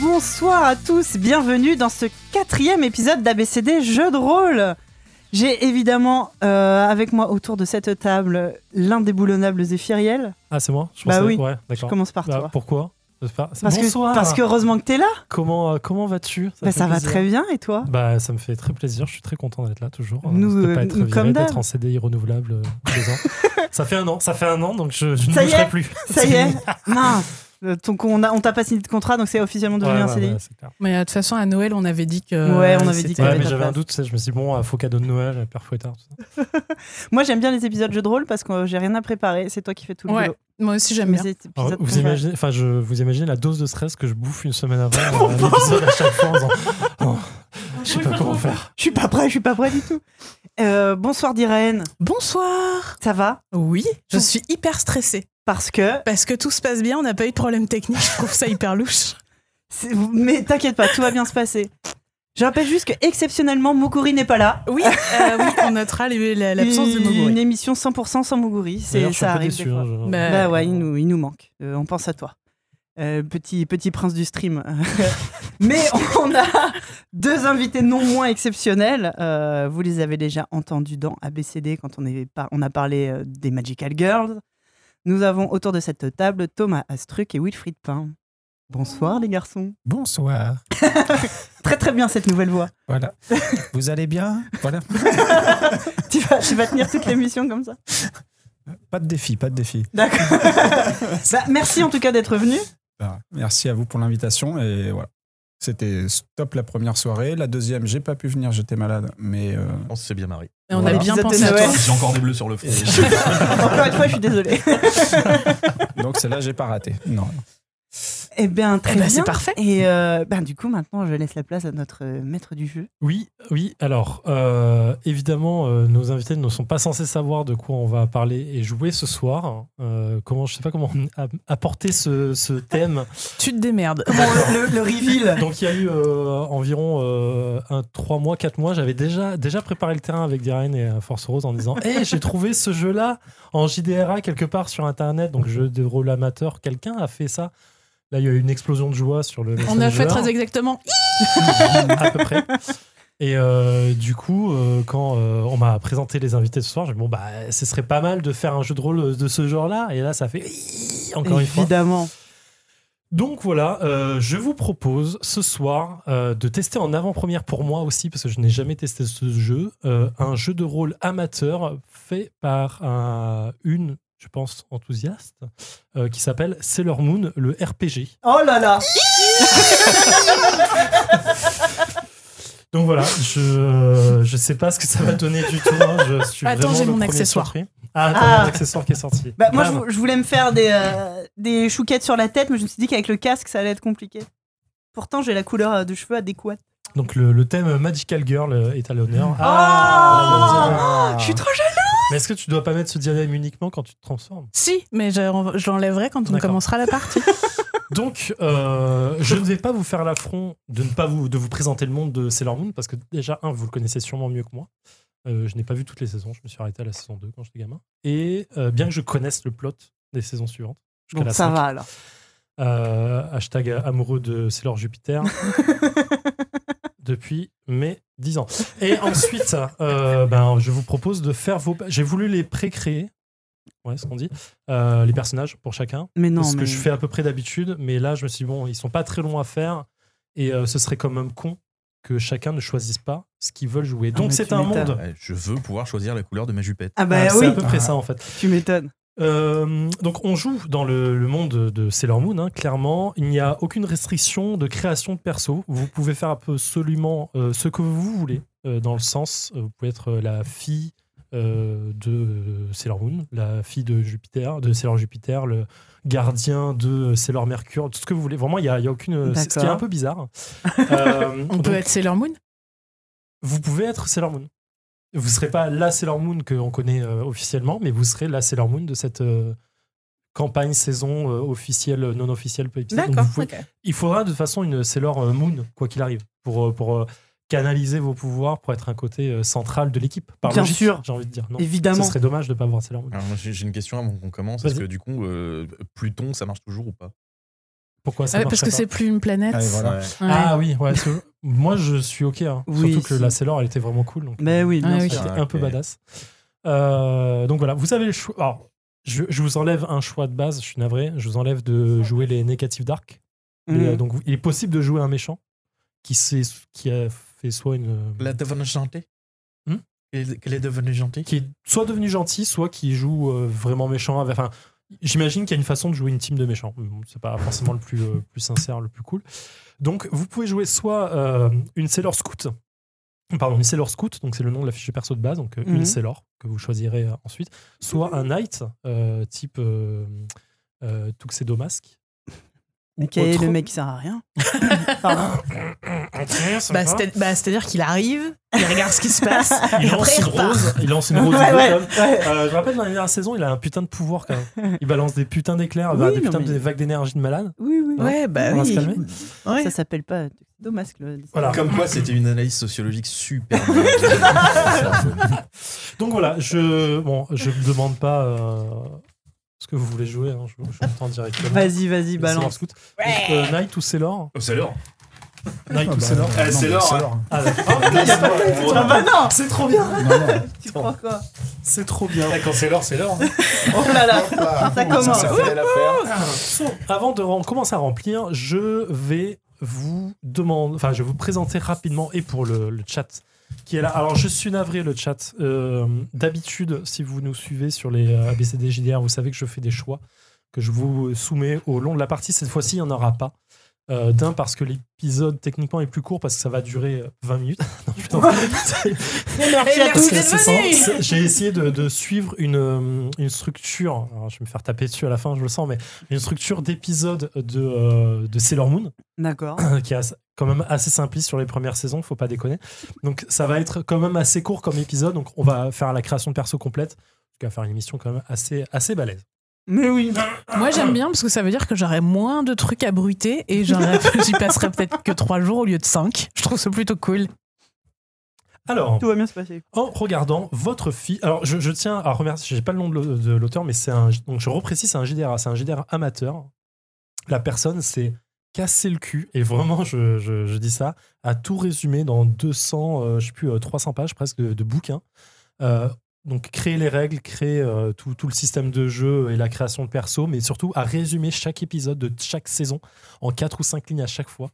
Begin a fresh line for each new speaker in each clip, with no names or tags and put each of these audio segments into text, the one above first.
Bonsoir à tous, bienvenue dans ce quatrième épisode d'ABCD Jeux de rôle. J'ai évidemment euh, avec moi autour de cette table l'indéboulonnable Zéphiriel.
Ah, c'est moi Je
Bah
pensais-
oui,
ouais,
Je
d'accord.
commence par
Bah,
toi.
pourquoi Parce
Parce
Bonsoir
que, parce que heureusement que t'es là,
Comment, euh, comment vas-tu
Bah,
fait
ça va
plaisir.
très bien et toi
Bah, ça me fait très plaisir, je suis très content d'être là toujours. euh,
Nous,
de
euh,
pas être
nous,
viré,
comme d'hab.
d'être en CDI renouvelable euh, tous les ans. ça fait un an, ça fait un an, donc je, je ne
Ça y
bougerai
est,
plus.
Ça y est, mince Euh, ton- on a- on t'a pas signé de contrat donc c'est officiellement devenu
Ouais,
un
ouais,
CDI.
ouais, c'est clair.
Mais euh, de toute façon, à Noël, on avait dit que.
Ouais, on avait dit
c'était-
qu'il y
Ouais,
avait
mais
ta
j'avais un
place.
doute, tu sais, je me suis dit, bon, euh, faux cadeau de Noël, euh, père fouettard. tout ça.
Moi j'aime bien les épisodes jeux de rôle parce que euh, j'ai rien à préparer, c'est toi qui fais tout le
Ouais,
boulot.
Moi aussi, j'aime
Mais
bien.
cet
Alors,
épisode,
Oh, vous,
on va-
imaginez, enfin, je, vous imaginez la dose de stress que je bouffe une semaine avant euh, l'épisode à chaque fois en disant, oh, je sais pas comment faire.
Je suis pas prêt, je suis pas prêt du tout. Euh, bonsoir Diraen,
Bonsoir
ça va
Oui, je suis hyper stressée.
Parce que
Parce que tout se passe bien, on n'a pas eu de problème technique. Je trouve ça hyper louche.
C'est- Mais t'inquiète pas, tout va bien se passer. Je rappelle juste que exceptionnellement, Moguri n'est pas là.
Oui, euh, oui on notera les- la- l'absence de
Une- Une
Moguri.
émission 100% sans Moguri,
D'ailleurs,
c'est
je suis un
ça
peu
arrive.
déçu,
des fois.
hein, je-
Bah,
Bah ouais, il nous, il nous manque. Euh, on pense à toi, Euh, petit petit prince du stream. Mais on a deux invités non moins exceptionnels. Euh, vous les avez déjà entendus dans ABCD quand on, est par- on a parlé euh, des Magical Girls. Nous avons autour de cette table Thomas Astruc et Wilfried Pain. Bonsoir les garçons.
Bonsoir.
Très très bien cette nouvelle voix.
Voilà. Vous allez bien Voilà.
tu, vas, tu vas tenir toute l'émission comme ça.
Pas de défi, pas de défi.
D'accord. Bah, merci en tout cas d'être venu.
Bah, merci à vous pour l'invitation et voilà. C'était top la première soirée. La deuxième, j'ai pas pu venir, j'étais malade. Mais euh,
On s'est bien marré.
Et on
Voilà.
a bien
Épisode
pensé
de
Ah
à toi.
Noël.
Ah, J'ai encore des bleus sur le front.
Encore une fois, je suis désolée.
donc celle-là, j'ai pas raté. Non.
Eh bien, très
Eh ben,
bien.
c'est parfait.
Et euh, ben, du coup, maintenant, je laisse la place à notre euh, maître du jeu.
Oui, oui. Alors, euh, évidemment, euh, nos invités ne sont pas censés savoir de quoi on va parler et jouer ce soir. Euh, comment, je sais pas comment a- apporter ce, ce thème.
Tu te démerdes.
euh, le, reveal.
Donc, il y a eu euh, environ euh, un trois mois, quatre mois. J'avais déjà déjà préparé le terrain avec Diraen et euh, Force Rose en disant Hey, j'ai trouvé ce jeu-là en JDRA quelque part sur Internet. Donc, jeu de rôle amateur. Quelqu'un a fait ça. Là, il y a eu une explosion de joie sur le.
On a fait
Messenger.
très exactement.
à peu près. Et euh, du coup, euh, quand euh, on m'a présenté les invités ce soir, j'ai dit bon bah ce serait pas mal de faire un jeu de rôle euh, de ce genre-là. Et là, ça fait encore une fois.
Évidemment.
Donc voilà, euh, je vous propose ce soir euh, de tester en avant-première pour moi aussi, parce que je n'ai jamais testé ce jeu, euh, un jeu de rôle amateur fait par un- une, je pense, enthousiaste, euh, qui s'appelle Sailor Moon, le RPG.
Oh là là.
Donc voilà, je euh, je sais pas ce que ça va donner du tout. hein. Je suis
Attends,
vraiment
j'ai
le
mon
premier
accessoire.
surpris. Ah, attends,
Ah.
mon accessoire qui est sorti.
Bah, moi, je,
Bam.
vou- je voulais me faire des, euh, des chouquettes sur la tête, mais je me suis dit qu'avec le casque, ça allait être compliqué. Pourtant, j'ai la couleur euh, de cheveux adéquate.
Donc le, le thème Magical Girl euh, est à l'honneur.
Ah.
le diadème.
je suis trop
Mais est-ce que tu dois pas mettre ce diadème uniquement quand tu te transformes
Si, mais je, je l'enlèverai quand on
D'accord.
commencera la partie.
Donc euh, je ne vais pas vous faire l'affront de ne pas vous de vous présenter le monde de Sailor Moon parce que déjà un vous le connaissez sûrement mieux que moi. Euh, je n'ai pas vu toutes les saisons, je me suis arrêté à la saison 2 quand j'étais gamin. Et euh, bien que je connaisse le plot des saisons suivantes, jusqu'à
Bon,
la
ça
5,
va alors.
Euh, hashtag amoureux de Sailor Jupiter depuis mes 10 ans. Et ensuite, euh, ben, je vous propose de faire vos. J'ai voulu les pré-créer, ouais, ce qu'on dit, euh, les personnages pour chacun.
Mais non,
ce
mais...
que je fais à peu près d'habitude, mais là, je me suis dit, bon, ils sont pas très longs à faire et euh, ce serait quand même con que chacun ne choisisse pas ce qu'ils veulent jouer.
Ah, mais
Donc,
tu
c'est un
m'étonnes.
monde.
Ouais, Je veux pouvoir choisir la couleur de ma jupette.
Ah bah
Ah, c'est
oui,
à peu près ça en fait.
tu m'étonnes.
Euh, donc on joue dans le, le monde de Sailor Moon, hein, clairement. Il n'y a aucune restriction de création de perso. Vous pouvez faire absolument euh, ce que vous voulez, euh, dans le sens, euh, vous pouvez être la fille euh, de Sailor Moon, la fille de Jupiter, de Sailor Jupiter, le gardien de Sailor Mercure, tout ce que vous voulez. Vraiment, il n'y a, il y a aucune... C'est ce qui est
D'accord.
un peu bizarre. Euh,
On
donc,
peut être Sailor Moon Ah
vous pouvez être Sailor Moon. Vous serez pas la Sailor Moon que l'on connaît euh, officiellement, mais vous serez la Sailor Moon de cette euh, campagne saison euh, officielle, euh, non officielle, peu épisode. Donc vous pouvez-
ok.
Il faudra de toute façon une Sailor euh, Moon, quoi qu'il arrive, pour, euh, pour euh, canaliser vos pouvoirs, pour être un côté euh, central de l'équipe. Par
Bien
logique,
sûr.
J'ai envie de dire. Non, ce
Évidemment.
serait dommage de ne pas avoir Sailor Moon.
Alors, moi, j'ai j'ai une question avant qu'on commence. Est-ce
Vas-y.
que du coup, euh, Pluton, ça marche toujours ou pas
Pourquoi ça
Ah
Ouais,
marche
parce que c'est plus une planète.
Allez, voilà.
Ouais.
Ouais.
Ah oui, ouais, c'est- moi je suis ok. hein.
Oui,
Surtout que
si.
la Sailor elle était vraiment cool. Donc,
Mais Bah, oui, bien
Ah oui.
sûr.
C'était
Ah,
un
ok.
peu badass. Euh, donc voilà, vous avez le choix. Alors, je, je vous enlève un choix de base, je suis navré. Je vous enlève de jouer les négatifs dark. Et, euh,
Mm.
donc, il est possible de jouer un méchant qui, s'est- qui a fait soit une.
Elle est devenue gentille
Hmm
Qu'elle qu'elle est devenue gentille
qui est soit devenu gentil, soit qui joue euh, vraiment méchant. avec- Enfin, j'imagine qu'il y a une façon de jouer une team de méchants. Euh, Bon, C'est pas forcément le plus, euh, plus sincère, le plus cool. Donc, vous pouvez jouer soit euh, une Sailor Scout. Pardon, une Sailor Scout, donc c'est le nom de la fiche perso de base, donc euh,
Mhm.
une Sailor que vous choisirez euh, ensuite, soit un Knight euh, type euh, euh, Tuxedo Mask. Ou
Quel est
autre-
le mec qui sert à rien Pardon.
Bah, c'est- bah, C'est-à-dire qu'il arrive, il regarde ce qui se passe,
il
et
lance
après il
une
repart.
rose, il lance une rose
Ouais,
bleue,
ouais,
comme-
ouais.
Euh, je rappelle dans la dernière saison, il a un putain de pouvoir quand même. Il balance des putains d'éclairs,
Oui,
bah, des
non,
putains
mais-
de vagues d'énergie de malade.
Oui, oui.
Ouais, bah
On va se
oui.
calmer.
Ouais.
Ça s'appelle pas euh, Tuxedo Mask. le-
Voilà.
Comme quoi, c'était une analyse sociologique super.
Donc voilà, je bon, je me demande pas euh, ce que vous voulez jouer. hein, je je l'entends directement.
Vas-y, vas-y,
C'est leur
balance.
scout. Donc, euh, Knight ou Sailor
Oh, C'est l'or.
Ah
Knight
bah,
ou Sailor
Eh, c'est l'or, hein.
Ah, là. Oh, putain, c'est vrai.
Ah bah non
C'est trop bien
Tu crois quoi
C'est trop bien
Quand c'est l'or, c'est l'or.
Oh là là Ça commence.
Avant de rem- commencer à remplir, je vais vous demander, enfin, je vais vous présenter rapidement et pour le, le chat qui est là. Alors, je suis navré, le chat. Euh, D'habitude, si vous nous suivez sur les euh, ABCD JDR, vous savez que je fais des choix que je vous soumets au long de la partie. Cette fois-ci, il n'y en aura pas. Euh, D'un, parce que l'épisode techniquement est plus court parce que ça va durer euh, 20 minutes. Non, je plaisante.
Et Eh, merci
Parce que
d'être
c'est
venu
sans- c'est- J'ai essayé de, de suivre une, euh, une structure. Alors, je vais me faire taper dessus à la fin, je le sens, mais une structure d'épisodes de, euh, de Sailor Moon euh,
D'accord.
qui est assez- quand même assez simpliste sur les premières saisons, faut pas déconner. Donc ça va être quand même assez court comme épisode. Donc on va faire la création de perso complète. On va faire une émission quand même assez, assez balèze.
Mais oui
Moi j'aime bien parce que ça veut dire que j'aurais moins de trucs à bruiter et j'aurais- j'y passerai peut-être que 3 jours au lieu de 5. Je trouve ça plutôt cool.
Euh, Alors,
Tout va bien se passer.
en regardant votre fille. Alors, je, je tiens à remercier. J'ai pas le nom de l'au- de l'auteur, mais c'est un. Donc, je reprécise, c'est un GDR. C'est un GDR amateur. La personne s'est cassé le cul, et vraiment, je, je- je dis ça, à tout résumer dans 200, euh, je sais plus, euh, 300 pages presque de, de bouquins. Euh, donc, créer les règles, créer euh, tout, tout le système de jeu et la création de perso, mais surtout à résumer chaque épisode de chaque saison en 4 ou 5 lignes à chaque fois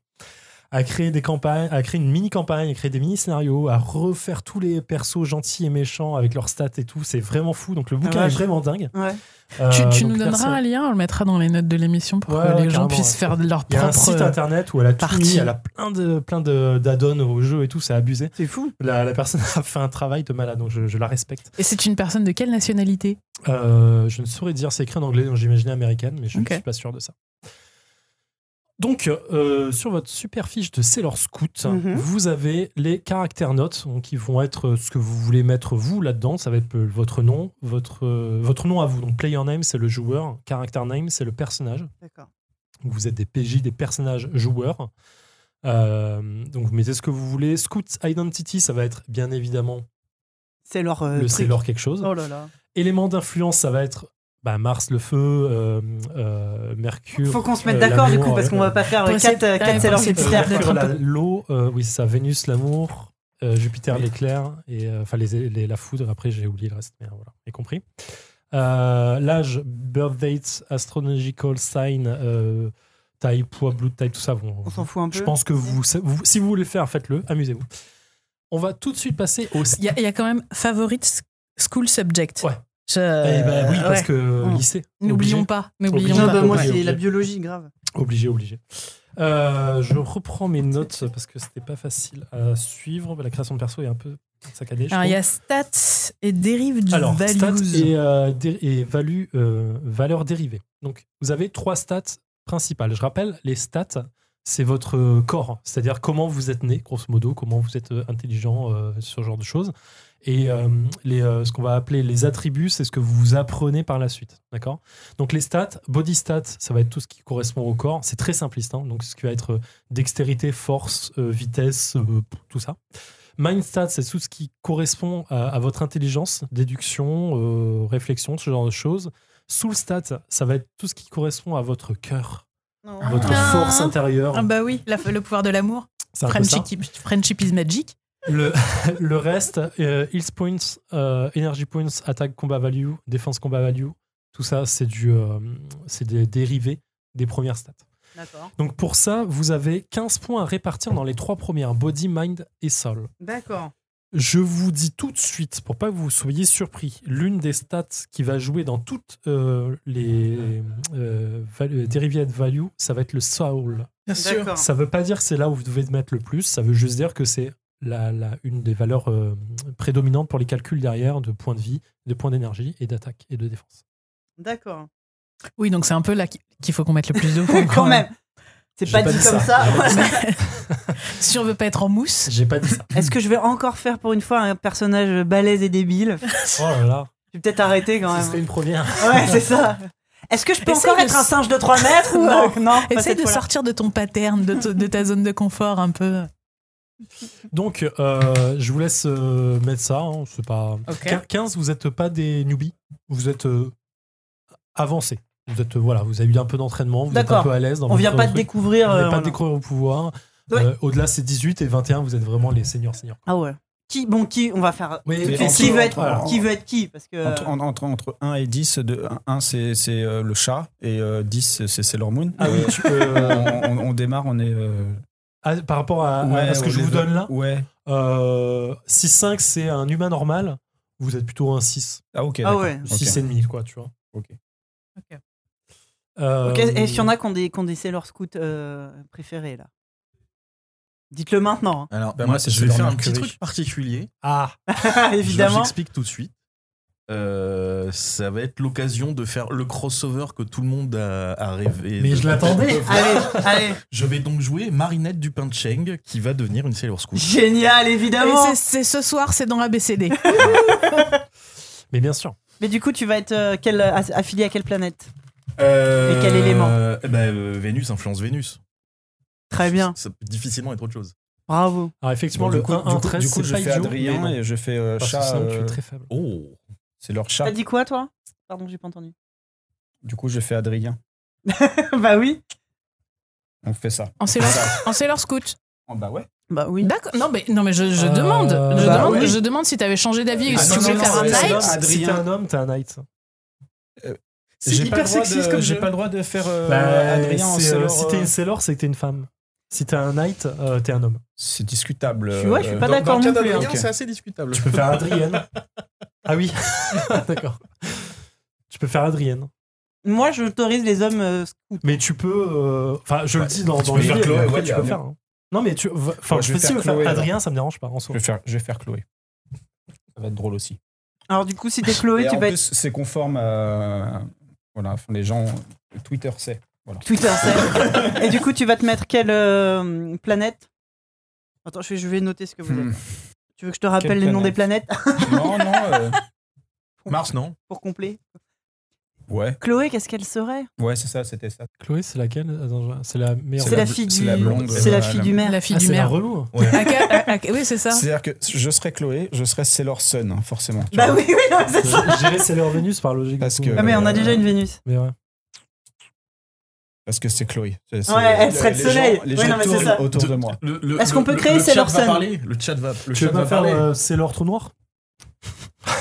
à créer des campagnes, à créer une mini campagne, à créer des mini scénarios, à refaire tous les persos gentils et méchants avec leurs stats et tout. C'est vraiment fou. Donc le
Ah
bouquin
ouais.
est vraiment dingue.
Ouais.
tu
Euh,
tu
donc,
nous donneras
personne-
un lien, on le mettra dans les notes de l'émission pour
Ouais,
que
ouais,
les
carrément,
gens puissent
ouais.
faire leur
Il y a un site
propre. euh,
internet où elle a tout
partie.
mis, elle a plein de plein de d'add-ons au jeu et tout, c'est abusé.
C'est fou.
La, la personne a fait un travail de malade, donc je, je la respecte.
Et c'est une personne de quelle nationalité
Euh, je ne saurais dire, c'est écrit en anglais, donc j'imaginais américaine, mais je
Ok.
ne suis pas sûr de ça. Donc, euh, sur votre super fiche de Sailor Scout,
Mhm.
vous avez les caractères notes donc, qui vont être ce que vous voulez mettre vous là-dedans. Ça va être euh, votre nom, votre, euh, votre nom à vous. Donc, player name, c'est le joueur. Character name, c'est le personnage.
D'accord.
Donc, vous êtes des PJ, des personnages joueurs. Euh, donc, vous mettez ce que vous voulez. Scout Identity, ça va être bien évidemment
C'est leur. euh,
le
truc.
Sailor quelque chose.
Oh là là.
Éléments d'influence, ça va être bah, Mars, le feu, euh, euh, Mercure.
Faut qu'on se mette
euh,
d'accord du
l'amour,
coup parce qu'on
euh,
va pas faire
Pour
les
essayer
4
de- ouais,
Sailor
pour essayer de
Euh,
Jupiter.
faire
Mercure,
d'être un
la- l'eau, euh, oui, c'est ça, Vénus, l'amour, euh, Jupiter, l'éclair, et euh, enfin les- les- la foudre. Après, j'ai oublié le reste, mais euh, voilà, j'ai compris. Euh, L'âge, birth date, astrological sign, euh, taille, poids, blood type, tout ça. Bon,
On s'en fout un peu.
je pense que vous, vous- si vous voulez le faire, faites-le, amusez-vous. On va tout de suite passer au.
Il y, a- il y a quand même favorite school subject.
Ouais.
Je-
Eh ben oui, parce
Euh, ouais.
que
Mm.
lycée.
Oh. N'oublions
obligé.
pas, n'oublions
Non,
Obligé. ben
pas.
bah moi
Ouais.
c'est la biologie grave.
Obligé, obligé. Euh, je reprends mes notes parce que c'était pas facile à suivre. La création de perso est un peu saccadée. je
Alors, il y
trouve.
a stats et dérives du
Alors,
values.
stats et, euh, dé- et value, euh, valeur dérivée. Donc, vous avez trois stats principales. Je rappelle, les stats, c'est votre euh, corps, c'est-à-dire comment vous êtes né, grosso modo, comment vous êtes euh, intelligent, euh, ce genre de choses. Et euh, les, euh, ce qu'on va appeler les attributs, c'est ce que vous apprenez par la suite. D'accord Donc, les stats, body stats, ça va être tout ce qui correspond au corps. C'est très simpliste. hein. Donc, ce qui va être euh, dextérité, force, euh, vitesse, euh, tout ça. Mindstat, c'est tout ce qui correspond à, à votre intelligence, déduction, euh, réflexion, ce genre de choses. Soulstat, ça va être tout ce qui correspond à votre cœur, votre
Ah.
force intérieure.
Ah bah oui, la- le pouvoir de l'amour.
c'est un peu ça.
Friendship, friendship is magic.
Le, le reste, euh, health points, euh, energy points, attaque combat value, défense combat value, tout ça, c'est du, euh, c'est des dérivés des premières stats.
D'accord.
Donc pour ça, vous avez 15 points à répartir dans les trois premières, body, mind et soul.
D'accord.
Je vous dis tout de suite, pour pas que vous soyez surpris, l'une des stats qui va jouer dans toutes euh, les euh, val- euh, dérivés de value, ça va être le soul.
Bien
D'accord.
Ça veut pas dire que c'est là où vous devez mettre le plus, ça veut juste dire que c'est la, la- une des valeurs euh, prédominantes pour les calculs derrière de points de vie, de points d'énergie et d'attaque et de défense.
D'accord.
Oui, donc c'est un peu là qui- qu'il faut qu'on mette le plus de points.
Quand même. C'est
J'ai
pas,
pas
dit
dit
comme ça.
si on veut pas être en mousse,
J'ai pas dit ça.
Est-ce que je vais encore faire pour une fois un personnage balèze et débile
Oh là là,
Je vais peut-être arrêter quand
ce
même.
serait une première.
Ouais, c'est ça. Est-ce que je peux
Essaye
encore
de
être un
s-
singe de 3 mètres ou
Non.
euh, non pas
essaye
cette
de
fois-là.
sortir de ton pattern, de, to- de ta zone de confort un peu.
Donc, euh, je vous laisse euh, mettre ça. hein, c'est pas...
Ok.
Quin- 15, vous n'êtes pas des newbies. Vous êtes euh, avancés. Vous êtes, euh, voilà, vous avez eu un peu d'entraînement, vous êtes un
D'accord.
peu à l'aise. dans
On vient
votre
pas de
truc. Vous
découvrir.
n'avez
euh,
pas
voilà.
découvert au pouvoir.
Ouais.
Euh, Au-delà, c'est 18 et 21, vous êtes vraiment les seniors seniors.
Ah ouais. Qui, bon, qui On va faire.
Oui,
tout de suite,
mais entre-
qui, veut être,
voilà.
qui veut être qui Parce que.
Entre, en- entre, entre 1 et 10, de, 1 c'est c'est, euh, le chat et euh, 10 c'est- c'est Sailor Moon.
Ah oui,
Euh,
tu peux, euh,
on, on- on démarre, on est. euh,
ah, par rapport à, à- à ce que
on
je vous
les-
donne là,
Ouais.
euh, 6-5, c'est un humain normal. Vous êtes plutôt un 6.
Ah ok.
ah
d'accord.
ouais.
Ok.
6 et demi, quoi, tu vois.
Ok.
Ok.
Euh,
Ok, et s'il y en a qui ont des, qui ont des Sailor Scout euh, préférés là Dites-le maintenant,
Alors,
Bah,
moi,
moi, c'est
je vais
Sailor
faire un
Mercury.
petit truc particulier.
Ah,
hein.
Je vous
évidemment.
explique tout de suite. Euh, ça va être l'occasion de faire le crossover que tout le monde a, a rêvé.
mais
de-
je l'attendais.
Allez, allez,
Je vais donc jouer Marinette du Pincheng qui va devenir une Sailor Scout.
génial,
Et
évidemment.
c'est- c'est ce soir, c'est dans ABCD.
Mais bien sûr.
Mais du coup, tu vas être euh, quel- as- affilié à quelle planète
Euh,
Et quel élément
eh ben, euh, Vénus influence Vénus.
Très bien,
Ça peut difficilement être autre chose.
bravo.
Alors, effectivement,
Bon,
le
du coup,
1
du coup-
13
du coup,
c'est
je
pas
fais
idiot.
Adrien
mais non.
et je fais euh,
Parce que
chat.
sinon, tu
euh,
es très faible.
Oh
c'est leur chat.
T'as dit quoi, toi Pardon, j'ai pas entendu.
Du coup, je fais Adrien.
bah oui.
On fait ça.
En Sailor, en Sailor Scout.
Ah,
Oh, bah ouais.
Bah oui.
D'accord. Non, mais, non, mais je, je
Euh,
demande. Je,
bah
demande
oui.
je demande si t'avais changé d'avis ou
Ah
si
non,
tu voulais
non,
faire
non,
un
c'est
night.
Adrien. Euh,
Si t'es un homme, t'es un knight.
C'est
J'ai pas le
hyper
droit
sexiste
de-
comme
j'ai
J'ai pas le droit de faire
Bah,
Adrien en
c'est, euh,
Sailor.
si t'es une Sailor, c'est que t'es une femme. Si t'es un Knight, euh, t'es un homme.
C'est discutable.
Tu vois, je suis pas
euh,
d'accord non plus.
d'Adrien,
hein.
Ok.
c'est assez discutable.
Tu peux faire Adrienne. ah oui, d'accord. Tu peux faire Adrienne.
Moi, j'autorise les hommes. euh,
Mais tu peux. euh, Enfin, je le
Ouais,
dis dans,
tu
dans
peux
le
faire
livre,
Chloé,
mais après,
ouais,
tu
y a
peux
rien.
faire. hein. Non, mais tu. Enfin,
Ouais,
je
je
peux
vais
si
faire
faire
Chloé,
Adrien, ça me dérange pas en
Je
soi.
vais faire, je vais faire Chloé. Ça va être drôle aussi.
Alors, du coup, si t'es Chloé,
Et
tu
en
vas
plus,
être
c'est conforme à. Voilà, enfin, les gens. Twitter sait.
Twitter, c'est. Et du coup, tu vas te mettre quelle euh, planète Attends, je vais, je vais noter ce que vous
Hmm.
êtes. Tu veux que je te rappelle
Quelle
les noms des
planète
planètes
non, non. euh,
Mars, non
pour compléter
Ouais,
Chloé, qu'est-ce qu'elle serait
ouais, c'est ça, c'était ça.
Chloé, c'est laquelle Attends, je- C'est la meilleure.
C'est la,
bl-
fille
c'est
du.
la blonde,
C'est la
euh,
fille
la-
du maire.
La fille
Ah,
du
c'est la
maire.
relou.
Ah, ca- ah, ah, oui, c'est ça.
C'est-à-dire que je serais Chloé, je serais Sailor Sun, hein, forcément. tu
Bah
vois.
oui, oui, non,
Ah,
c'est ça.
J'ai laissé leur Vénus par logique. du
Parce
coup.
que-
Ah, mais on a déjà une Vénus.
Mais ouais.
Parce que c'est Chloé. C'est- c'est-
Ouais, elle serait le
les
soleil.
gens- les
Ouais,
gens
non, mais c'est
tournent
ça.
autour de
De-
moi.
Le- le-
Est-ce
le-
qu'on peut
le-
créer
le chat
Sailor
va
Sun
parler. Le chat va,
Tu
le chat
veux pas
va
faire
parler.
euh, C'est leur trou noir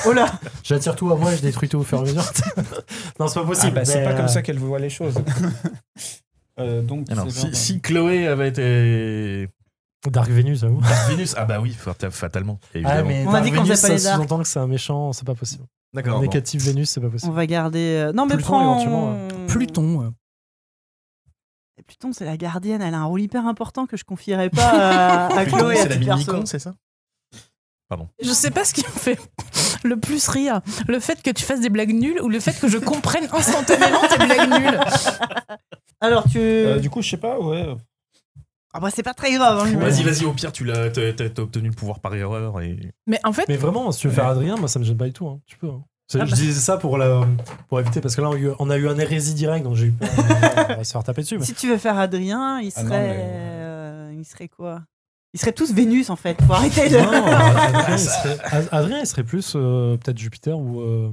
Oh là
J'attire tout à moi et je détruis tout au fur et à mesure. non, c'est pas
Ah
possible.
bah, c'est
mais,
pas comme
euh,
ça qu'elle voit les choses. Euh, donc,
Alors,
c'est
si,
genre-
si Chloé avait été
Dark Vénus, j'avoue.
Vénus, ah bah oui, fat- fatalement,
Ah,
évidemment.
mais
On a
Dark
dit qu'on
Venus,
faisait pas les
ça
darks.
sous-entend que c'est un méchant, c'est pas possible.
D'accord. bon.
Négatif Vénus, c'est pas
On
possible.
va garder. euh, Non, mais
Pluton,
prends.
éventuellement,
Pluton. ouais.
Pluton, c'est la gardienne. Elle a un rôle hyper important que je confierais pas à, à
Pluton,
Ah, Chloé, à
c'est la
tout perso.
mini-con, c'est ça
Je sais pas ce qui me fait le plus rire. Le fait que tu fasses des blagues nulles ou le fait que je comprenne instantanément tes blagues nulles.
Alors, tu.
Euh, du coup, je sais pas, ouais.
Ah, bah, c'est pas très grave. hein.
Vas-y, vas-y, au pire, tu l'as t'as- t'as- t'as obtenu le pouvoir par erreur. Et...
Mais en fait,
Mais vraiment, si tu veux faire Adrien, moi ça me gêne pas du tout. hein. Tu peux. hein. C'est-
Ah
je
bah.
disais ça pour, la, pour éviter, parce que là on a eu, on a eu un hérésie direct, donc j'ai eu peur. on va se faire taper dessus. mais-
Si tu veux faire Adrien, il
Ah non,
serait.
mais-
euh, il serait quoi Ils seraient tous Vénus en fait. Faut arrêter de.
Non, Adrien, il serait, Ad- Adrien, il serait plus euh, peut-être Jupiter ou, euh,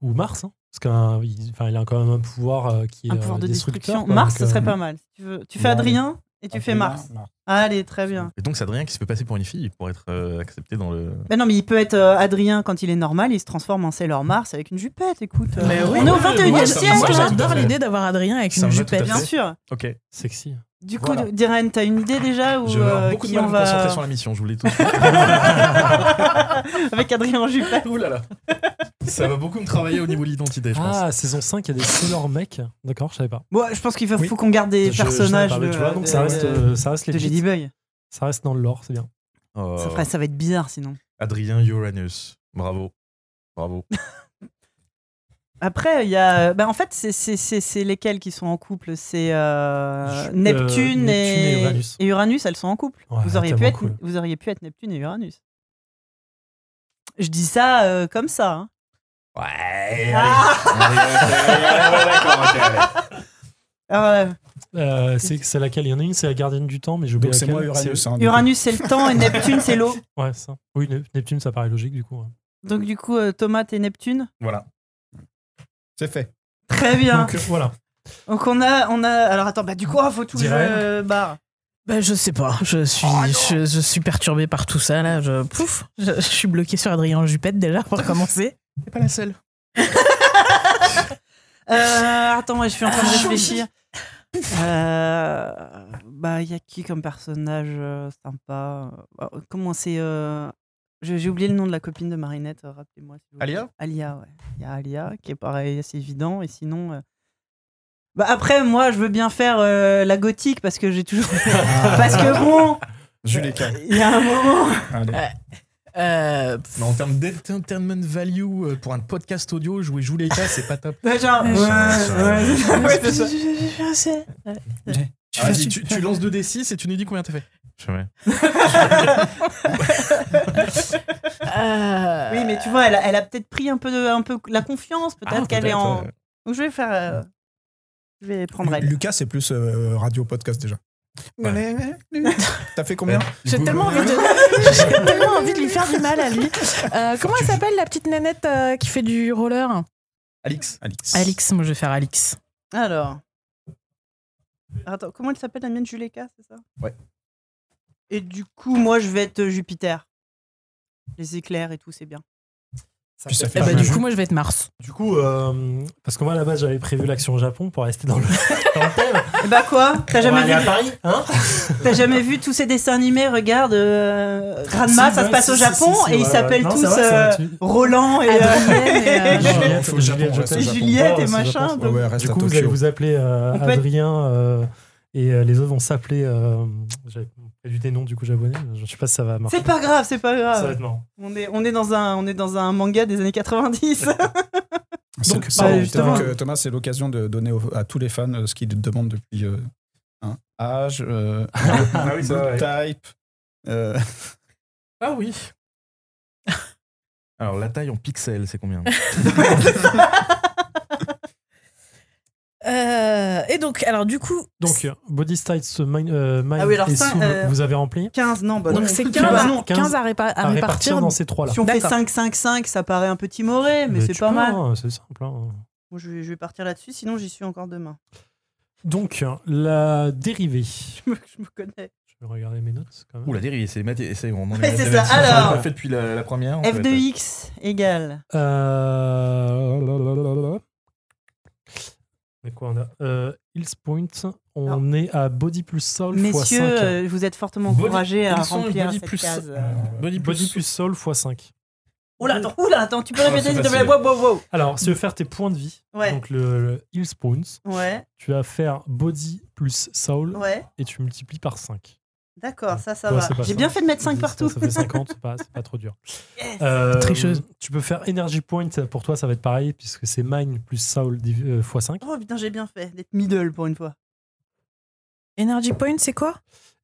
ou Mars. hein. Parce qu'il enfin, il a quand même un pouvoir euh, qui est
Un
euh,
pouvoir de
destructeur,
destruction.
quoi,
Mars,
donc,
ce serait
euh,
pas mal. Si tu, veux. tu fais
Ouais.
Adrien et tu fais Mars.
Ah,
Allez, très bien.
Et donc, c'est Adrien qui se fait passer pour une fille pour être euh, accepté dans le.
Ben non, mais il peut être euh, Adrien quand il est normal, il se transforme en Sailor Mars avec une jupette, écoute. euh,
Mais oui,
on est au
oui,
21
oui,
e
ça-
siècle,
moi,
Moi,
ça-
j'adore l'idée d'avoir Adrien avec
Ça
une
me va
jupette.
tout à
bien
fait.
sûr.
Ok.
Sexy.
Du coup,
Voilà.
Diren, t'as une idée déjà ou
Je vais avoir
euh,
beaucoup de
qui
mal à
on
me
va
concentrer sur la mission, je vous l'ai tout de suite.
avec Adrien en jupette
Ouh là là. Ça va beaucoup me travailler au niveau de l'identité, je pense.
Ah, saison 5, il y a des Sailor mecs. D'accord, je savais pas.
Bon, je pense qu'il faut,
Oui.
faut qu'on garde des
Je- je savais
personnages
pas, mais
de,
tu vois, donc ça
de-
reste,
de-
euh, ça reste
de
les
Jedi Boy.
Ça reste dans le lore, c'est bien.
Oh,
Euh,
Ça, ferait- ça va être bizarre sinon.
Adrien Uranus. Bravo. Bravo.
Après, il y a. Ben, en fait, c'est- c'est c'est- c'est lesquels qui sont en couple C'est euh,
Je- euh,
Neptune,
Neptune
et...
et Uranus.
et Uranus, elles sont en couple.
Ouais,
vous, auriez pu
tellement
être,
cool.
vous auriez pu être Neptune et Uranus. Je dis ça euh, comme ça. hein.
Ouais.
Ah
Ah,
Euh,
Euh, c'est c'est laquelle Il y en a une, c'est la gardienne du temps, mais j'ai oublié
Donc c'est
laquelle.
moi Uranus. hein, du coup.
Uranus, c'est le temps et Neptune, c'est l'eau.
Ouais, ça. Oui, Nep- Neptune, ça paraît logique du coup. ouais.
Donc, du coup, euh, Thomas, t'es Neptune
Voilà.
C'est fait.
Très bien.
Donc euh, voilà.
Donc, on a, on a. Alors, attends, bah, du coup, oh, faut tout
Dirais.
le barre.
Ben, je sais pas, je suis, je, je suis perturbé par tout ça là. Je, pouf, je, je suis bloqué sur Adrien en Jupette déjà pour commencer.
T'es pas la seule.
Euh, attends, ouais, je suis en train de réfléchir. Euh, bah, il y a qui comme personnage euh, sympa Bah, Comment c'est euh, je- J'ai oublié le nom de la copine de Marinette, euh, rappelez-moi. s'il vous plaît.
Alia
Alia, ouais. Il y a Alia, qui est pareil, assez évident. Et sinon. euh, Bah, après, moi, je veux bien faire euh, la gothique parce que j'ai toujours. parce que bon,
Juléka.
il y a un moment.
Allez.
Euh,
Mais en termes d'entertainment value, euh, pour un podcast audio, jouer Juleika, c'est pas top.
Genre, ouais,
Ouais,
ouais, c'est ça, ouais, c'est ça.
tu-
Vas-y, tu, tu lances 2D6 et tu nous dis combien t'as fait. Jamais.
euh,
Oui, mais tu vois, elle a, elle a peut-être pris un peu, de, un peu la confiance, peut-être
Ah,
qu'elle est
peut-être,
en.
ouais.
Donc je vais faire. euh, Je vais prendre
Lu-
elle.
Lucas, c'est plus radio-podcast déjà. T'as fait combien
J'ai
Google.
tellement, envie de... j'ai tellement envie de lui faire du mal à lui. Euh, comment elle s'appelle la petite nanette euh, qui fait du roller
Alix.
Alix.
Alix, moi je vais faire Alix.
Alors. Attends, comment elle s'appelle la mienne Juleka, c'est ça
Ouais.
Et du coup, moi, je vais être euh, Jupiter. Les éclairs et tout, c'est bien.
Puis ça
Eh
fait
Pas
ben,
mal.
du coup, moi je vais être Mars.
Du coup, euh, parce que moi à la base j'avais prévu l'action au Japon pour rester dans le, dans le thème.
Et bah quoi T'as
On va
jamais,
aller à
vu-
Paris, hein
t'as jamais vu tous ces dessins animés Regarde, euh, Ranma,
Si,
ça
ouais,
se passe au
si, si,
Japon
si, si,
et ils
ouais,
s'appellent
ouais. Non,
tous
c'est vrai, c'est vrai,
euh,
tu-
Roland et, euh,
Adrienne et, euh,
Juliette,
faut le Japon,
Juliette, je
reste au
t'aime.
Japon.
Juliette
Ouais,
et
Ah, c'est
machin.
Japon.
donc-
Ouais, ouais, reste
Du
à
coup, vous
Tokyo.
allez vous appeler euh,
On peut être-
Adrien euh, et euh, les autres vont s'appeler. Euh, J'avais perdu des noms du coup japonais. Je sais pas si ça va marcher.
C'est pas grave, c'est pas
Ça va
grave.
être marrant.
On est, on, est dans un, on est dans un manga des années 90.
C'est-
Donc,
c'est-
bah,
donc,
justement.
euh, Thomas, c'est l'occasion de donner au- à tous les fans euh, ce qu'ils demandent depuis euh, un âge, euh,
Ah oui, ça,
blood type. euh,
Ah oui. Alors, la taille en pixels, c'est combien
euh, et donc, alors du coup,
Donc, euh, Body Style, ce Mind, euh, Mind
Ah oui, alors
et
ça,
Soul,
euh,
vous avez rempli
15, non, bah
donc
non.
c'est
Tu
15,
vois,
à-
non.
15
15 à, répa- à
à répartir
répartir.
dans ces trois là.
Si on fait
D'accord.
5, 5, 5, ça paraît un petit moré, mais c'est pas mal.
C'est simple. hein.
Moi, je, vais, je vais partir là-dessus, sinon j'y suis encore demain.
Donc, euh, la dérivée. Je
Je me, je me connais.
vais regarder mes notes quand même.
Ouh, la dérive, c'est mathé- et ça y est, on en est
Ouais,
à
c'est
la
ça.
mathé-
Alors.
on l'a fait depuis la, la première. on
F
peut
de
être-
x égale.
Euh... lalalala. Mais quoi on a euh, Hills Point, on est à Body plus Soul x
Messieurs,
5.
euh, vous êtes fortement
Body-
encouragés à
Ils sont
remplir
body
cette
plus-
case.
Euh,
Body plus-
Body plus Soul x 5.
Oula, attends, oula, attends, tu peux répéter
c'est
s'il te plaît.
facile.
Wow, wow, wow.
Alors, si tu veux faire tes points de vie,
Ouais.
donc le, le Hills Points,
Ouais,
tu vas faire Body plus Soul
ouais,
et tu multiplies par 5.
d'accord, ça, ça
Ouais,
va.
c'est pas
J'ai
ça.
bien fait de mettre 5 partout.
Ça, ça fait 50, c'est pas, c'est pas trop dur.
Yes.
Euh,
Tricheuse.
Tu peux faire Energy Point, pour toi ça va être pareil puisque c'est Mine plus Soul div- euh, x 5.
Oh putain, j'ai bien fait d'être middle pour une fois.
Energy Point, c'est quoi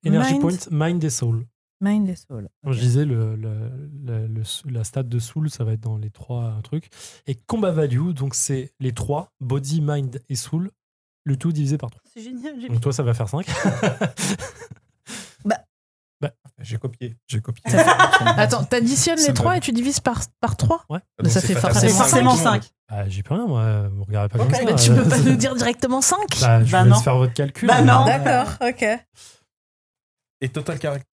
Energy
Mind.
Point, Mind et Soul.
Mind et Soul.
Comme je disais, le, le- le- le- la stat de Soul, ça va être dans les trois euh, trucs. Et Combat Value, donc c'est les trois, Body, Mind et Soul, le tout divisé par trois.
C'est génial, j'ai
Donc toi, ça va faire 5. Bah.
J'ai copié. J'ai copié.
Attends, t'additionnes
Ça
les
me
trois
va.
et tu divises par, par 3
Ah, Donc
Ça
c'est
fait
fatal.
Ça fait
forcément
Ah, forcément 5.
Bah, j'ai pas rien, moi. Vous regardez pas
Ok.
comme ça. hein.
Bah, tu peux pas nous dire directement 5
Bah, je
Bah,
vous
non.
laisse faire votre calcul. hein.
Bah, non.
D'accord, ok.
Et Total Caractère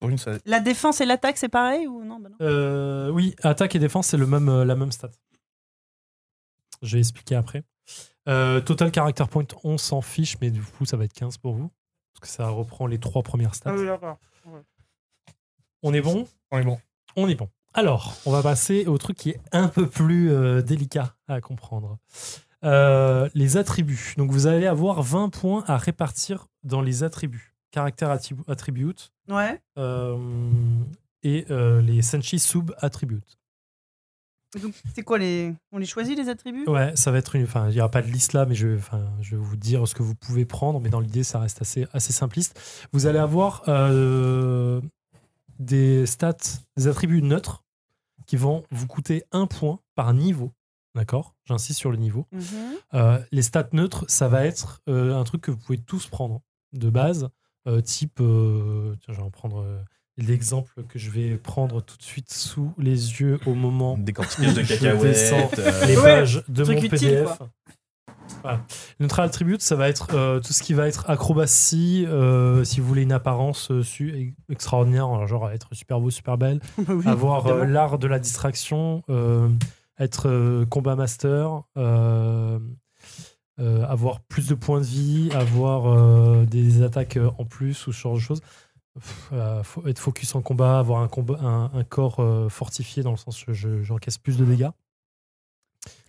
Brune, ça-
La défense et l'attaque, c'est pareil ou non, bah non.
Euh, oui, attaque et défense, c'est le même, euh, la même stat. Je vais expliquer après. Euh, total character point, on s'en fiche, mais du coup, ça va être 15 pour vous. Parce que ça reprend les trois premières stats. On est bon
On est bon.
On est bon. Alors, on va passer au truc qui est un peu plus euh, délicat à comprendre. Euh, les attributs. Donc, vous allez avoir 20 points à répartir dans les attributs. Caractère attrib- attribute,
Ouais.
euh, et euh, les Senshi Sub Attributes.
Donc, c'est quoi les. On les choisit, les attributs
Ouais, ça va être une. Enfin, il n'y aura pas de liste là, mais je, enfin, je vais vous dire ce que vous pouvez prendre, mais dans l'idée, ça reste assez, assez simpliste. Vous allez avoir euh, des stats, des attributs neutres qui vont vous coûter un point par niveau. D'accord J'insiste sur le niveau.
Mhm.
Euh, les stats neutres, ça va être euh, un truc que vous pouvez tous prendre hein, de base, euh, type, euh, tiens, je vais en prendre euh, l'exemple que je vais prendre tout de suite sous les yeux au moment
Décortiquage de
Je
cacahuètes.
descends.
euh,
les
Ouais,
pages de mon
truc utile,
PDF. Voilà. Neutral attribute, ça va être euh, tout ce qui va être acrobatie, euh, si vous voulez une apparence euh, su- extraordinaire, alors genre être super beau, super belle,
Bah oui,
avoir euh,
évidemment.
l'art de la distraction, euh, être euh, combat master, euh, euh, avoir plus de points de vie, avoir euh, des attaques euh, en plus ou ce genre de choses. Pff, euh, faut être focus en combat, avoir un, combat, un, un corps euh, fortifié dans le sens que je- j'encaisse plus de dégâts.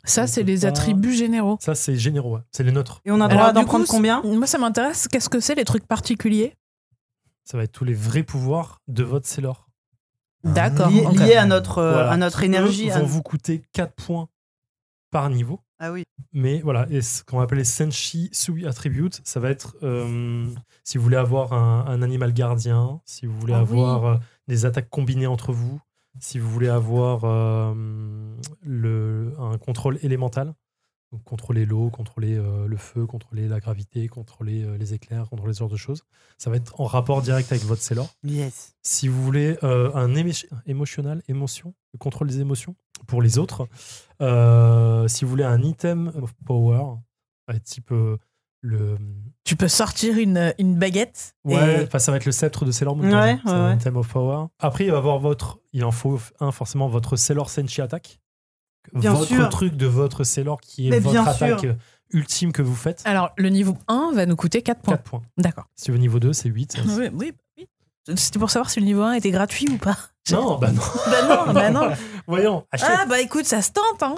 Ça,
On
c'est
peut
les
pas-
attributs généraux.
Ça, c'est généraux, ouais. c'est les nôtres.
Et on a
Alors,
droit d'en
du coup,
prendre combien
Moi, ça m'intéresse. Qu'est-ce que c'est les trucs particuliers
Ça va être tous les vrais pouvoirs de votre Célor.
D'accord.
Lié,
ok.
lié à, notre, euh,
Voilà.
à notre énergie.
Eux
à-
vont vous coûter 4 points par niveau.
Ah oui.
Mais voilà, et ce qu'on va appeler Senshi Sui Attribute, ça va être euh, si vous voulez avoir un, un animal gardien, si vous voulez
Ah oui.
avoir euh, des attaques combinées entre vous, si vous voulez avoir euh, le, un contrôle élémental, donc contrôler l'eau, contrôler euh, le feu, contrôler la gravité, contrôler euh, les éclairs, contrôler ce genre de choses, ça va être en rapport direct avec votre Célor.
Yes.
Si vous voulez euh, un émo- émotionnel, émotion, le contrôle des émotions pour les autres. Euh, si vous voulez un item of power, euh, type euh, le.
Tu peux sortir une, une baguette.
Ouais,
et-
enfin, ça va être le sceptre de Sailor Moon.
Ouais,
par
ouais,
exemple. C'est un
ouais.
item of power. Après, il va avoir votre. Il en faut un, forcément, votre Sailor Senshi Attack.
Bien
votre
sûr.
truc de votre Sailor qui est
Mais
votre
bien
attaque
sûr.
ultime que vous faites.
Alors, le niveau 1 va nous coûter 4 points.
4 points.
D'accord.
Si tu veux niveau 2, c'est 8.
Oui, oui, oui. C'était pour savoir si le niveau 1 était gratuit ou pas.
Non, bah non.
bah non, bah non.
Voyons, achète.
Ah, bah écoute, ça se tente, hein.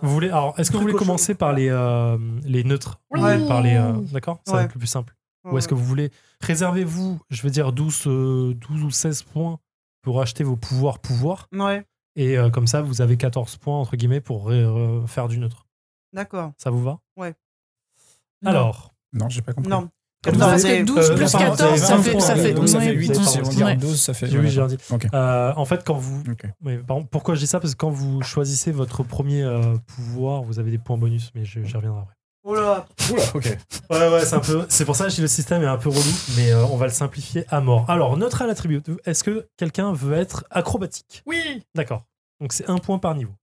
Vous voulez, alors, est-ce que vous voulez commencer par les, euh, les neutres
Oui.
Par les, euh, D'accord Ça va
Ouais.
être le plus simple. Ou est-ce que vous voulez. Réservez-vous, je veux dire, 12, euh, 12 ou 16 points pour acheter vos pouvoirs pouvoirs.
Ouais,
Et euh, comme ça, vous avez 14 points, entre guillemets, pour ré- euh, faire du neutre.
d'accord.
Ça vous va
Ouais.
Alors.
Non, j'ai pas compris.
Non.
Comme
Non,
vous
parce
avez-
que
euh,
12 plus
pardon,
14,
vous avez
ça
20
fait-
points,
ça
vous avez-
fait-
donc
ça
ouais.
fait 8.
Pardon,
Si on
excusez-moi.
regarde 12, ça fait.
Oui, j'ai dit.
Ok.
Euh, en fait, quand vous.
Ok.
oui, par contre, pourquoi je dis ça Parce que quand vous choisissez votre premier euh, pouvoir, vous avez des points bonus, mais je- j'y reviendrai après.
Oh là
Oula, ok.
Ouais, ouais, c'est un peu. C'est pour ça que je dis le système est un peu relou, mais euh, on va le simplifier à mort. Alors, neutral attribut. Est-ce que quelqu'un veut être acrobatique Oui D'accord. Donc, c'est un point par niveau.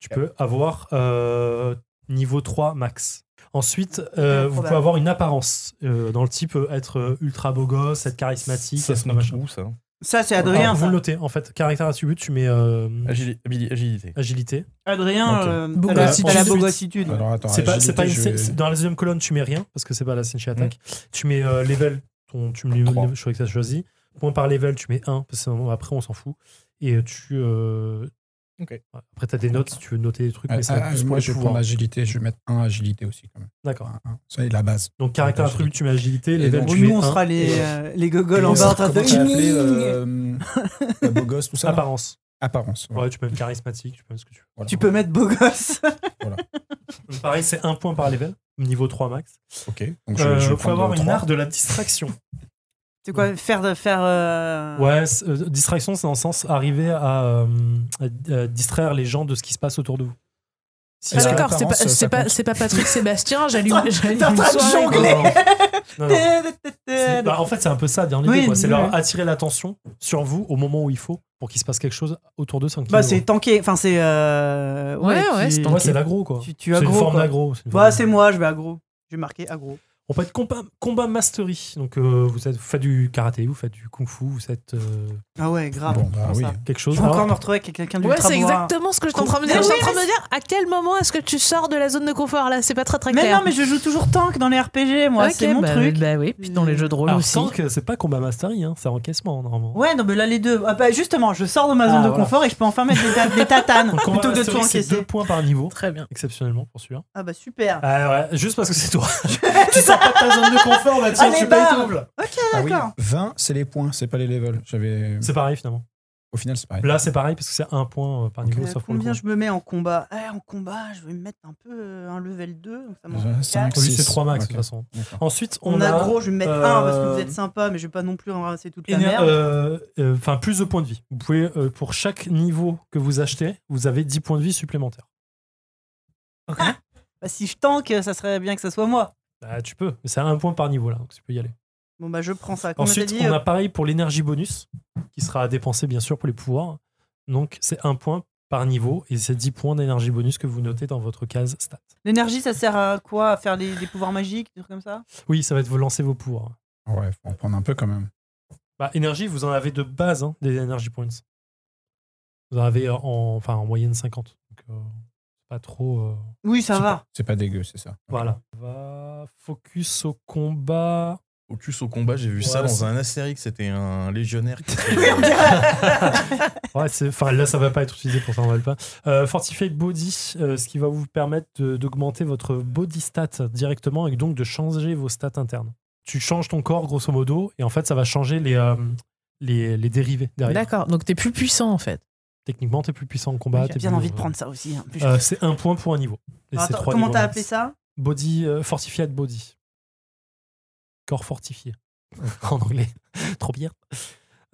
Tu peux avoir euh, niveau 3 max. Ensuite, euh, vous
Probable.
pouvez avoir une apparence euh, dans le type euh, être euh, ultra beau gosse, être charismatique,
Ça
être
se nomme
machin. Mmh.
où, ça
Ça, c'est
Alors,
Adrien.
Ah, vous
ça.
le notez, en fait. Caractère attribut, tu mets euh,
Agili- abili- Agilité.
agilité.
Adrien,
Ok.
euh,
Beau
à la-
gosse.
à la
Ensuite-
bogossitude.
Alors attends,
C'est pas, c'est pas une-
agilité, je
c'est-
vais-
dans la deuxième colonne, tu mets rien parce que c'est pas la Senshi Attack. Tu mets euh, level, ton, tu mets
Trois.
le choix que tu as choisi. Point par level, tu mets 1 parce que sinon, après on s'en fout. Et tu. euh,
Ok.
Après, tu as des notes si tu veux noter des trucs.
Ah,
mais ça, va
ah,
plus pour
moi,
les
je vais
pouvoirs.
prendre agilité. Je vais mettre un agilité aussi. Quand même.
D'accord.
Un, un. Ça, c'est la base.
Donc, caractère
Agilité.
attribut, tu mets agilité.
Et
Level,
donc,
Bon,
tu
nous,
mets
on
un.
sera les,
Et-
euh, les gogoles en bas en train de.
Comment ça s'appelait, euh, euh, Beau gosse, tout ça. là
Apparence.
Apparence. voilà.
Ouais, tu peux mettre charismatique, tu peux mettre ce que tu veux.
Voilà.
Tu peux mettre beau gosse.
Donc, pareil, c'est un point par level, niveau 3 max.
Ok.
Il
Donc, je, je vais
Euh, faut
prendre
avoir
le
une
trois.
art de la distraction.
C'est quoi Faire. faire euh,
Ouais, c'est- euh, distraction, c'est dans le sens arriver à, euh, à- à distraire les gens de ce qui se passe autour de vous. Si
Ah,
Est-ce
la-
que
d'accord, c'est pas,
l'apparence, ça
c'est pas,
compte
c'est pas Patrick Sébastien, j'allume j'allume
T'es en
une
train de
soirée, quoi.
jongler.
Non, non. C'est- bah, en fait, c'est un peu ça, dans l'idée,
Oui,
quoi. C'est
oui,
leur
oui.
attirer l'attention sur vous au moment où il faut pour qu'il se passe quelque chose autour de 5
Bah, c'est tanké. Enfin, c'est. euh,
Ouais, ouais,
tu-
c'est
Moi,
tanké.
c'est l'agro, quoi.
Tu, tu
C'est une
aggro,
forme
quoi.
d'agro. c'est une forme
Bah, c'est moi, je vais aggro. Je vais marquer aggro.
On peut être combat, combat mastery. Donc, euh, vous, êtes- vous faites du karaté, vous faites du kung-fu, vous faites euh,
Ah ouais, grave.
Bon, bah
Comme
oui.
ça.
quelque chose.
Je vais encore
Alors,
me retrouver avec quelqu'un du
Ouais, c'est exactement ce que je suis en train de me dire.
Mais
Je suis en
oui,
train de me dire à quel moment est-ce que tu sors de la zone de confort là C'est pas très très
Mais
clair.
non, mais je joue toujours tank dans les RPG, moi,
Ok,
c'est mon
bah,
truc.
Bah oui, puis dans les jeux de rôle
alors,
aussi.
sans que c'est pas combat mastery, hein, c'est encaissement, normalement.
Ouais, non, mais là, les deux. Ah, bah, justement, je sors de ma zone
Ah,
de
voilà.
confort et je peux enfin mettre des, ta- des tatanes
Donc, combat
plutôt que de tout
mastery, c'est deux
encaisser.
points par niveau,
Très bien.
exceptionnellement, pour celui-là.
Ah, bah, super.
Ah ouais, juste parce que c'est toi. tu sors pas de ta zone de confort là-dessus,
Allez,
tu payes
barre.
double.
Ah oui,
d'accord.
20, c'est les points, c'est pas les levels. J'avais.
C'est pareil, finalement.
Au final, c'est pareil.
Là, c'est pareil, parce que c'est un point euh, par niveau,
Euh,
sauf pour le
combien
combat.
je me mets en combat Eh, En combat, je vais me mettre un peu euh, un level 2. donc ça m'en
Euh,
fait
cinq,
quatre.
Lui, c'est
Six.
3 max,
Ok.
de toute façon.
D'accord.
Ensuite, on,
On a gros, je vais me mettre 1 parce que
euh,
vous êtes sympa, mais je vais pas non plus en ramasser toute la
Enfin,
merde.
euh, plus de points de vie. Vous pouvez, euh, pour chaque niveau que vous achetez, vous avez 10 points de vie supplémentaires.
Bah, si je tank, ça serait bien que ça soit moi.
Bah, tu peux, mais c'est un point par niveau là, donc tu peux y aller.
Bon, bah, je prends ça. Comme
Ensuite,
dit,
on
euh,
a pareil pour l'énergie bonus, qui sera à dépenser bien sûr pour les pouvoirs. Donc c'est un point par niveau et c'est 10 points d'énergie bonus que vous notez dans votre case stat.
l'énergie, ça sert à quoi À faire les- des pouvoirs magiques, des trucs comme ça
Oui, ça va être vous lancer vos pouvoirs.
Ouais, faut en prendre un peu quand même.
Bah, énergie, vous en avez de base, hein, des energy points. Vous en avez en, enfin, en moyenne 50. Donc euh, pas trop. euh,
Oui, ça
C'est
va.
pas- C'est pas dégueu, c'est ça.
Voilà. On va focus au combat.
Focus au combat, j'ai vu ça
Voilà,
dans
c'est-
un Astérix, c'était un légionnaire qui
Ouais, c'est- enfin, là, ça va pas être utilisé pour ça, on va le pas. Euh, Fortified Body, euh, ce qui va vous permettre de- d'augmenter votre body stat directement et donc de changer vos stats internes. Tu changes ton corps, grosso modo, et en fait, ça va changer les, euh, les, les dérivés derrière.
D'accord, donc t'es plus puissant en fait.
Techniquement, t'es plus puissant en combat.
J'ai
t'es
bien
plus-
envie de prendre ça aussi. hein.
Euh, c'est un point pour un niveau. Et
Alors,
c'est
attends,
trois
comment
niveaux
t'as
max.
appelé ça
Body, euh, Fortified Body. Corps fortifié. en anglais. Trop bien.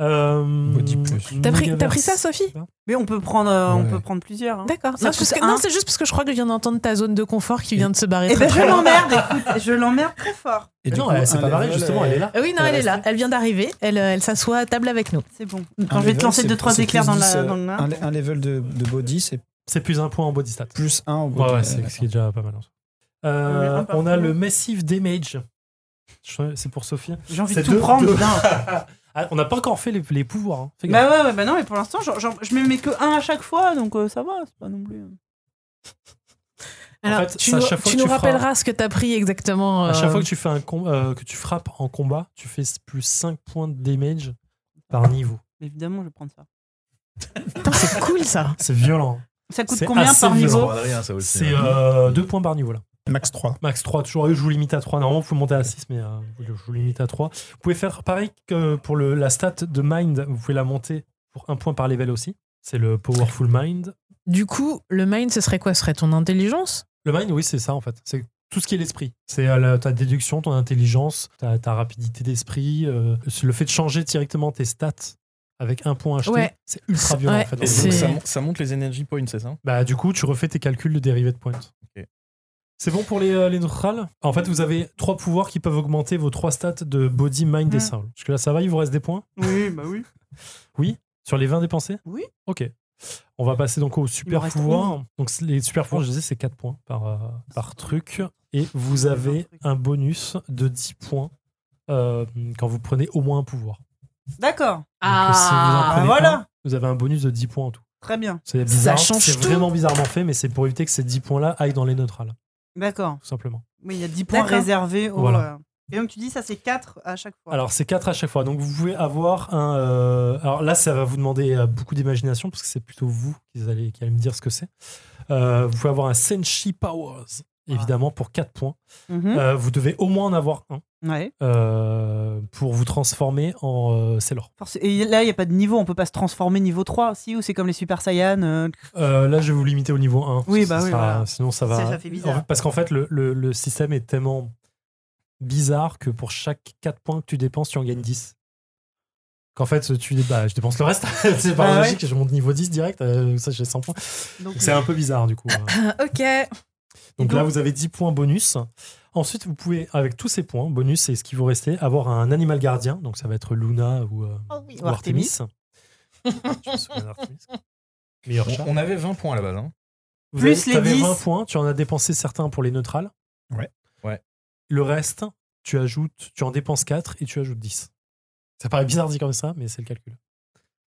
Euh,
Body plus.
T'as pris-
Megaverse.
t'as pris ça, Sophie
Mais on peut prendre, euh, on
Ouais.
peut prendre plusieurs. hein.
D'accord.
Non,
Non,
parce que-
non, c'est juste parce que je crois que je viens d'entendre ta zone de confort qui vient de se barrer.
Eh
très,
ben, je
très loin.
l'emmerde, écoute, je l'emmerde très fort.
Mais
Et du
non,
coup,
elle- c'est
un
pas pareil,
level,
justement, elle est là.
Ah Oui, non, elle est là. Elle vient d'arriver. Elle, euh, elle s'assoit à table avec nous.
C'est bon.
un
Ah,
Quand je vais te
level,
lancer
c'est-
2-3
c'est
éclairs
plus
dans,
dix,
la,
euh,
dans le nain.
Un, un level de, de body, c'est
C'est plus un point en body stat.
plus 1 au body.
Ouais, ouais,
Euh,
c'est ce qui est déjà pas mal. en soi.
On
Euh,
verra par
on a
contre.
le Massive Damage. Je- C'est pour Sophie.
J'ai envie de
c'est
tout
deux-
prendre.
deux.
putain.
Ah, on n'a pas encore fait les, les pouvoirs. hein. Fais gaffe.
Bah ouais, ouais, bah non, mais pour l'instant, j'en- j'en- je me mets que un à chaque fois, donc euh, ça va, c'est pas non plus.
Alors,
fait,
tu
à
nous,
chaque fois
tu
que
nous
tu feras-
rappelleras ce que t'as pris exactement.
à chaque
euh,
fois que tu, fais un com- euh, que tu frappes en combat, tu fais plus 5 points de damage par niveau.
Mais Évidemment, je vais prendre ça.
Putain, C'est cool ça.
C'est violent.
Ça coûte
C'est
combien
assez
par niveau
violent.
ça aussi. hein.
C'est euh, 2 points par niveau là.
Max 3.
Max 3, toujours. euh, Je vous limite à 3. Normalement, vous pouvez monter à 6, mais euh, je vous limite à 3. Vous pouvez faire pareil que pour le, la stat de Mind. Vous pouvez la monter pour un point par level aussi. C'est le Powerful Mind.
Du coup, le mind, ce serait quoi Ce serait ton intelligence
Le Mind, oui, c'est ça en fait. C'est tout ce qui est l'esprit. C'est euh, la- ta déduction, ton intelligence, ta, ta rapidité d'esprit. euh, c'est le fait de changer directement tes stats avec un point acheté.
Ouais.
C'est ultra violent
Ouais,
en fait.
Et donc,
c'est-
ça, mon- ça monte les energy points, c'est ça
Bah, du coup, tu refais tes calculs de dérivés de points.
Ok.
C'est bon pour les, euh, les neutrales En fait, vous avez trois pouvoirs qui peuvent augmenter vos trois stats de body, mind
Mm.
et soul. Jusque là, ça va, il vous reste des points
Oui, bah oui.
Sur les 20 dépensés
Oui.
Ok. On va passer donc aux super
reste
pouvoirs. Donc, c'est- les super pouvoirs, je disais, c'est 4 points par, euh, par truc. Et vous avez un bonus de 10 points euh, quand vous prenez au moins un pouvoir.
D'accord.
Donc, si vous en
Ah,
prenez
voilà.
un, vous avez un bonus de 10 points en tout.
Très bien.
C'est
Ça
bizarre.
change
C'est
tout.
vraiment bizarrement fait, mais c'est pour éviter que ces 10 points-là aillent dans les neutrales,
D'accord.
tout simplement.
Oui, il y a 10 points
D'accord.
réservés au.
Voilà.
euh, Et donc tu dis, ça c'est 4 à chaque fois.
Alors, c'est 4 à chaque fois. Donc, vous pouvez avoir un. euh, Alors là, ça va vous demander euh, beaucoup d'imagination, parce que c'est plutôt vous qui allez, qui allez me dire ce que c'est. Euh, vous pouvez avoir un Senshi Powers, évidemment, pour 4 points.
Mhm.
Euh, vous devez au moins en avoir un
Ouais.
euh, pour vous transformer en euh, Sailor.
Force- Et là, il n'y a pas de niveau, on peut pas se transformer niveau 3 aussi, ou c'est comme les Super Saiyan. euh,
Euh, là, je vais vous limiter au niveau 1.
Oui,
Ça
bah oui,
sera-
voilà.
Sinon, ça
Ça,
va.
ça fait bizarre.
en fait, parce qu'en fait, le, le- le système est tellement bizarre que pour chaque 4 points que tu dépenses, tu en gagnes 10. Qu'en fait, tu dis, bah, je dépense le reste. c'est pas
Bah ouais.
logique, je monte niveau 10 direct. euh, ça, j'ai 100 points.
donc,
C'est un peu bizarre, du coup. hein.
Ah, Ok.
Donc
Et
là,
donc-
vous avez 10 points bonus. Ensuite, vous pouvez, avec tous ces points bonus et ce qui vous restait, avoir un animal gardien. Donc ça va être Luna ou, euh, ou Artemis. Je me souviens d'Artemis. Meilleur chat.
On, on avait 20 points à la base. hein.
Vous
Plus
avez-
les
t'avais
10.
20 points, tu en as dépensé certains pour les neutrales.
Ouais.
Ouais.
Le reste, tu ajoutes, tu en dépenses 4 et tu ajoutes 10. Ça paraît bizarre dit comme ça, mais c'est le calcul.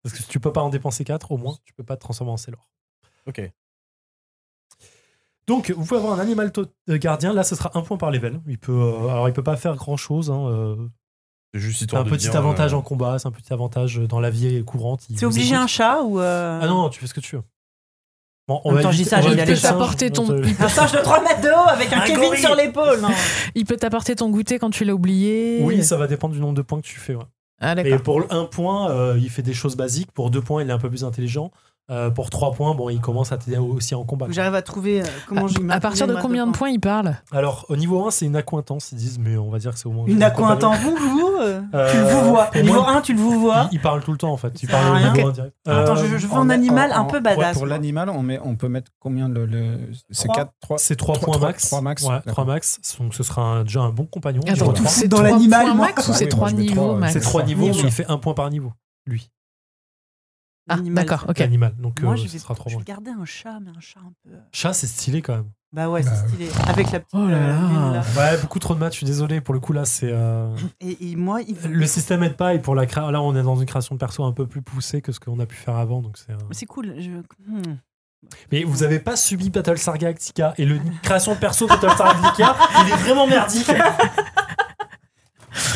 Parce que si tu peux pas en dépenser 4, au moins, tu peux pas te transformer en Célor.
Ok.
Donc, vous pouvez avoir un animal to- euh, gardien. Là, ce sera un point par level. Il peut, euh, alors, il peut pas faire grand chose.
C'est juste
C'est
histoire
un
de
petit
dire,
avantage
euh,
en combat, c'est un petit avantage dans la vie courante. Il
C'est
vous
obligé
écoute.
un chat ou. euh,
Ah non, non, tu fais ce que tu veux. Bon,
En même temps, je
éviter-
dis ça, j'ai
va
dit
éviter
aller
le singe,
porter ton-
on va te-
Un singe de 3 mètres de haut avec un,
Un
Kevin
gorille.
sur l'épaule. non.
Il peut t'apporter ton goûter quand tu l'as oublié.
Oui, ça va dépendre du nombre de points que tu fais. ouais.
Ah,
Et
d'accord.
pour le 1 point, euh, il fait des choses basiques. Pour 2 points, il est un peu plus intelligent. Euh, pour 3 points, bon, il commence à t'aider aussi en combat.
Faut que J'arrive à trouver euh, comment j'ai
À partir de combien de points il parle
Alors, au niveau 1, c'est une accointance. Ils disent, mais on va dire que c'est au moins.
hein. Une
accointance.
accointant vous, vous euh,
Euh,
Tu le vous vois.
pour
Niveau
moi-
1, tu le vous vois.
Il, il parle tout le temps en fait. Il
Ça sert à
parle au
rien.
niveau
Ok.
indirect.
Attends,
Euh,
je, je veux
en-
un animal
en-
un peu
ouais,
badass.
pour
moi.
l'animal, on, met, on peut mettre combien de. Le, c'est
Ah, Trois.
4, 3.
C'est 3
Trois-
points
trois-
max.
trois max,
3
d'accord.
max. Donc ce sera un- déjà un bon compagnon.
Attends,
Voilà.
tout- c'est
Dans
trois
l'animal,
points
moi.
max ou
Ah
c'est
oui,
trois
moi, je mets
niveaux
trois, ouais.
max
c'est 3
Bien
niveaux, mais
sûr.
il fait 1 point par niveau, lui.
Ah,
L'animal,
d'accord,
ça.
ok.
L'animal. Donc
Moi,
euh,
je
ce
vais,
sera 3
je vais
points.
garder un chat, mais un chat un peu.
Chat, c'est stylé quand même.
Bah ouais, c'est
Bah,
stylé. Avec la petite.
Oh là
euh,
là.
lune, là.
Ouais, beaucoup trop de maths, je suis désolé. Pour le coup, là, c'est. euh,
Et, et moi, il-
Le système aide pas et pour la créa... là on est dans une création de perso un peu plus poussée que ce qu'on a pu faire avant donc c'est un-
c'est cool. je- hmm.
mais vous avez pas subi Battlestar Galactica et le création de perso de Battlestar Galactica il est vraiment merdique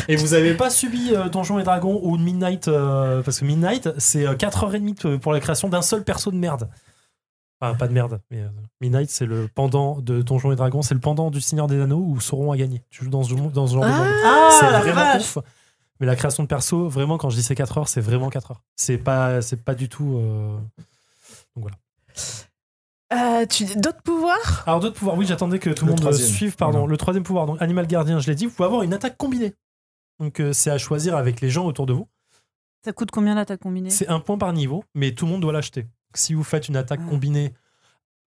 et vous avez pas subi euh, Donjons et Dragons ou Midnight euh, parce que Midnight c'est euh, 4h30 pour la création d'un seul perso de merde enfin pas de merde mais euh, Midnight c'est le pendant de Donjons et Dragons c'est le pendant du Seigneur des Anneaux où Sauron a gagné tu joues dans ce, dans ce genre de monde c'est
Ah, la
vraiment
vache.
ouf. Mais la création de perso, vraiment, quand je dis c'est 4 heures, c'est vraiment 4 heures. C'est pas, c'est pas du tout. euh,
Euh, tu dis d'autres pouvoirs
Alors, d'autres pouvoirs, oui, j'attendais que tout le
Le
monde euh,
troisième.
suive. Pardon,
Voilà.
le troisième pouvoir, donc Animal Gardien, je l'ai dit, vous pouvez avoir une attaque combinée. Donc, euh, c'est à choisir avec les gens autour de vous.
Ça coûte combien là ta combinée
C'est un point par niveau, mais tout le monde doit l'acheter. Donc, Si vous faites une attaque
Ah.
combinée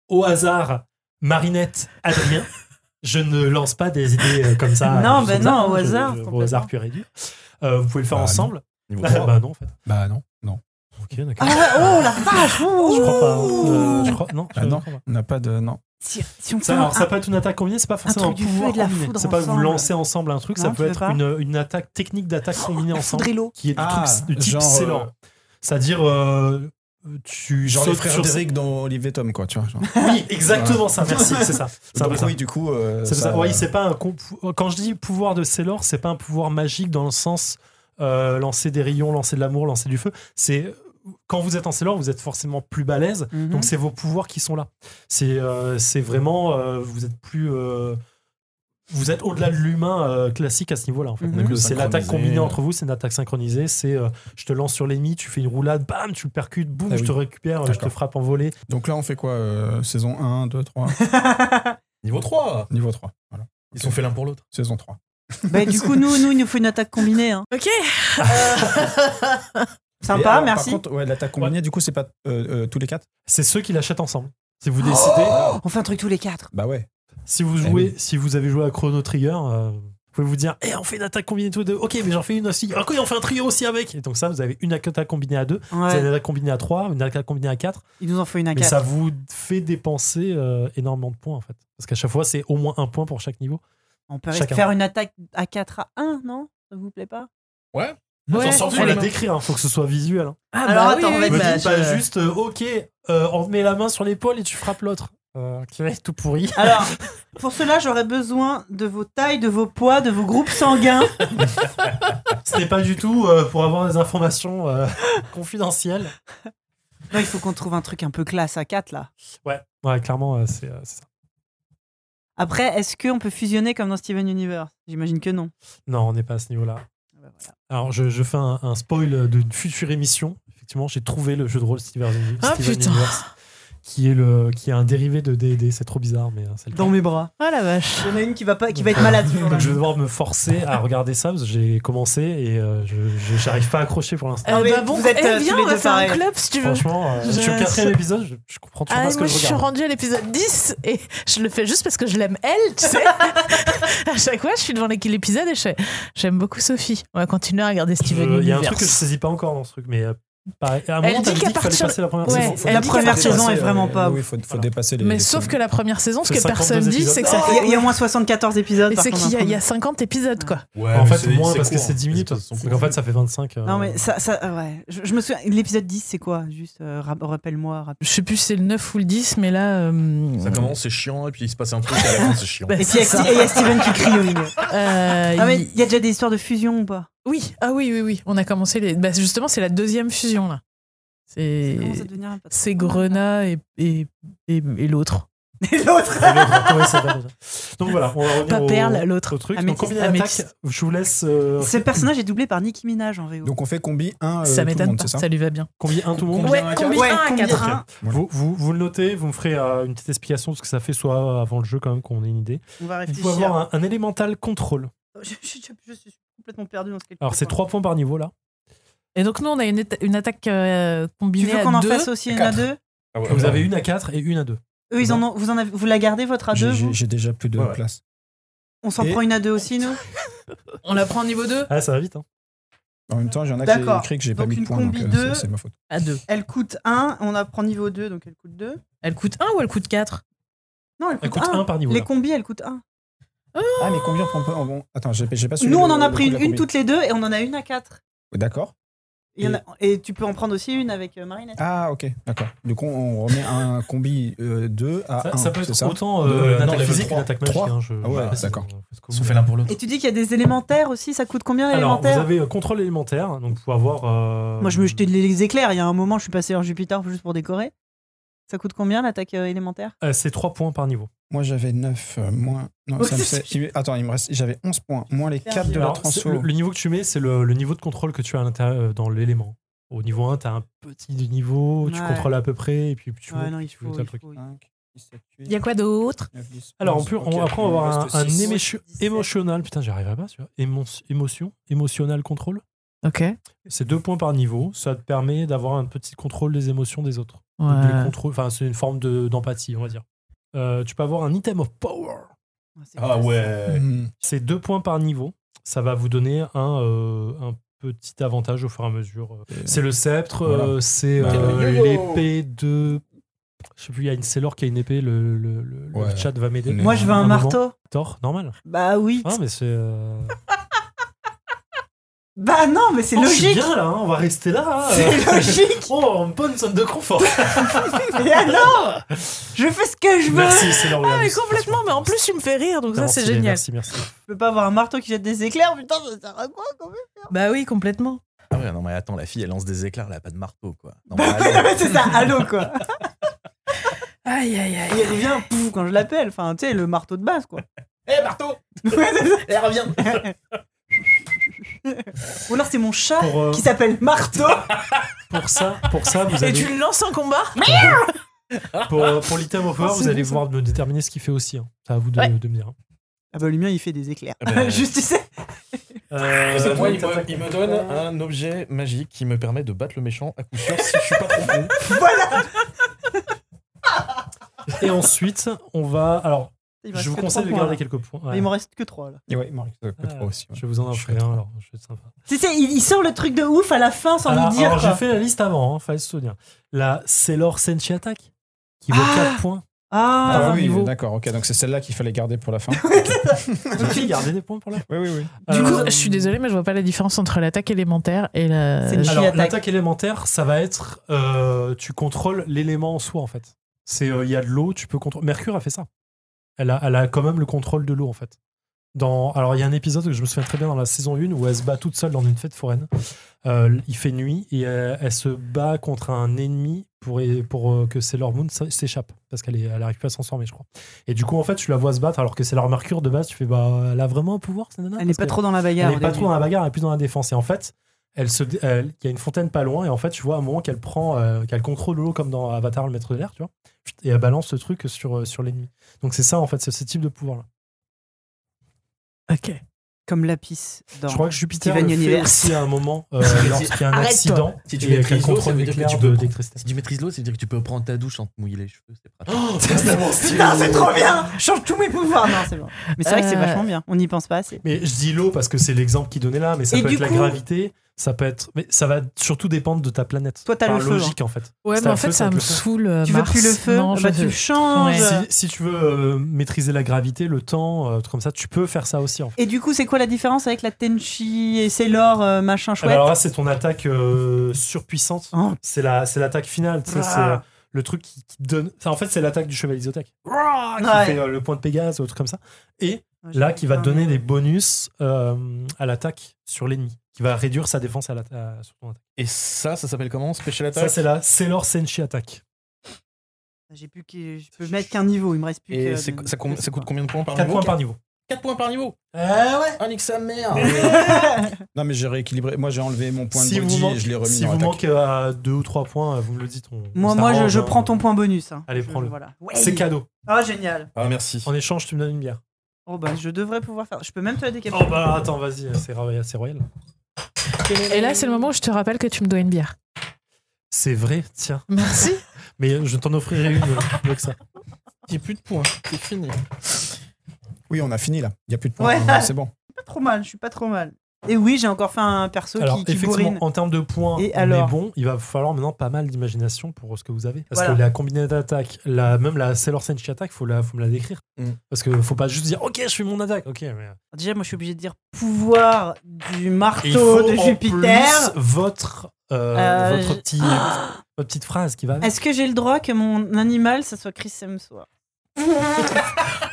au hasard, Marinette, Adrien, je ne lance pas des idées euh, comme ça.
Non,
euh,
ben
comme ça.
non, au
Je-
hasard,
je- Au
complètement.
hasard pur et dur. Euh, vous pouvez le faire
Bah, non.
ensemble.
niveau trois.
bah non, en fait.
Bah non, non.
Ok, d'accord.
Ah ouais, oh la vache ouh.
Je crois pas. hein. Euh, je crois, non, je
Ah non.
crois pas.
On n'a pas de. Non.
Si, si on
Ça,
fait
alors, ça
un-
peut être une attaque combinée, c'est pas forcément un,
truc du feu
pouvoir
et de la
combiné.
foudre
C'est pas que vous
ensemble.
lancez ensemble un truc, ça
Non,
peut
tu veux
être
pas Oh.
une, une attaque technique d'attaque combinée ensemble
Foudrello.
qui est du,
Ah,
truc, du type
genre,
Célor.
euh,
C'est-à-dire, euh, tu
Genre les
sautes
frères
sur-
Derrick dans Olivier Tom, quoi, tu vois. Genre.
Oui, exactement ça, merci, c'est ça. C'est un peu
Donc,
ça.
oui, du coup. euh,
C'est ça. Ouais,
euh,
c'est pas un con- quand je dis pouvoir de Célor, c'est pas un pouvoir magique dans le sens euh, lancer des rayons, lancer de l'amour, lancer du feu. C'est quand vous êtes en Célor, vous êtes forcément plus balèze
Mhm.
donc c'est vos pouvoirs qui sont là. C'est euh, c'est vraiment euh, vous êtes plus euh, vous êtes au-delà de l'humain euh, classique à ce niveau-là en fait.
Mhm.
Donc,
Le
c'est l'attaque
synchronisé.
combinée entre vous, c'est une attaque synchronisée, c'est euh, je te lance sur l'ennemi, tu fais une roulade, bam, tu le percutes, boum,
Ah
je
oui.
te récupère, je te
D'accord.
frappe en volée.
Donc là, on fait quoi euh, Saison 1, 2, 3,
Niveau 3.
niveau 3. Voilà.
Ils sont faits l'un pour l'autre.
Saison 3.
Bah, du coup nous nous il nous faut une attaque combinée hein.
Ok.
Mais
Sympa
alors,
merci.
Par contre, ouais, l'attaque combinée, du coup, c'est pas euh, euh, tous les quatre
C'est ceux qui l'achètent ensemble. Si vous décidez,
on fait un truc tous les quatre.
Bah ouais.
si vous
Oh Eh
jouez, si vous avez joué à Chrono Trigger. euh, vous pouvez vous dire, eh, on fait une attaque combinée tous les deux. Ok, mais j'en fais une aussi. Ah, Ok, on fait un trio aussi avec. Et donc ça, vous avez une attaque combinée à deux, vous avez
Ouais.
une attaque combinée à trois, une attaque combinée à quatre.
Il nous en faut une à
Mais
quatre.
ça vous fait dépenser euh, énormément de points en fait. Parce qu'à chaque fois, c'est au moins un point pour chaque niveau.
On peut
chacun.
faire une attaque à 4 à 1 non Ça vous plaît pas
Ouais.
Ouais.
J'en sors
Il
plus,
faut la
là.
décrire, hein, faut que ce soit visuel. hein.
Ah,
Alors,
bah
attends,
oui,
on va
oui,
Ne
être
bah,
là.
dites pas
je-
juste euh, ok, euh, on te met la main sur l'épaule et tu frappes l'autre. Euh, ok, tout pourri.
Alors, pour cela, j'aurais besoin de vos tailles, de vos poids, de vos groupes sanguins.
Ce n'est pas du tout euh, pour avoir des informations euh, confidentielles.
Non, il faut qu'on trouve un truc un peu classe à 4 là.
Ouais, ouais clairement, euh, c'est euh, c'est ça.
Après, est-ce qu'on peut fusionner comme dans Steven Universe J'imagine que non.
Non, on n'est pas à ce niveau-là.
Bah, voilà.
Alors, je, je fais un, un spoil d'une future émission. Effectivement, j'ai trouvé le jeu de rôle Steven,
Ah,
Steven
putain.
Universe. qui est, le, qui est un dérivé de D&D. C'est trop bizarre, mais euh, c'est le
Dans mes bras.
Oh la vache.
Il y en a une qui va, pas, qui va être malade ce jour-là.
Donc je vais devoir me forcer à regarder ça parce que j'ai commencé et euh, je je- j'arrive pas à accrocher pour l'instant.
Ah
Eh
oui,
bah bon,
vous êtes,
eh
euh,
bien,
tous les
on va
deux
faire un
pareils.
club si tu veux.
Franchement, euh,
Je-
je suis au quatrième épisode, je, je comprends toujours
Ah,
pas
et
ce
moi
que
je
je
suis
regarde.
rendue à l'épisode 10 et je le fais juste parce que je l'aime elle, tu sais. à chaque fois, je suis devant l'épisode et je fais J'aime beaucoup Sophie. On va continuer à regarder
Je-
Steven
Euh, Il y a un
Universe.
truc que je saisis pas encore dans ce truc, mais euh, pareil, à un moment,
dit
t'avais dit
qu'à
qu'il fallait
partir-
passer la première
Ouais,
saison. c'est bon.
elle
La
dit
première
qu'à partir-
saison est vraiment pas.
euh, Oui, il faut, faut
Voilà.
dépasser les.
Mais
les
sauf que
premiers.
la première saison, ce
C'est
que
52
personne dit,
épisodes.
c'est que ça.
Oh, Il y a- il y, a au moins 74 épisodes.
Mais
par
c'est
contre,
qu'il y, a-
dans
il y a
le
50 épisodes, quoi.
Ouais,
en
mais
fait, moins parce que
court, hein.
c'est 10
les
minutes.
épisodes sont
Donc en
courts.
fait, ça fait 25. euh,
premier. Non, mais ça. ça euh, ouais. je, je me souviens, l'épisode 10, c'est quoi Juste, euh, rap- rappelle-moi. rappelle-
Je sais plus si c'est le 9 ou le 10, mais là. euh,
Ça commence, c'est chiant, et puis il se passe un truc, et à la fin, c'est chiant.
bah,
Et puis, il
c'est
y a
ça.
Sti- et il y a Steven qui crie au milieu.
Euh,
Ah, mais
il-
il y a déjà des histoires de fusion ou pas
Oui, ah oui, oui, oui. On a commencé. Les... bah, justement, c'est la deuxième fusion, là. C'est.
Comment ça devenir un patron
C'est Grenat et, et, et, et l'autre.
Et l'autre
et l'autre, comment il s'appelle déjà Donc voilà, on va revenir
Pas
au,
Perle, l'autre.
au truc.
Améthyste.
Donc combien d'attaques
Améthyste.
Je vous laisse. euh,
Ce personnage est doublé par Nicki Minaj en VO.
Donc on fait combi euh, 1
ça m'étonne pas,
c'est
ça,
ça
lui va bien.
Combien un tout le monde
Combien
Ouais,
un à
combien
quatre
un à
combien
quatre
un hein.
Voilà.
vous, vous, vous le notez, vous me ferez euh, une petite explication parce que ça fait soit avant le jeu quand même qu'on ait une idée.
On va
Vous
réfléchir.
pouvez avoir un, un élémental contrôle.
Je, je- je- je suis complètement perdu dans ce calcul.
Alors c'est 3 points par niveau là.
Et donc, nous, on a une, atta- une attaque euh,
Tu
combinée
veux
à
qu'on en
deux.
fasse aussi une à
Quatre.
deux
Ah ouais,
Vous
ouais.
avez une à 4 et une à 2.
Eux, ils en ont, vous, en avez, vous la gardez votre à deux
J'ai-
vous
J'ai j'ai déjà plus de
Ouais, ouais.
place.
On s'en
Et-
prend une à deux aussi, nous
On la prend au niveau 2
Ah ça va vite. Hein.
En même temps, il y en a qui j'ai
D'accord.
écrit que j'ai pas
Donc
mis de
une
points, donc
combi
euh,
deux.
c'est- c'est ma faute.
À 2.
Elle coûte 1, on apprend niveau 2, donc elle coûte 2.
Elle coûte 1 ou elle coûte 4
Non, elle
Elle
coûte
coûte
1.
1 par niveau.
Ah, Les
là.
combis, elles coûtent 1.
Ah, mais combien on prend pas en bon Attends, j'ai j'ai pas suivi
Nous, on
le-
en a
le
pris
coup
une,
de la
une
combi.
toutes les deux et on en a une à 4.
D'accord.
Et, et tu peux en prendre aussi une avec euh, Marinette.
Ah, ok, d'accord. Du coup, on remet un combi 2 à 1.
Ça, ça peut être autant
De-
euh, une
non,
attaque
level
physique
trois.
qu'une attaque magique.
Trois.
hein, je-
Ah ouais,
je sais pas si
d'accord.
vous- ce que
Ils
vous-
sont fait l'un pour l'autre.
Et tu dis qu'il y a des élémentaires aussi, ça coûte combien
Alors vous
l'élémentaire
avez euh, contrôle élémentaire, donc vous pouvez avoir. euh,
Moi, je me jetais les éclairs. Il y a un moment, je suis passé en Jupiter juste pour décorer. Ça coûte combien l'attaque euh, élémentaire
euh, c'est 3 points par niveau.
Moi, j'avais 9 moins. Non,
Ouais,
ça me
c'est-
fait. il- Attends, il me reste. J'avais 11 points, moins les 4 de la
Alors, c'est-
transfo.
le, le niveau que tu mets, c'est le, le niveau de contrôle que tu as à l'intérieur euh, dans l'élément. Au niveau 1, tu as un petit niveau, tu
Ouais.
contrôles à peu près, et puis tu
Ouais, non, il
tu
faut.
t'as le
il
truc.
faut-
Cinq, six, sept, huit,
Il y a quoi d'autre
neuf, dix,
Alors, on
onze.
peut, on-
Ok,
après, on va
il me
avoir
reste
un, un
six.
émotion- émotionnal. Putain, j'y arriverai pas, tu vois. Émon- émotion, émotionnal contrôle.
Ok.
C'est deux points par niveau. Ça te permet d'avoir un petit contrôle des émotions des autres. Donc, les contrôles- Enfin, c'est une forme de- d'empathie, on va dire. Euh, tu peux avoir un item of power.
Oh,
Mmh.
c'est
Ah
classe.
ouais.
Mhm.
C'est deux points par niveau. Ça va vous donner un, euh, un petit avantage au fur et à mesure. Euh, C'est le sceptre,
Voilà.
euh, c'est
Bah,
euh,
yo-yo.
l'épée de. Je sais plus, il y a une Sailor qui a une épée, le, le- le- le
Ouais.
chat va m'aider.
Mais-
Moi, je veux un,
Un moment.
marteau.
Thor, normal.
Bah oui.
Ah, mais c'est. euh,
Bah non, mais c'est
Oh,
logique.
bien là, hein, on va rester là. hein.
C'est logique.
Oh, en bonne zone de confort.
Mais alors Je fais ce que je veux.
Merci, c'est Laurent.
Ah, mais complètement, mais en plus, tu me fais rire, donc ça,
Vraiment,
c'est
bien,
génial.
Merci, merci.
Je peux pas avoir un marteau qui jette des éclairs, putain, ça sert à quoi quand même
Bah oui, complètement.
Ah ouais, non, mais attends, la fille, elle lance des éclairs, elle a pas de marteau, quoi. Non, mais allez.
Ouais, C'est ça, allô quoi.
Aïe, aïe,
Et
aïe.
il revient pouf, quand je l'appelle, enfin tu sais, le marteau de base quoi.
Hé,
Eh,
marteau
Ouais, c'est ça.
Elle revient
Ou alors c'est mon chat
Pour, euh,
qui s'appelle Marteau.
Pour ça, pour ça, vous
Et
allez.
tu le lances en combat
Pour, euh, pour l'item
Oh,
of power, vous allez pouvoir me déterminer ce qu'il fait aussi. hein. C'est à vous de,
Ouais.
de me dire. hein.
Ah bah lui mien il fait des éclairs.
Eh
Ah
ben,
bah,
Juste tu sais.
Euh,
Parce que moi, il me, il me donne un objet magique qui me permet de battre le méchant à coup sûr si je suis pas trop con.
Et ensuite, on va. Alors,
Il me
je
reste
vous
que
conseille de
trois points,
garder
là.
quelques
hein.
points.
Mais
Ouais.
Il m'en reste que 3 là.
Et ouais, il m'en reste que
Ah,
trois aussi. ouais.
Je vais vous en
Je
offrir
fais
un alors, je vais être sympa.
Tu sais, il, il sort le truc de ouf à la fin sans
Alors,
nous dire.
Ah, alors,
quoi.
j'ai fait la liste avant, hein, fallait se souvenir. La Sailor Senshi Attack, qui vaut
Ah
4 points.
Ah,
Par
Ah
un
oui,
niveau.
d'accord, ok, donc c'est celle-là qu'il fallait garder pour la fin.
Vous avez gardé des points pour là
oui, oui, oui.
Du
Euh,
coup, je suis désolée, mais je vois pas la différence entre l'attaque élémentaire et la.
C'est une
Alors,
Attaque.
l'attaque élémentaire, ça va être. euh, tu contrôles l'élément en soi, en fait. C'est, euh, Il y a de l'eau, tu peux contrôler. Mercure a fait ça. Elle a, elle a quand même le contrôle de l'eau, en fait. Dans, alors, il y a un épisode que je me souviens très bien dans la saison 1 où elle se bat toute seule dans une fête foraine. Euh, il fait nuit et elle, elle se bat contre un ennemi pour, pour euh, que Sailor Moon s- s'échappe parce qu'elle est- elle arrive pas à s'en sortir, je crois. Et du coup, en fait, tu la vois se battre alors que Sailor Mercure, de base, tu fais bah, elle a vraiment un pouvoir, cette nana
Elle n'est
Parce
pas
que-
trop dans la bagarre.
elle n'est
au
pas
début.
trop dans la bagarre, elle est plus dans la défense. Et en fait, elle se, dé- elle- il y a une fontaine pas loin, et en fait, tu vois à un moment qu'elle prend, euh, qu'elle contrôle l'eau comme dans Avatar, le maître de l'air, tu vois, Chut, et elle balance le truc sur, euh, sur l'ennemi. Donc c'est ça, en fait, c'est ce type de pouvoir-là.
Ok. Comme Lapis dans.
Je crois que Jupiter
Steven
le fait
Universe.
aussi à un moment euh,
Si-
lorsqu'il y a un
Arrête-toi.
accident,
Si tu
et qu'elle
maîtrises l'eau, ça
contrôle
veut dire que
l'éclair
tu peux
de
prendre-
d'électricité.
Si tu maîtrises l'eau, c'est-à-dire que tu peux prendre ta douche sans te mouiller les cheveux, c'est pratique.
Oh,
c'est tellement Putain, c'est trop bien Je Change tous mes pouvoirs Non, c'est bon. Mais c'est vrai que c'est
Euh,
vachement bien. On n'y pense pas assez.
Mais je dis l'eau parce que c'est l'exemple qui donnait là, mais ça
Et
peut
du
être la
coup-
gravité, ça peut être. Mais ça va surtout dépendre de ta planète.
Toi, t'as
Par
le feu,
logique en fait.
Ouais,
Si
mais
t'as
en
le
fait,
feu,
ça
va
me
être le feu.
saule. euh,
Tu
Mars.
veux plus le feu
Non,
Bah,
je
tu
veux-
le changes.
Ouais.
Si, si tu veux euh, maîtriser la gravité, le temps, euh, truc comme ça, tu peux faire ça aussi en fait.
Et du coup, c'est quoi la différence avec la Tenchi et Sailor euh, machin
Ah bah
chouette
alors là, c'est ton attaque euh, surpuissante.
Oh.
C'est la, c'est l'attaque finale. tu sais,
Ah.
C'est euh, le truc qui, qui donne. enfin, en fait, c'est l'attaque du chevalier Zotec. Roar, Qui
Ah, Ouais.
fait euh, le point de Pégase, ou un truc comme ça. Et là, qui va te donner des bonus euh, à l'attaque sur l'ennemi, qui va réduire sa défense à la, à- sur ton attaque.
Et ça, ça s'appelle comment Special
Ça,
Attack
c'est la Sailor Senshi Attack.
J'ai plus que je peux mettre qu'un niveau, il me reste plus
Et
que-
c'est- ça, com- ça coûte combien de points par
4
niveau
points par niveau.
4 points par niveau
Euh,
Ah ouais
Ah, nique sa mère
Non, mais j'ai rééquilibré. Moi, j'ai enlevé mon point de
Si vous
body
manque-
et je l'ai remis
si
dans
vous
l'attaque.
manquez à 2 ou 3 points, vous me le dites. on-
Moi, moi
on
je,
s'arrange,
je
hein.
prends ton point bonus. hein.
Allez,
Je-
prends-le.
Voilà. Ouais.
C'est cadeau.
Ah, génial.
Ah, merci.
En échange, tu me donnes une bière.
Oh, bah, je devrais pouvoir faire. Je peux même te la décaper.
Oh bah attends, vas-y, c'est royal. C'est royal.
Et là, c'est le moment où je te rappelle que tu me dois une bière.
C'est vrai, tiens.
Merci.
Mais je t'en offrirai une euh, mieux que ça.
J'ai plus de points, c'est fini.
Oui, on a fini là. Il n'y a plus de points.
Ouais.
Non, C'est bon.
Pas trop mal, je suis pas trop mal. Et oui, j'ai encore fait un perso
bah. Alors,
qui, qui
effectivement,
bourrine.
en termes de points,
Et
on
alors
est bon. Il va falloir maintenant pas mal d'imagination pour ce que vous avez. Parce que
Voilà.
la combinaison d'attaque, la, même la Sailor Senshi attaque, faut, la, faut me la décrire.
Mm.
Parce que faut pas juste dire, ok, je suis mon attaque. Ok, mais.
Déjà, moi, je suis obligé de dire pouvoir du
Et il faut
marteau de
en
Jupiter.
plus votre, euh,
Euh,
votre,
je- Ah
petit- votre petite phrase qui va avec.
Est-ce que j'ai le droit que mon animal, ça soit Chris Hemsworth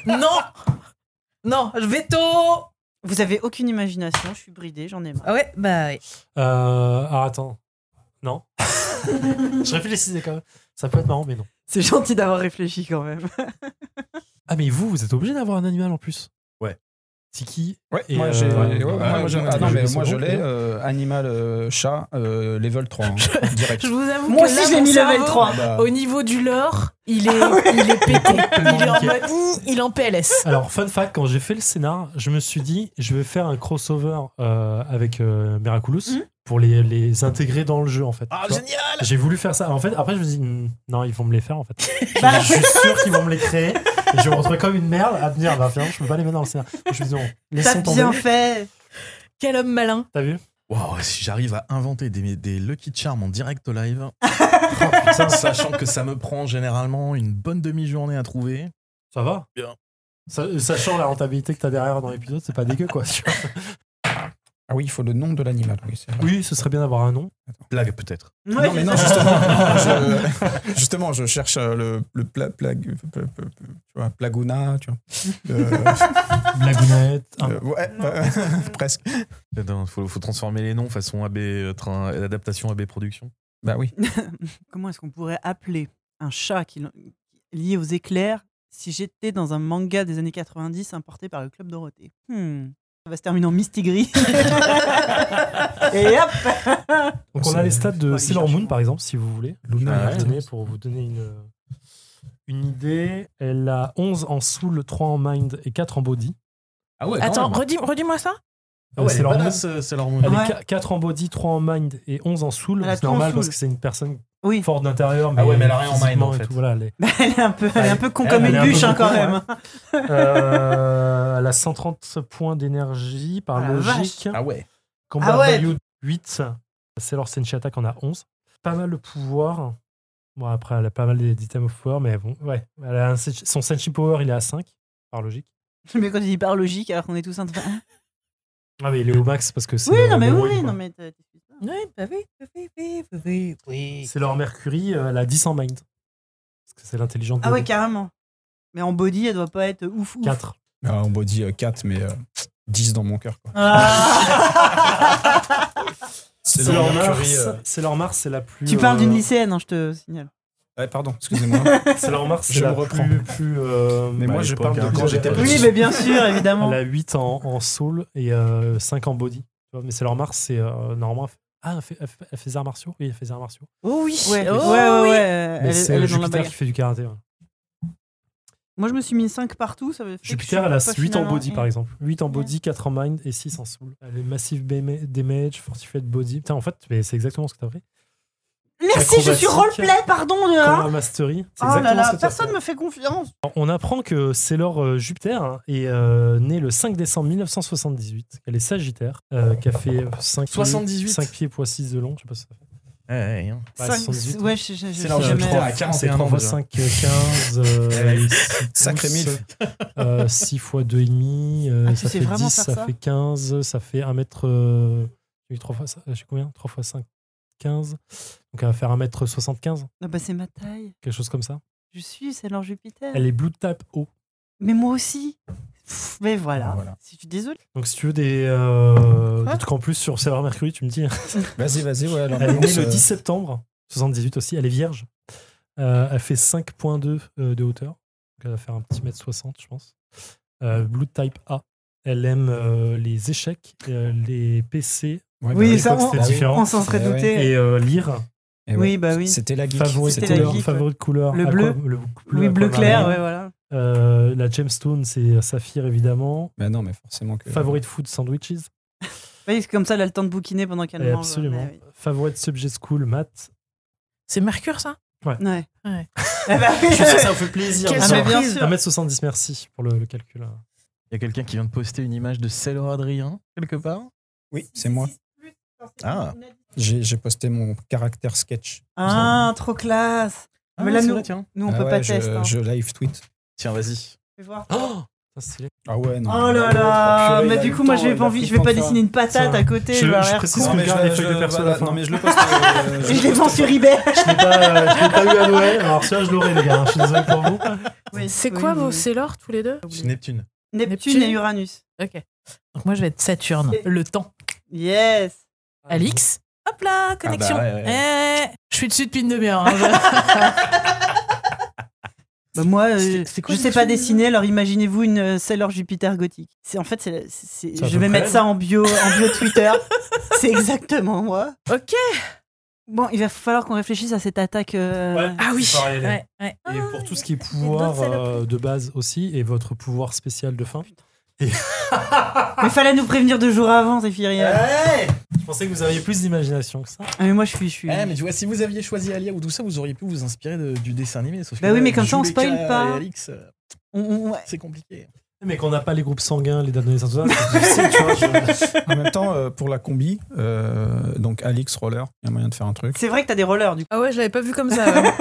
Non Non, je veto
Vous avez aucune imagination, je suis bridée, j'en ai marre.
Ah ouais, bah ouais.
Euh, alors attends. Non. je réfléchissais quand même. Ça peut être marrant, mais non.
C'est gentil d'avoir réfléchi quand même.
Ah, mais vous, vous êtes obligé d'avoir un animal en plus.
Ouais.
Tiki.
Ouais,
Et,
moi
euh,
j'ai.
ouais, ouais,
ouais, ouais,
ouais,
moi, j'ai-
ouais,
ah non,
j'ai
mais
vu
moi
ce
je
bon.
l'ai. euh, animal, euh, chat, euh, level 3. hein, direct.
Je vous avoue
Moi
que
aussi,
là,
j'ai
mon
mis level
cerveau,
3.
Ah bah,
Au niveau du lore, il
Ah
est, il est pété. Il est en mode, Ih, il est en PLS.
Alors, fun fact, quand j'ai fait le scénar, je me suis dit, je vais faire un crossover euh, avec euh, Miraculous
Mhm.
pour les, les intégrer dans le jeu, en fait.
Ah,
Tu vois
génial
J'ai voulu faire ça. En fait, après, je me suis dit, hmm, non, ils vont me les faire, en fait.
Bah,
je suis sûr qu'ils vont me les créer. Et je vais me retrouver comme une merde à me dire, bah, finalement, je peux pas les mettre dans le scénar. Je me suis dit, non,
T'as
laissons tomber.
bien fait
Quel homme malin.
T'as vu
Waouh, si j'arrive à inventer des, des Lucky Charms en direct live,
Oh, putain,
sachant que ça me prend généralement une bonne demi-journée à trouver.
ça va
Bien.
Sa- Sachant la rentabilité que t'as derrière dans l'épisode, c'est pas dégueu, quoi. tu vois.
Ah oui, il faut le nom de l'animal. Oui, c'est vrai.
Oui, ce serait bien d'avoir un nom.
Blague peut-être.
Ouais,
non, mais non, justement. je, justement, je cherche euh, le, le pla, plague- pla- pla- tu vois, Plaguna. Tu vois. Le-
Blagounette. un-
euh, ouais, presque.
Attends, faut, faut transformer les noms façon AB, euh, train- adaptation AB production.
Bah oui.
Comment est-ce qu'on pourrait appeler un chat qui, lié aux éclairs si j'étais dans un manga des années 90 importé par le Club Dorothée Hmm. Ça va se terminer en mistigris. Et hop
Donc on a les stats de
Ouais,
Sailor
cherche.
Moon par exemple si vous voulez.
Ah
Luna,
Vous tenez pour vous donner une, une idée. Elle a 11 en soul, 3 en mind et 4 en body.
Ah ouais,
Attends, redis- redis-moi ça.
Euh,
c'est
Sailor Moon,
leur
elle
Ouais.
est 4 en body, 3 en mind et 11 en soul.
Elle a
C'est
tout en
normal
soul.
parce que c'est une personne
Oui,
forte d'intérieur.
Ah ouais, mais elle a rien en mind,
physiquement
en
et
fait.
tout, voilà, elle, est-
elle est un peu, elle est un peu con
Elle-
comme
elle est
une
un peu
bûche hein,
con,
quand
ouais.
même.
Euh, elle a 130 points d'énergie par
Ah la
logique.
Ah ouais.
Combat
Ah ouais.
value 8. Sailor Senshi Attack en a 11. Pas mal de pouvoir. Bon, après, elle a pas mal d'items of power, mais bon, ouais. Elle a un Senshi- son Senshi Power, il est à 5, par logique.
Mais quand tu dis par logique, alors qu'on est tous en train.
Ah, mais il est au max parce que c'est.
Oui,
le-
non, mais
le
oui,
héroïne,
non,
quoi.
mais t'as- t'as-
Oui, bah oui, oui, oui, oui, oui, oui.
C'est leur Mercury, euh, elle a 10 en mind. Parce que c'est l'intelligente.
Ah
de-
ouais, carrément. Mais en body, elle doit pas être ouf ouf.
4.
Ah, on body 4, mais euh, 10 dans mon cœur. quoi.
Ah
C'est
C'est
dans
leur
mon
Mars,
Mercury, euh,
c'est leur Mars, c'est la plus.
tu parles d'une
euh,
lycéenne, hein, je te signale.
ouais, pardon, excusez-moi.
C'est leur Mars, c'est
Je
la
me reprends.
plus. plus euh,
Mais
bah,
moi,
elle
je
est pas
parle de
bien.
quand j'étais
Elle a-
Oui,
petit.
mais bien sûr, évidemment.
Elle a 8 en, en soul et 5 en body. Tu vois, mais c'est leur Mars, c'est euh, normalement Ah, elle fait, elle fait- elle fait des arts martiaux Oui, elle fait des arts martiaux.
Oh oui.
Ouais,
Oh
ouais, ouais,
oui.
ouais, elle-
Mais
elle
c'est
est dans la
Jupiter
bagarre.
qui fait du karaté. ouais.
Moi, je me suis mis 5 partout. Ça veut
Jupiter, elle a 8 en body par exemple. 8 en body, 4 en mind et 6 en soul. Elle est massive bama- damage, fortified body. Putain, en fait, mais c'est exactement ce que t'as fait.
Merci, je suis
Acrobatique.
roleplay, pardon. De...
Combat mastery. c'est
Oh là
exactement ce
là,
que t'as
personne
fait.
me fait confiance.
Alors, On apprend que Sailor euh, Jupiter hein, est euh, née le 5 décembre 1978. Elle est Sagittaire, euh, qui a fait 5
78.
pieds, 5 pieds poids 6 de long. Je sais pas si ça fait.
hein.
Bah,
Cinq-
78,
ouais, je- je- je-
C'est
Ah,
je-
l'enjeu,
jamais-
je crois. à 41
3
ans
fois
déjà.
5, 15. euh,
Sacré mille.
6 fois 2,5, euh,
Ah, tu
ça
sais
fait
vraiment
10,
faire
ça,
ça
fait 15, ça fait 1 mètre. euh, j'ai eu trois fois, ça- j'ai combien 3 fois 5, 15. Donc elle va faire 1 mètre 75,
Ah bah, c'est ma taille.
quelque chose comme ça.
Je suis, c'est l'ange Jupiter.
Elle est blue type haut.
Mais moi aussi. Pff, Mais voilà.
Voilà.
Si tu désolé.
Donc si tu veux des, euh,
Quoi
des trucs en plus sur Sailor Mercury, tu me dis.
Vas-y, vas-y, ouais. alors,
Elle est née
euh,
le 10 septembre 78 aussi, elle est vierge. Euh, elle fait 5.2 euh, de hauteur. Donc elle va faire un petit mètre 60, je pense. Euh, blue type A. Elle aime euh, les échecs, euh, les PC
ouais, bah
Oui,
à
ça,
l'époque, c'était
on-
différent.
On s'en serait
Eh ouais.
douté.
Et euh, lire,
Et ouais.
Oui, bah oui.
C'était la geek.
favori de
C'était la
couleur,
geek,
favori de couleur,
Le
aqua-
bleu.
le
Oui, bleu
aquamarine.
clair, ouais, voilà.
Euh, la gemstone, c'est saphir évidemment.
Bah non, mais forcément que.
Favori de food, sandwiches.
Oui, parce que comme ça, elle a le temps de bouquiner pendant qu'elle
Et
mange.
absolument.
Ouais, bah
Favori de subject school, maths.
C'est Mercure, ça
ouais. Ouais.
Ouais.
Eh bah, oui,
Je sais que ça me fait plaisir.
Quelle
de
ah, mais
savoir.
bien
surprise.
sûr.
1m70, merci pour le, le calcul. hein.
Il y a quelqu'un qui vient de poster une image de Sailor Adrien, quelque part.
Oui, c'est moi.
Ah.
J'ai j'ai posté mon caractère sketch.
Ah, trop classe.
Ah,
Mais là,
c'est
nous,
vrai, tiens.
nous, on
Ah
peut
ouais,
pas
je,
tester. hein.
je live tweet.
Tiens, vas-y.
Fais voir.
Oh, putain, stylé.
Ah ouais, non.
Oh là là Mais du coup, moi, je vais pas envie, je vais pas dessiner une patate
Ça.
à côté.
Je-
vais avoir
je
l'air
précise
con.
qu'on garde les feuilles de perso à la fin.
Non, mais je le poste. euh,
Et je
le
les vends
poste-
sur eBay.
Je l'ai pas, euh, je l'ai pas eu à Noël, alors celui-là je l'aurai les gars, hein. je suis désolé pour vous.
Oui,
C'est
oui,
quoi
oui,
vos
oui.
Sailors, tous les deux
C'est Neptune.
Neptune et Uranus.
Ok. Donc moi, je vais être Saturne. Le temps.
Ah Yes
Alix. Hop
Ah bah
là, connexion.
ouais,
Eh, je suis dessus depuis une demi-heure. hein, je-
Bah, moi, euh,
C'est- c'est quoi
je sais
Neptune
pas dessiner, alors imaginez-vous une euh, Sailor Jupiter gothique. C'est en fait, c'est, la- c'est-
C'est à
je
peu
vais
près.
mettre ça en bio, en bio Twitter. c'est exactement moi.
ok.
Bon, il va falloir qu'on réfléchisse à cette attaque. euh,
Ouais.
Ah oui.
Ça va y aller.
Ouais, ouais.
Et
Ah,
pour tout ce qui est pouvoir
d'autres saloperies.
euh, de base aussi, et votre pouvoir spécial de fin,
Mais fallait nous prévenir deux jours avant,
Euh.
Zéphiria.
je pensais que vous aviez plus d'imagination que ça.
Ah, mais moi, je suis, je suis.
Eh, mais tu vois, si vous aviez choisi Alia ou tout ça, vous auriez pu vous inspirer de- du dessin animé. Sauf que
Bah oui,
là,
mais comme ça, on
Juleka
spoil pas.
et Alix, euh,
On- on- ouais.
c'est compliqué.
Mais qu'on n'a pas les groupes sanguins, les dates de naissance, tout ça, c'est difficile, tu vois. je-
En même temps, euh, pour la combi, euh, donc Alix Roller, il y a moyen de faire un truc.
C'est vrai que t'as des rollers, du coup.
Ah ouais, je l'avais pas vu comme ça. ouais.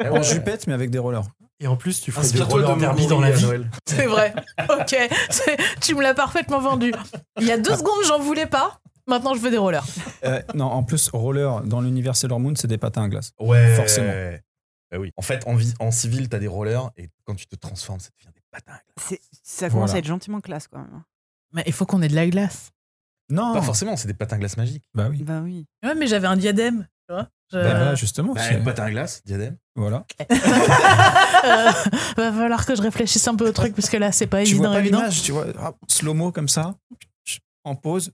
Ah
En
ouais.
jupette, mais avec des rollers.
Et en plus, tu ferais des
Inspire-toi
rollers
de
derby euh,
Moguri
dans la
à
vie.
Noël.
C'est vrai. Ok. C'est- Tu me l'as parfaitement vendu. Il y a deux secondes, j'en voulais pas. Maintenant, je veux des rollers.
Euh, non, en plus, roller dans l'univers Sailor Moon, c'est des patins à glace.
Ouais.
Forcément.
Bah oui. En fait, en, vie- en civil, t'as des rollers et quand tu te transformes, ça devient des patins.
C'est- ça commence
Voilà.
à être gentiment classe, quand même. hein.
Mais il faut qu'on ait de la glace.
Non,
Pas forcément, c'est des patins glace magiques.
Bah oui.
Bah oui.
Ouais, mais j'avais un diadème. Tu vois
Euh,
Je-
Bah voilà, justement.
Bah,
c'est-
patins glace, diadème.
Voilà.
Euh, va falloir que je réfléchisse un peu au truc parce que là, c'est pas
Tu vois
évident.
pas
évident.
l'image, tu vois, ah, slow-mo comme ça, en pause,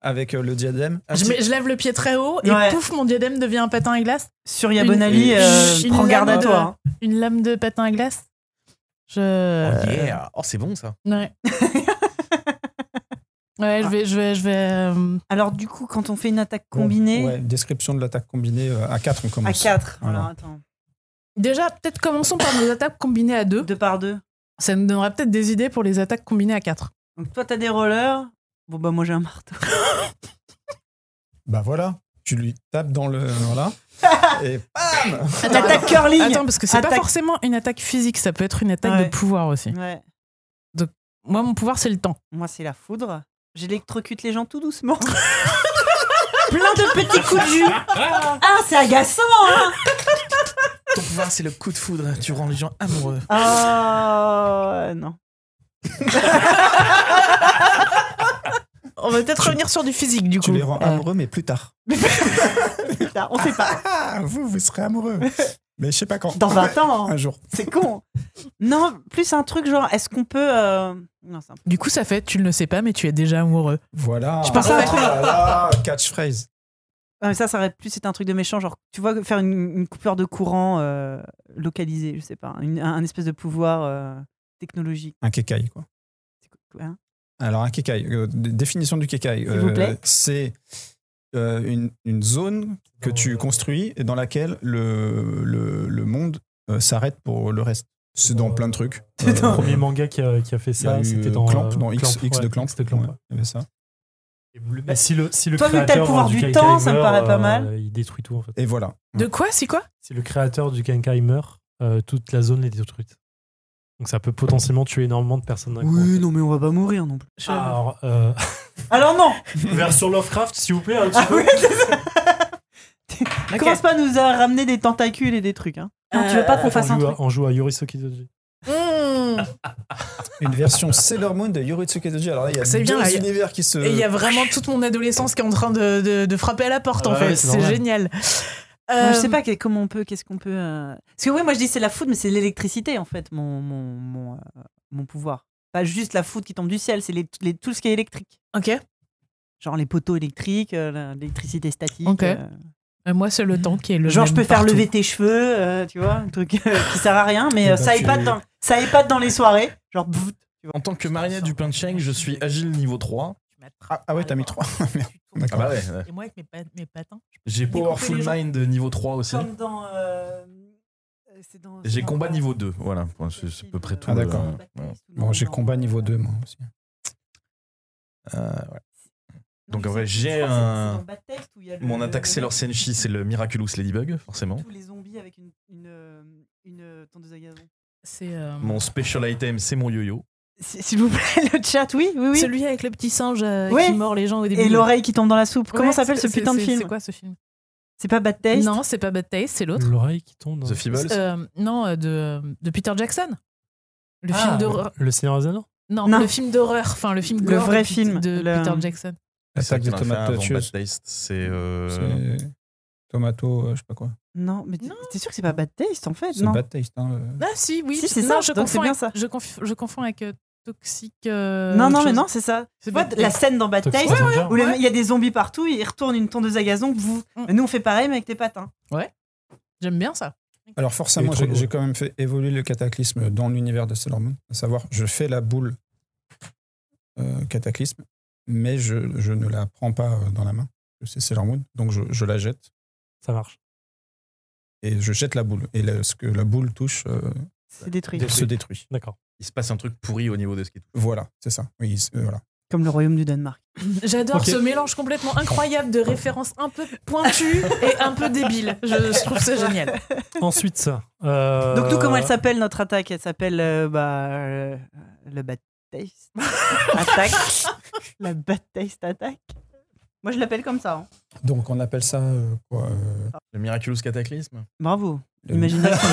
avec euh, le diadème. Ah,
Je,
si.
mets- je lève le pied très haut et
Ouais.
pouf, mon diadème devient un patin à glace.
Sur Yabonali,
Une-
euh,
une
prends garde à
lame de-
toi. hein.
Une lame de patin à glace. Je.
Euh,
Oh yeah Oh, c'est bon ça
Ouais. ouais, je vais, je vais, je vais. euh,
Alors, du coup, quand on fait une attaque
Bon,
combinée,
ouais, description de l'attaque combinée euh, à 4, on
à
commence.
4.
Voilà.
Alors, attends.
Déjà, peut-être commençons par nos attaques combinées à deux.
Deux par deux.
Ça nous donnera peut-être des idées pour les attaques combinées à quatre.
Donc, toi, t'as des rollers. Bon, bah, moi, j'ai un marteau.
Bah voilà, tu lui tapes dans le. euh, Voilà. et bam
L'attaque curling
Attends, parce que c'est pas
Attaque.
forcément une attaque physique, ça peut être une attaque
Ouais.
de pouvoir aussi.
Ouais.
Moi, mon pouvoir, c'est le temps.
Moi, c'est la foudre. J'électrocute les gens tout doucement. Plein de petits coups de jus. Ah, c'est agaçant, hein
Ton pouvoir, c'est le coup de foudre. Tu rends les gens amoureux.
Ah, non.
On va peut-être revenir sur du physique, du
Tu
coup.
les rends
Euh,
amoureux, mais plus tard.
Putain, on sait pas.
Ah, vous, vous serez amoureux. mais je sais pas quand.
Dans 20 ans, hein.
Un jour.
c'est con. Non, plus un truc genre, est-ce qu'on peut... euh, Non, c'est un peu-
Du coup, ça fait, tu ne le sais pas, mais tu es déjà amoureux.
Voilà.
Je pensais à un
Ah là là, catchphrase.
Ah, mais ça, ça aurait plus été un truc de méchant, genre, tu vois, faire une, une coupure de courant euh, localisée, je sais pas, une- un, un espèce de pouvoir euh, technologique.
Un kékai, quoi.
C'est quoi, hein
Alors, un kékai, euh, d- définition du kékai.
S'il vous
euh,
plaît.
C'est euh, une, une zone que tu construis et dans laquelle le, le, le monde euh, s'arrête pour le reste. C'est dans plein de trucs.
Le
Euh,
premier manga qui a, qui a fait
il y a
ça,
eu,
c'était
euh,
dans
Clamp,
euh,
dans X,
Clamp,
X de
ouais,
Clamp.
X de Clamp,
ouais,
ouais.
il y avait ça.
Bah, si le, si le
Toi, vu que t'as le
créateur,
pouvoir
euh,
du
Kai
temps,
Kai
ça me
meurt,
paraît pas
euh,
mal.
il détruit tout en fait.
Et voilà.
De quoi C'est quoi
Si le créateur du Genkai meurt, euh, toute la zone est détruite. Donc ça peut potentiellement tuer énormément de personnes d'un coup, en fait.
Oui, non, mais on va pas mourir non plus.
Alors, euh,
Ah. Alors non
version Lovecraft, s'il vous plaît. un petit
Ah
peu.
oui, c'est ça. Commence pas à nous à ramener des tentacules et des trucs. Hein. Non, tu veux pas qu'on
on,
fasse un
joue
truc
à, on joue à Yorisoki Doji.
Mm.
Mmh.
Une version Sailor Moon de Yoritsuke Doji. Alors là, il y a
C'est
deux
bien, là, il y a-
univers qui se.
Et il y a vraiment toute mon adolescence qui est en train de, de- de frapper à la porte, en
Ah ouais,
fait.
c'est
C'est
normal.
génial.
Non, je
Euh,
sais pas que- comment on peut, qu'est-ce qu'on peut. euh, Parce que oui, moi je dis c'est la foudre, mais c'est l'électricité en fait, mon, mon, mon, euh, mon pouvoir. Pas juste la foudre qui tombe du ciel, c'est les, les- tout ce qui est électrique.
Ok. Euh,
Genre les poteaux électriques, euh, la- l'électricité statique.
Ok.
euh,
Euh, Moi, c'est le temps qui est le.
genre je
même
peux faire
partout.
lever tes cheveux, euh, tu vois, un truc euh, qui sert à rien, mais euh, ça,
tu-
épate dans, ça épate dans les soirées. Genre, pfff,
En tant que Maria du Punching, je suis agile niveau 3.
Tu m'attrapes
Ah, ah ouais,
par
t'as
les
mis
bras.
3. Merde.
Tu tournes.
D'accord.
bah ouais. ouais.
Et moi, avec mes, pa- mes patins.
J'ai
Découper
Powerful
les gens.
Mind niveau 3 aussi.
comme dans. euh, c'est dans- euh,
J'ai
dans-
combat niveau 2. Voilà, Bon, c'est c'est à peu près tout.
Ah, d'accord.
euh, voilà.
Bon, j'ai combat niveau 2, moi aussi.
Euh, Donc, en
en
vrai,
vrai
j'ai un- Mon attaque Sailor Senshi, c'est le Miraculous Ladybug, forcément.
tous les zombies avec une, une, euh, une, euh, tondeuse à gazon.
C'est. euh,
Mon special item, c'est mon yo-yo.
S- S'il vous plaît, le chat, oui, oui, oui.
Celui avec le petit singe euh,
Oui.
qui mord les gens au début.
Et l'oreille qui tombe dans la soupe. Comment
Ouais,
s'appelle ce
c'est-
putain de
c'est- C'est
film
quoi ce film
C'est pas Bad Taste
Non, c'est pas Bad Taste, c'est l'autre.
L'oreille qui tombe. dans-
The Feebles.
Mmh.
Euh, non, euh, de, de Peter Jackson. Le
Ah,
film d'horreur.
Le Seigneur des Anneaux.
Non,
Non.
le film d'horreur. Enfin, le film
Le
gore
vrai
de, Pete-
film,
de
le-
Peter Jackson.
C'est
Attaque des
vrai qu'on a fait
tomates
avant
tueuses.
Bad Taste, C'est. euh,
C'est Tomato, euh, je sais pas quoi.
Non, mais t'es
Non.
t'es sûr que c'est pas Bad Taste en fait
C'est
Non.
Bad Taste. Hein, le-
Ah si, oui.
Si, c'est
non,
ça.
Je
Donc, c'est
confonds
bien
avec-
ça.
Je, conf- je confonds avec euh, Toxic. euh,
non,
autre
non, mais
chose.
non, c'est ça.
C'est
Tu vois,
Bad
la
Taste.
scène dans Bad
Toxic
Taste
Avenger.
où le- il y a des zombies partout, ils retournent une tondeuse à gazon. Vous.
Mm.
Nous, on fait pareil, mais avec tes patins.
J'aime bien ça.
Alors forcément,
Et trop
j'ai
drôle.
j'ai quand même fait évoluer le cataclysme dans l'univers de Sailor Moon. À savoir, je fais la boule euh, cataclysme, mais je, je ne la prends pas euh, dans la main. C'est Sailor Moon, donc je, je la jette
Ça marche.
et je jette la boule. Et là, ce que la boule touche euh,
C'est détruit.
Détruit.
se détruit.
D'accord.
Il se passe un truc pourri au niveau de ce qui est tout.
Voilà, c'est ça. Oui, c'est- euh, voilà.
Comme le royaume du Danemark.
J'adore
Ok.
ce mélange complètement incroyable de références un peu pointues et un peu débiles. Je, je trouve ça génial.
Ensuite, ça. euh,
Donc, nous, comment elle s'appelle notre attaque Elle s'appelle euh, bah, euh, le Bad Taste. attaque. La Bad Taste attaque. Moi, je l'appelle comme ça. hein.
Donc on appelle ça euh, quoi euh,
Le Miraculous Cataclysme
Bravo.
le-
Imagination.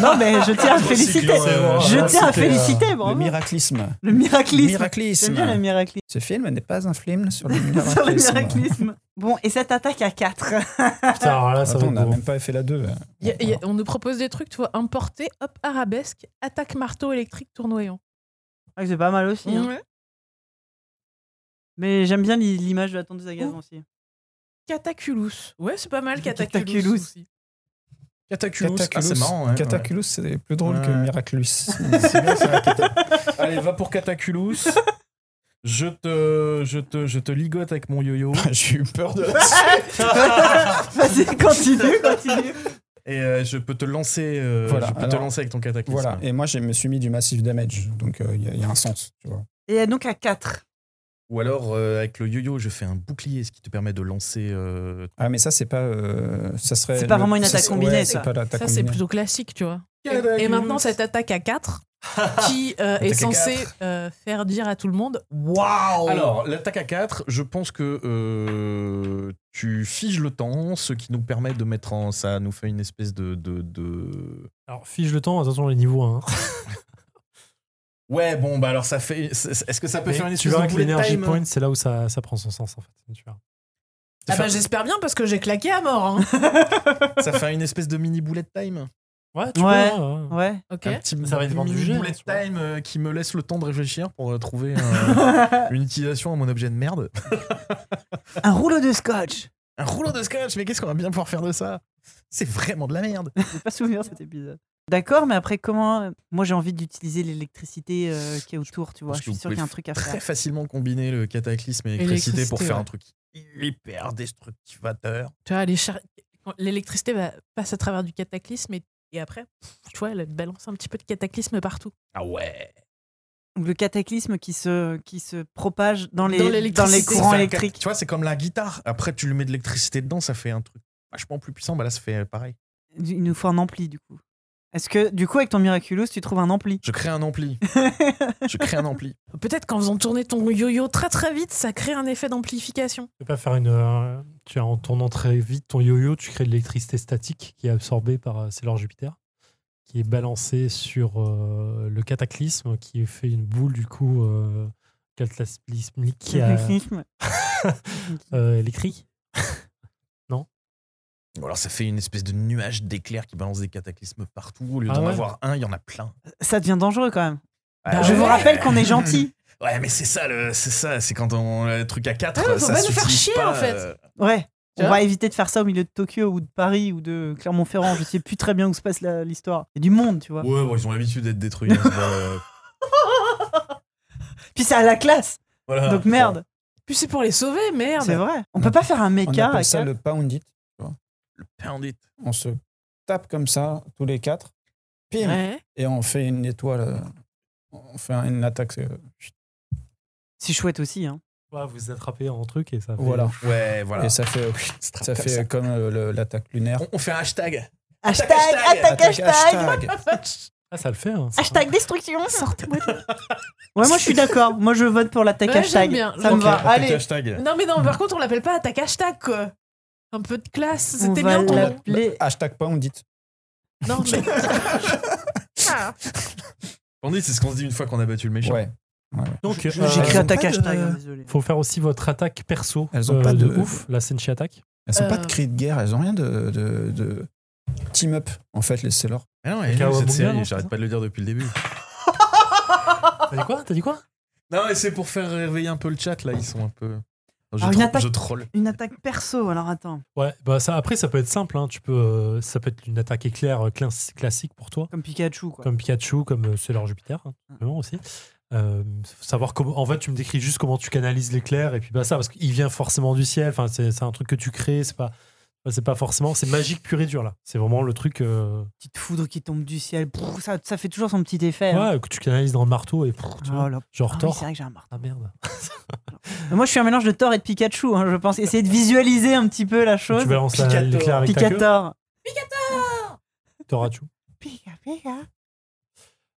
non, mais je tiens à féliciter. Ah,
euh,
Je tiens à féliciter,
euh, le
bravo.
miraclisme.
Le miraclisme. J'aime
Miraclisme.
bien le miraclisme.
Ce film n'est pas un film sur le
Sur le
miraclisme.
miraclisme. Bon, et cette attaque à Ah, 4.
Putain, alors là, ça
Attends, on
va
n'a
être beau.
même pas fait la hein. 2.
Y a- y a- on nous propose des trucs, tu vois, importés, hop, arabesque, attaque marteau électrique tournoyant.
C'est pas mal aussi. hein.
Ouais.
Mais j'aime bien l'i- l'image de la tondeuse à gazon aussi.
Cataculus. Ouais, c'est pas mal, Cataculus.
Cataculus.
aussi.
Cataculus. Ah, c'est marrant. hein, ouais.
Cataculus, c'est plus drôle que
Ouais.
Miraculous.
C'est bien, ça, Cata- Allez, va pour Cataculus. Je te, je, te, je te ligote avec mon yo-yo.
J'ai eu peur de
Vas-y, continue, continue.
Et euh, je peux te lancer, euh,
Voilà,
je peux te
alors-
lancer avec ton cataclysme.
Voilà, et moi je me suis mis du massive damage, donc euh, il y, a- il y a un sens, tu vois.
Et donc à 4.
Ou alors euh, avec le yo-yo, je fais un bouclier, ce qui te permet de lancer. euh,
Ah, mais ça, c'est pas. euh, ça serait
C'est pas vraiment une
ça
attaque
serait-
combinée,
ouais,
ça.
C'est pas l'attaque
Ça, c'est
combinée.
plutôt classique, tu vois. Et, maintenant, cette attaque à 4 qui euh, est
à
censée
quatre.
euh, faire dire à tout le monde ah
Waouh Alors l'attaque à 4 je pense que euh, tu figes le temps, ce qui nous permet de mettre en ça nous fait une espèce de de, de-
Alors, fige le temps, attention, les niveaux hein. 1.
Ouais bon bah alors ça fait c'est- est-ce que ça peut faire une
tu
espèce
verras
de
que
bullet
l'énergie
time
point, c'est là où ça, ça prend son sens, en fait. Tu verras.
Ça
Ah bah
fait-
j'espère bien parce que j'ai claqué à mort. hein.
Ça fait une espèce de mini bullet time.
Ouais, tu
Ouais.
vois. ouais.
Ouais.
Ok.
Un petit
Ça va dépendre du jeu,
bullet
hein, tu vois.
time euh, qui me laisse le temps de réfléchir pour euh, trouver un- une utilisation à mon objet de merde.
Un rouleau de scotch.
Un rouleau de scotch, mais qu'est-ce qu'on va bien pouvoir faire de ça C'est vraiment de la merde.
J'ai pas souvenir cet épisode. D'accord, mais après, comment. euh, Moi, j'ai envie d'utiliser l'électricité euh, qui est autour, tu vois.
pense
Je
que
suis
vous
sûr qu'il y a un truc à
Très
faire.
facilement combiner le cataclysme et l'électricité pour
Électricité,
faire
ouais.
un truc hyper destructivateur.
Tu vois, les char- quand l'électricité va- passe à travers du cataclysme et, et après, pff, tu vois, elle balance un petit peu de cataclysme partout.
Ah ouais.
Donc, le cataclysme qui se, qui se propage dans les,
Dans
dans les
l'électricité.
courants
C'est un
électriques.
Tu vois, c'est comme la guitare. Après, tu lui mets de l'électricité dedans, ça fait un truc vachement plus puissant. Bah là, ça fait euh, pareil.
Il nous faut un ampli, du coup. Est-ce que, du coup, avec ton Miraculous, tu trouves un ampli
Je crée un ampli. Je crée un ampli.
Peut-être qu'en faisant tourner ton yo-yo très très vite, ça crée un effet d'amplification.
Tu peux pas faire une. euh, tu as- en tournant très vite ton yo-yo, tu crées de l'électricité statique qui est absorbée par euh, Sailor Jupiter, qui est balancée sur euh, le cataclysme, qui fait une boule du coup euh, cataclysmique qui a,
Cataclysme.
euh, électrique.
Ou alors, ça fait une espèce de nuage d'éclairs qui balance des cataclysmes partout. Au lieu
Ah
d'en
ouais.
avoir un, il y en a plein.
Ça devient dangereux quand même.
Ah
Je vous
ouais.
rappelle qu'on est gentil.
Ouais, mais c'est ça, le- c'est ça, c'est quand on le truc à 4,
Ah, faut
ça
pas nous faire
s'utilise
chier,
pas,
en fait.
euh,
Ouais.
Tu
On
vois
va éviter de faire ça au milieu de Tokyo ou de Paris ou de Clermont-Ferrand. Je sais plus très bien où se passe la- l'histoire. Il y a du monde, tu vois.
Ouais, bon, ils ont l'habitude d'être détruits. hein, c'est pas, euh,
Puis ça a la classe.
voilà.
Donc merde.
Puis c'est pour les sauver,
C'est
merde.
vrai. On peut pas faire un
On
méca. à
appelle ça
quatre.
le pound it.
Le pound it.
On se tape comme ça, tous les quatre. Pim
Ouais.
Et on fait une étoile. euh, On fait un- une attaque. euh, chut,
C'est chouette aussi. Hein.
Ouais, vous attrapez un truc et ça fait.
Voilà.
Ouais, voilà.
Et ça fait, euh, chut,
Ça
ça
comme
fait
ça.
euh, comme euh, le- l'attaque lunaire.
On- On fait un hashtag.
Hashtag,
hashtag,
attaque, hashtag, hashtag,
Ah, ça le fait. hein, ça.
destruction. Sortez-moi de là. Ouais, moi je suis d'accord. Moi je vote pour l'attaque
Ouais, j'aime
hashtag.
bien.
Ça me
Ok.
va.
Attaque
Allez.
hashtag.
Non mais non, par contre, on l'appelle pas attaque hashtag quoi. Un peu de classe,
On
c'était
va
bien ton nom.
l'appeler.
Hashtag pound it.
Non, mais... Ah.
Pound it, c'est ce qu'on se dit une fois qu'on a battu le méchant.
Ouais.
Donc,
J'ai
euh,
écrit
elles ont
attaque
pas de-
hashtag. hein, Désolé.
faut faire aussi votre attaque perso. euh,
Elles ont pas
de...
de-
ouf, la Senshi attaque.
Elles n'ont
Euh.
pas de cri de guerre, elles n'ont rien de, de, de team up, en fait, les Sailors.
Ah non,
Le
elle est nulle,
Kawabunga,
cette
non,
série,
c'est ça
j'arrête pas de le dire depuis le début.
T'as dit quoi T'as dit quoi
Non, mais c'est pour faire réveiller un peu le chat, là, ils sont un peu. Je,
Alors, une
tro-
attaque-
je troll.
Une attaque perso. Alors attends.
Ouais, bah ça, après, ça peut être simple. hein, Tu peux, euh, ça peut être une attaque éclair euh, clas- classique pour toi.
Comme Pikachu quoi. Mmh.
comme Pikachu, comme euh, Sailor Jupiter, hein, vraiment aussi. Euh, savoir comment. En fait, tu me décris juste comment tu canalises l'éclair et puis bah ça, parce qu'il vient forcément du ciel. Enfin, c'est c'est un truc que tu crées. C'est pas, c'est pas forcément. C'est magique pur et dur là. C'est vraiment le truc euh,
Petite foudre qui tombe du ciel. Brrr, ça, ça fait toujours son petit effet. hein.
ouais, que tu canalises dans le marteau et prrr, tu vois,
Oh là.
genre
Ah oui,
Thor.
c'est vrai que j'ai un marteau.
Ah merde.
Mais Moi, je suis un mélange de Thor et de Pikachu, hein, je pense. Essayer de visualiser un petit peu la chose.
Tu balances la-
Picator.
l'éclair avec ta queue.
Picator.
Torachu.
Pika, pika.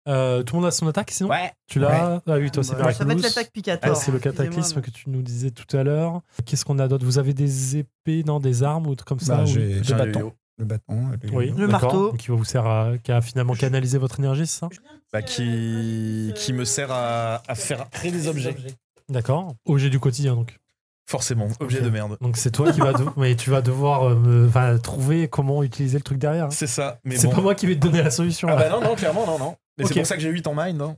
Euh, tout le monde a son attaque sinon
Ouais.
Tu l'as Ah oui, toi c'est
Bah, ça va être
Miraculous.
l'attaque Picator.
Ah, c'est le cataclysme
Excusez-moi,
que tu nous disais tout à l'heure. Qu'est-ce qu'on a d'autre Vous avez des épées, non Des armes ou des trucs comme ça
Bah,
ou-
j'ai le
J'ai un
bâton.
yo-yo.
Le bâton. les-
Oui,
Le
d'accord.
marteau.
Donc, Qui va vous servir à, qui a finalement canalisé votre énergie, c'est ça
Bah, qui, qui me sert à, à faire créer des objets.
D'accord. Objet du quotidien, donc.
Forcément, objet de merde.
Donc c'est toi qui vas, de- mais tu vas devoir euh, me- enfin, trouver comment utiliser le truc derrière. hein.
Ah.
C'est ça, mais
C'est
bon.
pas moi qui vais te donner la solution.
Ah
là.
bah non, non, clairement, non, non. Mais
Ok.
c'est pour ça que j'ai 8 en mind, hein. non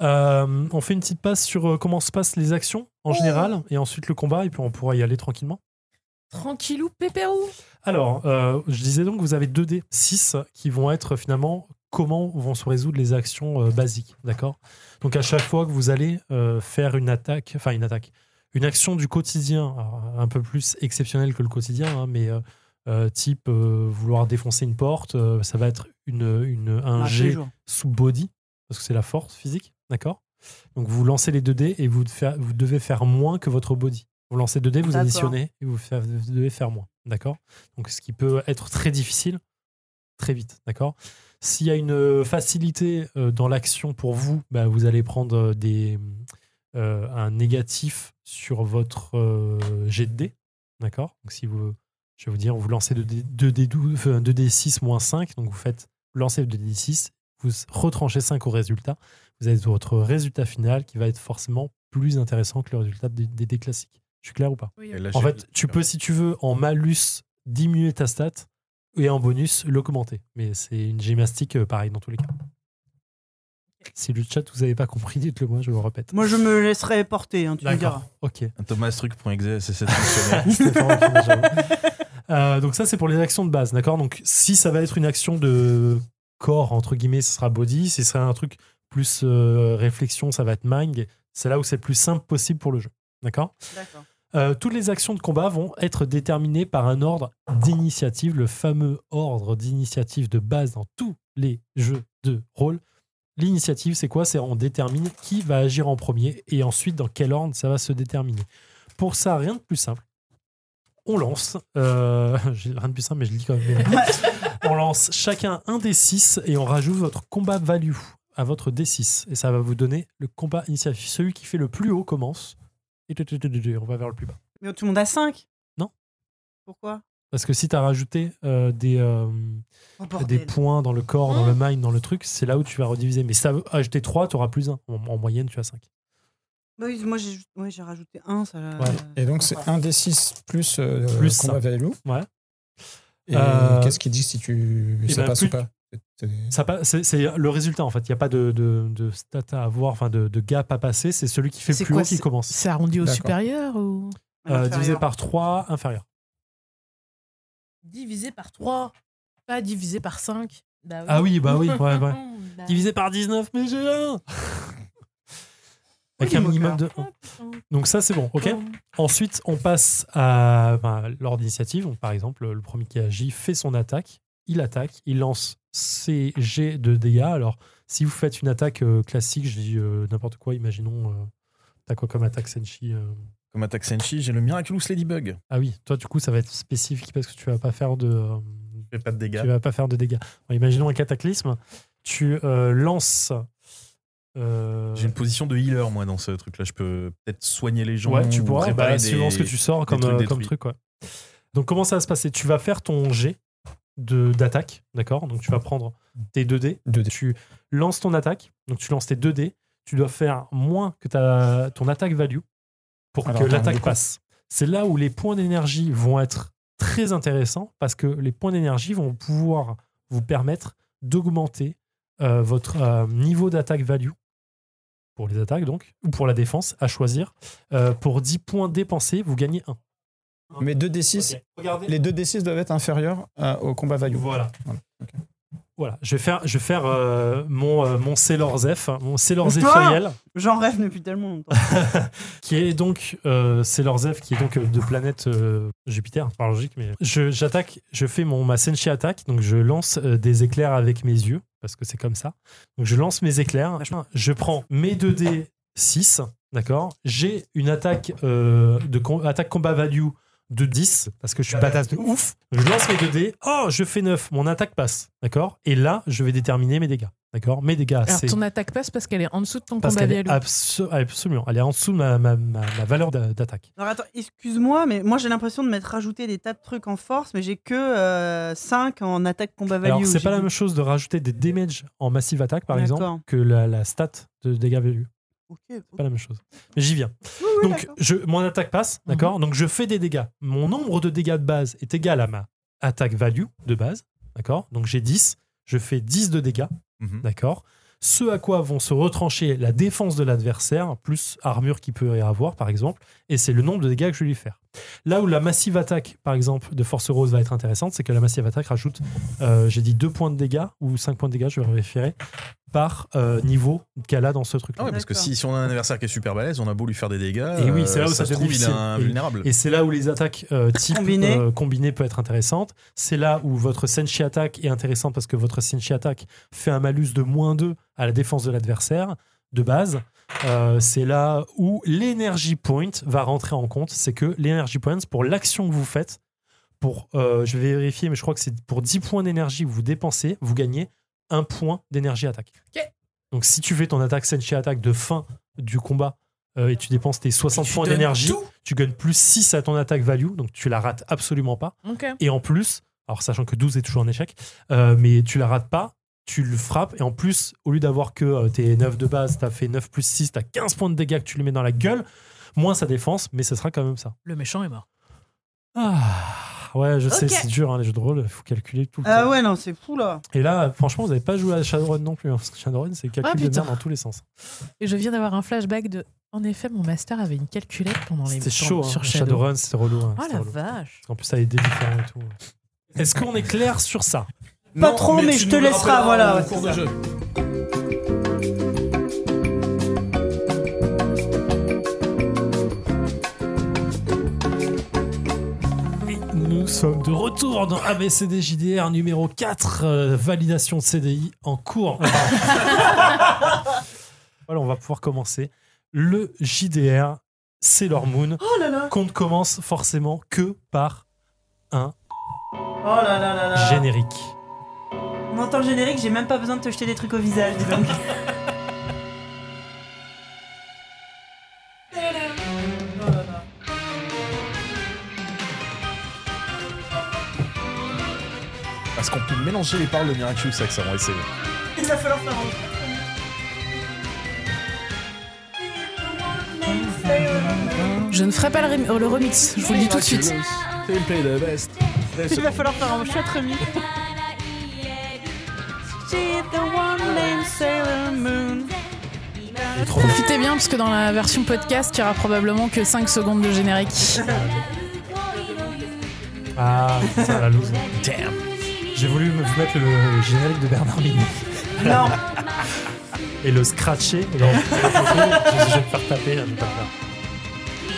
Euh, on fait une petite passe sur euh, comment se passent les actions en général, et ensuite le combat, et puis on pourra y aller tranquillement.
Tranquillou, pépérou.
Alors, euh, je disais donc, vous avez 2 d 6 qui vont être finalement comment vont se résoudre les actions euh, basiques, d'accord Donc à chaque fois que vous allez euh, faire une attaque, enfin une attaque, une action du quotidien, alors, euh, un peu plus exceptionnelle que le quotidien, hein, mais euh, euh, type euh, vouloir défoncer une porte, euh, ça va être une, une- un
marche
jet
euh, Ah, toujours.
sous body, parce que c'est la force physique, d'accord Donc vous lancez les 2 dés et vous, fa- vous devez faire moins que votre body. Vous lancez 2 dés, vous
D'accord.
additionnez et vous, fa- vous devez faire moins, d'accord Donc ce qui peut être très difficile, très vite, d'accord S'il y a une euh, facilité euh, dans l'action pour vous, bah, vous allez prendre euh, des, euh, un négatif sur votre euh, jet de dés, d'accord Donc si vous, je vais vous dire, vous lancez 2 dés, 2 dés 12 enfin, 2 dés 6 moins 5, donc vous faites lancer 2 dés 6 vous retranchez 5 au résultat, vous avez votre résultat final qui va être forcément plus intéressant que le résultat des, des dés classiques. Je suis clair ou pas En fait, tu peux, si tu veux, en malus, diminuer ta stat, et en bonus, le commenter. Mais c'est une gymnastique euh, pareil dans tous les cas. Si le chat vous avez pas compris, dites-le moi, je vous répète.
Moi, je me laisserai porter, hein, tu me diras.
D'accord. Ok.
Thomastruc.exe, c'est cette fonctionnelle.
Stéphane, ok, j'avoue. Euh, donc ça c'est pour les actions de base, d'accord Donc si ça va être une action de corps entre guillemets, ce sera body. Si ce sera un truc plus euh, réflexion, ça va être mind. C'est là où c'est le plus simple possible pour le jeu, d'accord
D'accord.
Euh, toutes les actions de combat vont être déterminées par un ordre d'initiative, le fameux ordre d'initiative de base dans tous les jeux de rôle. L'initiative, c'est quoi C'est on détermine qui va agir en premier et ensuite dans quel ordre ça va se déterminer. Pour ça, rien de plus simple. On lance, euh, j'ai rien de plus simple, mais je le dis quand même. on lance chacun un des 6 et on rajoute votre combat value à votre D6. Et ça va vous donner le combat initiative. Celui qui fait le plus haut commence. Et tu- tu- tu- tu- tu, on va vers le plus bas.
Mais tout le monde a 5
Non.
Pourquoi
Parce que si tu as rajouté euh, des, euh,
Oh,
des
bordel.
points dans le corps, dans le
Hein
mind, dans le truc, c'est là où tu vas rediviser. Mais si tu ajouté 3, tu auras plus 1. En, en moyenne, tu as 5.
Bah oui, moi, j'ai ouais, j'ai rajouté 1. Ça,
Ouais.
Et donc, c'est 1 des 6 plus, euh,
Plus ça.
combat value.
Ouais.
Et
Euh,
qu'est-ce qui dit si tu,
eh
ça
ben,
passe
plus-
ou pas C'est-
Ça pa- C'est c'est le résultat, en fait. Il n'y a pas de, de, de stat à avoir, enfin de, de gap à passer. C'est celui qui fait
C'est
le plus
quoi,
haut qui commence.
C'est arrondi au
D'accord.
supérieur ou
Euh, divisé par 3, inférieur.
Divisé par 3, pas divisé par 5. Bah
Ah oui, bah oui, ouais, ouais.
Bah,
Divisé par 19, mais j'ai un Avec
Oui,
un
moqueur.
minimum de 1. Donc ça, c'est bon, ok Ah, Ensuite, on passe à ben, l'ordre d'initiative. Donc, Par exemple, le premier qui agit fait son attaque. Il attaque, il lance ses jets de dégâts. Alors, si vous faites une attaque euh, classique, je dis euh, n'importe quoi, imaginons, euh, t'as quoi comme attaque Senshi euh
Comme attaque Senshi, j'ai le Miraculous Ladybug.
Ah oui, toi, du coup, ça va être spécifique parce que tu vas pas faire de... euh,
J'ai pas de dégâts.
tu vas pas faire de dégâts. Bon, imaginons un cataclysme, tu euh, lances. euh,
J'ai une position de healer, moi, dans ce truc-là. Je peux peut-être soigner les gens.
ouais, tu
ou
pourras,
préparer
bah,
des-
suivant ce que tu sors comme,
trucs
euh, comme
détruits.
truc. Quoi. Donc, comment ça va se passer Tu vas faire ton jet de- d'attaque, d'accord Donc, tu vas prendre tes 2 dés,
Deux dés.
tu lances ton attaque, donc tu lances tes 2 dés, tu dois faire moins que ta, ton attaque value pour
Alors,
que
attends,
l'attaque
du coup.
passe. C'est là où les points d'énergie vont être très intéressants parce que les points d'énergie vont pouvoir vous permettre d'augmenter euh, votre euh, niveau d'attaque value pour les attaques donc ou pour la défense à choisir. Euh, pour 10 points dépensés, vous gagnez 1.
Mais 2 des 6,
Regardez.
les 2 des 6 doivent être inférieurs à- au combat value.
Voilà.
Voilà, ok.
Voilà, je vais faire, je vais faire euh, mon, euh, mon Sailor Zeph, hein, mon Sailor
Toi
Zephiel,
J'en rêve depuis tellement longtemps.
qui est donc euh, Sailor Zeph, qui est donc euh, de planète euh, Jupiter, par logique, mais je, j'attaque, je fais mon ma Senshi attaque, donc je lance euh, des éclairs avec mes yeux, parce que c'est comme ça. Donc je lance mes éclairs, je prends mes 2D 6, d'accord J'ai une attaque, euh, de com- attaque combat value de 10, parce que je suis badass de ouf. Je lance mes 2D, oh, je fais 9, mon attaque passe, d'accord Et là, je vais déterminer mes dégâts, d'accord Mes dégâts,
Alors,
c'est
ton attaque passe parce qu'elle est en dessous de ton
parce
combat
qu'elle est
value.
abso- ah, absolument, elle est en dessous de ma, ma- ma- ma valeur d'a- d'attaque.
Alors attends, excuse-moi, mais moi j'ai l'impression de m'être rajouté des tas de trucs en force, mais j'ai que 5 en attaque combat value.
Alors, c'est
j'ai
pas la
dit.
même chose de rajouter des damage en massive attaque, par exemple,
D'accord.
que la, la stat de dégâts value.
Ok,
C'est
ok.
pas la même chose. Mais j'y viens.
Oui, oui,
Donc,
d'accord. Mhm.
je, mon attaque passe, d'accord Donc, je fais des dégâts. Mon nombre de dégâts de base est égal à ma attaque value de base, d'accord Donc, j'ai 10. Je fais 10 de dégâts,
Mhm.
d'accord Ce à quoi vont se retrancher la défense de l'adversaire, plus armure qu'il peut y avoir, par exemple, et c'est le nombre de dégâts que je vais lui faire. Là où la massive attaque, par exemple, de Force Rose va être intéressante, c'est que la massive attaque rajoute, euh, j'ai dit 2 points de dégâts, ou 5 points de dégâts, je vais vérifier, par euh, niveau qu'elle a dans ce truc-là.
Ah ouais, parce que
D'accord.
si, si on a un adversaire qui est super balèze, on a beau lui faire des dégâts. euh,
Et oui, c'est là où ça
se
devient
trouve, il est
difficile.
invulnérable.
Et c'est là où les attaques euh, type
Combiné.
euh, combiné peut être intéressante. C'est là où votre Senshi attaque est intéressante parce que votre Senshi attaque fait un malus de moins 2 à la défense de l'adversaire de base. Euh, c'est là où l'énergie point va rentrer en compte. C'est que l'énergie points, pour l'action que vous faites, pour, euh, je vais vérifier, mais je crois que c'est pour 10 points d'énergie que vous dépensez, vous gagnez 1 point d'énergie attaque.
Ok.
Donc si tu fais ton attaque Senshi attaque de fin du combat euh, et tu dépenses tes 60 points
donnes
d'énergie,
tout.
tu gagnes plus 6 à ton attaque value, donc tu la rates absolument pas.
Ok.
Et en plus, alors sachant que 12 est toujours un échec, euh, mais tu la rates pas, tu le frappes, et en plus, au lieu d'avoir que euh, tes 9 de base, t'as fait 9 plus 6, t'as 15 points de dégâts que tu lui mets dans la gueule, moins sa défense, mais ce sera quand même ça.
Le méchant est mort.
Ah, Ouais, je sais,
Ok.
c'est dur, hein, les jeux de rôle, faut calculer tout le
Ah
temps.
ouais, non, c'est fou là.
Et là, franchement, vous n'avez pas joué à Shadowrun non plus, hein, parce que Shadowrun, c'est calcul
Ah,
de
putain.
merde dans tous les sens.
Et je viens d'avoir un flashback de. En effet, mon master avait une calculette pendant les
C'était
temps
chaud, hein,
sur Shadow.
Shadowrun, c'était relou. hein,
Oh
c'était
la
relou.
vache.
Parce qu'en plus, ça a aidé différents et tout. Est-ce qu'on est clair sur ça
Pas trop, mais je te laisserai, voilà, ouais, c'est ça.
jeu.
Et nous sommes de retour dans ABCDJDR numéro 4, euh, validation CDI en cours. voilà, on va pouvoir commencer. Le JDR, c'est leur moon.
Oh là là.
Qu'on ne commence forcément que par
Oh là là là là.
générique.
On entend le générique, j'ai même pas besoin de te jeter des trucs au visage, dis donc.
Parce qu'on peut mélanger les paroles de Miraculous avec ça, on va essayer.
Il va falloir faire
Je ne ferai pas le, rem- le remix, je vous le dis tout de suite.
They play the best.
Il va falloir faire un chouette remis.
Profitez bien parce que dans la version podcast, il y aura probablement que 5 secondes de générique.
Ah, putain, la loose. Damn. J'ai voulu me- vous mettre le générique de Bernard Minet
Non,
et le scratcher. Et là, je je vais me faire taper, là, je vais pas le faire.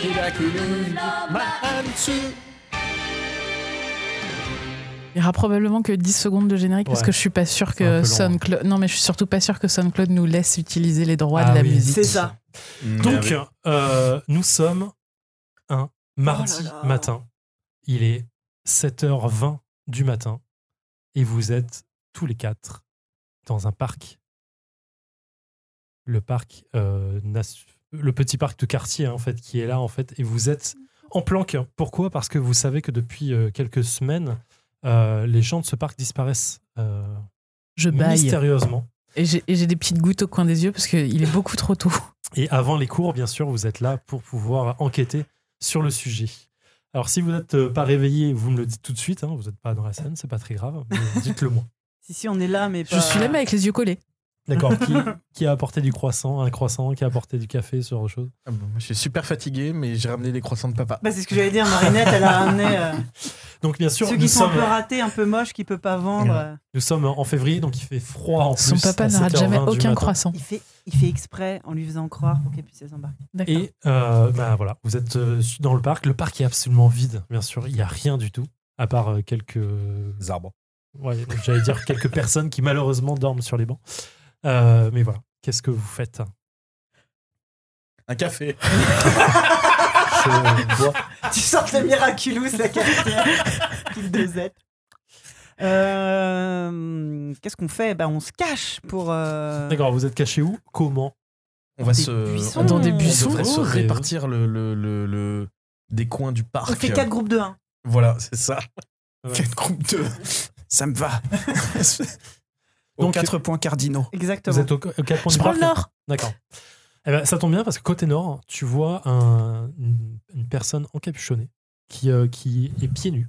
Il y aura probablement que 10 secondes de générique parce
Ouais.
que je suis pas sûr
C'est un peu long,
que
hein.
SoundCloud. Non, mais je suis surtout pas sûr que SoundCloud nous laisse utiliser les droits
Ah
de la
oui.
musique.
c'est ça.
Mm,
Donc, euh, nous sommes un mardi
Oh là là.
matin. Il est 7h20 du matin. Et vous êtes tous les quatre dans un parc. Le parc, euh, nas- le petit parc de quartier, hein, en fait, qui est là, en fait. Et vous êtes en planque. Pourquoi Parce que vous savez que depuis euh, quelques semaines, euh, les gens de ce parc disparaissent euh,
Je baille.
mystérieusement.
Et j'ai et j'ai des petites gouttes au coin des yeux parce qu'il est beaucoup trop tôt.
Et avant les cours, bien sûr, vous êtes là pour pouvoir enquêter sur le sujet. Alors, si vous n'êtes euh, pas réveillé, vous me le dites tout de suite. hein, vous n'êtes pas dans la scène, c'est pas très grave. mais Dites-le moi.
Si, si, on est là, mais pas.
Je suis là mais avec les yeux collés.
D'accord. Qui, qui a apporté du croissant, un croissant, qui a apporté du café, ce genre de choses.
Ah Je suis super fatigué, mais j'ai ramené des croissants de papa.
Bah, c'est ce que j'allais dire, Marinette, elle a ramené euh,
Donc, bien sûr,
ceux
nous
qui sont un
sommes, euh,
peu ratés, un peu moches, qui peut pas vendre. euh,
nous sommes en février, donc il fait froid en
Son
plus. à
papa n'arrête jamais
7h20 du
aucun
matin.
croissant.
Il fait, il fait exprès en lui faisant croire pour qu'elle puisse les embarquer.
D'accord.
Et euh, bah, voilà, vous êtes euh, dans le parc. Le parc est absolument vide, bien sûr. Il n'y a rien du tout, à part euh, quelques
Les arbres.
Ouais, j'allais dire quelques personnes qui malheureusement dorment sur les bancs. Euh, mais voilà, qu'est-ce que vous faites
Un café.
Je bois.
Ah, Tu sors le Miraculous, la cafetière. Pile de Z. Euh, Qu'est-ce qu'on fait bah, On se cache pour. euh,
D'accord, vous êtes caché où Comment
On va
Des
se.
buissons.
on-
Dans des
on
buissons.
devrait se
Oh, des-
répartir le, le, le, le- des coins du parc.
On fait quatre groupes de 1.
Voilà, c'est ça.
Ouais.
Quatre groupes de.
Ça me va.
Donc,
Donc, quatre points cardinaux.
Exactement.
Vous êtes au, au quatre coins
Je
du
prends
parc
le nord.
D'accord. Eh ben, ça tombe bien parce que côté nord, tu vois un- une, une personne encapuchonnée qui, euh, qui est pieds nus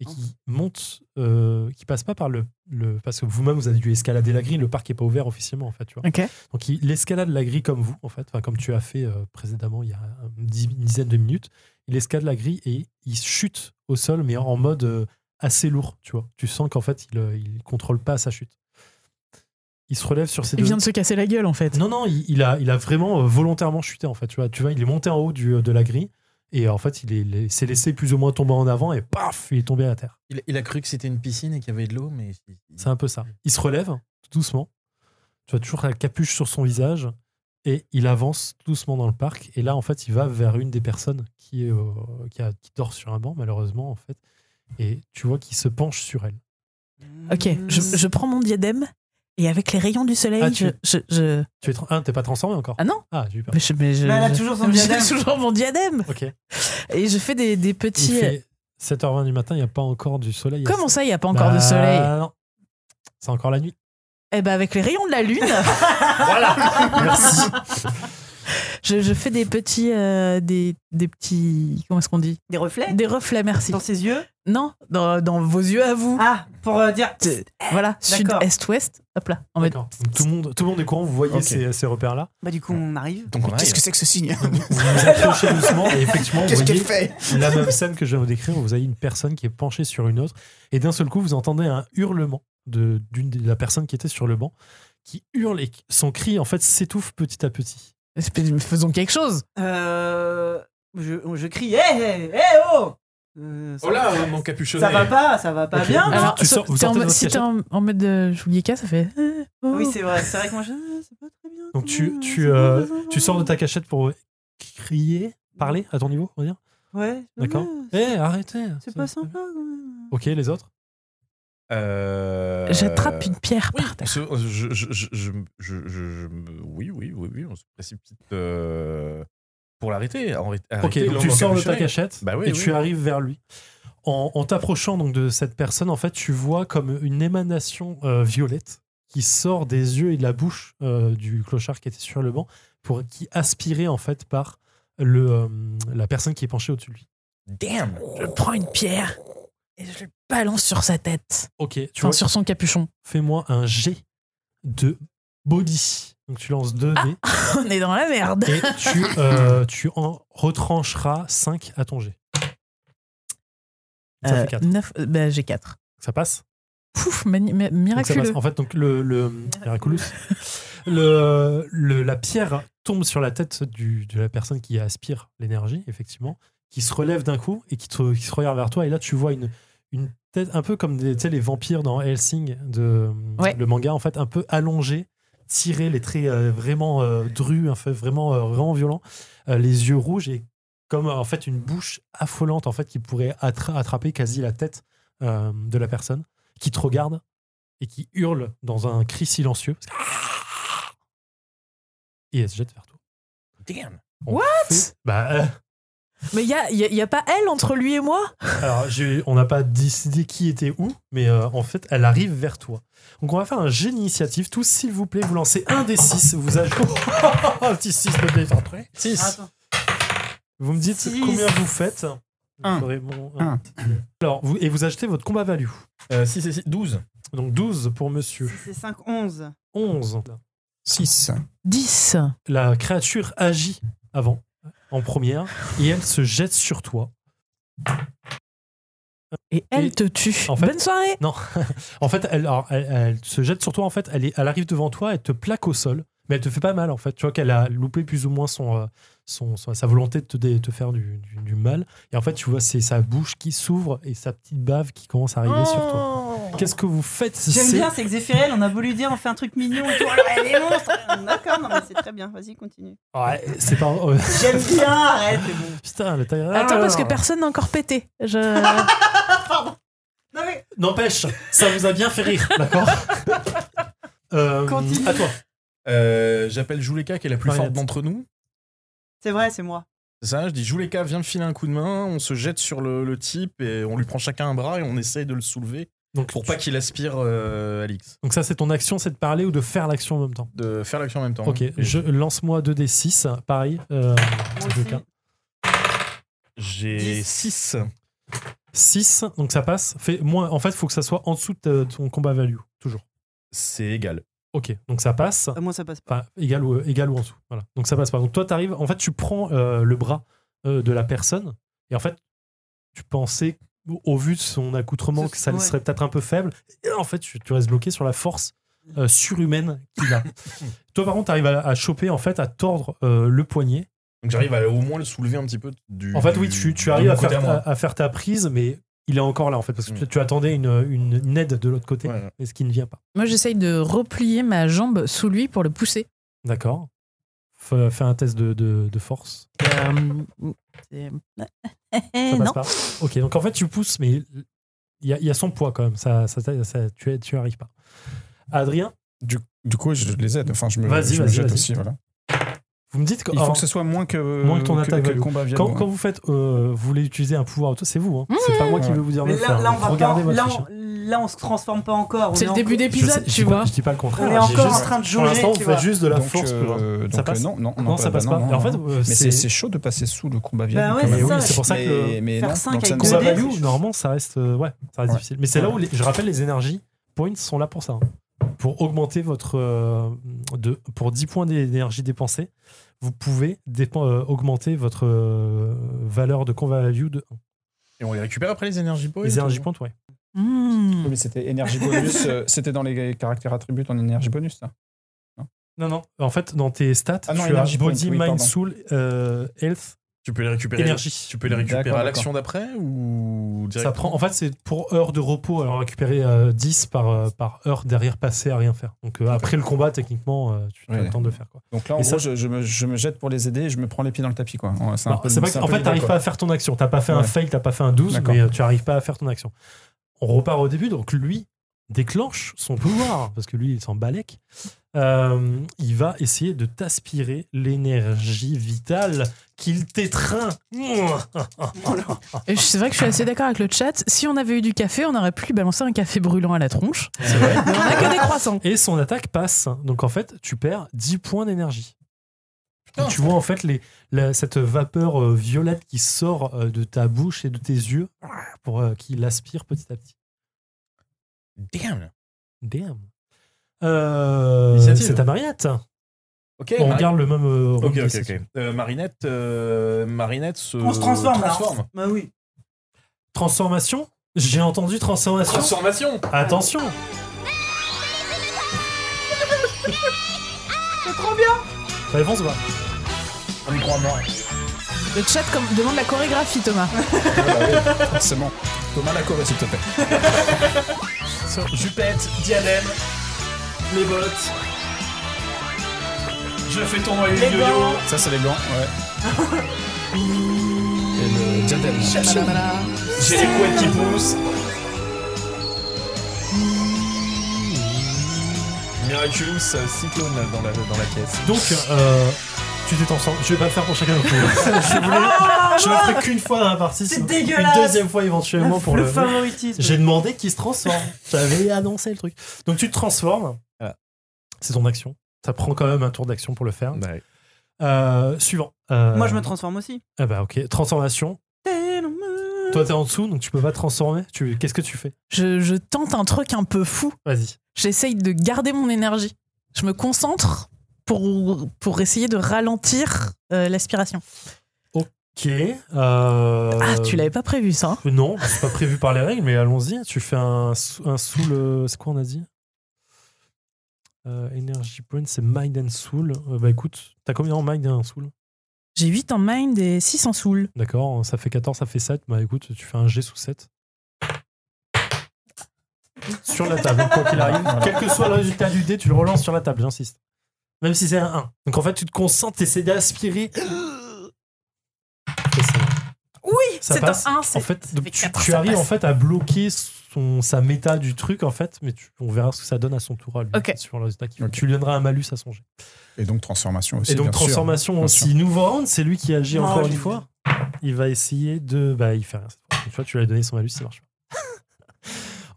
et qui monte, euh, qui passe pas par le, le- parce que vous-même vous avez dû escalader la grille, le parc est pas ouvert officiellement en fait, tu vois.
Ok.
Donc il escalade la grille comme vous, en fait, enfin, comme tu as fait euh, précédemment il y a un- dix- une dizaine de minutes. Il escalade la grille et il chute au sol, mais en mode euh, assez lourd, tu vois. Tu sens qu'en fait, il euh, il contrôle pas sa chute. Il se relève sur ses
Il
deux...
vient de se casser la gueule en fait.
Non, non, il, il a, il a vraiment euh, volontairement chuté, en fait, tu vois. Tu vois, il est monté en haut du, euh, de la grille et euh, en fait, il est- il est- s'est laissé plus ou moins tomber en avant et paf, il est tombé à terre.
Il, il a cru que c'était une piscine et qu'il y avait de l'eau, mais.
C'est un peu ça. Il se relève tout doucement. Tu vois toujours la capuche sur son visage. Et il avance tout doucement dans le parc. Et là, en fait, il va vers une des personnes qui, est, euh, qui, a- qui dort sur un banc, malheureusement, en fait. Et tu vois qu'il se penche sur elle.
Mmh.
Ok. Je, je prends mon diadème et avec les rayons du soleil,
Ah, tu-
je, je, je-
Tu es, tra- ah, t'es pas transformé encore
Ah non.
Ah, j'ai eu peur.
Mais je- mais je-
Mais Bah, elle a toujours son
J'ai
diadème.
toujours mon diadème.
Ok.
Et je fais des, des
Il
petits. euh,
fait 7h20 du matin, il n'y a pas encore du soleil.
Comment ça, il n'y a pas encore
Bah.
de soleil
Non. C'est encore la nuit.
Eh ben, avec les rayons de la lune,
Voilà Merci.
Je, je fais des petits, euh, des, des petits, comment est-ce qu'on dit
Des reflets
Des reflets, merci.
dans ses yeux.
Non, dans, dans vos yeux à vous.
Ah, pour euh, dire.
C'est- Voilà, sud,
d'accord.
est, ouest. Hop là, en mode.
D'accord. Donc, Tout le monde, tout le monde est courant. Vous voyez
Ok.
ces, ces repères-là.
Bah, du coup, on arrive.
Donc,
Qu'est-ce que c'est que ce signe
Vous vous approchez doucement et effectivement, vous
Qu'est-ce qu'elle
voyez
fait
la même scène que je viens de vous décrire. où Vous avez une personne qui est penchée sur une autre et d'un seul coup, vous entendez un hurlement de, d'une, des- de la personne qui était sur le banc qui hurle et qui- son cri en fait s'étouffe petit à petit.
Espèce- Faisons quelque chose.
Euh, je, je crie Hé, hé, hé, oh Euh, ça,
Oh là, mon capuchonné.
ça va pas, ça va pas
Ok.
bien.
Alors,
non
Ah, tu
sauf-
sors- vous
t'es
sortez
en
de
mode-
votre
si t'es en, en mode de Julieka, ça fait. euh, oh.
Ah oui, c'est vrai. C'est vrai que moi, je. ah, C'est pas très bien.
Donc tu,
quand
tu,
même,
euh,
Ah, c'est pas-
tu sors de ta cachette pour euh, crier, parler à ton niveau, on va dire.
Ouais.
D'accord. Eh,
ouais,
arrêtez.
C'est pas sympa quand même.
Ok, les autres.
Euh,
J'attrape une pierre
Oui,
par
on
terre.
se- on se- je, je, je, je, je- je- je me- oui, oui, oui, oui, on se précipite euh, pour l'arrêter.
Ok,
arrêter- arrêter
donc
l'homme
tu sors de ta
encapuchonné.
cachette
Bah oui,
et
oui,
tu
oui.
arrives vers lui. En, en t'approchant donc de cette personne, en fait, tu vois comme une émanation euh, violette qui sort des yeux et de la bouche euh, du clochard qui était sur le banc, pour qui aspirait en fait par le euh, la personne qui est penchée au-dessus de lui.
Damn
Je prends une pierre et je le balance sur sa tête.
Ok, tu
Enfin,
vois,
sur son capuchon.
fais-moi un jet de body. Donc tu lances 2 dés
On est dans la merde.
et tu, euh, tu en retrancheras 5 à ton jet. Ça fait 4.
neuf- euh, bah, j'ai 4.
Ça passe
Pouf, mani- mi-
Donc ça
miraculeux.
passe. En fait, donc le, le Miraculous. Le- le- la pierre tombe sur la tête du- de la personne qui aspire l'énergie, effectivement, qui se relève d'un coup et qui, te- qui se regarde vers toi. Et là, tu vois une, une tête un peu comme des, tu sais, les vampires dans Helsing de
Ouais.
le manga, en fait, un peu allongée, tirée, les traits euh, vraiment euh, drus, un fait vraiment euh, vraiment violent, euh, les yeux rouges et comme euh, en fait une bouche affolante en fait qui pourrait attra- attraper quasi la tête euh, de la personne qui te regarde et qui hurle dans un cri silencieux. Et elle se jette vers toi.
Damn
On fait- Bah, euh,
Mais il n'y a, y a- y a pas elle entre lui et moi
alors, j'ai- on n'a pas décidé qui était où, mais euh, en fait, elle arrive vers toi. Donc, on va faire un jet d'initiative. Tous, s'il vous plaît, vous lancez un des six. Vous ajoutez un petit 6 de dés par près.
Ah, Attends.
Vous me dites
Six.
combien vous faites.
Un.
Vous aurez mon-
Un.
Alors, vous, et vous achetez votre combat value.
Euh, Si, si, si, 12.
Donc 12 pour monsieur.
C'est 5, 11.
11.
6.
10.
la créature agit avant, en première, et elle se jette sur toi.
Et elle
Et-
te tue.
en fait-
Bonne soirée.
En fait, elle, alors, elle- elle se jette sur toi, en fait, elle, est- elle arrive devant toi, elle te plaque au sol, mais elle te fait pas mal, en fait. Tu vois qu'elle a loupé plus ou moins son, euh, son, son- sa volonté de te, dé- te faire du, du- du mal. Et en fait, tu vois, c'est sa bouche qui s'ouvre et sa petite bave qui commence à arriver sur toi. Qu'est-ce que vous faites
J'aime
C'est-
bien, c'est que Zéphiriel, on a voulu dire, on fait un truc mignon et tout. Oh Alors, elle est monstre. D'accord, non, mais c'est très bien. Vas-y, continue.
Ouais, c'est pas... euh,
J'aime bien, arrête, c'est bon.
putain, Ah. le tailleur-
Attends, parce que personne n'a encore pété. Je...
Non, mais
N'empêche, ça vous a bien fait rire, d'accord Euh,
Continue.
À toi.
Euh, J'appelle Jouleka, qui est la plus
Mariette.
forte d'entre nous.
c'est vrai, c'est moi.
C'est ça, je dis Jouleka, viens me filer un coup de main. On se jette sur le, le type et on lui prend chacun un bras et on essaye de le soulever
Donc,
pour pas qu'il aspire euh, Alix.
Donc ça, c'est ton action, c'est de parler ou de faire l'action en même temps.
De faire l'action en même temps. hein.
Ok,
Et
je lance-moi 2d6, pareil. euh,
Moi
je
aussi.
tiens.
J'ai
Dix.
6.
6, donc ça passe. Fais, moins, en fait, il faut que ça soit en dessous de ta- ton combat value, toujours.
C'est égal.
Ok, donc ça passe.
Ah, Moi, ça passe pas.
Enfin, égal ou, égal ou en dessous. Voilà. Donc ça passe pas. Donc toi, t'arrives, en fait, tu prends euh, le bras euh, de la personne et en fait, tu pensais, au- au vu de son accoutrement,
Ce-
que ça
ouais.
serait peut-être un peu faible. Et en fait, tu, tu restes bloqué sur la force euh, surhumaine qu'il a. toi, par contre, t'arrives à, à choper, en fait, à tordre euh, le poignet
Donc j'arrive à au moins le soulever un petit peu du.
En fait, oui,
du-
tu, tu
de
arrives
mon
à
côté
faire,
moi.
ta, à faire ta prise, mais il est encore là, en fait, parce que
Mm.
tu, tu attendais une, une, une aide de l'autre côté,
Ouais, ouais.
mais ce qui ne vient pas.
Moi, j'essaye de replier ma jambe sous lui pour le pousser.
D'accord. Fais fais un test de, de- de force.
Eh
Ça passe
euh, non.
pas. Ok, donc en fait, tu pousses, mais il y a, il y a son poids quand même. Ça, ça, ça- ça- tu tu arrives pas. Adrien,
Du, du coup, je les aide. Enfin, je me,
Vas-y,
je me
vas-y,
jette
vas-y.
aussi. Voilà.
Vous me dites que,
Il faut
alors,
que ce soit moins que,
Moins que ton attaque
que le
value.
combat hein. via
quand,
le-
quand vous faites, euh, vous voulez utiliser un pouvoir auto, c'est vous. hein. C'est pas moi qui
Ouais.
vais vous dire de
Mmh. Mais
le
là,
faire. hein.
là, on va
Regardez
pas,
votre
là,
fiche.
on, là, on se transforme pas encore.
C'est
on
le
est
début
encore-
d'épisode,
je, sais- je
tu
dis pas-
vois.
je dis pas le contraire.
On est
Ah, j'ai
encore
juste-
en train de
Pour
jauger.
l'instant, vous
tu
faites
vois.
juste de la
Donc,
fourche.
euh,
quoi.
donc,
Ça
euh,
passe
non, non,
Non, ça passe pas. Et en fait,
non.
euh,
mais c'est
c'est
c'est chaud de passer sous le combat
Bah
via
ouais,
le combat
c'est
view.
ça.
oui, c'est pour ça que
Mais-
le-
mais
Faire
non,
cinq
donc ça
avec
ne-
combat
dés.
value, normalement, ça reste, euh, ouais, ça reste
Ouais.
difficile. Mais c'est là où, les- je rappelle, les énergies points sont là pour ça. hein. Pour augmenter votre. euh, de, pour 10 points d'énergie dépensés, vous pouvez dépen- euh, augmenter votre euh, valeur de combat value de
Et on les récupère après les énergies points
les énergies points, ouais.
Hmm.
Oui, mais c'était énergie bonus. euh, c'était dans les caractères attributs en énergie bonus, ça.
Non, non. En fait, dans tes stats,
Ah non,
tu as
énergie points,
body,
oui,
mind,
pardon.
soul, euh, health,
Tu peux les récupérer.
énergie.
Tu peux les récupérer
D'accord,
à l'action d'après ou direct
Ça prend, en fait, c'est pour heure de repos. Alors, récupérer euh, 10 par, euh, par heure derrière passer à rien faire. Donc, euh, après le combat, techniquement, euh, tu as
Ouais.
le temps de le faire. Quoi.
Donc là, en
Et
gros,
ça-
je, je me, je me jette pour les aider et je me prends les pieds dans le tapis, quoi. Ouais, c'est un
Non,
peu-
Bah, c'est pas
c'est
que-
un
en
peu
fait,
l'idée,
t'arrives
quoi.
pas à faire ton action. T'as pas fait un
Ouais.
fail, t'as pas fait un 12,
D'accord.
mais euh, tu arrives pas à faire ton action. On repart au début, donc lui déclenche son pouvoir, parce que lui, il s'en balèque. Euh, il va essayer de t'aspirer l'énergie vitale qu'il t'étreint. Mouah.
Et c'est vrai que je suis assez d'accord avec le chat. Si on avait eu du café, on aurait pu lui balancer un café brûlant à la tronche. Mais on a que des croissants.
Et son attaque passe. Donc en fait, tu perds 10 points d'énergie. Donc, tu vois en fait les, la- cette vapeur euh, violette qui sort euh, de ta bouche et de tes yeux pour euh, qui l'aspire petit à petit.
Damn.
Damn. Euh,
Initiative.
c'est ta mariette.
Ok. bah,
On
Mari-
regarde le même. euh,
Ok,
rôle
ok,
de
ok.
session.
Euh, Marinette, euh, Marinette se
On se transforme, là.
transforme.
Bah oui.
Transformation. J'ai entendu transformation.
Transformation.
Attention.
C'est trop bien.
Allez, on se voit.
On y croit mort.
Le chat comme- demande la chorégraphie, Thomas.
Ah bah oui, forcément. Thomas Lacoré, s'il te plaît.
Jupette, diadème, les bottes. Je fais tournoyer
Les gants.
Ça, c'est les gants, ouais. Et le diadème.
J'ai les couettes qui poussent. Miraculous euh, cyclone dans la, dans la pièce.
Donc, euh, tu t'es ensemble. Je vais pas le faire pour chacun d'entre vous. je voulais- je le ferai qu'une fois dans la partie.
Ah, C'est
sinon-
dégueulasse.
Une deuxième fois éventuellement pour
le,
le.
favoritisme.
J'ai demandé qui se transforme. J'avais annoncé le truc. Donc tu te transformes.
Voilà.
C'est ton action. Ça prend quand même un tour d'action pour le faire.
Ouais.
Euh, suivant. Euh,
Moi, je me transforme aussi.
Ah bah ok. Transformation.
Eh
Toi t'es en dessous donc tu peux pas te transformer. Tu... Qu'est-ce que tu fais
Je, je tente un truc un peu fou.
Vas-y.
J'essaye de garder mon énergie. Je me concentre pour, pour essayer de ralentir euh, l'aspiration.
Ok. euh,
Ah, tu l'avais pas prévu, ça. hein
Non, bah, c'est pas prévu par les règles, mais allons-y. Tu fais un, sou- un soul. euh, C'est quoi on a dit Euh, Energy point, c'est mind and soul. Euh, bah écoute, t'as combien en mind et en soul
J'ai 8 en mind et 6 en soul.
D'accord, hein, ça fait 14, ça fait 7. Bah écoute, tu fais un G sous 7. Sur la table, hein, quoi qu'il arrive. Quel que soit le résultat du dé, tu le relances sur la table, j'insiste. Même si c'est un 1. Donc en fait, tu te concentres, t'essaies d'aspirer. Et ça marche.
Oui,
Ça
c'est un
passe.
1.
En fait, donc,
fait
tu,
quatre,
tu
ça
arrives
passe.
en fait à bloquer son, sa méta du truc, en fait, mais tu- on verra ce que ça donne à son tour à lui.
Ok.
Sur le résultat qu'il-
Ok.
Tu lui donneras un malus à son G.
Et donc, transformation aussi.
Et donc
bien sûr.
transformation
Bien
aussi. Nouveau round, c'est lui qui agit
Non,
encore
j'ai
une
vu.
fois. Il va essayer de. Bah, il fait rien cette fois. Une fois, tu lui as donné son malus, ça marche pas.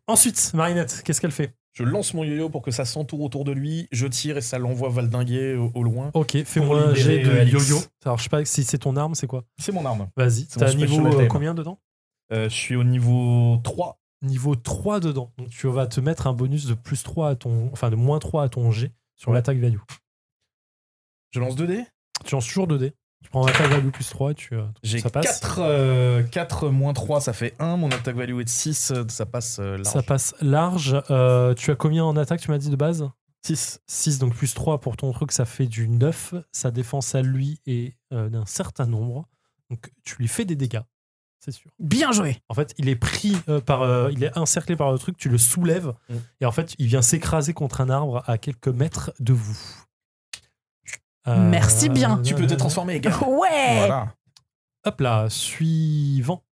Ensuite, Marinette, qu'est-ce qu'elle fait
Je lance mon yo-yo pour que ça s'entoure autour de lui. Je tire et ça l'envoie valdinguer au, au loin.
Ok, fais-moi
Pour
un jet
libérer, euh,
de
Alex.
yo-yo. Alors, je sais pas si c'est ton arme, c'est quoi
C'est mon arme.
Vas-y,
C'est mon
t'as un
special
niveau euh,
attack.
combien dedans
Euh, je suis au niveau 3.
Niveau 3 dedans. Donc, tu vas te mettre un bonus de plus 3 à ton. Enfin, de moins 3 à ton G sur
Ouais.
l'attaque value.
Je lance 2 dés.
Tu lances toujours 2D. Tu prends attaque value plus 3 et tu. euh,
J'ai
ça passe.
4, 4 moins 3, ça fait 1. Mon attack value est de 6, ça passe euh, large.
Ça passe large. Euh, tu as combien en attaque, tu m'as dit de base
6.
6, donc plus 3 pour ton truc, ça fait du 9. Sa défense à lui est euh, d'un certain nombre. Donc tu lui fais des dégâts, c'est sûr.
Bien joué.
En fait, il est pris euh, par. euh, il est encerclé par le truc, tu le soulèves.
Mm.
Et en fait, il vient s'écraser contre un arbre à quelques mètres de vous. Euh,
Merci bien.
Tu peux te transformer, gars.
Ouais.
Voilà.
Hop là, suivant.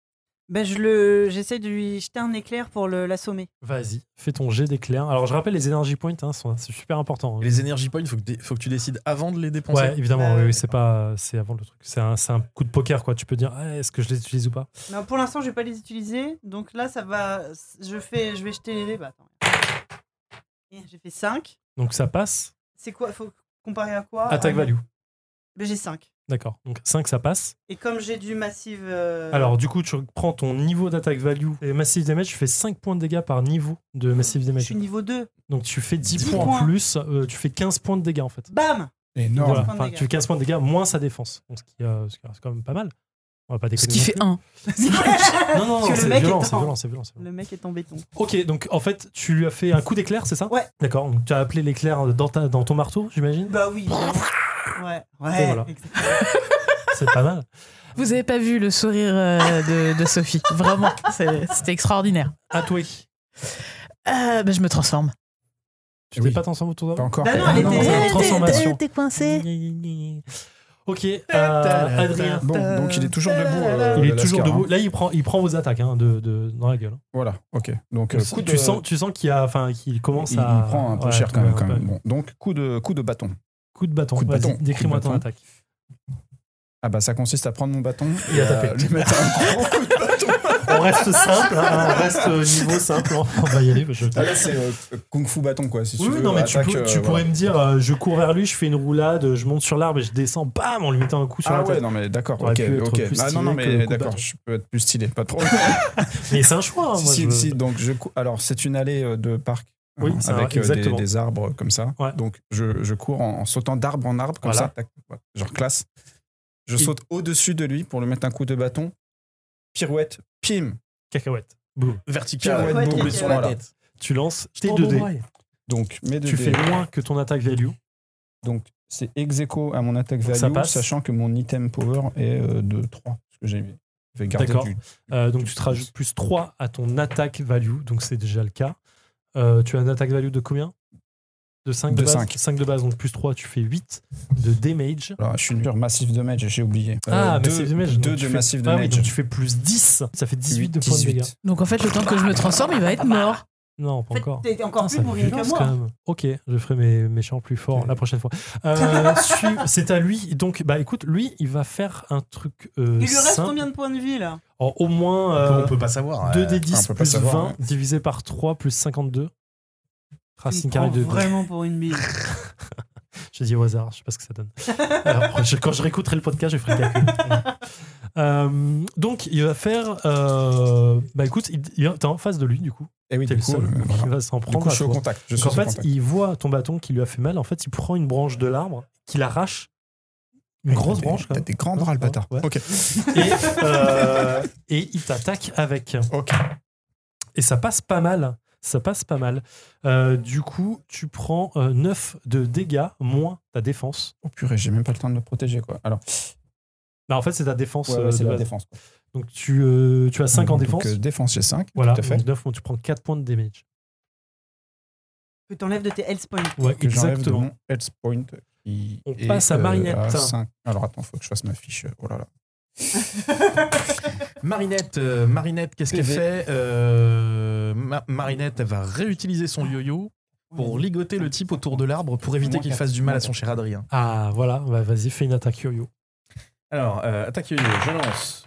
Ben, je le, j'essaie de lui jeter un éclair pour le- l'assommer.
Vas-y, fais ton jet d'éclair. Alors, je rappelle, les energy points, hein, sont- c'est super important. hein.
Et les energy points, faut que, dé- faut que tu décides avant de les dépenser.
Ouais, évidemment,
Euh,
oui, oui, c'est pas, c'est avant le truc. C'est un, c'est un coup de poker, quoi. Tu peux dire, Ah, est-ce que je les utilise ou pas
Non, pour l'instant, je vais pas les utiliser. Donc là, ça va. Je fais, je vais jeter les dés. Bah, attends. Eh, J'ai fait 5.
Donc ça passe.
C'est quoi Faut comparer à quoi
Attaque
Ah,
value.
ben, J'ai 5.
D'accord. Donc 5, ça passe.
Et comme j'ai du massive. euh,
Alors, du coup, tu prends ton niveau d'attaque value et Massive Damage, tu fais 5 points de dégâts par niveau de Massive
je
Damage.
suis niveau 2.
Donc, tu fais 10,
10
points en
points.
plus, euh, tu fais 15 points de dégâts en fait.
Bam
Énorme.
Voilà.
points de
Enfin,
dégâts.
tu fais 15 points de dégâts moins sa défense. Donc, ce qui, euh, ce qui reste quand même pas mal. On va pas
Ce
déconner.
qui
non
fait
plus.
1.
Non, non,
Parce
non,
que le
c'est
mec
violent,
est
c'est
en-
violent, c'est violent, c'est violent.
Le mec est en béton.
Ok, donc en fait, tu lui as fait un coup d'éclair, c'est ça
Ouais.
D'accord, donc tu as appelé l'éclair dans, ta- dans ton marteau, j'imagine
Bah oui. Ouais. Ouais.
Et voilà.
exactement.
C'est pas mal.
Vous avez pas vu le sourire euh, de, de Sophie. Vraiment, c'est- c'était extraordinaire.
À toi.
Ah
Euh, ben, je me transforme.
Tu
Eh
t'es
oui.
pas transformé autour
Pas
d'avant
encore.
Bah non,
Ah
elle était-
ça-
c'est une transformation.
T'es coincé.
Ok, euh, Adrien.
Bon, donc il est toujours debout. euh,
Il est
le
toujours
Lascar,
debout.
hein.
Là, il prend, il prend vos attaques hein, de, de- dans la gueule. hein.
Voilà, ok. Donc euh, coup de-
tu, sens, tu sens qu'il a, enfin, qu'il commence
il, il
à.
prend un peu
ouais,
cher quand
ouais,
même. quand
ouais.
même. Bon, donc coup de, coup de bâton.
Coup de bâton.
Coup de
Vas-y,
bâton.
Décris-moi
Coup de
ton
bâton.
attaque.
Ah bah ça consiste à prendre mon bâton
Et à
euh,
taper.
lui mettre un gros coup de
On reste simple, hein, on reste euh, niveau simple. hein. On va y aller. je-
Ah, là, c'est euh, Kung Fu bâton, quoi. Si
Oui,
tu
oui,
veux,
non, mais tu,
attaque,
peux-
euh,
tu
voilà.
pourrais me dire euh, je cours vers lui, je fais une roulade, je monte sur l'arbre et je descends, bam, en lui mettant un coup sur
Ah
la
ouais,
tête.
non, mais d'accord,
T'aurais
ok,
pu être
ok.
plus
Ah non, non,
stylé que le
mais
coup de
d'accord,
bâton.
je peux être plus stylé, pas de problème.
Mais c'est un choix. hein,
Ah,
moi,
si,
je-
si, donc je cou- alors c'est une allée euh, de parc
Oui,
hein,
c'est un-
avec euh, des,
exactement.
des arbres comme ça.
Ouais.
Donc je, je cours en, en sautant d'arbre en arbre comme
Voilà. Mm.
ça, tac, voilà, genre classe. Je saute au-dessus de lui pour lui mettre un coup de bâton. Pirouette, pim,
Cacahuète. Boum.
verticale,
Pirouette,
bombée
nickel.
sur la
Voilà.
tête.
Tu lances tes 2D.
Donc mes deux
Tu
dés.
fais moins que ton attaque value.
Donc c'est ex aequo à mon attaque
Donc, ça
value,
passe.
sachant que mon item power est euh, de 3. Parce que j'ai je vais garder
D'accord.
du-
Euh, donc tu te rajoutes plus 3 à ton attaque value, donc c'est déjà le cas. Euh, tu as une attaque value de combien De 5 de,
De
base
cinq.
5 de base, donc plus 3, tu fais 8 de damage.
Alors, je suis une pure massive damage, j'ai oublié.
ah, mais
Euh, deux,
c'est damage.
deux
donc tu
de
fais-
massive
Ah
damage.
oui, donc tu fais plus 10, ça fait 18
Huit,
de points de
18.
dégâts.
Donc en fait, le temps que je me transforme, il va être mort.
Non,
En
pas
fait,
encore.
t'es encore
Putain,
plus
ça fait
bourrine que
violence,
moi.
quand même. Ok, je ferai mes méchants plus forts la prochaine fois. Euh, suive- c'est à lui. Donc, bah écoute, lui, il va faire un truc euh,
Il lui reste
simple.
combien de points de vie là
En au moins euh,
on peut pas savoir.
2d10
on peut pas
plus
savoir,
20
ouais.
divisé par 3 plus 52.
Tu
Racine
me
carrée
prends
de 2.
Oh, Vraiment pour une bille.
J'ai dit au hasard, je sais pas ce que ça donne. Alors, je- quand je réécouterai le podcast, je ferai le calcul. Euh, donc, il va faire. euh, bah écoute, il, il- t'es en face de lui, du coup.
Et oui,
T'es
du
le
coup,
seul.
euh, voilà.
Il va s'en
Du
prendre
coup, je
à
suis au
toi.
contact. Je
Donc,
suis
en
au
fait,
contact.
il voit ton bâton qui lui a fait mal. En fait, il prend une branche de l'arbre, qu'il arrache. Une grosse
T'as des-
branche, quand
T'as
même.
des grands bras, le
Ouais,
bâtard.
ouais.
Ok.
Et, euh, et il t'attaque avec.
Ok.
Et ça passe pas mal. Ça passe pas mal. Euh, du coup, tu prends euh, 9 de dégâts moins ta défense.
Oh purée, j'ai même pas le temps de me protéger, quoi. Alors,
Bah, en fait, c'est ta défense.
ouais, ouais,
euh,
c'est
de
la
base.
défense. quoi.
Donc, tu, euh, tu as 5 en
Donc,
défense.
euh, défense, j'ai 5.
voilà,
Tout à fait.
donc 9, bon, tu prends 4 points de damage.
Que t'enlèves de tes health points.
Ouais,
Que j'enlève de
exactement.
mon health point. qui
On
est,
passe à
euh,
Mariette.
à cinq. Alors, attends, faut que je fasse ma fiche. Oh là là.
Marinette, euh, Marinette, qu'est-ce qu'elle
PV.
fait Euh, Ma- Marinette, elle va réutiliser son yo-yo pour ligoter le type autour de l'arbre pour éviter
Moins
qu'il
quatre.
fasse du mal à son cher Adrien.
Ah, voilà, bah, vas-y, fais une attaque yo
Alors, euh, attaque yo-yo, je lance.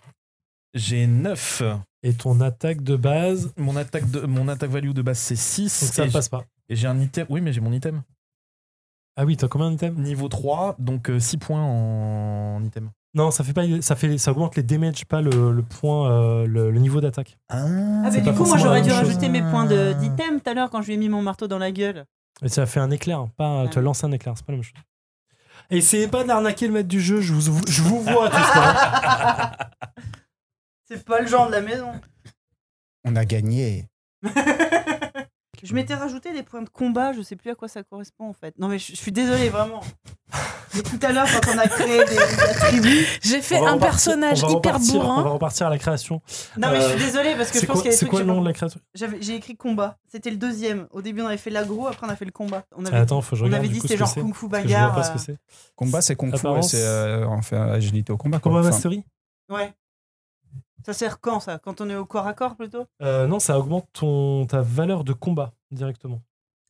J'ai 9.
Et ton attaque de base,
Mon attaque, de, mon attaque value de base, c'est 6.
donc ça
et
passe pas.
j'ai- Et j'ai un item. Oui, mais j'ai mon item.
Ah oui, t'as combien d'items
Niveau 3, donc 6 points en item.
Non, ça fait pas, ça fait, ça augmente les damage, pas le, le point, euh, le, le niveau d'attaque.
Ah, mais
pas
du coup, moi
forcément la
j'aurais
même
dû
chose.
rajouter mes points de- d'item tout à l'heure quand je lui ai mis mon marteau dans la gueule.
Et ça fait un éclair,
Ah
pas, tu as lancé un éclair, c'est pas la même chose. Essayez pas d'arnaquer le maître du jeu, je vous, je vous vois hein. tout ce temps.
C'est pas le genre de la maison.
On a gagné.
Je m'étais rajouté des points de combat, je sais plus à quoi ça correspond en fait. Non mais je, je suis désolée vraiment. Mais tout à l'heure quand on a créé des, des attributs.
J'ai fait
On va
un
repartir-
personnage
on va
hyper
repartir- On va
bourrin.
repartir à la création.
Non mais je
Euh,
suis désolée parce que
C'est
je pense
quoi,
qu'il y a des
c'est
trucs.
quoi
que
le
j'ai
nom de
pas-
la création
J'avais- J'ai écrit combat. C'était le deuxième. Au début on avait fait l'agro, après on a fait le combat. On avait,
Attends, faut que Ah, je
on
regarde.
avait
du
dit
coup,
c'était
ce que
genre
c'est,
kung fu
parce que Je vois
bagarre.
pas ce que
euh,
c'est.
Combat, c'est kung fu et
Apparence.
c'est euh, on fait agilité au combat. quoi.
Combat
Enfin,
Mastery
Ouais. Ça sert quand ça Quand on est au corps à corps plutôt
Euh, non, ça augmente ton, ta valeur de combat directement.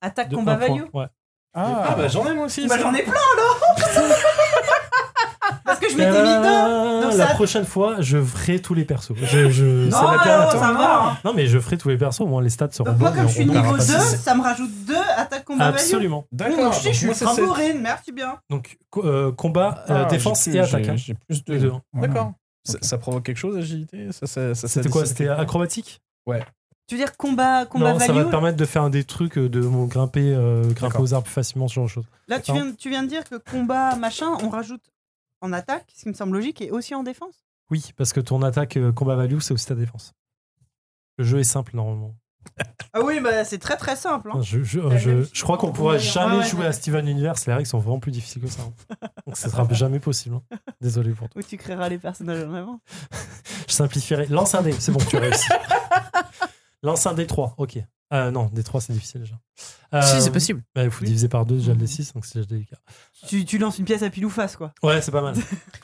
Attaque
De
combat
un point.
value
Ouais.
Ah, bah j'en ai moi aussi.
Bah
ça.
j'en ai plein alors Parce que je m'étais mis deux donc
la
ça-
prochaine fois, je ferai tous les persos. Je, je-
Non,
c'est la
alors,
période-
ça va hein.
Non, mais je ferai tous les persos. Moi, les stats seront
Donc moi
bonnes,
comme
mais
je suis
on
niveau
parlera
2,
pas de ça.
ça me rajoute 2 attaque combat value.
Absolument.
Donc
D'accord.
je sais, je suis
Moi, c'est sept.
ultra bourrine, merci bien.
Donc, co- euh, combat, euh,
Ah,
défense
j'ai
et
plus-
attaque.
j'ai-
hein.
J'ai plus
Les
de.
deux.
voilà.
D'accord. Ça,
Ok.
ça provoque quelque chose, agilité ça, ça, ça,
C'était
ça-
quoi
ça-
C'était acrobatique
Tu veux dire combat combat
Non, ça va
value
te permettre de faire des trucs, euh, de mon grimper, euh, grimper
D'accord.
aux arbres facilement, ce genre de choses.
Là tu viens, tu viens de dire que combat machin, on rajoute en attaque, ce qui me semble logique, et aussi en défense.
Oui, parce que ton attaque euh, combat value, c'est aussi ta défense. Le jeu est simple normalement.
Ah oui, bah c'est très très simple. hein.
Je, je-
Ouais,
je-
même
je crois qu'on
on
pourra
pourrait-
jamais
ouais, ouais,
jouer
ouais.
à Steven Universe. Les règles sont vraiment plus difficiles que ça. hein. Donc ça sera jamais possible. hein. Désolé pour toi.
Où tu créeras les personnages en avant.
Je simplifierai. Lance un dé, c'est bon, tu réussis. Lance un dé 3, ok. Euh, non, dé 3, c'est difficile déjà. Euh,
Si, c'est possible.
bah, il faut
Oui.
diviser par 2
Mmh.
déjà le dé 6, donc c'est déjà délicat.
Tu, tu lances une pièce à pile ou face quoi.
Ouais, c'est pas mal.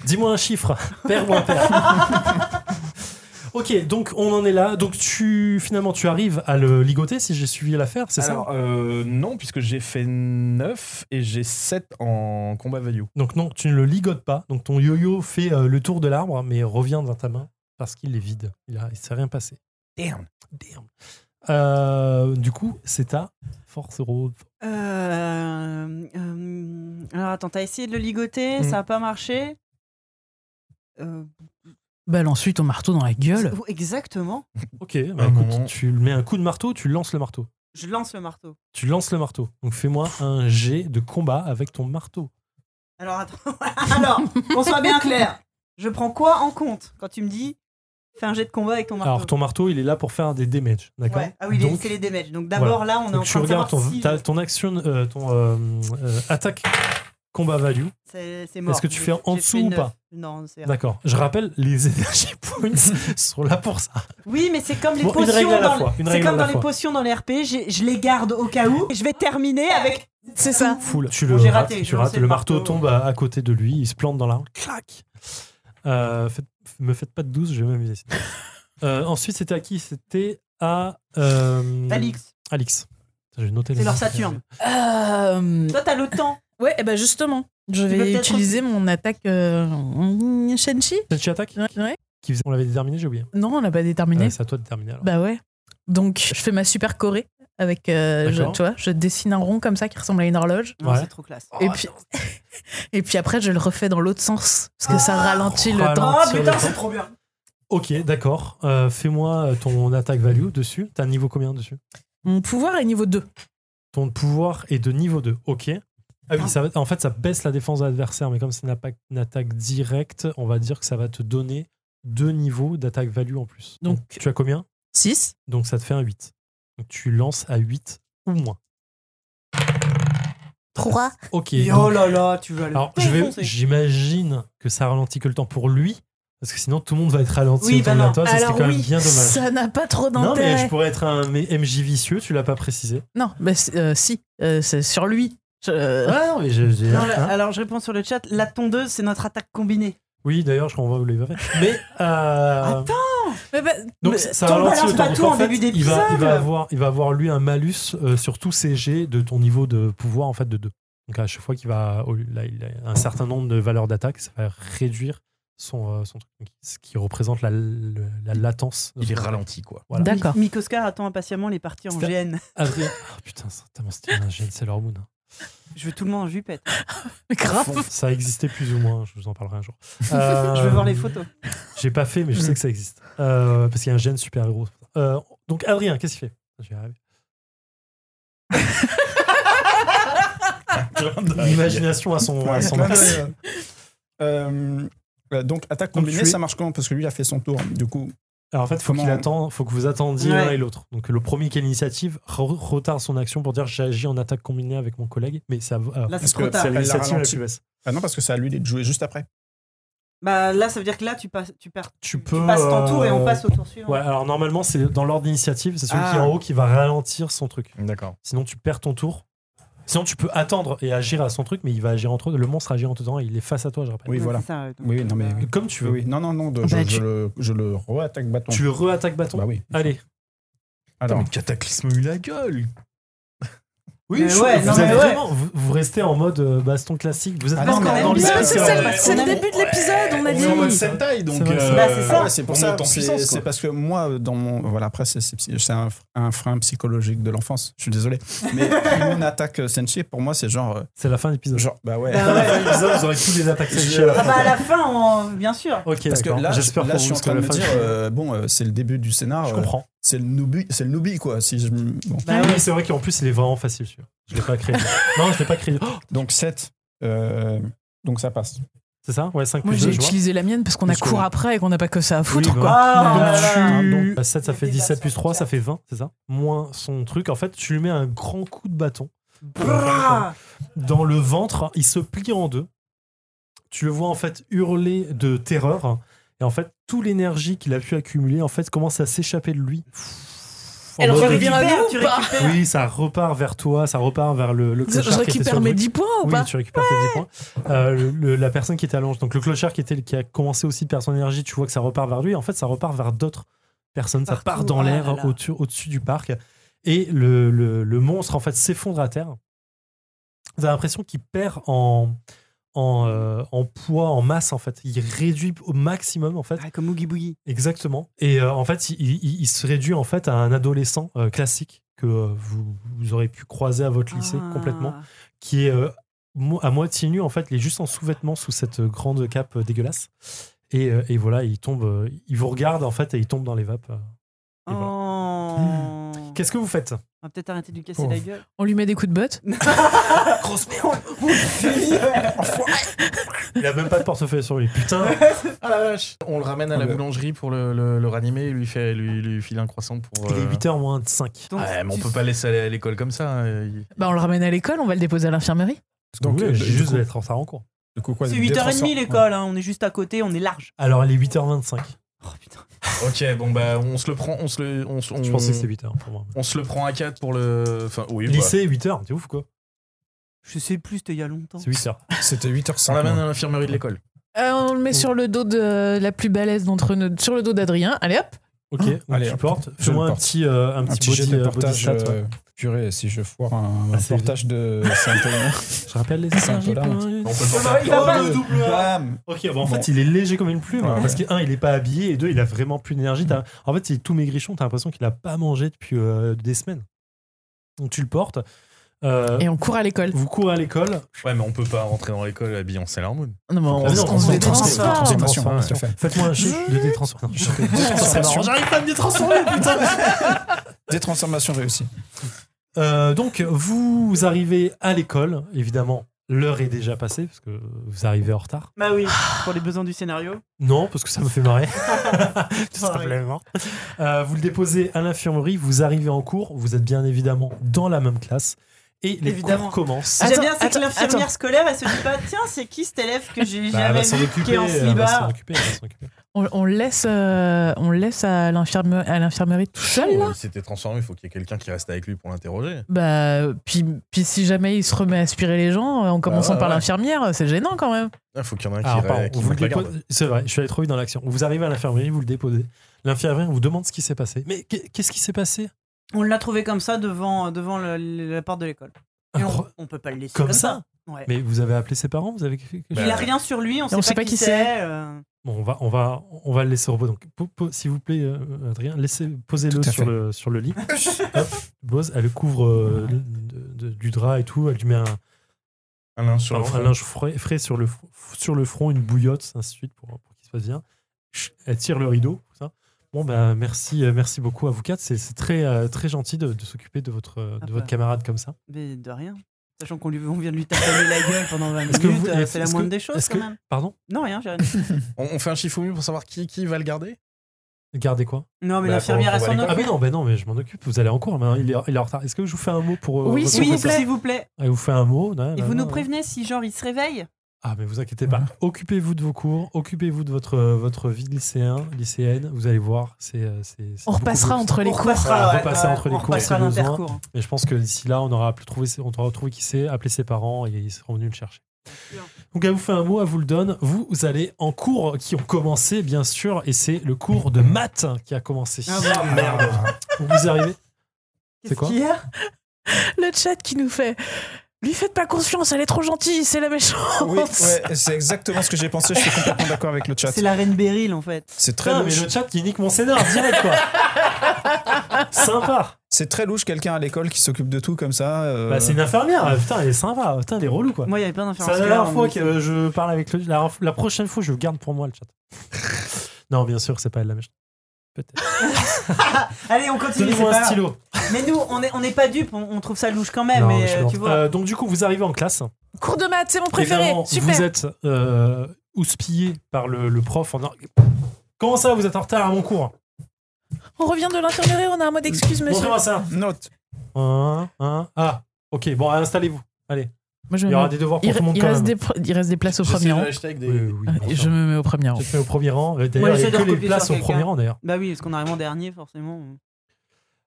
Dis-moi un chiffre, père ou impair. ok, donc on en est là. Donc tu finalement tu arrives à le ligoter si j'ai suivi l'affaire, c'est ça
Alors, euh, non, puisque j'ai fait 9 et j'ai 7 en combat value.
Donc non, tu ne le ligotes pas. Donc ton yo-yo fait euh, le tour de l'arbre, mais revient dans ta main parce qu'il est vide. Il a, il s'est rien passé.
Damn.
Damn. Euh, du coup, c'est ta force rose.
Euh, euh, alors attends, t'as essayé de le ligoter,
Mm.
ça a pas marché. Euh,
Balance-lui ton Ben, marteau dans la gueule.
c'est- exactement.
Ok, bah
Un
écoute,
moment.
tu mets un coup de marteau, tu lances le marteau.
Je lance le marteau.
Tu lances le marteau. Donc fais-moi un jet de combat avec ton marteau.
Alors attends. alors, qu'on soit bien clair. Je prends quoi en compte quand tu me dis fais un jet de combat avec ton marteau
Alors ton marteau, il est là pour faire des damages, d'accord
Ouais. Ah oui, les-
Donc,
c'est les damages. Donc d'abord là, on est
donc
en
tu
train de
regardes
savoir
ton,
si
ta- ton action, euh, ton euh, euh, attaque combat value.
c'est c'est mort.
Est-ce que tu
J'ai-
fais en
j'ai
dessous
fait
ou
neuf.
pas
Non, c'est
D'accord. Je rappelle, les energy points sont là pour ça.
Oui, mais c'est comme les
Bon, une
potions
règle à la
dans
fois,
les-
une
c'est
règle à
comme
la
dans les
fois.
potions dans les RP, j'ai- je les garde au cas où. Je vais terminer avec
C'est ça.
Full. Tu
Bon,
le
j'ai
rates,
raté,
tu
j'ai lancé
rates,
le
le marteau,
marteau.
tombe à, à côté de lui, il se plante dans l'arbre. Clac euh, faites- Me faites pas de 12, je vais même y laisser. Euh, ensuite, c'était à qui C'était à. euh,
Alix.
Alix. Putain, J'ai noté
C'est
les-
leur Saturne.
Euh,
Toi, t'as le temps.
ouais, et ben justement, je
peux
vais
peut-être
utiliser mon attaque euh... Shenchi.
Senshi Attack
Ouais.
qui faisait- On l'avait déterminé, j'ai oublié.
Non, on l'a pas déterminé.
Ouais, c'est à toi de terminer alors.
Bah ouais. Donc, je fais ma super corée avec, euh, je,
D'accord.
tu vois, je dessine un rond comme ça qui ressemble à une horloge.
Non,
Ouais.
c'est trop classe.
et puis, et puis après, je le refais dans l'autre sens parce que ça
Ah,
ralentit le
ralentit.
temps.
Oh
Ralentir le
putain,
temps.
c'est trop bien.
Ok, d'accord. Euh, Fais-moi ton attaque value dessus. T'as un niveau combien dessus
Mon pouvoir est niveau 2.
Ton pouvoir est de niveau 2. Ok. Ah oui, ça va- en fait, ça baisse la défense de l'adversaire, mais comme c'est une, appa- une attaque directe, on va dire que ça va te donner deux niveaux d'attaque value en plus. Donc,
Donc-
tu as combien
6.
Donc, ça te fait un 8. Donc, tu lances à 8 ou moins.
3.
Ok.
Et
donc-
oh là là, tu vas le
alors, je vais-
défoncer.
j'imagine que ça ralentit que le temps pour lui, parce que sinon, tout le monde va être ralenti
Oui,
autour
bah
de
non.
toi. Ça, c'était
Alors
quand même
oui,
bien dommage.
ça n'a pas trop
Non, mais
d'intérêt.
je pourrais être un mais MJ vicieux, tu l'as pas précisé.
Non, mais c'est- euh, si, euh, c'est sur lui. Je-
Ah non, mais j'ai. j'ai-
Non, euh, la-
hein.
alors, je réponds sur le chat. La tondeuse, c'est notre attaque combinée.
Oui, d'ailleurs, je crois qu'on va vous l'avez pas fait. Mais. euh,
Attends,
Mais bah,
donc,
mais-
ça
tombe
ralentit
balance
le
pas
temps. Donc,
tout
en
en
fait,
début
il va, il,
d'épisode. euh,
va avoir, il va avoir, lui, un malus euh, sur tous ses jets de ton niveau de pouvoir, en fait, de 2. Donc, à chaque fois qu'il va. au- Là, il a un certain nombre de valeurs d'attaque, ça va réduire son, euh, son truc. Donc, Ce qui représente la, le- la latence.
Il est ralenti, quoi.
Voilà.
D'accord.
Mick Oscar attend impatiemment les parties en
C'est-
GN.
Adrien. Ah, putain, c'est tellement c'était un génie, c'est leur moon. hein.
Je veux tout le monde en jupette.
Grave.
Ça existait plus ou moins, je vous en parlerai un jour. Euh,
Je veux voir les photos.
J'ai pas fait, mais
Mm.
je sais que ça existe. Euh, parce qu'il y a un gène super héros. donc, Adrien, qu'est-ce qu'il fait Je vais y arriver. L'imagination à son, à son
Ouais,
max.
ouais, ouais. Euh, euh, donc attaque
Donc,
combinée,
tu es-
ça marche comment Parce que lui il a fait son tour. Du coup,
Alors, en fait, faut
Comment-
qu'il attend, faut que vous attendiez l'un
Ouais.
et l'autre. Donc, le premier qui a l'initiative re- retarde son action pour dire j'agis en attaque combinée avec mon collègue, mais ça
Là, c'est
parce
trop
que
tard.
c'est
elle
l'initiative
l'a
la
ralenti.
plus basse.
ah non parce que c'est à lui de jouer juste après.
Bah là, ça veut dire que là, tu passes, tu perds,
Tu peux.
passes ton tour et on
euh,
passe au tour suivant.
Ouais, alors normalement, c'est dans l'ordre d'initiative, c'est celui
Ah.
qui est en haut qui va ralentir son truc.
D'accord.
Sinon, tu perds ton tour. Sinon, tu peux attendre et agir à son truc, mais il va agir entre le monstre agit entre temps et il est face à toi, je rappelle.
Oui, voilà.
c'est ça, ouais, donc,
Oui, oui, non, mais-
euh,
Comme tu veux.
Oui, non, non, non, de-
Ah
je,
bah,
je
tu-
le, je le re-attaque bâton.
Tu le re-attaques bâton. Ah,
Bah oui.
Allez.
Alors,
mais Cataclysme a eu la gueule.
Oui,
Mais
je-
Ah
ouais,
vous,
non,
avez
mais ouais.
vraiment- vous- vous restez en mode euh, baston classique. Vous êtes
Ah
Parce
non,
qu'on
mais
aime
dans
bien,
l'histoire,
c'est
c'est
ça,
le-
parce
c'est
qu'on
le
aime-
début de l'épisode, on a
On est en mode
dit.
Sentai, donc.
C'est vrai,
euh,
Bah, c'est ça.
ouais,
c'est pour
on
ça,
monte en
c'est
puissance,
c'est
quoi.
parce que moi, dans mon. Voilà, après, c'est c'est psy- c'est un, fr- un frein psychologique de l'enfance, je suis désolé. Mais mon attaque euh, Senshi, pour moi, c'est genre. euh,
C'est la fin de l'épisode.
genre bah ouais.
Bah ouais.
Vous aurez toutes les attaques sexuelles.
Ah bah à la fin, on- bien sûr.
Ok,
Parce que
d'accord.
là,
j'espère
là
pour
je
vous,
suis en
parce que
train de
la
me
fin,
dire, euh, bon, euh, c'est le début du scénar.
je
euh,
comprends.
C'est le newbie, c'est le newbie, quoi. Si je, bon.
Bah
oui,
ouais.
c'est vrai qu'en plus, il est vraiment facile celui-là. Je l'ai pas créé. non, je l'ai pas créé. Oh,
Donc 7. donc ça passe.
c'est ça Ouais, 5
Moi,
plus
j'ai
2, je vois.
utilisé la mienne parce qu'on a
Parce que-
court après et qu'on n'a pas que ça à foutre,
Oui,
quoi.
Ah,
Donc,
là, là.
tu-
Ah, donc-
bah, 7, ça fait 17 plus 3, ça fait 20, c'est ça Moins son truc. En fait, tu lui mets un grand coup de bâton
Brrr.
dans le ventre. Il se plie en deux. Tu le vois en fait hurler de terreur. Et en fait, toute l'énergie qu'il a pu accumuler en fait commence à s'échapper de lui. En
Elle
mode-
Tu
revient à
récupères,
nous
tu
ou pas
récupères.
Oui, ça repart vers toi, ça repart vers le, le
Je
clochard qui était sur
récupère
le
mes
truc.
10 points ou
Oui,
pas
tu récupères tes 10 points. Euh, le- le- la personne qui était à l'ange, donc le clochard qui, était, qui a commencé aussi de perdre son énergie, tu vois que ça repart vers lui. En fait, ça repart vers d'autres personnes. Ça
Partout.
part dans
Ah
l'air
là là.
au-dessus au-dessus du parc. Et le, le- le monstre, en fait, s'effondre à terre. Vous avez l'impression qu'il perd en, en, euh, en poids, en masse, en fait. Il réduit au maximum, en fait.
Ah, comme Oogie Boogie.
Exactement. Et euh, en fait, il, il- il se réduit en fait à un adolescent euh, classique que euh, vous, vous aurez pu croiser à votre lycée
Ah.
complètement qui est euh, mo- à moitié nu en fait, il est juste en sous-vêtements sous cette euh, grande cape euh, dégueulasse. Et, euh, et voilà, il tombe, euh, il vous regarde en fait et il tombe dans les vapes. euh. Et voilà.
Oh.
Qu'est-ce que vous faites
On va peut-être arrêter de lui casser
Oh.
la gueule.
On lui met des coups de botte.
Grosse merde Il a même pas de portefeuille sur lui. Putain
Ah la vache. On le ramène à
Ah
la
bah.
boulangerie pour le, le- le ranimer et lui, fait, lui, lui filer un croissant pour.
Il est
euh,
8h moins 5.
Donc,
Ouais, mais on
tu-
peut pas laisser aller à l'école comme ça. hein. Il-
Bah, on le ramène à l'école, on va le déposer à l'infirmerie.
Donc,
Donc,
euh,
j'ai
du
juste
coup-
d'être en retard en cours.
Du coup, quoi
C'est
des
8h30
300,
l'école, hein, on est juste à côté, on est large.
Alors, il est 8h25.
Oh putain.
Ok, bon bah on se le prend, on se le, on, se- on-
Je pensais que c'était 8h pour moi.
on se le prend à 4 pour le. Enfin oui. bah,
Lycée, 8h, t'es ouf quoi
Je sais plus, c'était il y a longtemps.
C'est 8h.
ouais. C'était
Ah
8h05.
on
bah
l'amène à l'infirmerie de l'école. Bah,
Euh, on le met sur le dos de la plus balèze d'entre nous, sur le dos d'Adrien. Allez hop
Ok, donc
Allez,
tu
hop,
portes.
je
Fais-moi
le
un
porte.
petit, euh, un
un
petit
petit jet
body,
de
euh, body
portage.
stat, ouais.
euh, Purée, si je foire un,
Ah,
un
c'est
portage de Saint-Omer.
Je rappelle les
C'est un
énergies
peu large.
pour une-
On peut le
Ah bah
Oh,
oui, il a pas le double A.
Bam
Ok, bon, en fait,
Bon.
il est léger comme une plume. hein,
Ouais,
parce que, un, il est pas habillé, et deux, il a vraiment plus d'énergie. T'as- En fait, il est tout maigrichon. T'as l'impression qu'il a pas mangé depuis euh, des semaines. Donc, tu le portes. Euh,
Et on court à l'école.
Vous courez à l'école.
Ouais, mais on peut pas rentrer dans l'école habillé en Sailor Moon.
Non, mais on,
Ah non,
on se
on-
détransforme.
on-
Transformation,
transforme,
tout à fait.
Faites-moi un jeu de détransformation.
Transformation.
J'arrive pas à me détransformer, putain.
Des transformations réussies.
Euh, donc, vous arrivez à l'école. Évidemment, l'heure est déjà passée, parce que vous arrivez en retard.
Bah oui, pour les besoins du scénario.
Non, parce que ça me fait marrer. Tout simplement. Euh, vous le déposez à l'infirmerie, vous arrivez en cours, vous êtes bien évidemment dans la même classe. Et les
Évidemment. Ah,
cours commencent.
Attends,
J'aime bien, c'est que
attends,
l'infirmière
attends.
scolaire, elle se dit pas tiens, c'est qui cet élève que j'ai
Bah, elle
jamais
va s'en
vu qui est en
elle va s'en
slibard
occuper, elle va s'en occuper.
On, on laisse, euh, on laisse à l'infirme- à l'infirmerie tout seul, là
Oh, il s'était transformé, il faut qu'il y ait quelqu'un qui reste avec lui pour l'interroger.
Bah, puis, puis si jamais il se remet à aspirer les gens, euh, en commençant
Bah,
ouais,
par
ouais.
l'infirmière, c'est gênant quand même.
Il Ah, faut qu'il y en ait un qui,
Alors,
ra-
Ah, pardon,
qui
vous le
mette la
dépose-
garde.
C'est vrai, je suis allé trop vite dans l'action. Vous arrivez à l'infirmerie, vous le déposez. L'infirmière vous demande ce qui s'est passé. Mais qu'est- qu'est-ce qui s'est passé
On l'a trouvé comme ça devant, devant le- le- la porte de l'école. Et on,
Incro-
on peut pas le laisser
Comme
comme,
ça
Ouais.
Mais bah, vous avez appelé ses parents Vous avez fait quelque
Il
chose
a rien sur lui, on sait
on
pas, qui c'est. euh,
Bon, on va, on va, on va le laisser au repos. Donc, po- po- s'il vous plaît, euh, Adrien, laissez, posez-le
Tout à
sur
fait.
le, sur le lit. Hop, Bose, elle le couvre euh, de- de- du drap et tout. Elle lui met un,
Un linge Ah, sur le
un
front.
linge frais, frais sur, le, fr- sur le front, une bouillotte, ainsi de suite, pour, pour qu'il se passe bien. Chut, Elle tire le rideau. tout Ça. Bon, bah, merci, euh, merci beaucoup à vous quatre. C'est c'est très, euh, très gentil de, de s'occuper de votre, euh,
Ah
de
bah.
votre camarade comme ça.
Mais de rien. Sachant qu'on lui, on vient de lui taper la gueule pendant 20
Est-ce que
minutes,
vous-
euh,
est-ce-
c'est la
est-ce
moindre
que-
des choses
est-ce
quand
que-
même.
Pardon
Non, rien, j'ai rien. dit.
On, on fait un chiffon pour savoir qui, qui va le garder
Gardez quoi
Non, mais
Bah,
l'infirmière,
pour-
elle
pour
s'en
aller-
Ah,
occupe.
mais non, bah non, mais je m'en occupe. Vous allez en cours. maintenant. il, est, il est en retard. Est-ce que je vous fais un mot pour. euh,
Oui,
votre
s'il vous
Oui,
professeur
plaît.
s'il vous plaît.
Elle vous fait un mot. là,
Et
là,
vous
là,
nous
là.
prévenez si genre il se réveille
Ah, mais vous inquiétez pas. Occupez-vous de vos cours, occupez-vous de votre, euh, votre vie de lycéen, lycéenne. Vous allez voir, c'est. euh, c'est- c'est
On
beaucoup
repassera
plus-
entre les
On
cours.
repassera,
Voilà,
ouais,
repasser
ouais,
entre les
on
cours,
repassera
si besoin.
l'intercours. Ah,
Mais je pense que d'ici là, on aura plus trouvé, on aura trouvé qui c'est, appelé ses parents et ils seront venus le chercher.
Bien.
Donc, elle vous fait un mot, elle vous le donne. Vous allez en cours qui ont commencé, bien sûr, et c'est le cours de maths qui a commencé.
Ah, bon.
merde.
Donc, Vous arrivez.
Qu'est-ce
quoi
qu'il y a
Le chat qui nous fait. Lui faites pas confiance, elle est trop gentille, c'est la méchante.
Oui, ouais, c'est exactement ce que j'ai pensé. Je suis complètement d'accord avec le chat.
C'est la reine Beryl en fait.
C'est très
Putain, mais
louche.
le chat qui nique mon scénar direct, quoi. Sympa.
C'est très louche quelqu'un à l'école qui s'occupe de tout comme ça. euh,
Bah, c'est une infirmière. Putain, elle est sympa. Putain, elle est relou, quoi.
Moi, il y avait plein d'inférences.
C'est la dernière fois que euh, je parle avec le. La, la prochaine fois, je garde pour moi le chat. non, bien sûr, c'est pas elle la méchante. Peut-être.
Allez, on continue. c'est
Donnez-moi
pas
un
grave.
stylo.
Mais nous, on n'est on est pas dupes, on, on trouve ça louche quand même.
Non,
mais,
je suis
euh,
lente.
tu vois.
Euh, donc, du coup, vous arrivez en classe.
Cours de maths, c'est mon préféré.
Évidemment,
Super.
Vous êtes euh, houspillé par le, le prof en. disant, Comment ça, vous êtes en retard à mon cours
On revient de l'infirmerie, on a un mot d'excuse, monsieur.
Montrez-moi ça.
Note.
Un, un. Ah, ok, bon, installez-vous. Allez,
Moi,
il
je me
y
mets-
aura des devoirs pour
Mhm. il,
tout le monde
il
quand
reste
même.
des, pre- il reste des places au premier rang.
Oui, oui, oui, bien
Et
sûr.
je me mets au premier rang.
Tu te mets au premier rang. Et
Moi,
D'ailleurs, il n'y
j'essaie
a
de
que les
recopier sur
places au
quelqu'un.
premier rang, d'ailleurs.
Bah oui, parce qu'on arrive en dernier, forcément.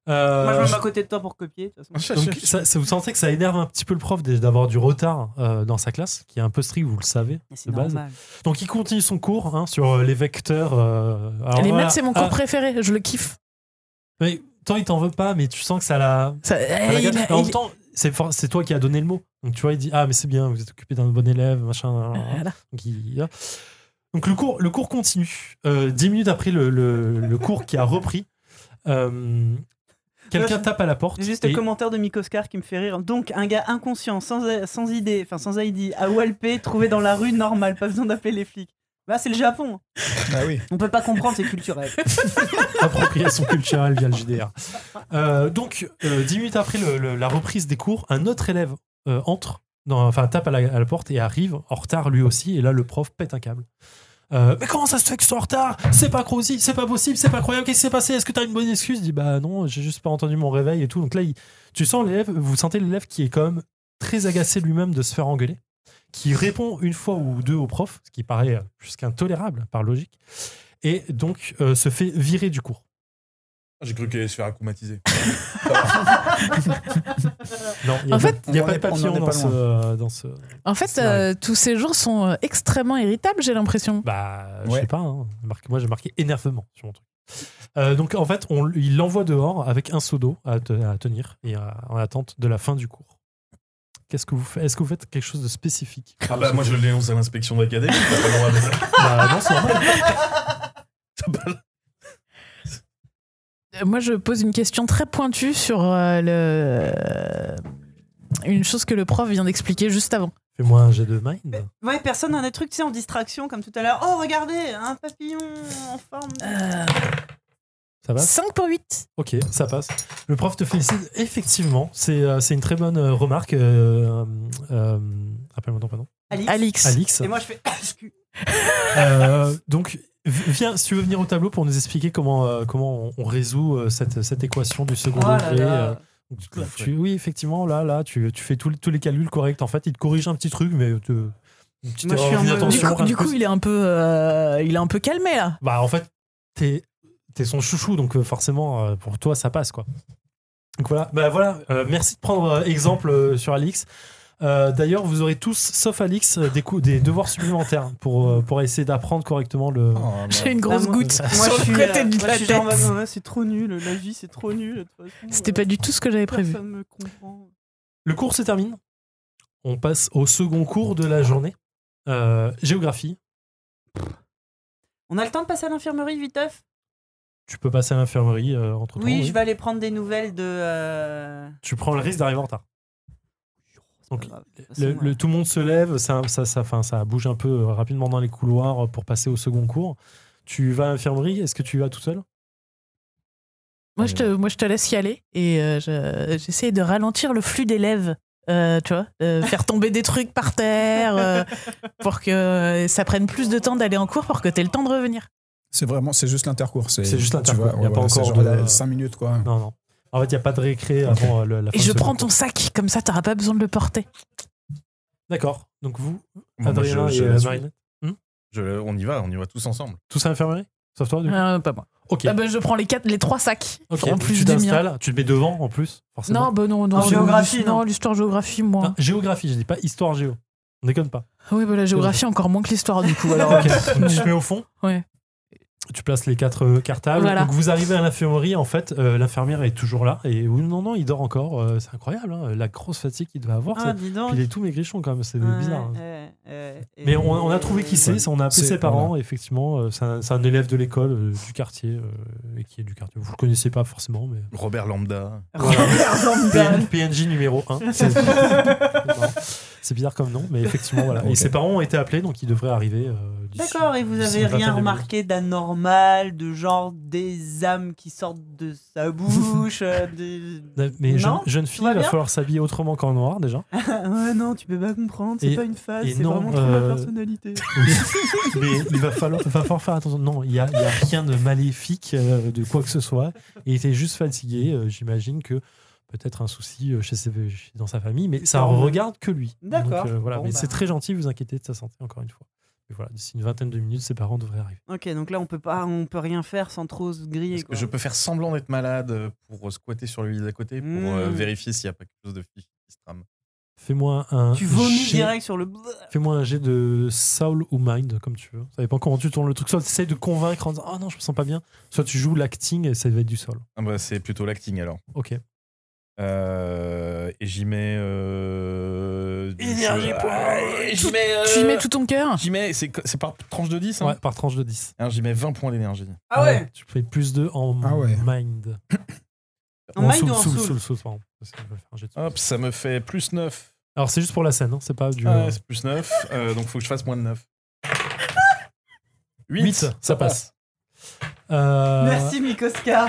Euh,
Moi, je me mets à côté de toi pour copier. De toute
Ah,
façon.
donc, ça, ça- vous sentez que ça énerve un petit peu le prof d'avoir du retard euh, dans sa classe, qui est un peu strict, vous le savez.
Mais C'est
de base.
normal.
Donc, il continue son cours hein, sur euh, les vecteurs. euh, alors,
les
voilà.
maths, c'est mon cours
Ah,
préféré, je le kiffe.
mais, Tant il t'en veut pas, mais tu sens que ça l'a.
Ça- eh,
ça Ah, la
il-
gâche. Mais en
il-
même temps, c'est for- c'est toi qui as donné le mot. Donc, tu vois, il dit Ah, mais c'est bien, vous êtes occupé d'un bon élève, machin.
Voilà.
Donc, il- Donc, le cours, le cours continue. Euh, Dix minutes après le, le- le cours qui a repris, euh, quelqu'un
je-
tape à la porte.
J'ai Juste
et-
le commentaire de Mikoscar qui me fait rire. Donc, un gars inconscient, sans, sans idée, enfin sans ID, à Walpé, trouvé dans la rue, normal, pas besoin d'appeler les flics. Bah, c'est le Japon.
Bah oui.
On peut pas comprendre, c'est culturel.
appropriation culturelle via le JDR. Euh, donc, euh, dix minutes après le- le- la reprise des cours, un autre élève euh, entre, dans- enfin tape à la, à la porte et arrive en retard lui aussi. Et là, le prof pète un câble. Euh, mais comment ça se fait que je sois en retard C'est pas crazy, c'est pas possible, c'est pas croyable. Qu'est-ce qui s'est passé Est-ce que t'as une bonne excuse Il dit bah non, j'ai juste pas entendu mon réveil et tout. Donc là, il- tu sens l'élève, vous sentez l'élève qui est quand même très agacé lui-même de se faire engueuler, qui répond une fois ou deux au prof, ce qui paraît euh, jusqu'intolérable par logique, et donc euh, se fait virer du cours.
J'ai cru qu'elle allait se faire acclimatiser.
Non, il y a pas-
En fait,
il n'y a
on
pas
en
de
est-
papillon
on en est
dans,
pas
ce,
loin.
euh, dans ce.
En fait, euh, tous ces jours sont euh, extrêmement irritables, j'ai l'impression.
Bah, je
Ouais.
sais pas. hein. Marqué- Moi, j'ai marqué énervement sur mon truc. Euh, donc, en fait, on, il l'envoie dehors avec un seau d'eau à, te- à tenir et à- en attente de la fin du cours. Qu'est-ce que vous faites Est-ce que vous faites quelque chose de spécifique
Ah bah moi je le dénonce à l'inspection de l'académie. t'as pas le droit de faire ça.
Bah, non, c'est normal.
Euh, Moi, je pose une question très pointue sur euh, le... euh, une chose que le prof vient d'expliquer juste avant.
Fais-moi un jet de mind.
Ouais, personne n'a des trucs, tu sais, en distraction, comme tout à l'heure. Oh, regardez, un papillon en forme. de-
Ah,
Euh,
Ça va
5 pour 8.
Ok, ça passe. Le prof te félicite. Effectivement, c'est euh, c'est une très bonne euh, remarque. euh, euh, Rappelle-moi ton prénom.
Alix.
Alix.
Alix.
Et moi, je fais. Excuse.
Euh, donc, vi- viens, si tu veux venir au tableau pour nous expliquer comment, euh, comment on, on résout euh, cette, cette équation du second
Oh là
degré. euh,
là.
tu- tu- oui, effectivement, là, là, tu, tu fais tous les- tous les calculs corrects. En fait, il te corrige un petit truc, mais te, une petite
Moi, je
erreur
suis en mode-
Du
d'inattention,
coup,
un
du
coup,
coup, il est un peu, euh, il est un peu calmé là.
bah, en fait, t'es t'es son chouchou, donc euh, forcément, euh, pour toi, ça passe, quoi. Donc voilà, bah voilà. euh, merci de prendre euh, exemple euh, sur Alix. Euh, D'ailleurs, vous aurez tous, sauf Alix, euh, des, coups, des devoirs supplémentaires pour, euh, pour essayer d'apprendre correctement le.
Oh. bah,
J'ai une grosse
Ah, moi-
goutte
moi,
Moi,
sur
je suis,
le côté
euh,
de
moi,
la
je suis genre,
tête.
ouais, ouais, c'est trop nul, la vie, c'est trop nul. de toute façon,
C'était
euh,
pas du tout ce que j'avais prévu.
Personne me comprend.
Le cours se termine. On passe au second cours de la journée. Euh, géographie.
On a le temps de passer à l'infirmerie, Viteuf
Tu peux passer à l'infirmerie euh, entre temps.
Oui, je vais aller prendre des nouvelles de. euh,
Tu prends le risque d'arriver en retard.
c'est pas
Donc,
grave, de toute façon,
Le-
euh,
le- tout le monde se lève, ça, ça, ça, enfin, ça bouge un peu euh, rapidement dans les couloirs euh, pour passer au second cours. Tu vas à l'infirmerie, est-ce que tu y vas tout seul
Moi je, te, moi, je te laisse y aller et euh, je- j'essaie de ralentir le flux d'élèves. euh, tu vois, euh, faire tomber des trucs par terre euh, pour que ça prenne plus de temps d'aller en cours pour que tu aies le temps de revenir.
C'est vraiment, c'est juste l'intercours.
C'est juste l'intercours, y a pas encore de- Mm.
5 minutes quoi.
Non, non. En fait, il n'y a pas de récré avant euh, le- la fin
Et
du
je
second
prends
cours.
ton sac, comme ça t'auras pas besoin de le porter.
D'accord. Donc vous,
Bon, moi, je-
Adrien
je
et euh,
la suis.
Marine,
Je- on y va, on y va tous ensemble.
tous à l'infirmerie Sauf toi, du coup
Euh, pas moi.
Ok.
Ah bah, je prends les quatre, les trois sacs.
Ok,
En
donc
plus
tu
du mien.
t'installes, tu te mets devant en plus, forcément.
Non, bah non, non.
En géographie, non.
Non, l'histoire géographie, moi.
Non, géographie, je dis pas histoire géo. On déconne pas.
Oui, bah la géographie, encore moins que l'histoire, du coup. Alors,
Ok, donc tu te mets au fond.
Ah, Ouais.
Tu places les quatre euh, cartables.
Voilà.
Donc vous arrivez à l'infirmerie, en fait, euh, l'infirmière est toujours là. Et oui, non, non, il dort encore. euh, c'est incroyable, hein, la grosse fatigue qu'il devait avoir.
Ah,
ça.
dis
Puis
donc.
il est tout maigrichon quand même, c'est
Ouais,
bizarre. hein.
euh, euh,
Mais
et-
on, on a trouvé qui c'est, on a appelé
C'est-
ses parents, effectivement. euh, C'est un, c'est un élève de l'école, euh, du quartier, euh, et qui est du quartier. Vous le connaissez pas forcément, mais.
Robert Lambda.
Robert
Bah,
Lambert.
PN PNJ numéro 1. C'est c'est bizarre comme nom, mais effectivement, voilà. Et
Ok.
ses parents ont été appelés, donc ils devraient arriver. euh, d'ici-
D'accord, et vous
d'ici
avez
une vingtaine
rien
de
remarqué d'anormal, de genre des âmes qui sortent de sa bouche euh, des-
minutes. Mais jeune,
Non,
jeune fille,
va
il va
bien
falloir s'habiller autrement qu'en noir déjà.
Ah non, tu peux pas comprendre,
Et-
c'est pas une phase,
et
c'est
non,
vraiment trop
euh,
ma personnalité.
mais il va falloir, va falloir faire attention. Non, il n'y a, il y a rien de maléfique euh, de quoi que ce soit. Il était juste fatigué. euh, J'imagine que peut-être un souci euh, chez ses- chez- dans sa famille, mais ça regarde que lui.
D'accord.
Donc, euh, voilà,
Bon,
mais
bah.
c'est très gentil, vous inquiétez de sa santé encore une fois. Mais voilà, d'ici une vingtaine de minutes, ses parents devraient arriver.
Ok, donc là on peut pas, on peut rien faire sans trop se griller.
Est-ce
Quoi.
que je peux faire semblant d'être malade euh, pour squatter sur le lit d'à côté pour
Mmh.
Hmm.
euh, vérifier s'il n'y a pas quelque chose de fichi qui se trame
Fais-moi un.
Tu vomis
jet-
direct sur le.
Fais-moi un jet de soul ou mind, comme tu veux. Ça dépend comment tu tournes le truc. Soit tu essaies de convaincre en disant Ah non, je me sens pas bien. Soit tu joues l'acting et ça va être du sol.
Ah bah c'est plutôt l'acting alors.
Ok.
Euh, et j'y mets. Euh, du
Énergie
jeu.
pour-
Ah, J'y mets. euh,
tu mets tout ton cœur.
J'y mets. C'est c'est par tranche de 10 hein
Ouais, par tranche de 10.
Alors, J'y mets 20 points d'énergie.
Ah
Tu fais plus 2 en
Ah ouais.
mind.
En mind
soul,
ou en
soul,
soul
soul, soul, pardon. Parce que je vais faire un jet de soul.
Hop, ça me fait plus 9.
Alors c'est juste pour la scène, hein, c'est pas du.
Ah, c'est plus 9. euh, donc faut que je fasse moins de 9. 8.
8, ça passe. Euh,
Merci Mikoska.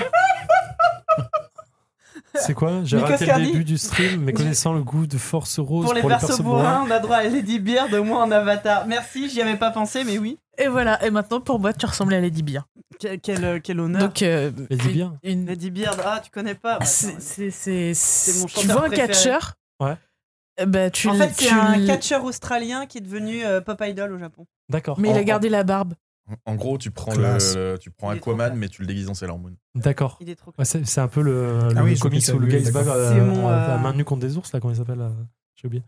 Euh, C'est quoi J'ai
Mais
raté le
Cascardi
début du stream, mais connaissant le goût de force rose
Pour les versos
bourrins.
bourrins, on a droit à Lady Beard, au moins en avatar. Merci, j'y avais pas pensé, mais oui.
Et voilà. Et maintenant, pour moi, tu ressembles à Lady Beer.
Quel, quel, quel honneur.
Donc, euh,
Lady Beer.
une-
Lady Beard, ah, tu connais pas Bah,
C'est-
attends.
C'est c'est-
mon
tu
chanteur
vois un
préféré.
catcheur.
Ouais.
euh, Bah, tu
En
l-
fait, c'est
tu
un
l-
catcheur australien qui est devenu euh, pop idol au Japon.
D'accord.
Mais il
En-
a gardé la barbe.
oh.
En gros, tu prends,
Classe.
le, tu prends
Il est trop fort.
Aquaman, mais tu le déguises en Sailor Moon.
D'accord.
Il est trop cool.
Ouais, c'est, c'est un peu le, le
Ah oui, je
comics
sais
où le
que
gars
ça-
il se bat
d'accord.
euh,
C'est mon,
à, à
euh,
main nue contre des ours, là, comment il s'appelle euh, J'ai oublié.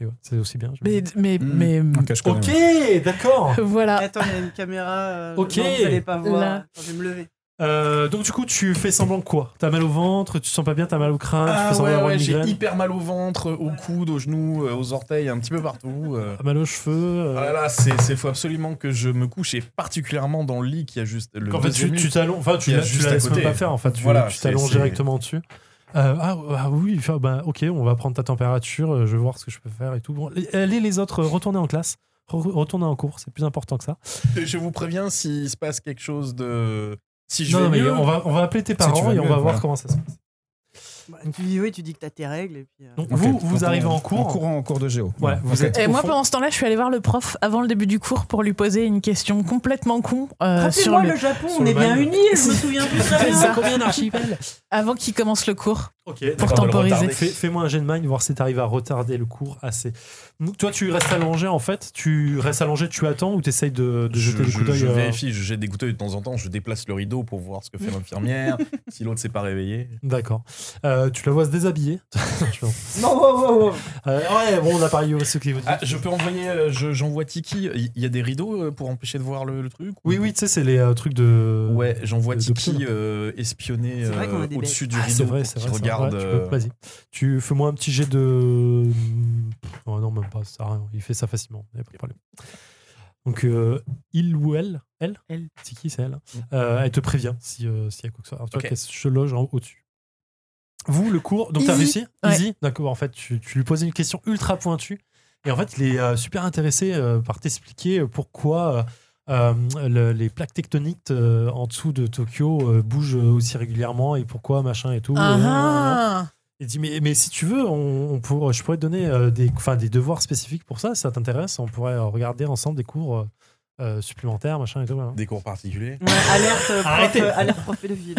Mais ouais, c'est aussi bien. j'ai
Mais,
oublié.
mais, mais. euh,
Ok, je connais.
d'accord.
Voilà.
Attends, il y a une caméra. euh,
Ok.
non, vous allez pas voir.
Là.
Attends, je vais me lever.
Euh, donc, du coup, tu fais semblant de quoi T'as mal au ventre, tu te sens pas bien, t'as mal au crâne, tu fais
Ah
semblant
ouais,
d'avoir
ouais,
une
j'ai
migraine,
hyper mal au ventre, au coude, aux genoux, euh, aux orteils, un petit peu partout. euh.
t'as mal aux cheveux. euh,
Ah là là, c'est c'est- faut absolument que je me couche et particulièrement dans le lit qui a juste le
en fait, tu,
deuxième
tu
lit.
t'allonges, enfin, tu,
Il y a
la- tu
juste
la
à
laisses même
côté.
pas faire, en fait, tu,
Voilà,
tu
c'est-
t'allonges
c'est-
directement dessus. Euh, ah, ah oui, enfin, bah, ok, on va prendre ta température, euh, je vais voir ce que je peux faire et tout. Bon, les- allez les autres, euh, retournez en classe, re- retournez en cours, c'est plus important que ça.
Et Je vous préviens s'il se passe quelque chose de. Si je
Non,
vais
non, mais
mieux,
on va, on va appeler tes
tu
parents
vas
et on
mieux,
va voir
voilà.
comment ça se passe.
Bah, tu dis oui, tu dis que t'as tes règles. Et puis, euh,
Donc
Ok,
vous,
donc
vous
on-
arrivez en cours.
En courant en cours de géo.
Voilà, vous êtes
Et
au
moi,
fond.
pendant ce temps-là, je suis allée voir le prof avant le début du cours pour lui poser une question complètement con euh, sur
Rappelez-moi
le-
le Japon,
sur
on
le
est bien
Maine.
unis, je me souviens plus très
C'est
bien.
ça.
combien d'archipels
avant qu'il commence le cours.
Ok,
Pour
d'accord.
temporiser.
Fais- Fais-moi un jet de mind, voir si t'arrives à retarder le cours assez. Donc, Toi, tu restes allongé en fait Tu restes allongé, tu attends ou t'essayes de, de jeter
je,
le coup
je-
d'œil
je
euh,
vérifie, je jette des coups d'œil de temps en temps, je déplace le rideau pour voir ce que fait l'infirmière, si l'autre s'est pas réveillé.
D'accord. Euh, tu la vois se déshabiller. Tu vois.
Non, wow, wow, wow.
Euh, ouais, bon, on a parlé au ce qui vous dit.
Ah, je peux envoyer, euh, je- j'envoie Tiki. Il y, a des rideaux euh, pour empêcher de voir le, le truc ou-
Oui, oui, tu sais, c'est les euh, trucs de.
Ouais, j'envoie
de- de
Tiki
pion.
euh, espionner
C'est vrai qu'on a
euh,
des
au-dessus du
Ah, c'est
rideau
vrai,
pour
c'est
qu'il
vrai. c'est
regarde.
vrai. Tu
euh,
peux- Vas-y. Tu fais-moi un petit jet de. Oh, non, même pas, ça sert à rien. Il fait ça facilement. y a pas de problème. Donc, euh, il ou elle Elle
Elle.
C'est qui C'est elle. Euh, elle te prévient si, euh, s'il y a quoi que ce soit. Alors, tu vois
Ok.
qu'elle se loge en haut- au-dessus. Vous, le cours, donc t'as
Easy.
réussi
Ouais.
Easy D'accord, en fait, tu, tu lui posais une question ultra pointue. Et en fait, il est euh, super intéressé euh, par t'expliquer pourquoi. euh, euh, le- les plaques tectoniques euh, en dessous de Tokyo euh, bougent aussi régulièrement et pourquoi machin et tout.
Ah,
Euh,
ah.
il dit mais, mais si tu veux, on, on pour- je pourrais te donner euh, des, enfin, des devoirs spécifiques pour ça, si ça t'intéresse, on pourrait euh, regarder ensemble des cours euh, euh, supplémentaires, machin et tout. voilà.
Des cours particuliers.
Ouais, alerte, euh, prof,
Arrêtez.
euh, alerte propédophile.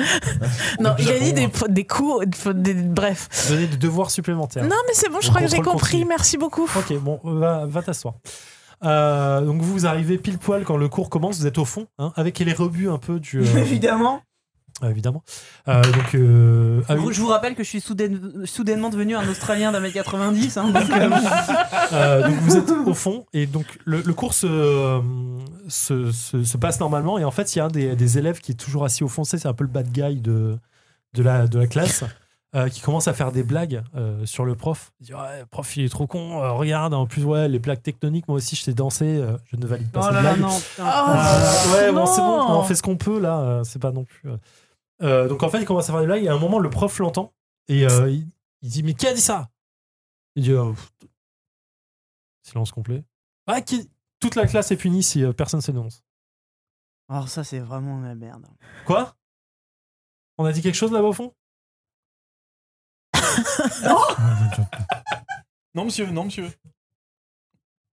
Non,
Au
il a
Japon,
dit des,
hein.
fa- des coups, des- des- bref.
Donner des devoirs supplémentaires.
Non, mais c'est bon,
On
je crois que j'ai
contrôle
compris.
continue.
Merci beaucoup.
Ok, bon, va, va t'asseoir. Euh, donc vous arrivez pile poil quand le cours commence, vous êtes au fond, hein, avec les rebuts un peu du... euh,
Évidemment.
euh, évidemment. Euh, donc... euh, ah oui,
Je vous rappelle que je suis soudaine- soudainement devenu un Australien d'un mètre 90. hein, donc, euh,
Euh, donc vous êtes au fond et donc le, le cours se, euh, se, se- se passe normalement et en fait il y a un des, des élèves qui est toujours assis au fond, c'est c'est un peu le bad guy de, de, la, de la classe. euh, qui commence à faire des blagues euh, sur le prof. Il dit ouais, prof, il est trop con. euh, regarde, en plus ouais, les plaques tectoniques. Moi aussi, je sais danser. euh, je ne valide pas
oh
cette
là Oh, là,
blague.
non, putain.
Ah.
Euh, ouais, bon, c'est bon.
non.
On fait ce qu'on peut là. euh, C'est pas non plus. euh. Euh, donc en fait, il commence à faire des blagues. Et à un moment, le prof l'entend et euh, il, il dit mais qui a dit ça Il dit euh, pff, silence complet. Ah, qui Toute la classe est punie si euh, personne se dénonce.
Alors Oh, ça, c'est vraiment la merde.
Quoi On a dit quelque chose là-bas au fond
Non, monsieur, non, monsieur.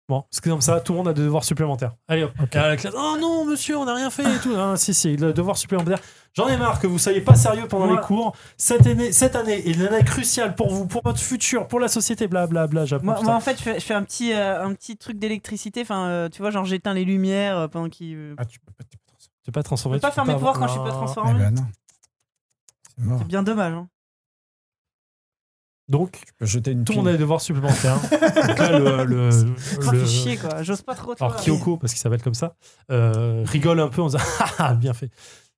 Bon, parce que comme ça, tout le monde a des devoirs supplémentaires. Allez hop. Et à la classe, oh non, monsieur, on n'a rien fait et tout. Ah, si, si, le devoir supplémentaire. J'en ai marre que vous soyez pas sérieux pendant
Moi-
les cours. Cette année, cette année est une année cruciale pour vous, pour votre futur, pour la société, blablabla. J'apprends
Moi,
tout
moi,
ça.
en fait, je fais, je fais un, petit, euh, un petit truc d'électricité. Enfin, euh, tu vois, genre j'éteins les lumières euh, pendant qu'il. euh,
Ah, tu peux pas, t'es pas transformé.
Tu
Je peux pas
peux pas transformer. tu
faire mes
avoir-
devoirs quand je suis pas
Ah.
transformé.
Eh ben non. C'est mort.
C'est bien dommage. hein.
Donc,
Tu peux jeter une
tout
pile.
le monde a des devoirs supplémentaires. Donc là, le- le-
Ça
le-
fait Oh, chier quoi. J'ose pas trop. tu
Alors
vois.
Kyoko, parce qu'il s'appelle comme ça, euh, rigole un peu en disant Ah, ah, bien fait.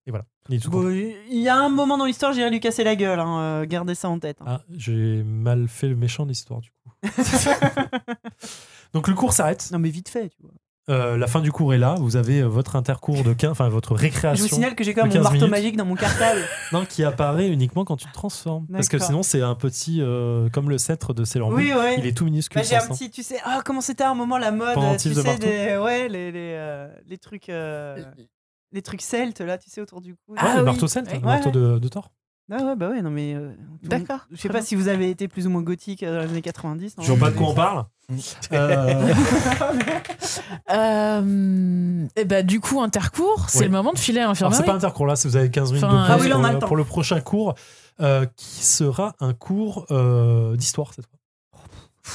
Et voilà. Il est tout
Bon,
content.
Il y a un moment dans l'histoire, j'irai lui casser la gueule. hein, euh, Gardez ça en tête. hein.
Ah, j'ai mal fait le méchant de l'histoire, du coup. Donc le cours s'arrête.
Non mais vite fait. Tu vois.
Euh, la fin du cours est là. Vous avez euh, votre intercours de 15, enfin
Je
votre
vous
récréation.
signale que j'ai quand même
de
mon
15
marteau
minutes.
magique dans mon cartable.
Non, qui apparaît uniquement quand tu te transformes. Parce que
D'accord.
sinon, c'est un petit. euh, comme le sceptre de Sailor Moon.
oui ouais.
Il est tout minuscule.
Bah, j'ai un
ça, ça.
petit, tu sais, ah comment c'était à un moment la mode, euh, tu
Pendentif de
sais,
marteau.
des, ouais, les, les, euh, les trucs, euh, les trucs celtes là, tu sais autour du cou.
Ouais,
Ah
le
oui.
marteau celte,
Ouais.
le marteau
Ouais,
de, de Thor.
Ah ouais, bah ouais, non mais. euh, tout-
D'accord.
Je sais pas si vous avez été plus ou moins gothique euh, dans les années 90. non
Je vois pas de quoi on parle. Euh,
Euh, et bah, du coup, intercours, c'est
Oui.
le moment de filer à
Alors
l'infirmerie.
c'est pas un intercours là, si vous avez 15 minutes
Enfin,
de
Ah
pause
oui, là, on
pour,
a le
le-
temps.
pour le prochain cours, euh, qui sera un cours euh, d'histoire cette fois.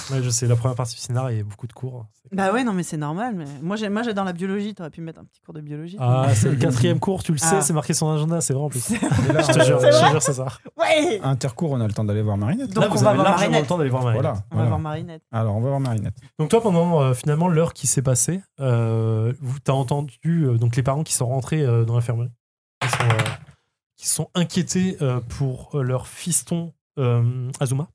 Ouais, je sais, la première partie du scénario, il y a beaucoup de cours.
Bah ouais, non mais c'est normal. Mais moi, j'ai- moi j'adore la biologie. T'aurais pu mettre un petit cours de biologie.
Ah, c'est le quatrième cours, tu le sais,
Ah.
c'est marqué sur son agenda, c'est vrai en plus. Je
Et là,
te jure, je
C'est
te
vrai
jure, c'est ça.
Ouais.
Intercours, on a le temps d'aller voir Marinette.
Donc
Là,
on
Ah, vous
va
avez
voir
largement le
Marinette.
temps d'aller voir Marinette.
Voilà.
On va
voilà.
voir Marinette.
Alors, on va voir Marinette.
Donc toi, pendant euh, finalement l'heure qui s'est passée, euh, vous- t'as entendu euh, donc les parents qui sont rentrés euh, dans l'infirmerie, qui sont, euh, qui sont inquiétés euh, pour euh, leur fiston euh, Azuma.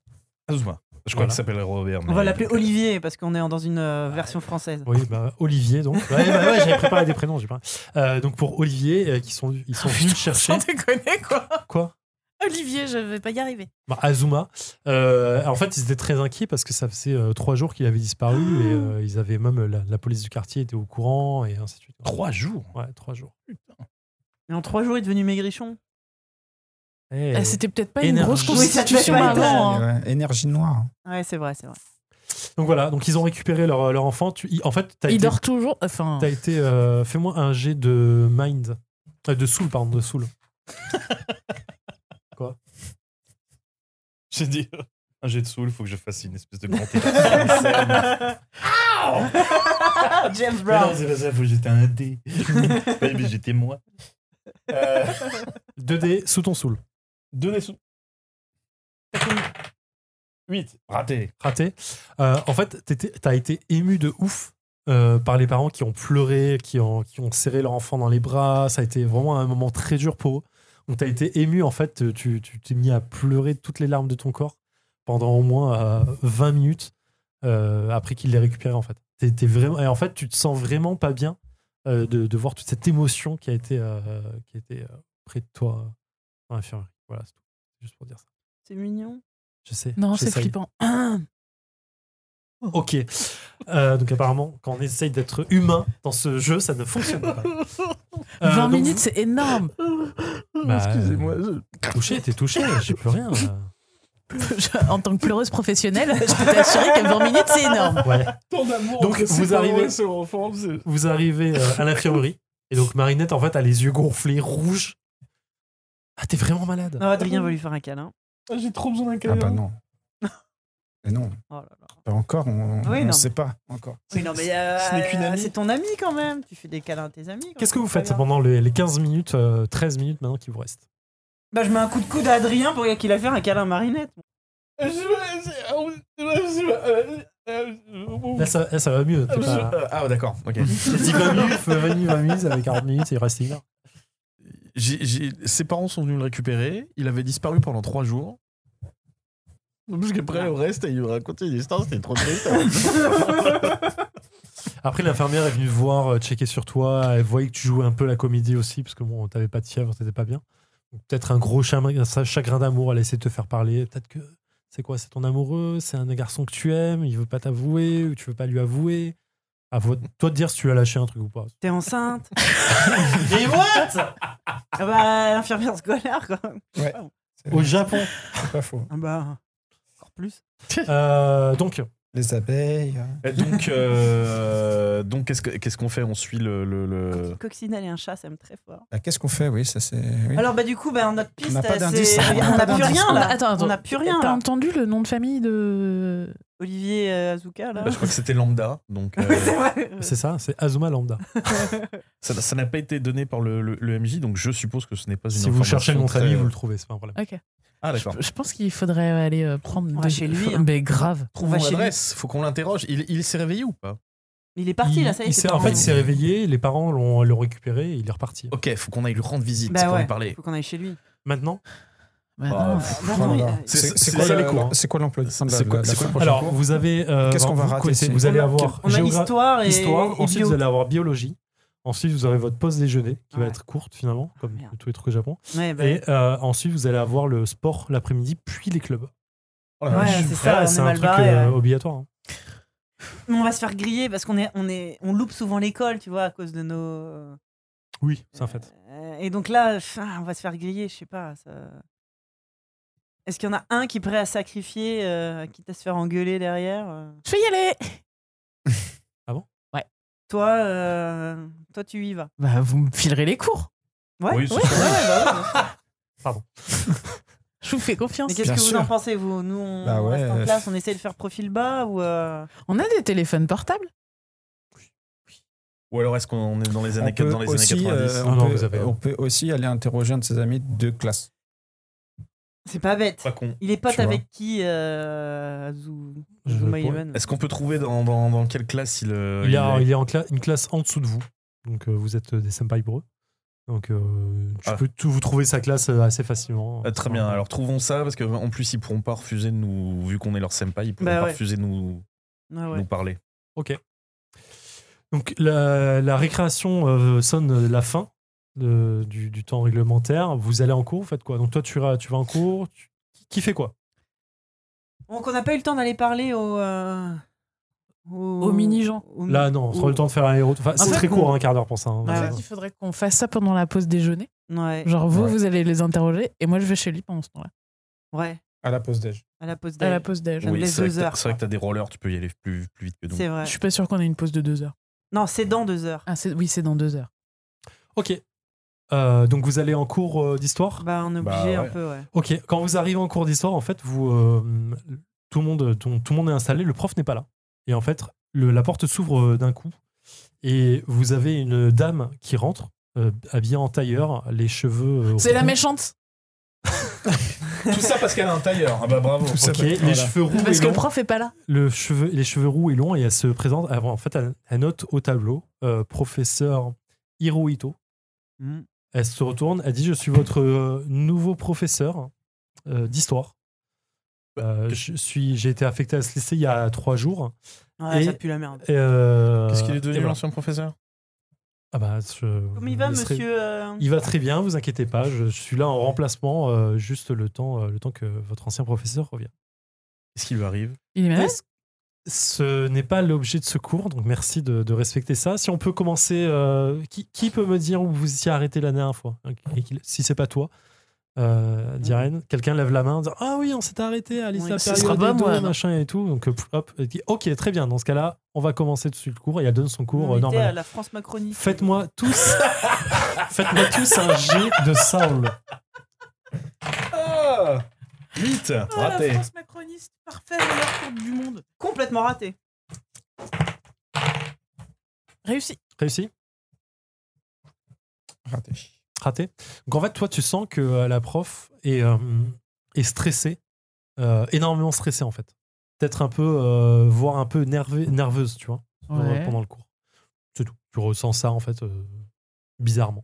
Azuma. Je crois
Voilà.
qu'il s'appelle Robert.
On
mais-
va l'appeler Olivier parce qu'on est dans une euh, version française.
Oui, bah, Olivier, donc. Ouais, bah, ouais, j'avais préparé des prénoms, j'ai pas. Euh, donc pour Olivier, euh, qui sont, ils sont venus le chercher.
Sans déconner, quoi.
Quoi
Olivier, je vais pas y arriver.
Bah, Azuma. Euh, en fait, ils étaient très inquiets parce que ça faisait euh, trois jours qu'il avait disparu et euh, ils avaient même la, la police du quartier était au courant et ainsi de suite.
Trois jours.
Ouais, trois jours.
Et en trois jours, il est devenu maigrichon.
Eh,
Ah, C'était peut-être pas une
Énergie.
grosse
Oui,
ça devait
constitution
pas être-
avant. hein.
Ouais, énergie noire.
Ouais, c'est vrai, c'est vrai.
donc voilà, donc ils ont récupéré leur, leur enfant. Tu- en fait, t'as
Il
été,
dort toujours. Enfin,
t'as été euh, fais-moi un jet de mind, Euh, de soul pardon, de soul.
J'ai dit, euh, un jet de soul, faut que je fasse une espèce de grand écart.
Ah, James
Mais non,
Brown.
c'est pas ça, faut que j'étais un dé. Ouais, mais j'étais moi. Euh,
2D sous ton soul.
Donnez sous. 8. Raté.
raté. Euh, en fait, t'étais- t'as été ému de ouf euh, par les parents qui ont pleuré, qui ont, qui ont serré leur enfant dans les bras. Ça a été vraiment un moment très dur pour eux. Donc, t'as été ému, en fait, euh, tu tu t'es mis à pleurer toutes les larmes de ton corps pendant au moins euh, 20 minutes euh, après qu'il les récupéré, en fait. T'es- t'es vraiment, et en fait, tu te sens vraiment pas bien euh, de, de voir toute cette émotion qui a été, euh, qui a été euh, près de toi euh, dans l'infirmerie. Voilà, c'est tout. Juste pour dire ça.
C'est mignon.
Je sais.
non, c'est
j'essaye.
flippant.
Ok. Euh, donc apparemment, quand on essaye d'être humain dans ce jeu, ça ne fonctionne pas. Euh,
20
donc
minutes, c'est énorme.
vous- bah, euh, Touché, t'es touché, j'ai plus rien. euh.
Je- en tant que pleureuse professionnelle, je peux t'assurer qu'à 20 minutes, c'est énorme.
Ouais.
Ton amour,
Donc,
c'est
vous
pas
arrivez-
vrai, c'est enfant, c'est-
Vous arrivez euh, à l'infirmerie. Et donc, Marinette, en fait, a les yeux gonflés, rouges. Ah, t'es vraiment malade.
Non, Adrien va lui faire un câlin.
Ah, J'ai trop besoin d'un
Ah
câlin.
bah non. Mais non,
Oh là là.
pas encore, on
Oui,
ne
non.
sait pas encore.
Oui, non, mais euh,
Ce n'est qu'une amie.
c'est ton ami quand même. Tu fais des câlins à tes amis. quand
Qu'est-ce que
même,
vous
c'est pas
faites
grave.
pendant le- les 15 minutes, euh, 13 minutes maintenant qui vous restent
Bah, je mets un coup de coude à Adrien pour qu'il a fait un câlin à Marinette.
Je- je- je- je-
Là, ça, là, ça va mieux. t'es
Euh,
pas- Mm.
je- Ah, d'accord, ok.
J'ai dit 20 minutes, 20 minutes, 20 minutes, ça fait 40 minutes, il reste une heure.
J'ai- j'ai- Ses parents sont venus le récupérer. Il avait disparu pendant trois jours. Parce qu'après le reste, il lui racontait une histoire, c'était trop triste. hein.
Après, l'infirmière est venue te voir, euh, checker sur toi. Elle voyait que tu jouais un peu la comédie aussi, parce que bon, t'avais pas de fièvre, t'étais pas bien. Donc, Peut-être un gros chagrin, un chagrin d'amour, elle a essayé de te faire parler. Peut-être que c'est quoi C'est ton amoureux C'est un garçon que tu aimes, il veut pas t'avouer, ou tu veux pas lui avouer à vo- toi de dire si tu l'as lâché un truc ou pas.
T'es enceinte. Mais what ah Bah, l'infirmière scolaire, quoi.
Au Japon.
C'est pas faux.
Ah bah, encore plus.
Euh, donc,
Les abeilles. euh,
Et donc, euh, donc qu'est-ce que- qu'est-ce qu'on fait On suit le. le- le-
Coccinelle et un chat, ça aime très fort.
bah, Qu'est-ce qu'on fait Oui, ça c'est. oui.
Alors, bah, du coup, bah, notre piste,
n'a pas
euh,
d'indice.
c'est-
On n'a
on n'a
pas
plus
d'indice.
rien, là.
Attends, attends.
On n'a plus rien,
T'as
là.
entendu le nom de famille de.
Olivier euh, Azuka, là.
Ah.
Bah, je crois que c'était lambda, donc euh,
C'est vrai.
c'est ça, c'est Azuma Lambda.
ça ça n'a pas été donné par le, le- le MJ, donc je suppose que ce n'est pas une.
Si vous cherchez le nom de
information
famille,
très-
euh,
vous le trouvez, c'est pas un problème.
Ok.
Ah
Je,
d'accord.
je pense qu'il faudrait aller euh, prendre.
On va
des-
chez lui, hein.
Mais grave.
On va
Trouvons
chez lui.
l'adresse. Faut qu'on l'interroge. Il, il s'est réveillé ou pas
Il est parti,
Il-
là, ça y est.
il
ses
s'est- en
parents,
fait,
ils-
il s'est réveillé, les parents l'ont l'ont récupéré et il est reparti.
Ok, faut qu'on aille lui rendre visite
Bah
pour
ouais,
lui parler.
faut qu'on aille chez lui.
Maintenant,
Bah,
Ah,
non.
Non, non, euh,
Voilà.
il-
C'est-
Oh C'est
c'est
c'est quoi
ça,
la-
les cours, hein.
c'est quoi l'emploi du temps de la-
C'est quoi-
la-
c'est
la
quoi le
prochaine
alors
cour
vous avez. euh,
Qu'est-ce qu'on va
vous
rater,
connaissez-
c'est-
Vous allez
on a-
avoir
On a
géogra-
histoire et.
histoire,
et
ensuite
bio.
vous allez avoir biologie, ensuite vous aurez votre pause déjeuner qui va
Ouais.
être courte finalement, comme
merde.
tous les trucs au Japon,
Ouais, bah,
et euh, ensuite vous allez avoir le sport l'après-midi, puis les clubs.
Oh la
ouais,
vache.
c'est ça,
Ah,
on est
c'est un
mal
truc
barré.
euh,
ouais.
obligatoire. hein.
Mais On va se faire griller parce qu'on est, on est, on loupe souvent l'école, tu vois, à cause de nos.
Oui, c'est un fait.
Euh, et donc là, pff, ah, on va se faire griller, je sais pas. ça- Est-ce qu'il y en a un qui est prêt à sacrifier, euh, quitte à se faire engueuler derrière euh
Je vais y aller.
Toi, euh, toi, tu y vas.
Bah, vous me filerez les cours.
Ouais.
Oui, c'est
Ouais,
ça.
ouais, ouais, bah ouais, bien sûr.
Je vous fais confiance.
Mais qu'est-ce
Bien
que vous en
sûr.
pensez vous Nous, on
Bah ouais,
reste en
euh,
classe, on essaie de faire profil bas ou euh,
On a des téléphones portables
Ou alors est-ce qu'on est dans les années,
on peut,
dans les années
aussi,
90
euh,
Non,
on,
non,
peut,
vous avez-
on peut aussi aller interroger un de ses amis de classe.
c'est pas bête.
Pas con.
Il est pote
Tu vois.
avec qui euh, Azou...
Je
Azuma
pourrais-
Eleven
Est-ce qu'on peut trouver dans, dans, dans quelle classe il, euh,
il,
il
a-
est
il est en cla- une classe en dessous de vous, donc euh, vous êtes euh, des senpai pour eux. Donc euh, tu
Ah.
peux tout, vous trouver sa classe euh, assez facilement.
Ah, très bien, alors trouvons ça parce qu'en plus ils pourront pas refuser de nous, vu qu'on est leur senpai, ils pourront
Bah
pas
ouais.
refuser de nous,
Ouais, ouais.
nous parler.
Donc la, la récréation euh, sonne la fin de- du, du temps réglementaire. Vous allez en cours, vous faites quoi Donc toi tu, iras- tu vas en cours, tu- qui- qui fait quoi
Donc on n'a pas eu le temps d'aller parler au. euh,
Au mini-Jean.
au mi-
Là non, on aura le temps de faire un héros. Enfin, c'est
fait,
très court,
on-
un quart d'heure pour ça. hein.
Ouais.
En fait, il faudrait qu'on fasse ça pendant la pause déjeuner.
Ouais.
Genre, vous,
Ouais.
vous allez les interroger et moi, je vais chez lui pendant ce temps-là.
ouais,
À la pause déj.
à la pause
À
d'âge.
la pause déjeuner.
me laisse
c'est vrai
deux
que t'as-
heures,
c'est vrai que t'as des rollers, tu peux y aller plus, plus vite que nous.
C'est vrai.
Je suis pas sûr qu'on ait une pause de deux heures.
Non, c'est dans deux heures.
Ah, c'est- oui, c'est dans deux heures.
Ok. Euh, donc vous allez en cours euh, d'histoire
Bah, on est
Bah,
obligé un
ouais.
peu, ouais.
Ok, quand vous arrivez en cours d'histoire, en fait, vous, euh, tout, le monde, tout, tout le monde est installé, le prof n'est pas là. Et en fait, le- la porte s'ouvre euh, d'un coup, et vous avez une dame qui rentre, euh, habillée en tailleur, les cheveux... euh,
C'est la
roux.
méchante
Tout ça parce qu'elle a un tailleur. Ah bah bravo.
Tout ça
Ok,
peut être-
les
voilà.
cheveux roux
parce
et
que le
longs.
prof est pas là.
le cheveu, les cheveux roux et longs et elle se présente. elle- en fait, elle, elle note au tableau euh, professeur Hirohito.
Mhm.
Elle se retourne, elle dit Je suis votre euh, nouveau professeur euh, d'histoire. Euh, je suis, j'ai été affecté à ce lycée il y a trois jours.
Ouais,
Et-
ça pue la merde.
Et, euh,
Qu'est-ce qu'il est
et
devenu
voilà.
l'ancien professeur
Ah bah, je-
Comment il va,
je serai-
monsieur euh,
Il va très bien, vous inquiétez pas. Je, je suis là en remplacement, euh, juste le temps, euh, le temps que votre ancien professeur revienne.
Qu'est-ce qui lui arrive
Il est malade
Est-ce- Ce n'est pas l'objet de ce cours, donc merci de, de respecter ça. Si on peut commencer, euh, qui, qui peut me dire où vous étiez arrêté la dernière fois hein, et qu'il- Si c'est pas toi, euh, d'Irene. Quelqu'un lève la main, en disant, ah oui, on s'est arrêté, Alice,
Oui.
la
Ce
période
sera
et
pas
tout,
moi, non.
machin et tout. Donc, euh, hop, elle dit, ok, très bien. Dans ce cas-là, on va commencer tout de suite le cours et elle donne son cours euh,
On était à
normal.
la France Macronie.
Faites-moi tous, faites-moi tous un jet de soul.
Ah 8
Ah,
Raté
macroniste, parfait, meilleur cours du monde.
Complètement raté.
Réussi.
Réussi,
Raté.
raté. Donc en fait, toi, tu sens que euh, la prof est, euh, est stressée, euh, énormément stressée en fait. Peut-être un peu, euh, voire un peu nervé- nerveuse, tu vois. pendant- pendant le cours. C'est tout. Tu ressens ça, en fait, euh, bizarrement.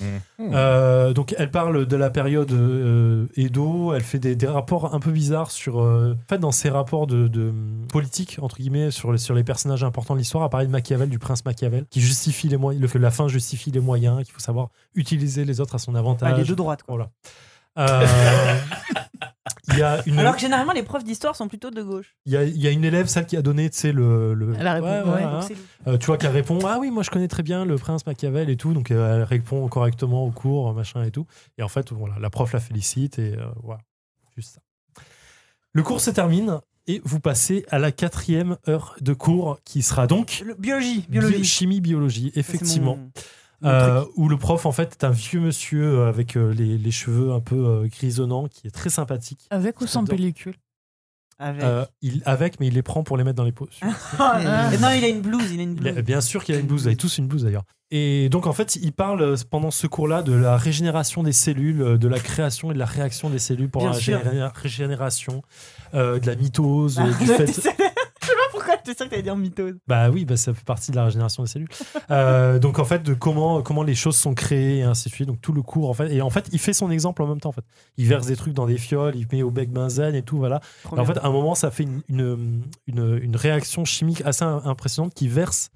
Hmm.
Euh, donc, elle parle de la période euh, Edo. Elle fait des, des rapports un peu bizarres sur. euh, en fait, dans ses rapports de, de, hum, politique, entre guillemets, sur, les- sur les personnages importants de l'histoire, elle parle de Machiavel, du prince Machiavel, qui justifie les moyens, le, que la fin justifie les moyens, qu'il faut savoir utiliser les autres à son
Ah,
avantage.
les deux droites, quoi.
Voilà. Euh, Il y a une.
Alors que généralement, les profs d'histoire sont plutôt de gauche.
Il y, a, il y a une élève, celle qui a donné, tu sais, le, le-
La réponse,
Ouais, ouais,
ouais.
ouais.
Donc, c'est-
Euh, tu vois qu'elle répond Ah oui, moi je connais très bien le prince Machiavel et tout, donc euh, elle répond correctement au cours, machin et tout. Et en fait, voilà, la prof la félicite et euh, voilà, juste ça. Le cours se termine et vous passez à la quatrième heure de cours qui sera donc
Le- biologie,
bio-
biologie.
chimie biologie,
Ça, c'est mon-
effectivement.
mon truc.
Euh, où le prof, en fait, est un vieux monsieur euh, avec euh, les, les cheveux un peu euh, grisonnants qui est très sympathique.
Avec ou sans
J'adore.
pellicule
Avec.
Euh, il, avec, mais il les prend pour les mettre dans les poches.
Ah, non, il a une blouse, il a une
Il a-
blouse.
bien sûr qu'il a une blouse, ils ont tous une blouse d'ailleurs. Et donc en fait, il parle euh, pendant ce cours-là de la régénération des cellules, euh, de la création et de la réaction des cellules pour
Bien
la
sûr.
géné- régénération, euh, de la mitose, euh,
Ah,
du
je
fait.
sais pas pourquoi j'étais sûr que t'allais dire mitose.
Bah oui, bah, ça fait partie de la régénération des cellules. Euh, donc en fait, de comment, comment les choses sont créées et ainsi de suite. Donc tout le cours en fait. Et en fait, il fait son exemple en même temps en fait. Il verse des trucs dans des fioles, il met au bec benzène et tout, voilà.
Trop
Et en
bien.
fait, à un moment, ça fait une, une, une- une réaction chimique assez impressionnante qui verse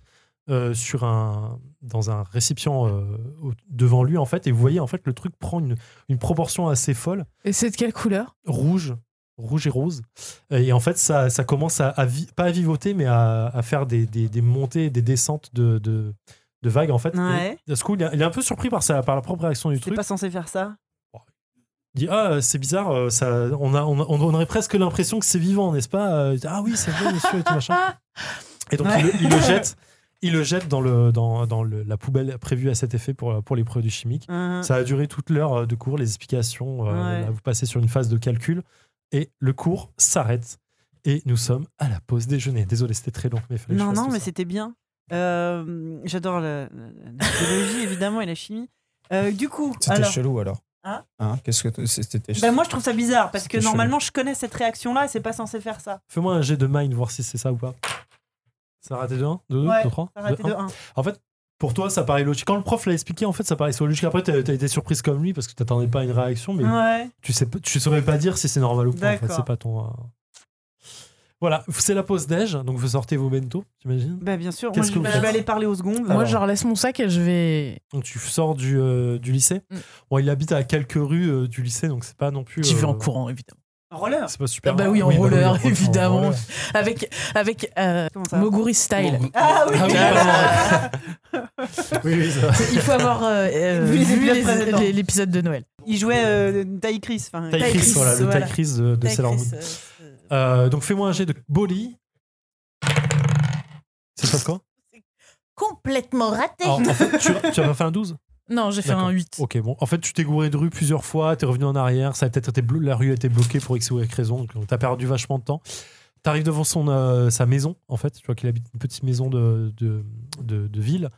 euh, sur un, dans un récipient euh, au- devant lui, en fait. Et vous voyez, en fait, le truc prend une, une proportion assez folle,
Et c'est de quelle couleur
rouge, rouge et rose. Et en fait, ça, ça commence à, à vi- pas à vivoter, mais à, à faire des, des- des montées, des descentes de, de, de vagues, en fait.
Ouais.
Et à ce coup, il est, il est un peu surpris par, sa, par la propre réaction du
T'es
truc.
pas censé faire ça
Il dit ah c'est bizarre euh, ça on a on, a- on aurait presque l'impression que c'est vivant n'est-ce pas Euh, il dit, ah oui c'est vrai monsieur et tout machin et donc il, le- il le jette il le jette dans le dans, dans le- la poubelle prévue à cet effet pour pour les produits chimiques
Hein.
ça a duré toute l'heure euh, de cours les explications euh,
Ouais.
là, vous passez sur une phase de calcul et le cours s'arrête et nous sommes à la pause déjeuner désolé c'était très long mais il fallait que je
Non,
fasse
non,
tout
mais
ça.
c'était bien. Euh, J'adore la, la- la biologie, évidemment, et la chimie. Euh, du coup,
C'était
alors,
chelou alors.
Hein
Qu'est-ce que t- c'était
ben moi je trouve ça bizarre parce que
C'était
normalement je connais cette réaction-là, et c'est pas censé faire ça.
fais-moi un jet de mind voir si c'est ça ou pas ça a raté de 1 de 2
Ouais,
de 3
T'as raté de 1.
En fait, pour toi, ça paraît logique. Quand le prof l'a expliqué, en fait, ça paraissait logique. Après, t'as t'as été surprise comme lui parce que t'attendais pas une réaction, mais
Ouais.
tu sais, pas- tu saurais pas dire si c'est normal ou pas. En fait,
D'accord.
c'est pas ton. euh, Voilà, c'est la pause déj, donc vous sortez vos bento, j'imagine.
Bah bien sûr, moi,
Qu'est-ce
je,
que vous
je
faites
vais aller parler aux secondes.
Moi, genre, laisse mon sac et je vais.
Donc tu sors du, euh, du lycée.
Mm.
Bon, il habite à quelques rues euh, du lycée, donc c'est pas non plus.
J'y vais
euh,
en courant, évidemment.
Oh, Roller
C'est pas super.
Ah bah oui, en
oui, bah oui,
roller,
en roller, en
évidemment.
roller.
Avec, avec euh,
Comment ça
Moguri style.
Ah oui,
Ah oui, Oui, oui, ça va.
Il faut avoir euh, euh,
Vu les
vu
épisodes
les-
précédents.
les- l'épisode de Noël.
Il jouait euh, Taille Chris. enfin,
Taille
Taille
Chris,
Chris,
voilà, le
voilà.
taille Chris de, de Sailor Moon. Euh, donc fais-moi un jet de Boli. C'est pas quoi
Complètement raté.
Alors, en fait, tu, tu avais fait un 12
Non, j'ai fait
D'accord.
un 8.
Ok, bon. En fait, tu t'es gouré de rue plusieurs fois, t'es revenu en arrière, ça a peut-être été blo- la rue a été bloquée pour X ou Y raison, donc euh, t'as perdu vachement de temps. T'arrives devant son, euh, sa maison, en fait, tu vois qu'il habite une petite maison de, de, de- de ville.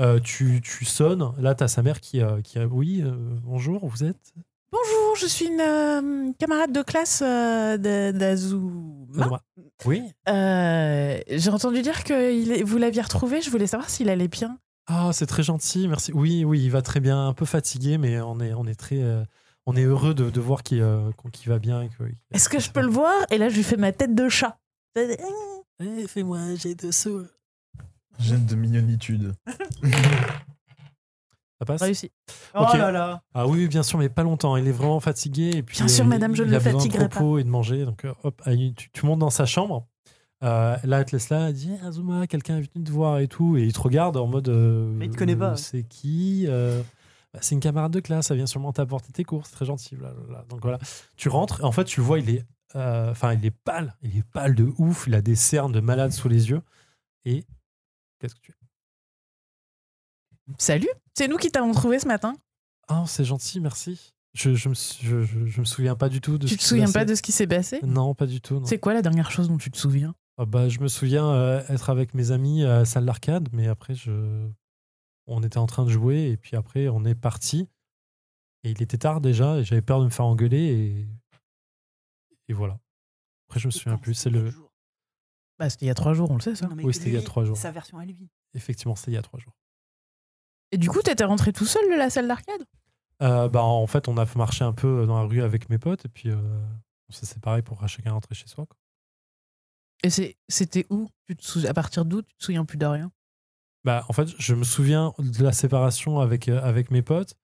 Euh, tu, tu sonnes, là t'as sa mère qui, euh, qui a- oui, euh, bonjour, vous êtes
Bonjour, je suis une euh, camarade de classe euh, de- d'Azuma.
Oui.
Euh, j'ai entendu dire que il est- vous l'aviez retrouvé. Je voulais savoir s'il allait bien.
Ah, c'est très gentil, merci. Oui, oui, il va très bien, un peu fatigué, mais on est, on est très, euh, on est heureux de, de voir qu'il euh, qu'on- qu'il va bien. et que-
Est-ce que je peux le voir Et là, je lui fais ma tête de chat. eh,
Fais-moi un jet de saut.
J'ai de mignonitude.
Ça passe
Réussi.
Oh
ok.
là là.
Ah oui, oui, bien sûr, mais pas longtemps. Il est vraiment fatigué. Et puis,
Bien sûr,
il-
madame, je
il
ne
a
le
besoin de
fatiguerai
repos et de manger. Donc, euh, hop, allez, tu, tu montes dans sa chambre. Euh, là, elle te laisse là. Elle dit Ah, Azuma, quelqu'un est venu te voir et tout. Et il te regarde en mode. euh,
Mais il te connaît pas.
C'est qui Euh, Bah, c'est une camarade de classe, elle vient sûrement t'apporter tes courses, très gentille. blablabla. Donc voilà, tu rentres, et en fait, tu le vois, il est, euh, enfin, il est pâle, il est pâle de ouf, il a des cernes de malade sous les yeux. Et qu'est-ce que tu es
Salut, c'est nous qui t'avons trouvé ce matin.
Ah, c'est gentil, merci. Je, je, me, sou- je, je- je me souviens pas du tout de. ce
Tu te
qui s'est
souviens
passé.
pas de ce qui s'est passé
Non, pas du tout. non.
C'est quoi la dernière chose dont tu te souviens
Ah bah, je me souviens euh, être avec mes amis à la salle d'arcade, mais après, je... on était en train de jouer et puis après, on est parti. Et il était tard déjà et j'avais peur de me faire engueuler et, et voilà. Après, je me souviens plus. C'est le...
Bah, c'était il y a trois jours, on le sait, ça.
Oui, c'était il y a trois jours.
Sa version à lui.
Effectivement, c'est il y a trois jours.
Et du coup, t'étais rentré tout seul de la salle d'arcade
Euh, bah, en fait, on a marché un peu euh, dans la rue avec mes potes et puis euh, on s'est séparés pour chacun rentrer chez soi. quoi.
Et c'est- c'était où tu te sou- À partir d'où tu te souviens plus de rien
Bah, en fait, je me souviens de la séparation avec, euh, avec mes potes,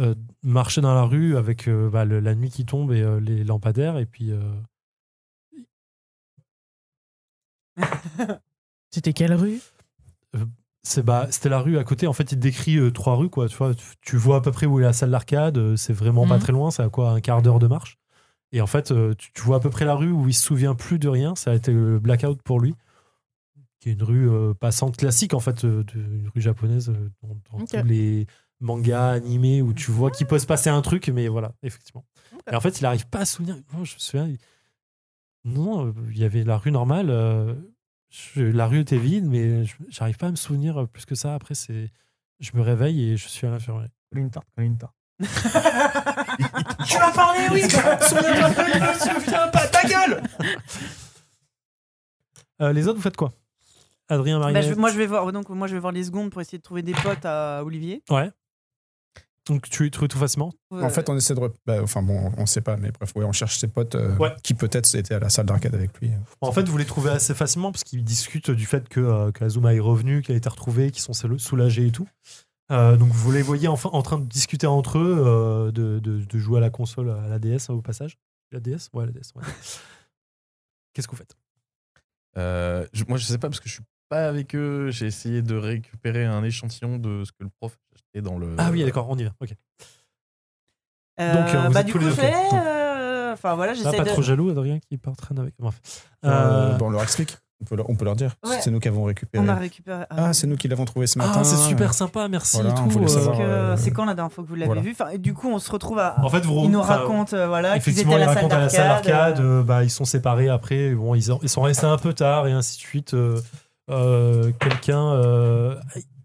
euh, marcher dans la rue avec euh, bah, le- la nuit qui tombe et euh, les lampadaires, et puis euh,
C'était quelle rue
c'est bah, c'était la rue à côté. En fait, il décrit euh, trois rues, quoi. Tu vois, tu, tu vois à peu près où est la salle d'arcade. euh, c'est vraiment pas
Mhm.
très loin. C'est à quoi un quart d'heure de marche. Et en fait, euh, tu, tu vois à peu près la rue où il se souvient plus de rien. Ça a été le blackout pour lui, qui est une rue euh, passante classique en fait, euh, de- une rue japonaise euh, dans, dans
Ok.
tous les mangas animés où tu vois qu'il peut se passer un truc, mais voilà, effectivement. Et en fait, il arrive pas à se souvenir. Non, je me souviens. il- Non, euh, il y avait la rue normale. euh, je- la rue était vide, mais je- j'arrive pas à me souvenir euh, plus que ça. Après, c'est, je me réveille et je suis à l'infirmerie.
Une tarte, une tarte.
Tu m'as parlé, oui
Euh, les autres, vous faites quoi Adrien, Marie.
Moi, Bah, je vais voir donc, moi, je vais voir les secondes pour essayer de trouver des potes à Olivier.
Ouais. Donc tu trouves tout facilement.
Euh,
En fait, on essaie de. rep- bah, enfin bon, on sait pas, mais bref, ouais, on cherche ses potes euh,
Ouais.
qui peut-être étaient à la salle d'arcade avec lui. Euh,
En fait, vous les trouvez assez facilement parce qu'ils discutent du fait que, euh, que Azuma est revenu, qu'il a été retrouvé, qu'ils sont sel- soulagés et tout. Euh, donc vous les voyez enfin en train de discuter entre eux, euh, de, de- de jouer à la console, à la DS hein, au passage. La DS Ouais, la DS. ouais. Qu'est-ce que vous faites
Euh, je- moi, je sais pas parce que je suis pas avec eux. J'ai essayé de récupérer un échantillon de ce que le prof a acheté dans le.
Ah oui, d'accord, on y va. Ok.
euh,
donc, euh, vous
bah,
êtes
du
tous
coup,
les
je
deux,
fais.
ok.
euh, Enfin, voilà,
Ah,
j'essaie
pas
de.
trop jaloux, Adrien qui part traîne avec. Bref.
Euh,
Euh,
bon, on leur explique. On peut leur, on peut leur dire.
Ouais.
C'est nous qui avons récupéré.
On a récupéré. Euh,
Ah, c'est nous qui l'avons trouvé ce matin. euh,
Ah, c'est super sympa, merci
Voilà,
et
on
tout.
voulait
Parce
euh,
savoir.
que
euh,
c'est quand la dernière fois que vous l'avez
voilà.
vu Enfin, et Du coup, on se retrouve à.
En fait, vous
Ils nous
Oh, enfin,
racontent euh, voilà, qu'ils étaient
Effectivement,
à
ils
la salle
racontent à la salle
d'arcade.
d'arcade, euh, bah, ils sont séparés après, bon, ils, en- ils sont restés un peu tard et ainsi de suite. euh, euh, quelqu'un. euh,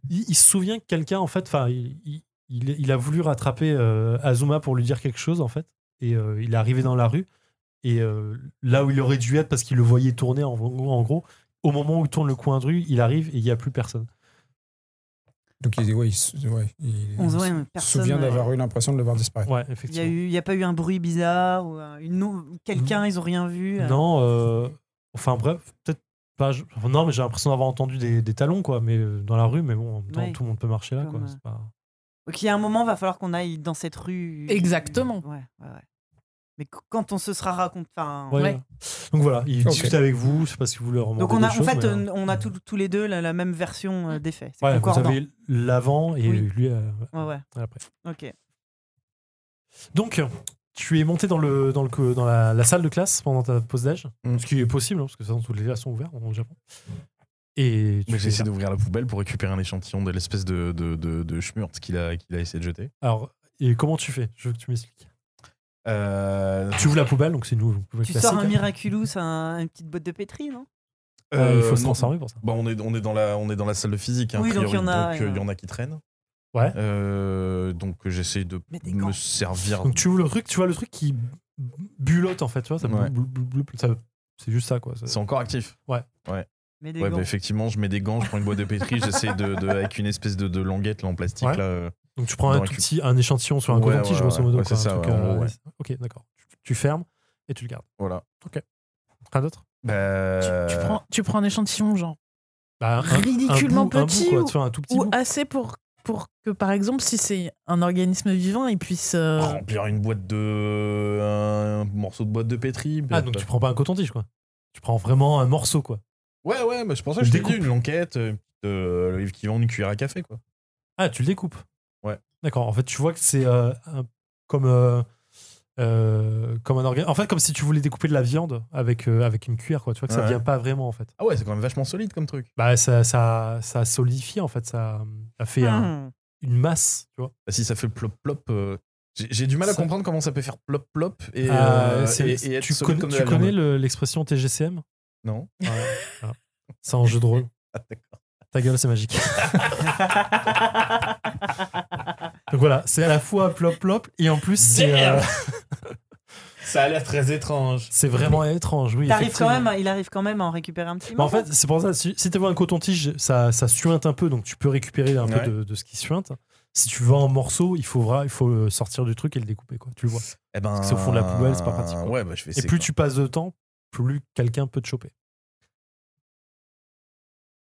il, il se souvient que quelqu'un, en fait, enfin, il, il- il- il a voulu rattraper euh, Azuma pour lui dire quelque chose, en fait, et euh, il est arrivé dans la rue. Et euh, là où il aurait dû être, parce qu'il le voyait tourner, en, en gros, au moment où il tourne le coin de rue, il arrive et il n'y a plus personne.
Donc, il, ouais, il, se- ouais, il-
euh, On se
il
voit, mais
se
personne.
souvient
euh,
d'avoir eu l'impression de le voir disparaître.
Ouais,
Il n'y a,
effectivement.
eu- il y a pas eu un bruit bizarre ou un- une ou- quelqu'un, ils ont rien vu. euh.
Non, euh, enfin bref, peut-être pas. je- enfin, non, mais j'ai l'impression d'avoir entendu des, des talons, quoi, mais euh, dans la rue, mais bon, en même temps,
Ouais.
tout le monde peut marcher là,
Comme,
quoi.
euh,
c'est pas-
Donc il y a un moment, va falloir qu'on aille dans cette rue.
Exactement.
Ouais, ouais, ouais. Mais qu- quand on se sera raconté. enfin,
Ouais.
ouais.
Donc voilà, il
Ok.
discute avec vous, je sais pas si vous voulez remonter.
Donc on a,
des
en
choses,
fait,
mais, euh,
euh, on a tous- tous les deux la, la même version euh, des faits. C'est
Ouais, vous
concordant.
avez l'avant et
Oui.
lui euh,
Ouais, ouais,
après.
ok.
Donc, tu es monté dans, le, dans, le, co- dans la, la salle de classe pendant ta pause d'âge,
Mm.
ce qui est possible, hein, parce que de toute façon, toutes les classes sont ouvertes au Japon. Et tu
Mais
fais
j'ai essayé
ça.
d'ouvrir la poubelle pour récupérer un échantillon de l'espèce de, de, de, de schmurte qu'il a, qu'il a essayé de jeter.
Alors, et comment tu fais Je veux que tu m'expliques.
Euh,
Tu ouvres la poubelle, donc c'est une une poubelle
Tu
classique.
sors un
hein.
miraculous, un- une petite botte de pétri, non
Euh, il
euh,
faut se
non.
transformer pour ça.
Bah, on, est, on, est dans la, on est dans la salle de physique, hein,
Oui,
a
donc il y
priori,
en a,
donc,
ouais.
euh, il y en a qui traînent.
Ouais.
Euh, donc euh, j'essaie de
Mais des gants.
me servir.
Donc tu ouvres le truc, tu vois le truc qui bulotte en fait, tu vois, ça,
Ouais.
blou- blou- blou- blou- ça- c'est juste ça quoi. ça-
C'est encore actif.
Mais des
Ouais,
gants.
bah, effectivement, je mets des gants, je prends une boîte de pétri, j'essaie de, de- avec une espèce de, de languette là, en plastique.
Ouais.
Là, euh,
Donc tu prends
Dans
un
la
tout
cu-
petit, un échantillon sur un
Ouais,
coton-tige,
ouais,
grosso
ouais.
modo.
Ouais,
quoi,
c'est
un
ça,
truc, euh,
ouais, en gros, ouais.
Ok, d'accord. Tu, tu fermes et tu le gardes.
voilà.
Rien d'autre
Euh,
Tu, tu prends, tu prends un échantillon, genre,
Bah, un- un
ridiculement
bout- un bout,
petit
quoi,
ou-
tu vois, un tout petit
ou
bout.
assez pour, pour que, par exemple, si c'est un organisme vivant, il puisse. euh,
Oh,
Remplir une boîte de. un morceau de boîte de pétri. bah,
Ah, donc tu prends pas un coton-tige quoi. Tu prends vraiment un morceau quoi.
Ouais, ouais, mais c'est pour ça
Je
que je t'ai dit
découpe.
une enquête, euh, une petite, euh, le livre qui vend une cuillère à café, quoi.
Ah, tu le découpes.
Ouais.
D'accord. En fait, tu vois que c'est euh, un- comme, euh, euh, comme un organe. En fait, comme si tu voulais découper de la viande avec, euh, avec une cuillère, quoi. Tu vois que ça
Ouais.
vient pas vraiment, en fait.
Ah ouais, c'est quand même vachement solide comme truc.
Bah, ça, ça, ça solidifie, en fait. Ça, ça fait un-
Hmm.
une masse, tu vois.
Bah, si ça fait plop plop. euh, j'ai- J'ai du mal à
Ça-
comprendre comment ça peut faire plop plop et,
Euh,
euh,
c'est-
et- et être
tu
solide
connais,
comme de
tu
la viande.
connais le- l'expression TGCM
Non.
Ouais. Ah. C'est un jeu de rôle.
Ah, d'accord.
Ta gueule, c'est magique. Donc voilà, c'est à la fois plop plop et en plus c'est euh,
Ça a l'air très étrange.
c'est vraiment étrange. Oui,
Il arrive
effectivement.
quand même, il arrive quand même à en récupérer un petit
Mais
moment.
en fait, c'est pour ça, si, si tu un coton-tige, ça, ça suinte un peu, donc tu peux récupérer un
Ouais.
peu de, de ce qui suinte. Si tu vas en morceaux, il faudra, il faut le sortir du truc et le découper, quoi. Tu le vois.
Eh ben,
Parce qu'au fond de la poubelle, c'est pas pratique, quoi.
Ouais, bah, je vais
Et
essayer.
plus tu passes de temps, plus quelqu'un peut te choper.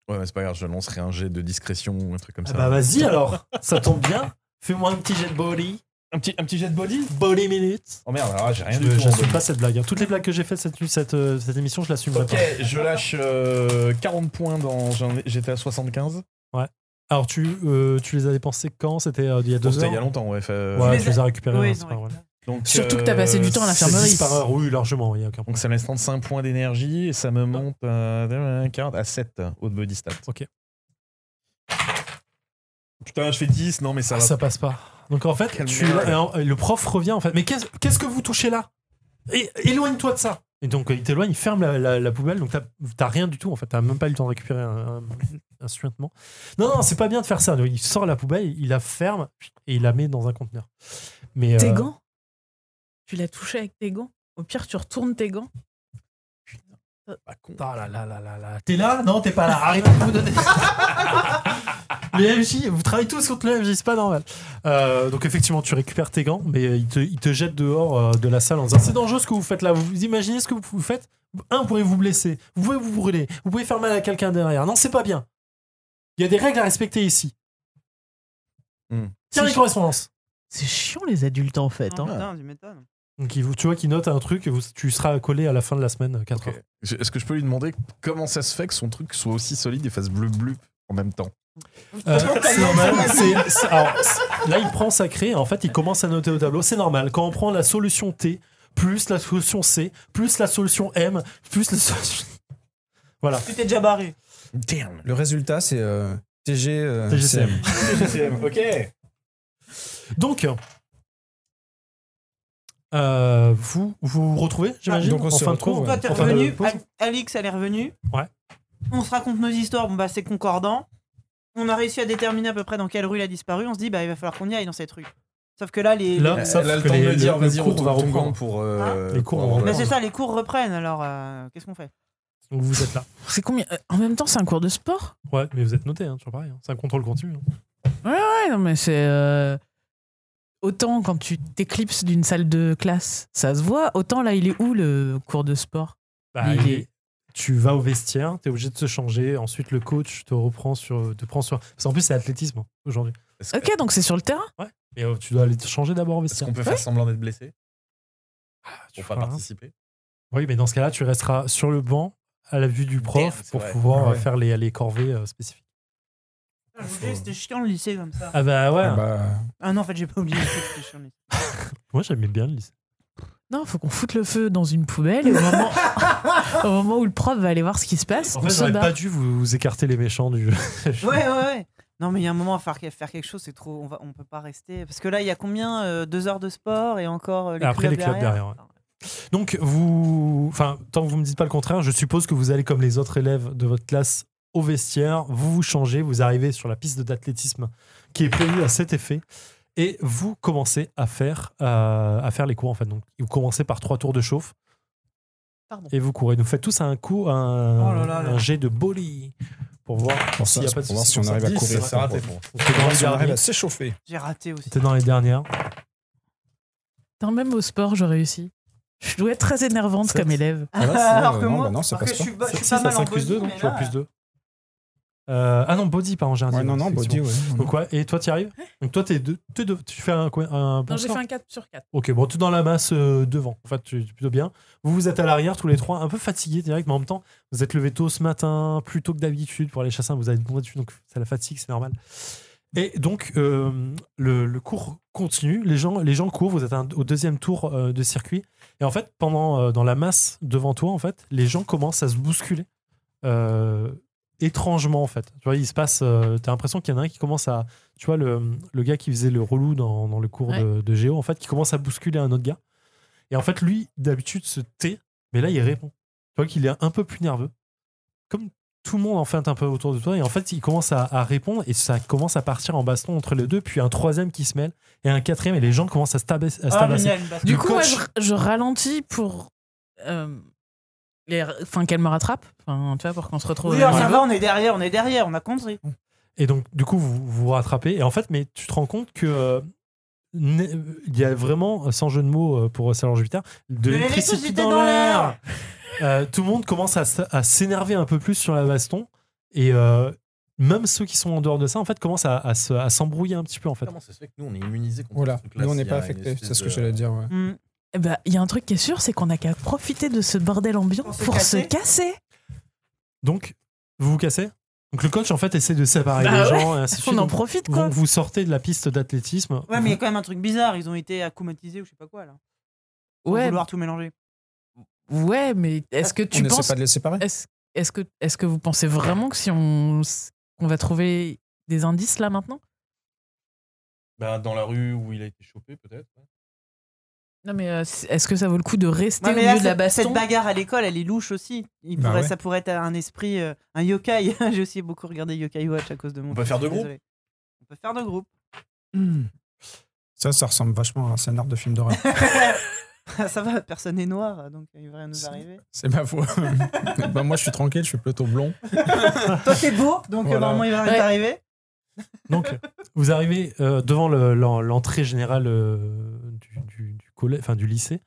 Ouais, mais c'est pas grave, je lancerai un jet de discrétion ou un truc comme ça.
bah vas-y alors, ça tombe bien. Fais-moi un petit jet de body,
un, petit, un petit jet de body
body minute.
Oh merde, alors là, j'ai rien du tout. en
J'assume
body.
pas cette blague. hein. Toutes les blagues que j'ai faites cette, cette, euh, cette émission, je l'assume
Ok, je lâche euh, 40 points dans. j'en ai- J'étais à 75.
pas. Alors tu, euh, tu les as dépensés quand C'était euh, il y a
Bon,
deux
C'était il y a
heures.
longtemps, ouais. fait- euh,
Ouais,
Tu
tu les as récupérés.
Oui,
hein,
ils
c'est
ont
pas grave.
Donc, euh,
Surtout que t'as passé du temps à la
c'est
fermerie.
10 par heure, oui, largement, il y a aucun
Donc
problème.
ça laisse 35 points d'énergie et ça me monte à 40 à 7 au body stat.
Ah. Ok.
Putain, je fais 10, non mais ça
Ah,
va.
ça passe pas. Donc en fait,
Quelle
tu-
merde.
et en- et le prof revient en fait. Mais qu'est-ce qu'est-ce que vous touchez là Et- Éloigne-toi de ça. Et donc euh, il t'éloigne, il ferme la, la- la poubelle, donc t'as- t'as rien du tout en fait. T'as même pas eu le temps de récupérer un, un, un suintement. Non, non, c'est pas bien de faire ça. Donc, il sort la poubelle, il la ferme et il la met dans un conteneur. Mais
Tes
euh,
gants Tu l'as touché avec tes gants Au pire, tu retournes tes gants.
Ah là là là là là. T'es là Non, t'es pas là. Arrêtez de vous donner. Les MJ, vous travaillez tous contre les MJ, c'est pas normal. Euh, donc effectivement, tu récupères tes gants, mais euh, ils te, ils te jettent dehors euh, de la salle en disant c'est dangereux ce que vous faites là. Vous imaginez ce que vous faites Un, vous pourrez vous blesser, vous pouvez vous brûler, vous pouvez faire mal à quelqu'un derrière. Non, c'est pas bien. Il y a des règles à respecter ici.
Hmm.
Tiens les
Si-
correspondances.
C'est chiant, les adultes, en fait.
Non,
hein.
putain, tu m'étonnes.
Donc il vous- tu vois qu'il note un truc, vous- tu seras collé à la fin de la semaine, euh, 4
Ok. Je- Est-ce que je peux lui demander comment ça se fait que son truc soit aussi solide et fasse bleu bleu en même temps
Euh, c'est normal. c'est- c'est- alors, c'est- là, il prend sa craie. En fait, il commence à noter au tableau. C'est normal. Quand on prend la solution T, plus la solution C, plus la solution M, plus la solution. Voilà.
Tu t'es déjà barré.
Damn
Le résultat, c'est euh, TG, euh,
TGCM.
CM.
Ok
Donc, euh, vous vous vous retrouvez, j'imagine,
Ah, donc on
en
se
fin de
retrouve,
cours.
ouais.
Toi, t'es
Enfin,
revenu.
de pause.
Al- Alix, elle est revenue.
Ouais.
On se raconte nos histoires. Bon, bah, c'est concordant. On a réussi à déterminer à peu près dans quelle rue il a disparu. On se dit, bah, il va falloir qu'on y aille dans ces trucs. Sauf que là, les.
Là,
Euh, Elle
sauf
a le
que
temps de
Ah, les-
me dire,
le- le
vas-y,
cours va
retourne ton
reprendre.
camp pour... euh,
Les cours
pour
vont
avoir
Bah,
la-
c'est ça, les cours reprennent. Alors, euh, qu'est-ce qu'on fait
Donc, vous êtes là.
C'est combien Euh, En même temps, c'est un cours de sport
Ouais, mais vous êtes noté, hein, toujours pareil. hein. C'est un contrôle continu. hein.
Ouais, non, mais c'est. euh, Autant quand tu t'éclipses d'une salle de classe, ça se voit. Autant là, il est où le cours de sport
Bah,
Il
il-
est-
Tu vas au vestiaire, t'es obligé de se changer. Ensuite, le coach te reprend sur, te prend sur. Parce qu'en plus, c'est athlétisme hein, aujourd'hui.
Est-ce que-
Ok, donc c'est sur le terrain
Mais euh, tu dois aller te changer d'abord au
est-ce
vestiaire.
qu'on peut faire semblant d'être blessé
Tu
pour pas
feras-
participer
Oui, mais dans ce cas-là, tu resteras sur le banc à la vue du prof
Merde, c'est
pour
vrai.
pouvoir
Ah
euh,
ouais.
faire les, les corvées euh, spécifiques.
Ah, Je vous dis, C'était chiant le lycée comme ça.
Ah bah ouais.
Ah bah,
Ah non, en fait, j'ai pas oublié. C'était chiant le lycée.
Moi, j'aimais bien le lycée.
Non, faut qu'on foute le feu dans une poubelle et au moment, au moment où le prof va aller voir ce qui se passe,
En
on
fait,
se
j'aurais
bat.
pas dû vous, vous écarter les méchants du jeu.
Ouais, ouais, ouais. Non, mais il y a un moment à faire, faire quelque chose, c'est trop. On, va, on peut pas rester. Parce que là, il y a combien euh, Deux heures de sport et encore euh, les
Et après,
clubs
les clubs derrière, ouais. Donc, vous. Enfin, tant que vous me dites pas le contraire, je suppose que vous allez, comme les autres élèves de votre classe, au vestiaire, vous vous changez, vous arrivez sur la piste d'athlétisme qui est prévue à cet effet. Et vous commencez à faire, euh, à faire les cours en fait. Donc, vous commencez par trois tours de chauffe.
Pardon.
Et vous courez. Nous faites tous un coup, un,
Oh là là là.
un jet de boli pour voir.
pour ça,
S'il y a
c'est
pas de
pour voir
soucis,
si on
ça
arrive à
dix,
courir.
ça,
fort,
raté
quoi.
pour moi.
T'es dans, les
Si on arrive
derniers.
à s'échauffer.
J'ai raté aussi.
T'es dans les dernières.
Non, même au sport, je réussis. Je dois être très énervante
Sept.
comme élève.
Ah ouais, sinon,
Alors
euh,
que
non,
moi,
bah non, ça
parce que
passe
je suis, ba- je suis
Si,
pas
ça,
mal en
cinq
body,
plus 2, donc
mais
tu vois
là, euh,
plus 2. ah non, body, pardon, j'ai un
Ouais,
zéro,
non, non, body,
effectivement.
ouais.
Donc, ouais, et toi, tu arrives Donc, toi, t'es deux, t'es deux- tu fais un, quoi- un bon score
4 sur 4.
Ok, bon, tout dans la masse euh, devant. En fait, tu- tu- plutôt bien. Vous, vous êtes à l'arrière, tous les trois, un peu fatigués direct, mais en même temps, vous êtes levé tôt ce matin, plus tôt que d'habitude pour aller chasser. Vous avez bon dessus, donc c'est la fatigue, c'est normal. Et donc, euh, le, le cours continue. Les gens, les gens courent. Vous êtes un- au deuxième tour euh, de circuit. Et en fait, pendant euh, dans la masse devant toi, en fait, les gens commencent à se bousculer euh, étrangement, en fait. Tu vois, il se passe. euh, T'as l'impression qu'il y en a un qui commence à. Tu vois, le, le gars qui faisait le relou dans, dans le cours
Ouais.
de, de Géo, en fait, qui commence à bousculer un autre gars. Et en fait, lui, d'habitude, se tait, mais là, il répond. Tu vois qu'il est un peu plus nerveux. Comme tout le monde en fait un peu autour de toi et en fait il commence à, à répondre et ça commence à partir en baston entre les deux puis un troisième qui se mêle et un quatrième et les gens commencent à se tabasser,
Ah,
à se tabasser.
Du
Le
coup, moi,
coach-
je, je ralentis pour. euh, les- Enfin, qu'elle me rattrape. Enfin, tu vois, pour qu'on se retrouve. euh,
Oui,
au
alors ça
niveau.
va, on est derrière, on est derrière, on a compris.
et donc du coup vous vous vous rattrapez et en fait mais tu te rends compte que euh, né- euh, il y a vraiment sans jeu de mots euh, pour Sailor Jupiter de l'électricité dans, l'air Euh, tout le monde commence à, s- à s'énerver un peu plus sur la baston et euh, même ceux qui sont en dehors de ça en fait commencent à, à se- à s'embrouiller un petit peu en fait
Comment ça se fait que nous on est immunisés contre
Voilà,
ce truc-là
nous on
s'il
n'est
y
pas
a une
affectés,
espèce
c'est ce que
de-
j'allais dire. ouais.
Hmm.
Eh ben, Il y a un truc qui est sûr, c'est qu'on n'a qu'à profiter de ce bordel ambiant
Pour se
pour se
casser.
casser.
Donc, vous vous cassez Donc, le coach, en fait, essaie de séparer
Bah
les
ouais,
gens et ainsi de suite.
On en
Donc,
profite,
vous,
quoi.
vous sortez de la piste d'athlétisme.
Ouais, mais il y a quand même un truc bizarre, ils ont été accoumatisés ou je sais pas quoi là. Pour
Ouais,
vouloir tout mélanger.
ouais, mais est-ce que
on
tu
n'essaie
penses.
pas de les séparer
Est-ce est-ce que, est que vous pensez vraiment que si on, on va trouver des indices là maintenant
Bah, dans la rue où il a été chopé, peut-être. ouais.
Non, mais euh, c- est-ce que ça vaut le coup de rester
Ouais,
au
mais
milieu
là,
de la
cette-
baston
Cette bagarre à l'école, elle est louche aussi. Il
Bah
pourrait-
ouais.
Ça pourrait être un esprit, euh, un yokai. J'ai aussi beaucoup regardé Yokai Watch à cause de mon.
On peut faire deux groupes
Désolé. On peut faire deux groupes.
Hmm.
Ça, ça ressemble vachement à un scénar de film d'horreur.
Ça va, personne n'est noir, donc il va rien nous arriver.
c'est ma voix. bah, moi, je suis tranquille, je suis plutôt blond.
Toi, t'es beau, donc euh,
Voilà.
normalement, il va rien
Ouais.
t'arriver.
Donc, vous arrivez euh, devant le- l'en- l'entrée générale euh, du, du, du collège, enfin, du lycée.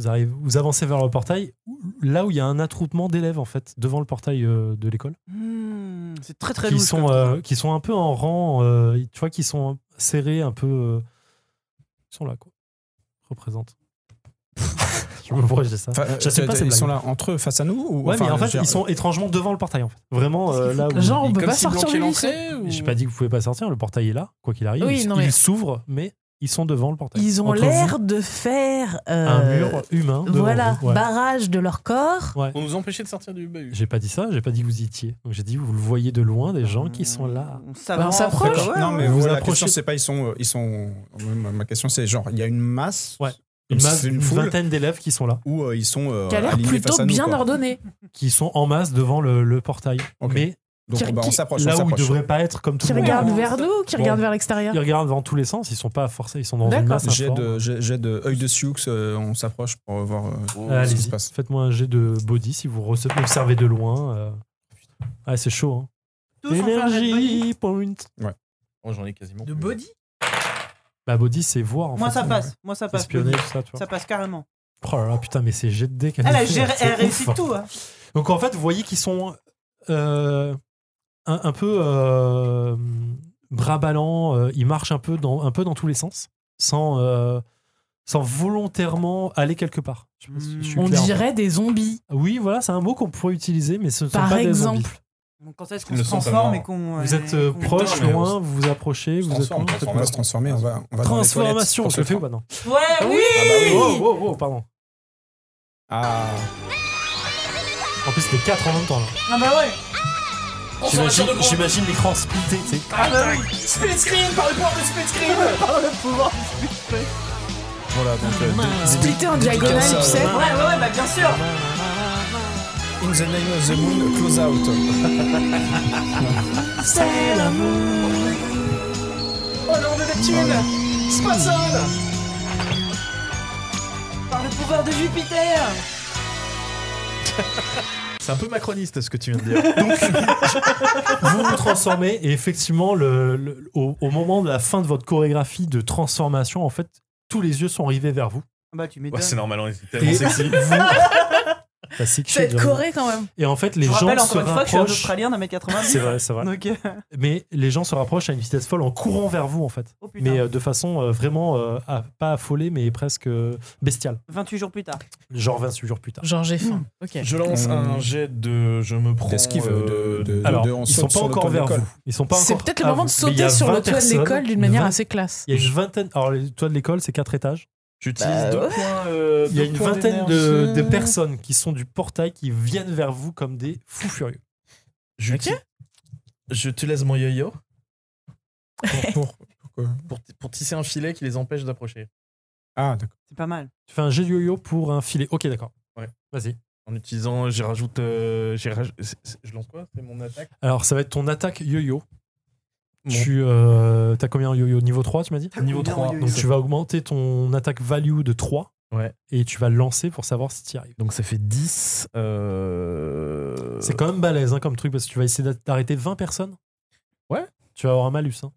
Vous, arrivez, vous avancez vers le portail, où- là où il y a un attroupement d'élèves, en fait, devant le portail euh, de l'école.
Hmm, c'est très très
qui
louche.
sont
comme-
euh, qui sont un peu en rang euh, tu vois qui sont serrés un peu euh, ils sont là quoi représente je me pourquoi je dis ça
Enfin, euh,
J'assume pas ces
ils
blagues.
sont là entre eux, face à nous ou,
ouais
enfin,
mais en
je veux
fait
dire, euh,
ils sont étrangement devant le portail en fait vraiment euh, là où
Genre, on
ils-
peut
comme
pas
s'ils
sortir du
bloquaient
lycée.
l'entrée, ou-
j'ai pas dit que vous pouvez pas sortir le portail est là quoi qu'il arrive
Oui,
il-
non,
il
mais-
s'ouvre mais ils sont devant le portail
Ils ont
Entre
l'air de faire euh,
vous, un mur humain devant
voilà, bah.
vous. Ouais.
barrage de leur corps.
Pour nous empêcher de sortir du bahut.
j'ai pas dit ça j'ai pas dit que vous y étiez Donc, j'ai dit que vous le voyez de loin des gens qui sont là
hein. Hmm, On
Bah, on
s'avance.
s'approche.
D'accord.
non, mais
Vous
voilà, la
approchez-
question, c'est pas ils sont, euh, ils sont. Ma ma question, c'est genre, il y a une masse
Ouais.
Comme
une
si
masse
c'était une
d'une
foule.
vingtaine d'élèves qui sont là
où euh, ils sont euh,
qui a l'air
alignés face
plutôt
à nous,
bien
quoi.
ordonné.
qui sont en masse devant le, le portail
Ok.
mais
Donc
Qui-
bah, on
qui-
s'approche, on
là où ils
s'approche.
devraient pas être comme tout
Qui
le monde.
regarde
on-
vers nous, qui
Bon.
regarde vers l'extérieur.
Ils regardent dans tous les sens, ils sont pas forcés, ils sont dans une
D'accord.
masse
J'ai
informe.
de, j'ai- j'ai de œil de Sioux, euh, on s'approche pour voir euh,
Ah,
ce qui se
Allez-y,
passe.
faites-moi un jet de body si vous rece- observez de loin. euh. Ah, c'est chaud. Hein.
Tous en train d'être body.
Energy point.
Oh, j'en ai quasiment.
De
plus.
body
Bah, body, c'est voir. En
Moi,
fait.
ça passe. Moi, ça passe.
Espionner,
body.
tout ça, tu vois.
Ça passe carrément.
Oh là là, putain, mais c'est jet de dés qu'elle
Elle,
a
a
fait,
géré-
c'est
elle réussit
ouf.
tout. hein.
Donc, en fait, vous voyez qu'ils sont euh, un, un peu euh, bras ballants, euh, ils marchent un peu, dans, un peu dans tous les sens, sans, euh, sans volontairement aller quelque part. Je sais pas si je suis
On
clair, en fait.
dirait des zombies.
Oui, voilà, c'est un mot qu'on pourrait utiliser, mais ce ne sont
Par
pas des
exemple.
zombies.
Donc, quand est-ce qu'on
Le
se
son,
transforme
ça
et qu'on.
Vous
euh,
êtes euh,
qu'on-
proche,
Putain, mais
loin, vous vous approchez, vous êtes
transforme,
loin,
on
faites
On
transforme.
quoi
va se transformer, on va, on va
Transformation, on se le fait ou pas non
Ouais, oui
Ah bah oui.
Oh, oh, oh, pardon.
Ah,
En plus, les quatre en même temps là.
Ah bah ouais
J'imagine- J'imagine l'écran splitté, tu sais.
Ah bah oui
Split screen par le pouvoir de split screen
voilà, donc euh,
Splitté en diagonale,
Comme ça,
tu sais.
Ouais, ouais, ouais, bah bien sûr
In the Name of the Moon, Close Out.
C'est l'amour.
Oh nom de Neptune Sponsor Par le pouvoir de Jupiter
C'est un peu macroniste ce que tu viens de dire.
Vous vous transformez et effectivement, le, le- au, au moment de la fin de votre chorégraphie de transformation, en fait, tous les yeux sont rivés vers vous.
Bah tu
Ouais,
m'étonnes. Bah,
c'est normal, on est
Et bah,
tellement sexy.
vous, classique.
Ça va être
Shadow.
correct quand même.
Et en fait,
Je
les
vous
gens
rappelle
se
encore une fois que je suis un
rapprochent.
Australien d'un mètre 80.
C'est vrai, c'est vrai.
Donc, euh,
Mais les gens se rapprochent à une vitesse folle en courant vers vous en fait.
oh putain,
Mais euh, de façon euh, vraiment euh, à- pas affolée, mais presque euh, bestiale.
28 jours plus tard.
Genre 28 jours plus tard.
Genre j'ai faim. Ok.
Je lance
Hum.
un jet de. Je me prends.
D'esquive,
euh,
de, de, de-
Oh, Alors,
de- on
ils
saute
sont pas
sur le
encore
toit de
vers
l'école.
vous. Ils sont pas
C'est
encore
peut-être le
à
moment
vous.
de
Mais il y a
sauter sur le
20
toit de
personnes,
l'école d'une manière
une
assez classe.
Il y a une vingtaine. Alors, le toit de l'école, c'est quatre étages.
J'utilise
Bah,
deux
ouais.
points. euh,
Il y a
deux
une
points
vingtaine de, de
d'énergie.
personnes qui sont du portail qui viennent vers vous comme des fous furieux.
J'uti- Je te laisse mon yo-yo
Pour- pourquoi
pour, t- pour tisser un filet qui les empêche d'approcher.
Ah, d'accord.
Oh,
C'est pas mal.
Tu fais un jet de yo-yo pour un filet. Ok, d'accord.
Ouais.
Vas-y.
En utilisant. J'y rajoute. euh, j'y raj- c'est- c'est- Je lance quoi C'est mon attaque
Alors, ça va être ton attaque yo-yo.
Bon.
Tu euh, as combien en yo-yo Niveau 3, tu m'as dit
Niveau
Combien en
3.
yo-yo
Donc, tu vas augmenter ton attaque value de 3.
Ouais.
Et tu vas le lancer pour savoir si tu y arrives.
Donc ça fait 10. euh,
C'est quand même balèze hein, comme truc parce que tu vas essayer d'a- d'arrêter 20 personnes.
Ouais.
Tu vas avoir un malus. hein.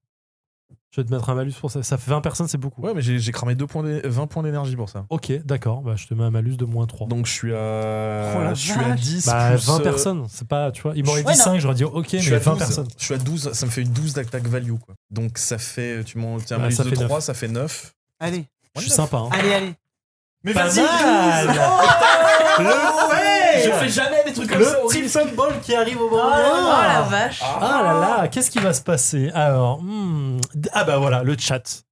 Je vais te mettre un malus pour ça. Ça fait 20 personnes, c'est beaucoup.
Ouais, mais j'ai j'ai cramé deux points d'é- 20 points d'énergie pour ça.
Ok, d'accord. Bah, je te mets un malus de moins 3.
Donc je suis à.
Oh la
Euh,
je suis à
vache.
10.
Bah,
plus,
20
euh,
personnes, c'est pas, tu vois. Il m'aurait
Ouais,
dit 5, j'aurais dit ok,
Je
mais
suis, à
20
12,
personnes.
je suis à 12, ça me fait une 12 d'attaque value. Quoi. Donc ça fait, tu m'en tiens un
Bah,
malus
ça
de
fait
3, ça fait 9.
Allez,
Je suis sympa. hein.
allez, allez.
Mais
Pas
vas-y,
mal.
12
Je fais jamais des trucs comme ça.
Le Simpson Ball qui arrive au
Ah,
moment.
Oh la vache.
Ah là là, qu'est-ce qui va se passer Alors, hmm, d- ah bah voilà, le chat.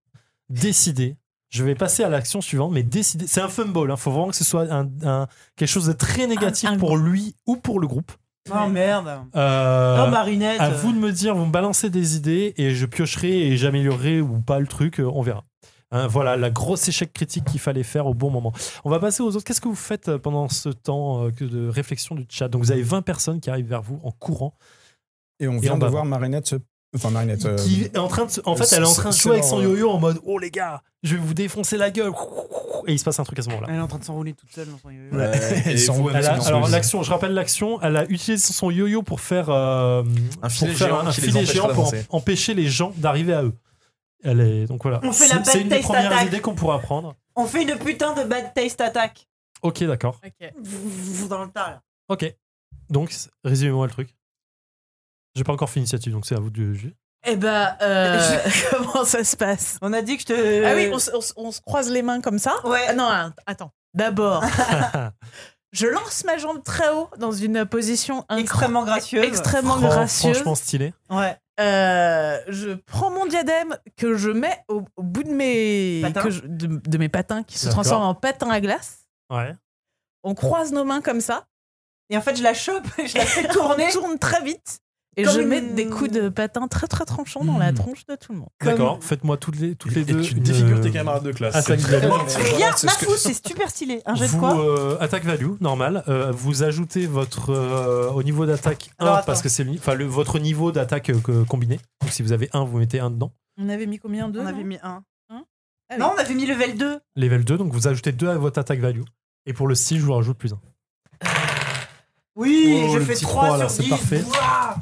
Décidez. Je vais passer à l'action suivante, mais décidez. C'est un fumble. Il faut vraiment que ce soit un, un- quelque chose de très négatif
un-
pour lui ou pour le groupe.
Oh merde.
Euh,
Oh marinette.
à vous de me dire, vous me balancez des idées et je piocherai et j'améliorerai ou pas le truc, euh, on verra. Hein, voilà, la grosse échec critique qu'il fallait faire au bon moment. On va passer aux autres. Qu'est-ce que vous faites euh, pendant ce temps euh, que de réflexion du chat Donc vous avez 20 personnes qui arrivent vers vous en courant.
Et on vient
on
de
va-
voir Marinette se. Enfin, Marinette. euh,
qui est en train de se- En fait,
c'est-
elle est en train de
c'est euh,
jouer avec
leur-
son yo-yo en mode Oh les gars, je vais vous défoncer la gueule. Et il se passe un truc à ce moment-là.
Elle est en train de s'enrouler toute seule. dans son yo-yo.
Et
Ils sont-
vous,
euh, elle
avec
Elle a-
son
alors
explosif.
l'action, je rappelle l'action, elle a utilisé son yo-yo pour faire euh,
Un
pour
filet
faire
géant
un
qui les
filet
empêchera
géant pour
d'avancer.
empêcher les gens d'arriver à eux. Elle est donc voilà.
On fait
C'est-
la
C'est une des
baptiste
premières
attaque.
idées qu'on pourra prendre.
On fait une putain de bad taste attack.
Ok, d'accord.
Ok.
Dans le tas. là.
Ok. Donc c- résumez-moi le truc. J'ai pas encore fait initiative, donc c'est à vous de juger.
Eh ben, euh, comment ça se passe
On a dit que je te.
Ah oui, on, se- on se- on se croise les mains comme ça. Ah
Ouais.
non, un- attends. D'abord, je lance ma jambe très haut dans une position incro-
Extrêmement gracieuse.
extrêmement
Fran-
gracieuse.
Franchement stylé.
Ouais.
Euh, je prends mon diadème que je mets au, au bout de mes
Patins.
que je- de, de mes patins qui se
D'accord.
transforment en patins à glace.
Ouais.
On croise nos mains comme ça.
Et en fait, je la chope, je la fais
On
tourner
tourne très vite. Et
Comme
je
une-
mets des coups de patins très très tranchants dans la
Mm.
tronche de tout le monde.
Comme-
D'accord. Faites-moi toutes les toutes les
Et
deux.
tu
une-
défigures tes camarades de classe.
attaque
C'est très
diabolique.
gentil.
Rien,
Voilà, c'est
ma
ce que-
fou, c'est super stylé. Un jet de
Vous,
quoi
euh, attaque value, normal. Euh, vous ajoutez votre euh, au niveau d'attaque 1
Alors, attends.
parce que c'est le, enfin, le- votre niveau d'attaque euh, que- combiné. Donc si vous avez 1, vous mettez 1 dedans.
On avait mis combien deux
On
non
avait mis un.
Un Ah
Non, on avait mis level 2.
Level 2, donc vous ajoutez 2 à votre attaque value. Et pour le 6, je vous rajoute plus 1.
Oui,
Oh,
je
le
fais
petit
3
trois, là,
sur
c'est
10.
parfait.
Ouah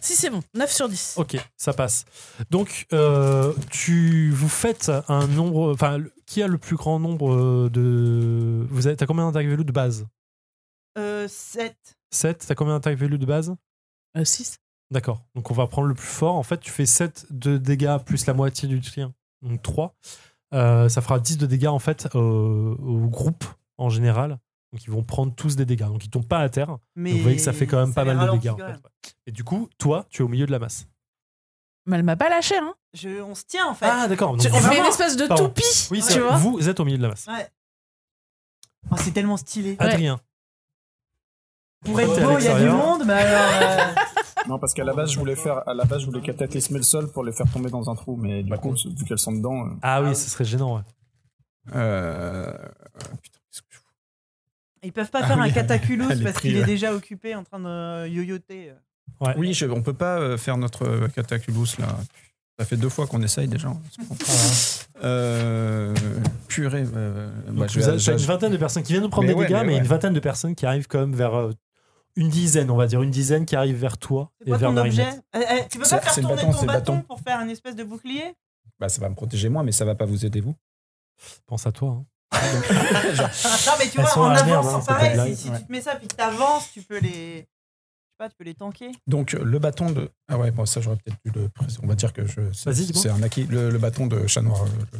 Si c'est bon, 9 sur 10.
Ok, ça passe. Donc euh, tu vous faites un nombre enfin le- qui a le plus grand nombre euh, de vous avez t'as combien d'attaque value de base
euh, 7.
7, t'as combien d'attaque value de base Euh,
6.
D'accord. Donc on va prendre le plus fort. En fait, tu fais 7 de dégâts plus la moitié du trien. Donc 3. Euh, ça fera 10 de dégâts en fait au- au groupe en général. Donc ils vont prendre tous des dégâts. Donc ils tombent pas à terre.
Mais
Donc, vous voyez que ça fait quand même pas
les
mal de
ralentit
dégâts. en
quand
fait.
même.
Ouais. Et du coup, toi, tu es au milieu de la masse.
Mais elle m'a pas lâché, hein.
Je- on se tient en fait.
Ah d'accord. Donc,
on
vous-
fait une
vraiment
espèce de
Pardon.
toupie.
Oui,
tu
c'est vrai.
vois.
Vous êtes au milieu de la masse.
Ouais. Oh, c'est tellement stylé.
Ouais.
Adrien.
Pour
Ah, t'es
être
à
beau, il y a du
l'extérieur.
monde, mais alors. euh,
Non, parce qu'à la base, je voulais faire, à la base, je voulais cataclysmer le sol pour les faire tomber dans un trou, mais du coup, vu qu'elles sont dedans.
Ah oui, ce serait gênant. ouais.
Euh... Putain, qu'est-ce que je fous
Ils peuvent pas
Ah
faire
oui,
un
elle-
cataculus
elle est
parce
prise,
qu'il est
ouais.
déjà occupé en train de euh, yoyoter.
Ouais.
Ah Oui, je- on peut pas euh, faire notre euh, cataculus là. Ça fait deux fois qu'on essaye déjà. hein, C'est bon. Euh, purée. euh,
Donc,
bah, je
vous
vais-
avez
je-
t'as une vingtaine de personnes qui viennent de prendre
Mais
des
ouais,
dégâts, mais,
mais ouais.
une vingtaine de personnes qui arrivent quand même vers euh, une dizaine, on va dire, une dizaine qui arrivent vers toi
C'est
et
quoi
vers
ton objet
Marinette.
Eh, eh, Tu peux
C'est-
pas faire
c'est le
tourner
bâton,
ton
c'est le
bâton
bâton.
pour faire un espèce de bouclier
bah, ça va me protéger moi, mais ça va pas vous aider vous.
Pense à toi. hein.
Non, mais tu
Ah, Elles
vois,
sont
en
à la merde,
avance,
hein,
c'est
c'est pas de
pareil.
blague.
Si, si tu te mets ça, puis que t'avances, tu peux les. Je sais pas, tu peux les tanker.
Donc, euh, le bâton de. Ah ouais, bon, ça, j'aurais peut-être dû le présenter. On va dire que je. c'est-
Vas-y, dis-moi.
C'est un acquis. Le, le bâton de chat noir. euh, le-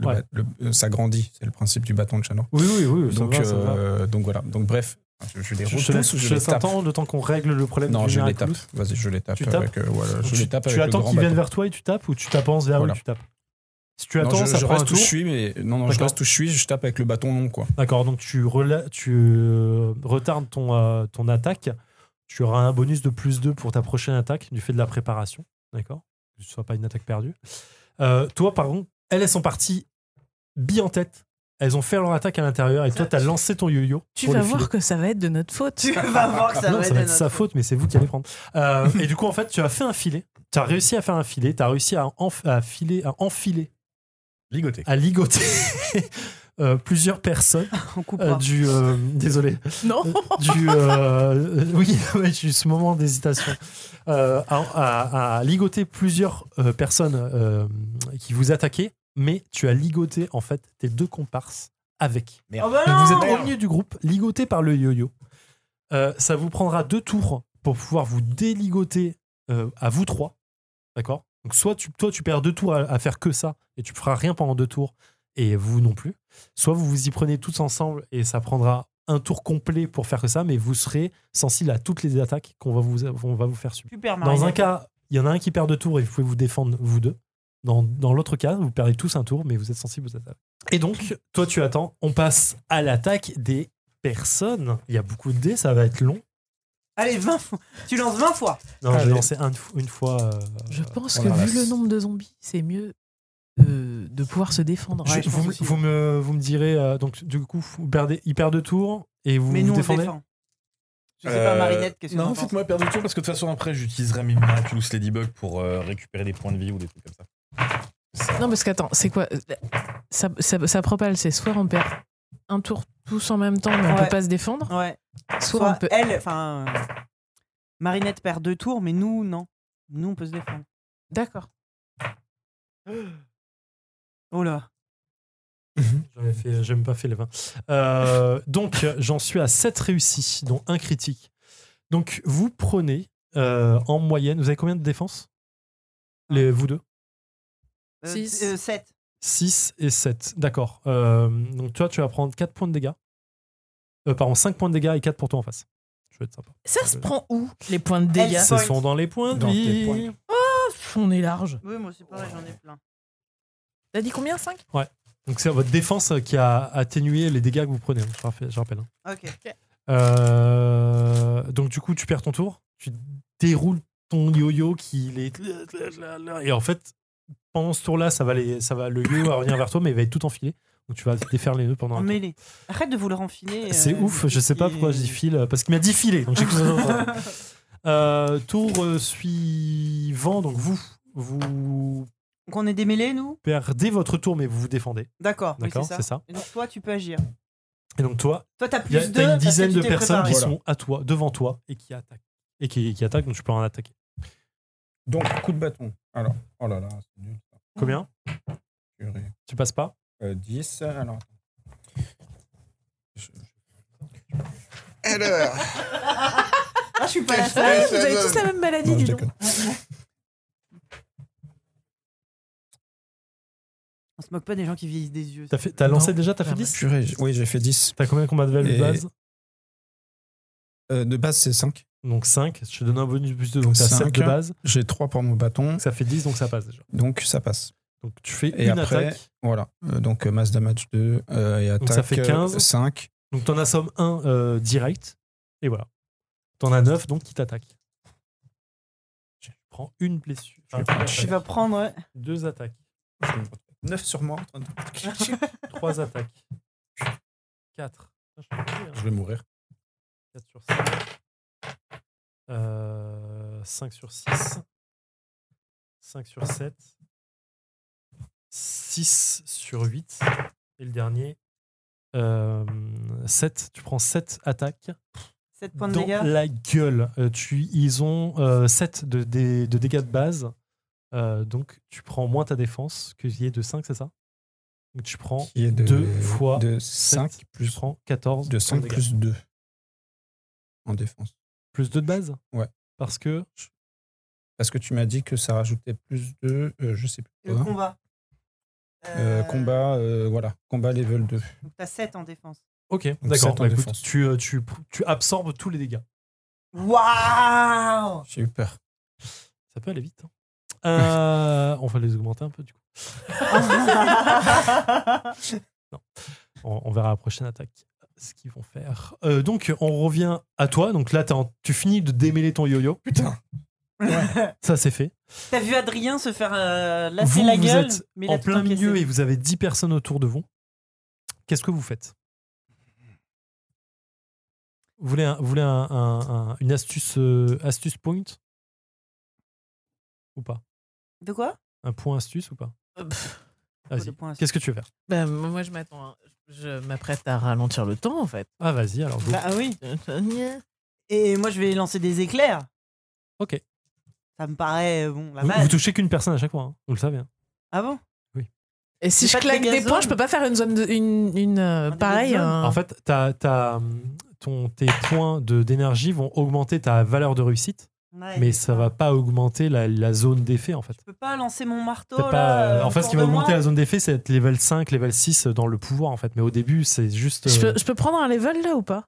le
Ouais.
ba- le- euh, ça grandit. C'est le principe du bâton de chat noir.
Oui, oui, oui. ça
Donc,
va, ça va.
euh, donc voilà. Donc, bref, je, je les
Je
repousse
te laisse,
ou je
je te
les
laisse un
tape.
temps, le temps qu'on règle le problème.
Non,
du
je les tape.
Miraculous.
Vas-y, je les tape.
Tu tapes
avec, euh, voilà, je
tu,
les tape
tu
avec le
attends
grand
qu'ils viennent
bâton.
vers toi et tu tapes ou tu t'avances vers
Voilà.
eux et tu tapes Si tu
Non,
attends,
je,
ça
je
prend un
reste où
tour.
je suis, mais non, non, je
D'accord.
reste où je suis, je tape avec le bâton long, quoi.
D'accord, donc tu, rela- tu euh, retardes ton, euh, ton attaque. Tu auras un bonus de plus 2 pour ta prochaine attaque du fait de la préparation. D'accord Que ce soit pas une attaque perdue. Euh, toi, par contre, elles, elles sont parties billes en tête. Elles ont fait leur attaque à l'intérieur et toi, t'as lancé ton yo-yo.
Tu
pour
vas
le filer.
voir que ça va être de notre faute.
Tu vas voir que ça
non,
va
ça va
être
être sa faute, mais c'est vous qui allez prendre. Euh, et du coup, en fait, tu as fait un filet. Tu as réussi à faire un filet. Tu as réussi à, enf- à filer, à enfiler,
Ligoté.
à ligoter euh, plusieurs personnes
On coupe
euh,
pas.
du. euh, désolé.
Non
du euh, oui ouais, j'ai eu ce moment d'hésitation Euh, à, à- à ligoter plusieurs euh, personnes euh, qui vous attaquaient mais tu as ligoté en fait tes deux comparses avec
Oh bah
Donc, vous êtes
non
premier du groupe ligoté par le yo-yo Euh, ça vous prendra deux tours pour pouvoir vous déligoter euh, à vous trois d'accord donc soit tu, toi tu perds deux tours à, à faire que ça et tu feras rien pendant deux tours et vous non plus soit vous vous y prenez tous ensemble et ça prendra un tour complet pour faire que ça, mais vous serez sensible à toutes les attaques qu'on va vous, on va vous faire subir.
Super,
Dans
Marie.
un cas, il y en a un qui perd deux tours et vous pouvez vous défendre, vous deux. Dans, dans l'autre cas, vous perdez tous un tour, mais vous êtes sensible aux attaques. Et donc, toi, tu attends. On passe à l'attaque des personnes. Il y a beaucoup de dés, ça va être long.
Allez, 20 fois. Tu lances 20 fois.
Non, j'ai
Allez.
lancé un- une fois. euh,
Je pense
on
que
la
vu
laisse.
le nombre de zombies, c'est mieux euh, de pouvoir se défendre.
Je-
Ouais, je pense
vous,
aussi.
vous me, vous me direz, euh, donc du coup, vous perdez, il perd deux tours et vous
Mais
vous
nous, on
défendez.
défend. Je sais pas,
Euh,
Marinette, qu'est-ce que
Non,
t'en penses
faites-moi perdre du tour parce que de toute façon, après, j'utiliserai mes Miraculous Ladybug pour euh, récupérer des points de vie ou des trucs comme ça.
Non, parce qu'attends, c'est quoi euh, ça, ça, ça propale, c'est soit on perd un tour tous en même temps, mais on
Ouais.
peut pas se défendre,
Ouais.
soit,
Soit
on peut.
elle, enfin. euh, Marinette perd deux tours, mais nous, non. Nous, on peut se défendre.
D'accord.
Oh là.
J'avais fait- J'ai même pas fait les 20. Euh, donc, j'en suis à 7 réussis, dont un critique. Donc, vous prenez euh, en moyenne, vous avez combien de défense les, Vous deux
Euh,
Six.
7.
6 et 7. D'accord. Euh, donc, toi, tu vas prendre 4 points de dégâts. Euh, pardon, 5 points de dégâts et 4 pour toi en face. Je vais être sympa.
Ça
se
se
prend
prend où Les points de dégâts.
Ce sont dans les points de
Dans tes
vie.
points.
On est large.
Oui, moi, c'est pareil, j'en ai plein.
T'as dit combien 5
Donc, c'est votre défense qui a atténué les dégâts que vous prenez. hein. Je rappelle. Je rappelle hein.
Ok.
Euh, donc du coup, tu perds ton tour, tu déroules ton yo-yo qui il est et en fait pendant ce tour-là, ça va les, ça va le yo va revenir vers toi, mais il va être tout enfilé. Donc tu vas défaire les nœuds pendant.
En
un tour.
mêlée. Arrête de vouloir enfiler. euh,
C'est ouf, je sais pas
et-
pourquoi je dis fil, parce qu'il m'a dit filer. Donc j'ai cru que ça- Euh, tour euh, suivant, donc vous, vous
Donc on est démêlés, nous
perdez votre tour, mais vous vous défendez.
D'accord, oui,
D'accord,
c'est ça.
c'est ça.
Et donc toi, tu peux agir.
Et donc toi,
Toi, t'as
Il y a
plus de.
t'as une dizaine de personnes qui
préparé.
sont à toi, devant toi, et qui attaquent. Et qui, qui attaquent, donc tu peux en attaquer.
Donc, coup de bâton. Alors, oh là là, c'est nul. ça.
Combien
Purée.
Tu passes pas
Euh, 10, alors. attends. Je-
Alors,
Ah, je suis pas la
Qu'est-ce
seule.
Vous avez tous la même maladie,
Non,
du
je
dis donc.
déconne.
On se moque pas des gens qui vieillissent des yeux.
T'as fait- t'as lancé
Non.
déjà, t'as fait
Ah,
10
Purée, j- oui, j'ai fait 10.
T'as combien de combats de value de
Et-
base
Euh, de base, c'est 5.
Donc 5, je te donne un bonus plus 2, donc t'as
Cinq.
7 de base,
J'ai 3 pour mon bâton,
donc ça fait 10, donc ça passe déjà.
donc ça passe.
Donc tu fais
Et
une
après-
attaque,
Voilà. Euh, donc, euh, masse damage 2 euh, et attaque
ça fait 15.
5.
donc t'en assommes un euh, direct, et voilà. T'en as 9, donc qui t'attaque. Tu prends une blessure,
vais prendre
Ah, Tu vas prendre. ouais.
deux attaques,
9 sur moi.
trois attaques, 4. hein.
Je vais mourir.
4 sur 5. 5 Euh, sur 6. 5 sur 7. 6 sur 8. Et le dernier. 7. Tu prends 7 attaques
7 points
dans
de dégâts.
la gueule. Euh, tu, ils ont 7 de, dé- de dégâts de base. Euh, donc tu prends moins ta défense, que y est de 5, c'est ça Donc tu prends
Qui est de,
2 fois
de
5,
5
tu
plus,
prends 14.
de 5
dégâts.
plus 2 en défense.
Plus 2 de base
Ouais.
Parce que.
Parce que tu m'as dit que ça rajoutait plus de. euh, je sais plus.
Le
quoi.
combat.
Euh, combat, euh, voilà. Combat level 2.
Donc t'as 7 en défense.
Ok,
sept
d'accord.
en
Bah, écoute,
défense.
tu, euh, tu, tu absorbes tous les dégâts.
Waouh
J'ai eu peur.
Ça peut aller vite. hein. Euh, on va les augmenter un peu du coup. On, on verra la prochaine attaque ce qu'ils vont faire. Euh, donc on revient à toi. Donc là, t'es en- tu finis de démêler ton yo-yo. Putain. Ça c'est fait.
T'as vu Adrien se faire euh, lasser
Vous,
la
vous
gueule
êtes
mais il a
en
tout
plein
encaissé.
milieu et vous avez 10 personnes autour de vous. Qu'est-ce que vous faites Vous voulez, un- vous voulez un- un- un- une astuce, euh, astuce point Ou pas
De quoi
Un point astuce ou pas
Euh, pff,
de
Vas-y.
points à ce-
Qu'est-ce que tu veux faire
bah, moi, je m'attends. Je m'apprête à ralentir le temps, en fait.
Ah, vas-y, alors. go.
Bah ah oui.
Vous
Et moi je vais lancer des éclairs.
Ok.
Ça me paraît euh, bon la
vous,
base.
vous touchez qu'une personne à chaque fois, hein. vous le savez. hein.
Ah bon
Et si
C'est
je
pas
claque
de
des
dégâts
points,
zone.
je peux pas faire une zone de, une, une euh,
Un
pareil.
dégât de zone.
un-
En fait, t'as- t'as, hum, ton, tes points de- d'énergie vont augmenter ta valeur de réussite,
Ouais,
mais
c'est
ça va pas augmenter la, la zone d'effet en fait.
Je peux pas lancer mon marteau
T'as pas,
Oh là.
euh, en fait, ce qui va augmenter la zone d'effet, c'est être level 5, level 6 dans le pouvoir en fait. Mais au début, c'est juste.
je,
euh,
peux, je peux prendre un level là ou pas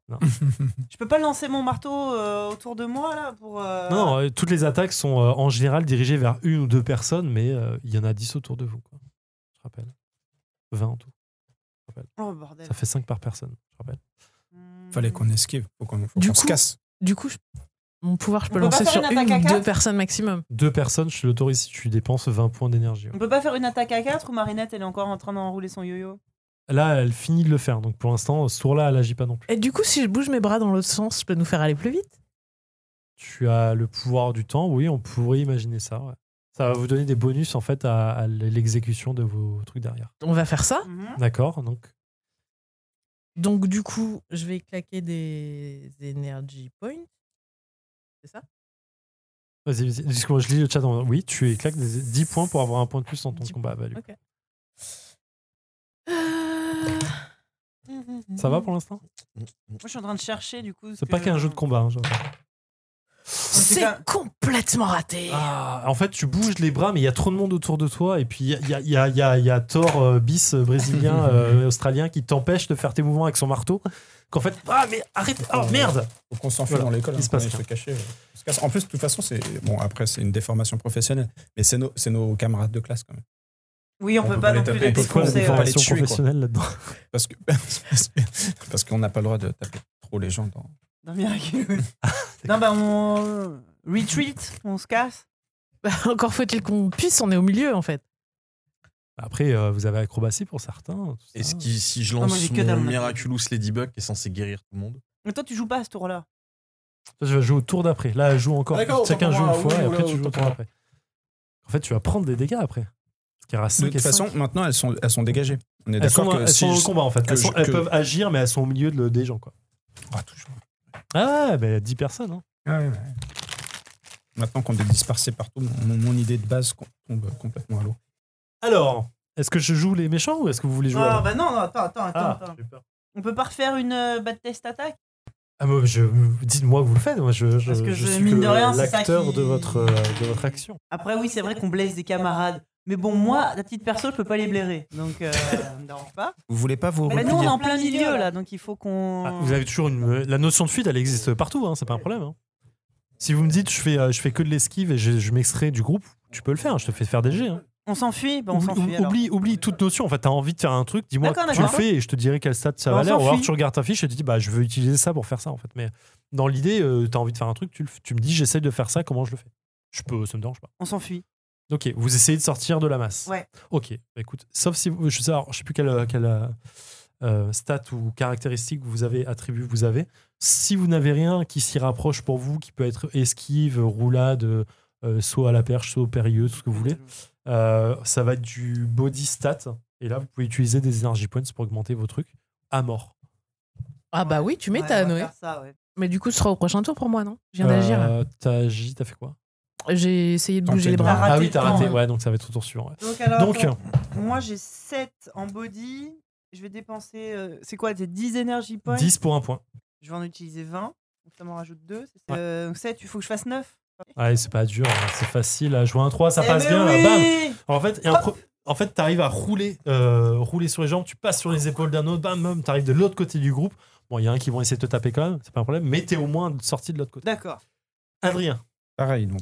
Je peux pas lancer mon marteau euh, autour de moi là pour. euh,
Non, non, euh, toutes les attaques sont euh, en général dirigées vers une ou deux personnes, mais euh, il y en a 10 autour de vous. quoi. Je rappelle. 20 en tout.
Oh bordel.
Ça fait 5 par personne, je rappelle.
Hmm.
Fallait qu'on esquive. Faut qu'on faut
Du
qu'on se
coup-
casse.
Du coup, je- mon pouvoir, je
On peut
peux
pas
lancer
faire
sur
une
une
attaque à
ou
quatre
deux personnes maximum.
Deux personnes, je l'autorise si tu dépenses 20 points d'énergie. ouais.
On peut pas faire une attaque à 4 ou Marinette elle est encore en train d'enrouler son yo-yo
Là, elle finit de le faire. Donc pour l'instant, ce tour-là, elle agit pas non plus.
Et du coup, si je bouge mes bras dans l'autre sens, je peux nous faire aller plus vite.
Tu as le pouvoir du temps. Oui, on pourrait imaginer ça. ouais. Ça va vous donner des bonus en fait à, à l'exécution de vos trucs derrière.
On va faire ça.
Mhm.
D'accord. Donc
Donc, du coup, je vais claquer des energy points.
vas-y, vas-y. Excuse-moi, je lis le chat. en- Oui, tu éclaques des- 10 points pour avoir un point de plus dans ton
10
combat bah, à value.
Ok. Euh,
Ça va pour l'instant
Moi je suis en train de chercher du coup. ce
C'est pas
que-
qu'un jeu de combat. hein, j'entends.
C'est complètement raté.
Ah, en fait, tu bouges les bras, mais il y a trop de monde autour de toi. Et puis, il y a, il y a- il y a- il y a Thor euh, bis euh, brésilien, euh, australien, qui t'empêche de faire tes mouvements avec son marteau. Qu'en fait, ah, mais arrête, oh merde
Faut qu'on s'enfuit
Voilà.
dans l'école.
Il
hein,
se
qu'on
passe
aille
rien.
se cacher, euh, on se casse. En plus, de toute façon, c'est. Bon, après, c'est une déformation professionnelle. Mais c'est nos, c'est nos camarades de classe quand même.
Oui, on, peut, pas,
les
non plus
taper.
les
Pourquoi
Pourquoi on
la
sait,
défoncer. euh,
peut pas
ouais.
les
déformation
tuer, quoi.
professionnelle là-dedans
Parce que. parce que- parce qu'on n'a pas le droit de taper trop les gens dans.
Dans Miraculous.
Ah,
non, bah on. Retreat, on se casse.
Bah, encore faut-il qu'on puisse, on est au milieu en fait.
Après, euh, vous avez acrobatie pour certains. tout ça.
Est-ce que si je
Ah, moi,
lance
j'ai que dalle en attaque.
mon Miraculous Ladybug qui est censé guérir tout le monde
Mais toi, tu joues pas à ce tour-là.
Je vais jouer au tour d'après. Là, elle joue encore.
Ah,
D'accord,
Chacun
autant
joue
pour
une
moi.
fois
Oui,
et après,
oui,
tu joues au
autant
tour
pour moi.
d'après. En fait, tu vas prendre des dégâts après. Parce qu'il y aura
De
5
toute façon, maintenant, elles sont, elles sont dégagées. On est
Elles sont,
d'accord que
elles
si.
sont
je-
au combat en fait.
que
Elles, sont-
je-
elles
que-
peuvent agir, mais elles sont au milieu de- des gens quoi.
Ah, toujours.
Ah, ben 10 personnes. hein.
Ah Maintenant qu'on est dispersé partout, mon, mon idée de base com- tombe complètement à l'eau.
Alors, est-ce que je joue les méchants ou est-ce que vous voulez jouer
Ah,
avant
bah non, non, attends, attends, attends.
hein. Ah,
attends.
j'ai peur.
On peut pas refaire une euh, bad test attaque
Ah, mais je, dites-moi que vous le faites. Moi, je, je,
Parce que je-
suis
mine de rien, c'est ça
l'acteur
qui-
de, votre, euh, de votre action.
Après, Ah, oui, c'est vrai qu'on blesse des camarades. Mais bon, moi, à titre perso, je peux pas les blairer. Donc, euh, ça me dérange pas.
Vous voulez pas vous
Mais nous, on est en plein milieu là, donc il faut qu'on.
Ah, vous avez toujours une. La notion de fuite, elle existe partout, hein, c'est pas un problème. hein. Si vous me dites je fais, euh, je fais que de l'esquive et je, je m'extrais du groupe, tu peux le faire, je te fais faire des jets. hein.
On s'enfuit Bah, on
Oublie-
s'enfuit alors.
oublie, oublie toute notion, en fait, t'as envie de faire un truc, dis-moi
D'accord,
que tu le
d'accord.
fais et je te dirai quel stade ça
Bah,
va
on
l'air, ou alors
s'enfuit.
tu regardes ta fiche et tu dis bah je veux utiliser ça pour faire ça en fait. Mais dans l'idée, euh, t'as envie de faire un truc, tu, le f- tu me dis j'essaye de faire ça, comment je le fais Je peux, ça me dérange pas.
On s'enfuit.
Ok, vous essayez de sortir de la masse.
Ouais.
Ok, bah, écoute, sauf si vous, je sais, alors, je sais plus quelle, quelle euh, euh, stat ou caractéristique vous avez attribut vous avez. Si vous n'avez rien qui s'y rapproche pour vous, qui peut être esquive, roulade, euh, saut à la perche, saut périlleux, tout ce que vous voulez, euh, ça va être du body stat. Et là, vous pouvez utiliser des energy points pour augmenter vos trucs à mort.
Ah bah oui, tu mets
Ouais,
ta
on va
Noé.
faire ça, ouais.
Mais du coup, ce sera au prochain tour pour moi, non Je viens d'agir. là.
Euh, T'as agi, t'as fait quoi
J'ai essayé de
Tant
bouger
pis,
les
t'as
bras.
Ah
raté
oui,
le
t'as
temps,
raté.
hein.
Ouais, donc ça va être au tour suivant. ouais.
Donc, alors,
Donc, euh,
attends, moi j'ai 7 en body. Je vais dépenser. euh, c'est quoi C'est 10 energy points
10 pour un point.
Je vais en utiliser 20. Donc ça m'en rajoute 2.
Ouais.
donc 7, il faut que je fasse 9.
Ouais, c'est pas dur, hein, c'est facile. À jouer un 3, ça
Eh
passe
mais
bien.
oui
Là, bam En fait, il y a un pro- en fait, t'arrives à rouler, euh, rouler sur les jambes, tu passes sur les épaules d'un autre, bam, bam, t'arrives de l'autre côté du groupe. Bon, il y a un qui vont essayer de te taper quand même, c'est pas un problème, mais t'es au moins sorti de l'autre côté.
D'accord.
Adrien,
Pareil, donc.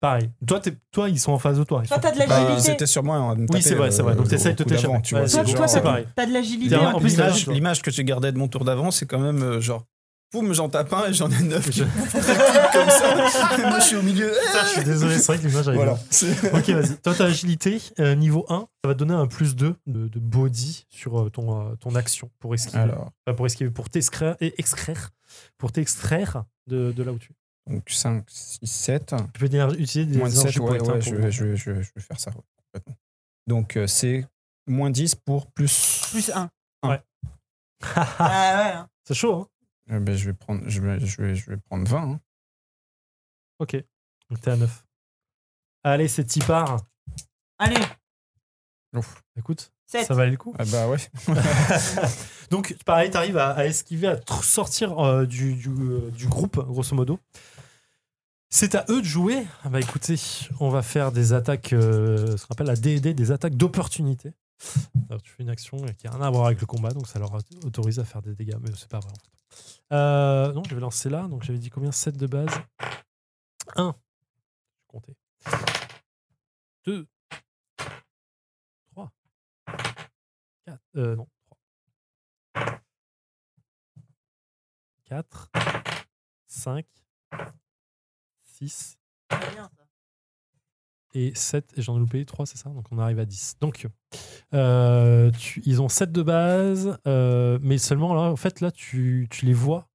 pareil. Toi, t'es- toi, ils sont en face de toi. Ils
Toi,
sont-
t'as de
Bah,
l'agilité.
c'était sur moi. hein, de me
Oui,
taper,
c'est vrai, c'est vrai.
euh,
Donc
le
t'essayes de
coup
te
d'avant,
taper.
tu vois,
Ouais,
c'est
toi,
c'est-
toi,
genre,
ça
c'est
euh,
pareil.
T'as de l'agilité.
Derrière, en plus,
l'image-
là, je-
L'image que j'ai gardée de mon tour d'avant, c'est quand même euh, genre. Poum, j'en tape un et j'en ai neuf.
Je-
Comme ça. Et Moi, je suis au milieu.
Putain, je suis désolé, c'est vrai que l'image arrive.
Voilà.
là. Ok, vas-y. Toi, t'as agilité, euh, niveau 1, ça va te donner un plus 2 de, de body sur euh, ton, euh, ton action pour esquiver.
Alors,
Enfin, pour esquiver, pour t'extraire, et extraire, pour t'extraire de, de là où tu es.
donc 5, 6, 7.
Tu peux d'énergie- utiliser des
Moins de 7,
énergies
ouais,
pour
ouais,
être
je, vais, je, vais, je vais- je vais faire ça. ouais, complètement. Donc, euh, c'est moins 10 pour plus.
Plus 1.
Ah,
Ah ouais. hein.
C'est chaud, hein
Euh, ben, je, vais prendre, je, vais, je, vais, je vais prendre 20. hein.
Ok. Donc t'es à 9. Allez, c'est Tipar.
Allez,
Écoute,
7.
ça valait le coup.
Ah, bah ouais.
Donc pareil, t'arrives à, à esquiver, à tr- sortir euh, du, du, euh, du groupe, grosso modo. C'est à eux de jouer. Ah Bah écoutez, on va faire des attaques, euh, ce qu'on appelle la DD, des attaques d'opportunité. Alors, Tu fais une action qui n'a rien à voir avec le combat, donc ça leur autorise à faire des dégâts, mais c'est pas vrai en fait. Euh, non, je vais lancer là, donc j'avais dit combien 7 de base 1. Je comptais. 2. 3. 4. Euh, non, 3. 4, 5, 6 et 7. Et j'en ai loupé 3, c'est ça Donc on arrive à 10. Donc euh, tu- ils ont 7 de base, euh, mais seulement là, en fait, là, tu, tu les vois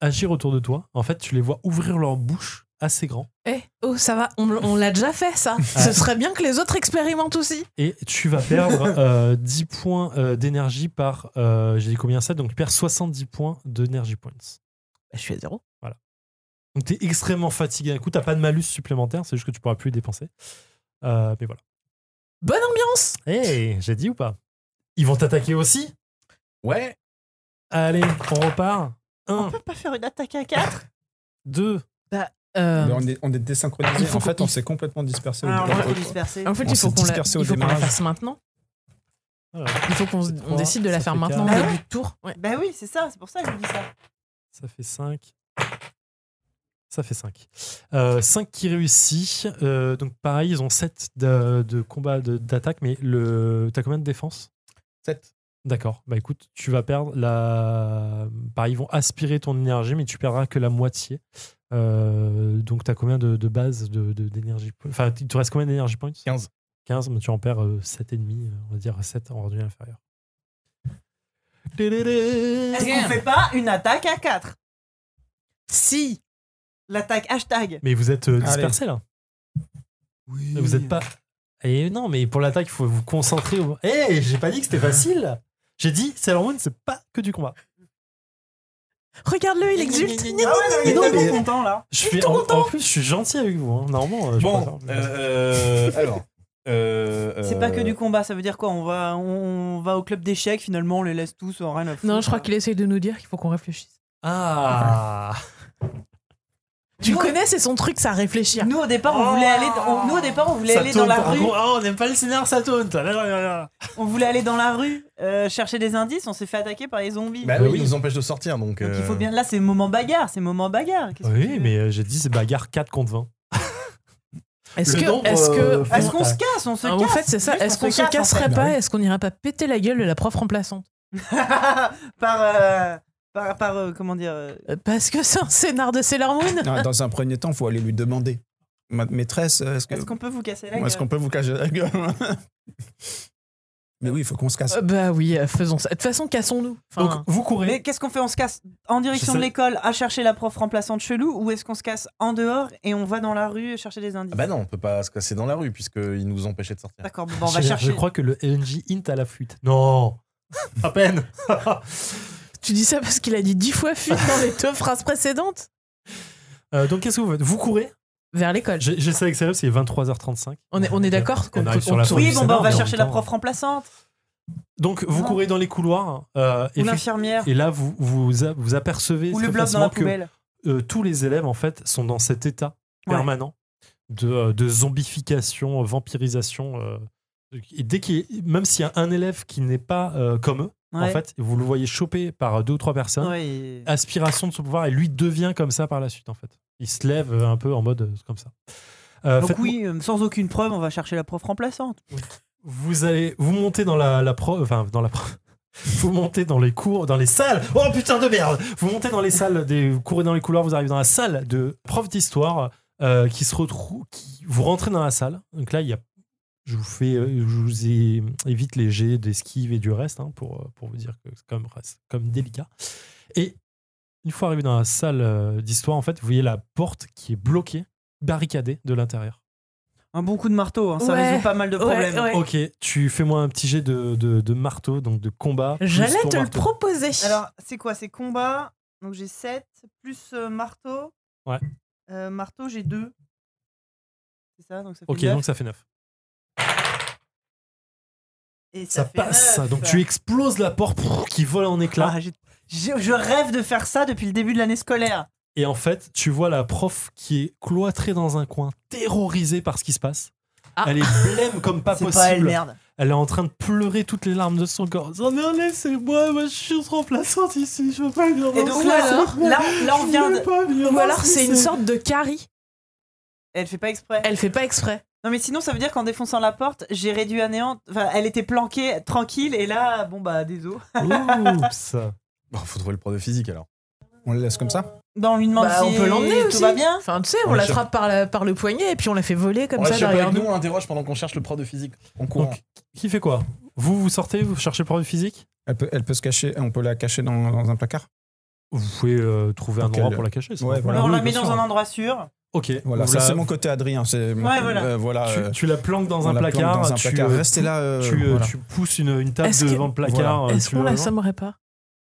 agir autour de toi. En fait, tu les vois ouvrir leur bouche assez grand.
Eh, oh, ça va, on, on l'a déjà fait, ça. Ce serait bien que les autres expérimentent aussi.
Et tu vas perdre euh, 10 points euh, d'énergie par. euh, J'ai dit combien 7 Donc tu perds 70 points d'énergie points.
Bah, je suis à zéro.
Donc t'es extrêmement fatigué. Du coup, t'as pas de malus supplémentaire, c'est juste que tu pourras plus les dépenser. Euh, mais voilà.
Bonne ambiance
Hey, Eh, j'ai dit ou pas Ils vont t'attaquer aussi
Ouais.
Allez, on repart.
On
1,
peut pas faire une attaque à 4
2.
Euh,
Mais Ben, on, est, on est
Ah,
désynchronisés.
Il faut
En fait,
qu'on-
on s'est complètement dispersés. au
Alors,
départ.
moi, je vais disperser.
En fait,
On
il
s'est
faut qu'on la,
dispersé au
il faut qu'on la
démarrage.
fasse maintenant.
Oh
Il faut qu'on se-
C'est
on
trois,
décide de la
ça
faire
fait
maintenant au
quatre.
début de tour. Ouais.
Bah oui, c'est ça, c'est pour ça que je vous dis ça.
Ça fait 5. Ça fait 5. 5 qui réussit. Euh, donc pareil, ils ont 7 de, de combat de- d'attaque, mais le t'as combien de défense
7.
D'accord. Bah écoute, tu vas perdre la. Pareil, ils vont aspirer ton énergie, mais tu perdras que la moitié. Euh, donc t'as combien de, de bases de- de- d'énergie po- Enfin, il te reste combien d'énergie points
15.
15, mais tu en perds euh, 7,5, on va dire 7 en ordre inférieur.
Est-ce qu'on fait pas une attaque à 4
Si
L'attaque hashtag.
Mais vous êtes euh,
Allez.
dispersés là.
Oui.
Vous êtes pas. Et non, mais pour l'attaque, il faut vous concentrer. au- Eh, j'ai pas dit que c'était facile. J'ai dit, Sailor Moon, c'est pas que du combat.
Regarde-le, il exulte
Ah ouais, non, il
Mais non,
est tellement
mais-
content là.
Je fais en, en plus, je suis gentil avec vous. hein. Normalement, euh, je
Bon,
préfère-
euh, alors. euh,
C'est
euh,
pas que du combat, ça veut dire quoi On va, on va au club d'échecs finalement, on les laisse tous en rien à foutre.
Non, je crois qu'il essaye de nous dire qu'il faut qu'on réfléchisse.
Ah
Tu le
Ouais.
connais, c'est son truc, ça réfléchir.
Nous au départ, on voulait aller, on- nous au départ, on voulait
Ça
aller dans
tourne
la
par
rue.
contre. Ah, on n'aime pas le scénar, ça tourne. ça. Là, là, là, là.
On voulait aller dans la rue euh, chercher des indices. On s'est fait attaquer par les zombies.
Bah
Bah
oui,
oui.
ils nous empêchent de sortir donc.
Donc il
euh,
faut bien. Là, c'est moment bagarre, c'est moment bagarre. Qu'est-ce que tu
Oui,
veux
mais euh, j'ai dit, c'est bagarre 4 contre 20.
Est-ce
Le nombre,
que, est-ce
euh,
que,
Est-ce qu'on se casse On se
Ah, en
casse.
fait, c'est ça.
Juste,
Est-ce qu'on se
casse, en
casserait
fait.
pas
Bah oui.
Est-ce qu'on irait pas péter la gueule de la prof remplaçante
fait. par, euh, par, par, euh, comment dire euh,
Euh, Parce que c'est un scénar de Sailor Moon.
Non, dans un premier temps, il faut aller lui demander. Ma maîtresse, est-ce que-
Est-ce qu'on peut vous casser la gueule
est-ce qu'on peut vous cacher la gueule Mais oui, il faut qu'on se casse.
Euh, Bah oui, euh, faisons ça. De toute façon, cassons-nous. Enfin,
Donc, vous courez.
Mais qu'est-ce qu'on fait On se casse en
Je
direction
sais.
de l'école à chercher la prof remplaçante chelou ou est-ce qu'on se casse en dehors et on va dans la rue chercher des indices
Ah bah non, on peut pas se casser dans la rue puisqu'ils nous empêchaient de sortir.
D'accord, bon, bah, on va
Je-
chercher.
Je crois que le LNJ hint à la fuite. Non À peine
tu dis ça parce qu'il a dit dix fois fuite dans les deux phrases précédentes.
Euh, donc qu'est-ce que vous faites Vous courez
vers l'école.
J'ai- J'essaie avec celle-là, c'est 23h35.
On est, on est d'accord
On
qu'on-
arrive
qu'on-
sur la
qu'on-
fin.
Oui,
Oui,
du
bon, bah, on
scénar,
va
mais en
chercher
même
la
temps-
prof remplaçante
Donc, vous
Non.
courez dans les couloirs,
ou
euh, effectivement,
l'infirmière
et là, vous vous, a- vous apercevez
ou
très
le bloc dans la
facilement que
poubelle.
euh, tous les élèves, en fait, sont dans cet état
Ouais.
permanent de, euh, de zombification, euh, vampirisation. euh, et dès qu'il y a- même s'il y a un élève qui n'est pas euh, comme eux, en
Ouais.
fait, hein, vous le voyez choper par deux ou trois personnes.
Ouais, et-
aspiration de son pouvoir et lui devient comme ça par la suite en fait. Il se lève euh, un peu en mode euh, comme ça. Euh,
Donc
faites-
oui, euh, sans aucune preuve, on va chercher la prof remplaçante.
Vous allez vous montez dans la, la pro, enfin dans la pro- vous montez dans les cours, dans les salles. Oh putain de merde Vous montez dans les salles, des, vous courez dans les couloirs, vous arrivez dans la salle de prof d'histoire euh, qui se retrouve, qui, vous rentrez dans la salle. Donc là il y a je vous fais, euh, je vous ai- évite les jets d'esquive et du reste hein, pour, euh, pour vous dire que c'est quand même, c'est quand même délicat. Et une fois arrivé dans la salle euh, d'histoire, en fait, vous voyez la porte qui est bloquée, barricadée de l'intérieur.
Un bon coup de marteau, hein, ça
Ouais.
résout pas mal de problèmes.
Ouais, ouais.
Ok, tu fais-moi un petit jet de, de, de marteau, donc de combat. plus
J'allais
ton
te le
marteau.
proposer.
Alors, c'est quoi C'est combat. Donc j'ai 7, plus euh, marteau.
Ouais.
Euh, marteau, j'ai 2. C'est ça, donc ça fait
Ok,
neuf.
donc ça fait 9.
Et ça,
Ça,
fait
passe, ça.
neuf.
Donc tu exploses la porte prrr, qui vole en éclats.
Ah, j'ai- j'ai- je rêve de faire ça depuis le début de l'année scolaire.
Et en fait, tu vois la prof qui est cloîtrée dans un coin, terrorisée par ce qui se passe.
Ah.
Elle est blême comme pas
c'est
possible.
pas elle, merde.
Elle est en train de pleurer toutes les larmes de son corps. Oh non, laissez-moi, moi je suis remplaçante ici, je veux pas venir
Et
Oh,
dans
donc
ce
là,
cours.
là, là, on
Je
vient
veux
de...
pas venir
Ou
dans
alors
ce
c'est une
lycée.
sorte de carie.
Elle fait pas exprès.
Elle fait pas exprès.
Non mais sinon ça veut dire qu'en défonçant la porte, j'ai réduit à néant. Enfin, elle était planquée, tranquille, et là, bon bah désolé.
Oups.
Bon, Bah, faut trouver le prof de physique alors.
On le laisse comme ça
Non, on lui demande
Bah,
si
on peut l'emmener
tout
aussi.
va bien.
Enfin, tu sais,
On
on
la
l'attrape par, la- par le poignet et puis on la fait voler comme
on
ça
reste avec
derrière
nous,
nous.
on l'interroge pendant qu'on cherche le prof de physique. On court.
Donc, qui fait quoi Vous, vous sortez, vous cherchez le prof de physique
elle peut, elle peut se cacher, on peut la cacher dans, dans un placard
Vous pouvez euh, trouver un
Donc
endroit
elle-
pour la cacher. ça.
Ouais, voilà.
on
oui,
la
bien
met dans
sûr.
un endroit sûr.
Ok.
Voilà,
Vous
ça
la-
c'est mon côté Adrien. c'est mon-
Ouais, voilà.
euh, voilà
Tu,
euh,
tu la planques dans
on
un
la plante
placard.
dans un
tu,
placard.
euh,
Restez là. euh,
tu, euh,
voilà.
tu pousses une, une table
Est-ce que-
devant le placard. euh,
Est-ce
tu
qu'on
vois,
la
genre.
sommerait pas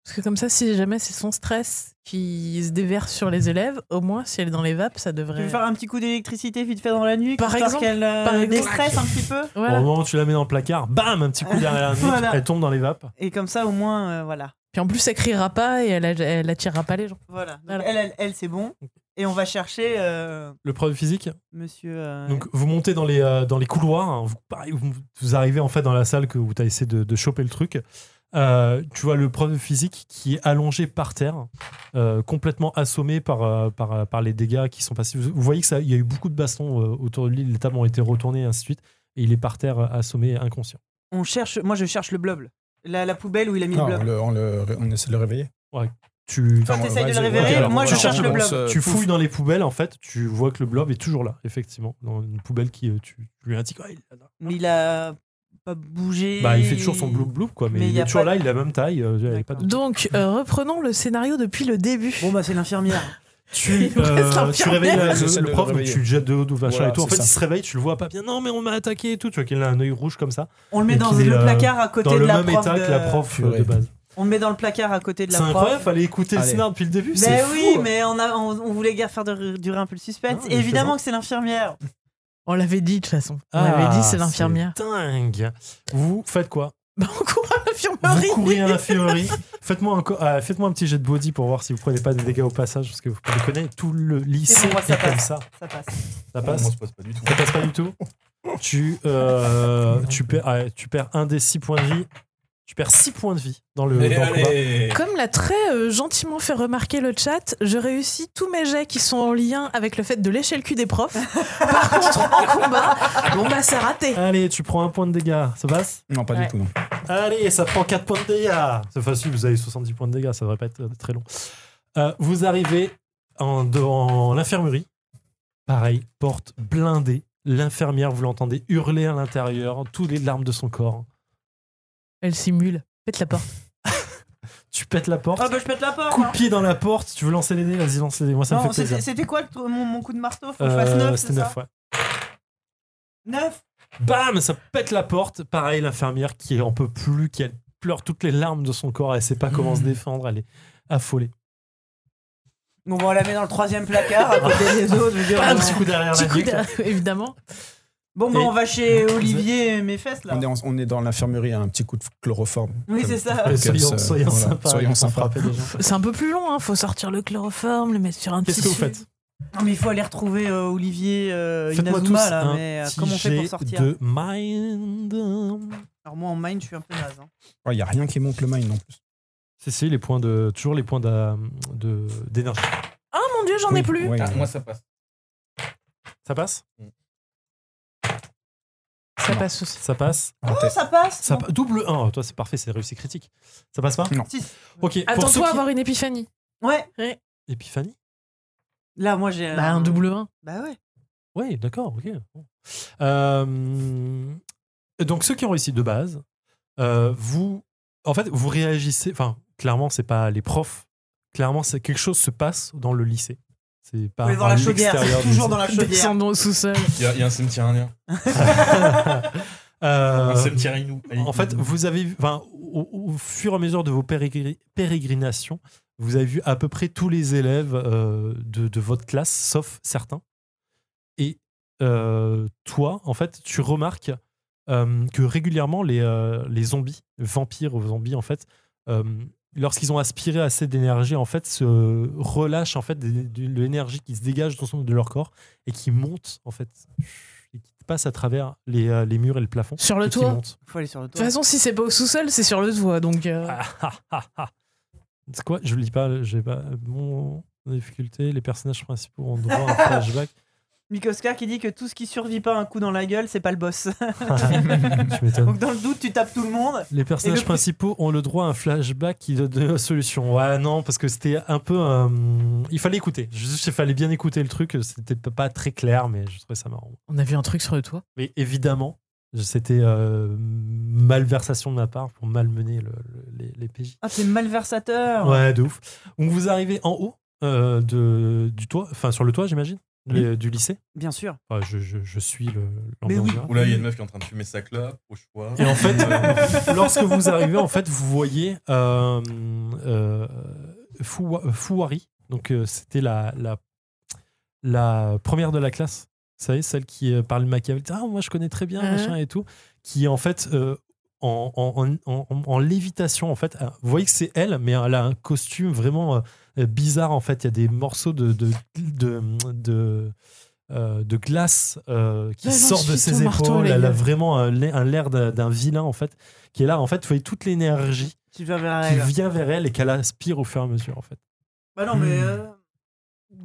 Parce que comme ça, si jamais c'est son stress qui se déverse sur les élèves, au moins si elle est dans les vapes, ça
Tu
devrait.
veux faire un petit coup d'électricité vite fait dans la nuit,
Par
histoire
exemple,
qu'elle euh,
par exemple.
déstresse un petit peu.
Au
Voilà.
moment où tu la mets dans le placard, bam, un petit coup derrière la nuque,
Voilà.
elle tombe dans les vapes.
Et comme ça, au moins, euh, voilà.
Puis en plus, elle criera pas et elle, elle attirera pas les gens.
Voilà. Donc,
Voilà.
Elle, elle, elle, c'est bon. Et on va chercher euh,
Le prof de physique.
Monsieur. euh,
Donc vous montez dans les, euh, dans les couloirs. hein, vous, pareil, vous- vous arrivez en fait dans la salle que, où tu as essayé de, de choper le truc. Euh, tu vois le prof de physique qui est allongé par terre, euh, complètement assommé par, euh, par, euh, par les dégâts qui sont passés. Vous vous voyez que ça, il y a eu beaucoup de bastons euh, autour de lui, les tables ont été retournées, et ainsi de suite. Et il est par terre, euh, assommé, inconscient.
on cherche. Moi, je cherche le blob. La, la poubelle où il a mis
Ah,
Non,
le
on,
blob.
le- on le- on essaie de le réveiller.
Tu,
Toi,
Enfin,
t'essayes de
ouais,
le
je-
révéler.
ok, alors,
moi, je
voilà,
cherche
on
le blob.
pense, euh,
tu fouilles dans les poubelles, en fait, tu vois que le blob est toujours là, effectivement. Dans une poubelle qui, euh, tu, tu lui indiques, Ah, il est là.
Mais il a pas bougé.
Bah, il fait toujours son bloop bloop, quoi, mais,
Mais il
il
y a
est toujours
pas-
là, il a la même taille. euh, il y a pas de-
D'accord.
Donc, euh, reprenons le scénario depuis le début.
Bon, bah, c'est l'infirmière.
Tu,
Il reste
euh, tu
l'infirmière.
réveilles
Ouais,
le-
j'essaie
le,
de le
prof, donc
réveiller.
tu le jettes de haut, tout machin
Voilà,
et tout. En
c'est
fait, il
ça.
se réveille, tu le vois pas bien. Non, mais on m'a attaqué et tout. Tu vois qu'il a un œil rouge comme ça,
On le met
Et
dans
qu'il est,
le
euh,
placard à côté
dans
de
le
la
même
prof.
état
de-
que la prof euh,
Purée.
de base.
On le met dans le placard à côté de
C'est
la prof.
incroyable, fallait écouter le
Allez.
scénar depuis le début. c'est
Ben
fou.
oui, mais on, a, on, on voulait guère faire de- durer un peu le
Non,
suspense.
mais
Et Évidemment
faisons.
que c'est l'infirmière.
On l'avait dit de toute façon. On
Ah,
l'avait dit, c'est l'infirmière.
Dingue. Vous faites quoi
Bah, on court à
Vous
l'infirmerie.
courez à l'infirmerie. Faites-moi un, co- euh, faites-moi un petit jet de body pour voir si vous prenez pas des dégâts au passage, parce que vous connaissez tout le lycée
moi, ça
est comme
passe.
ça.
Ça passe.
Ça
Ah, Moi,
passe.
ça passe pas du tout.
Ça passe pas du tout. Tu, euh, tu, perds, ouais, tu perds un des 6 points de vie. Tu perds 6 points de vie dans le, dans le combat.
Comme l'a très euh, gentiment fait remarquer le chat, je réussis tous mes jets qui sont en lien avec le fait de lécher le cul des profs. Par contre, en combat, bon bah c'est raté.
Allez, tu prends un point de dégâts. Ça passe
Non, pas
Ouais.
du tout. Non.
Allez, ça prend 4 points de dégâts. C'est facile, vous avez 70 points de dégâts. Ça devrait pas être euh, très long. Euh, vous arrivez en, devant l'infirmerie. Pareil, porte blindée. L'infirmière, vous l'entendez hurler à l'intérieur, toutes les larmes de son corps.
Elle simule. Faites la porte.
Tu pètes la porte,
Ah, bah, je pète la porte.
coup de
hein.
pied dans la porte. Tu veux lancer les dés Vas-y, lance les dés. Moi, ça me
Non,
fait plaisir.
c'était c'était quoi le tru- mon, mon coup de marteau Faut que je fasse 9,
Euh,
c'est
C'était
ça
9, ouais.
9
Bam, ça pète la porte. Pareil, l'infirmière qui en peut plus, qui elle Mm. pleure toutes les larmes de son corps, elle sait pas comment se défendre, elle est affolée.
On va la mettre dans le troisième placard à côté des autres. je veux dire,
Pas
on-
Petit coup derrière
Petit
la
coup
nuque.
d'œil, évidemment.
Bon, bah,
Et-
on va chez Olivier et mes fesses là.
On est, en- on est dans l'infirmerie à un petit coup de chloroforme.
Oui,
Comme-
c'est ça.
Ouais, Euh, Soyons,
Comme ça,
soyons
voilà,
sympas.
soyons
on
sympas.
frappait des gens.
C'est un peu plus long, hein. faut sortir le chloroforme, le mettre sur un
Qu'est-ce que
tissu.
vous faites
Non, mais il faut aller retrouver euh, Olivier euh,
Faites-moi tous
Inazuma là.
un
Mais euh,
petit
comment on fait pour
jet
sortir
de mind.
Alors, moi en mine, je suis un peu naze. hein.
Il n'y a rien qui monte le mind non plus.
C'est si les points de toujours les points d'a- de d'énergie.
Oh mon dieu, j'en ai
Oui,
plus.
Ah,
ouais,
moi, ça passe.
Ça passe
Ça passe aussi.
Ça passe.
raté.
Oh, ça passe
Ça
non.
pa- double 1. Toi c'est parfait, c'est réussi critique. Ça passe pas
Non.
Si.
OK, pour ceux
Attends-toi à
qui
avoir une épiphanie.
Ouais,
Épiphanie
là, moi j'ai.
Bah, un double 1.
Bah ouais.
Oui, d'accord, OK. Bon. Euh, donc ceux qui ont réussi de base, euh, vous en fait, vous réagissez enfin clairement c'est pas les profs, clairement c'est quelque chose se passe dans le lycée. C'est pas
Mais dans
à
la chaudière,
l'extérieur
c'est
du
toujours
lycée.
dans la chaudière.
Descendons au sous-sol.
Il y, a- il y a un cimetière indien.
Euh,
un cimetière inou.
En fait, vous avez vu, enfin, au, au fur et à mesure de vos pérégri- pérégrinations, vous avez vu à peu près tous les élèves euh, de, de votre classe, sauf certains. Et euh, toi, en fait, tu remarques euh, que régulièrement, les, euh, les zombies, vampires ou zombies, en fait, euh, lorsqu'ils ont aspiré assez d'énergie, en fait, se relâchent en fait, des- de, l'énergie qui se dégage de, de leur corps et qui monte, en fait, et qui passe à travers les, euh, les murs et le plafond.
Sur le
et qui
toit.
monte.
Faut aller sur le
De toute
toit.
façon, si c'est pas au sous-sol, c'est sur le toit. Donc, euh,
Ah, ah, ah, ah. C'est quoi Je lis pas, j'ai pas. Bon, difficulté, les personnages principaux ont droit à un flashback.
Mikoska qui dit que tout ce qui survit pas un coup dans la gueule, c'est pas le boss.
tu m'étonnes.
Donc, dans le doute, tu tapes tout le monde.
Les personnages
le-
principaux ont le droit à un flashback qui donne des solutions. Ouais, non, parce que c'était un peu. euh, il fallait écouter. Juste, il fallait bien écouter le truc. C'était pas pas très clair, mais je trouvais ça marrant.
on a vu un truc sur le toit.
Mais évidemment, c'était euh, malversation de ma part pour malmener le- le- les, les PJ.
Ah, t'es malversateur.
Ouais, de ouf. Donc vous arrivez en haut euh, de, du toit, enfin sur le toit, j'imagine, le- du lycée.
Bien sûr.
Enfin, je, je- je suis le.
Mais
l'ambiance
oui.
générale.
Oula, il y a une meuf qui est en train de fumer sa clope, au choix. Euh,
Et en fait, Euh, lorsque vous arrivez, en fait, vous voyez euh, euh, Fuwa- euh, Fouari. Donc euh, c'était la, la la première de la classe. Vous savez, celle qui euh, parle machiavel. Ah, moi je connais très bien,
Ouais.
machin et tout. Qui est en fait euh, en, en- en- en- en lévitation, en fait. Ah, Vous voyez que c'est elle, mais elle a un costume vraiment euh, euh, bizarre, en fait. Il y a des morceaux de, de, de, de, euh, de glace euh, qui
Ouais,
sortent de
je suis
ses
ton marteau,
épaules.
les
Elle a
gars.
vraiment un, lait- un l'air d'un d'un vilain, en fait. Qui est là, en fait, vous voyez toute l'énergie
Tu vas vers
qui
elle.
vient vers elle et qu'elle aspire au fur et à mesure, en fait.
Bah non, mais.
Hmm.
euh,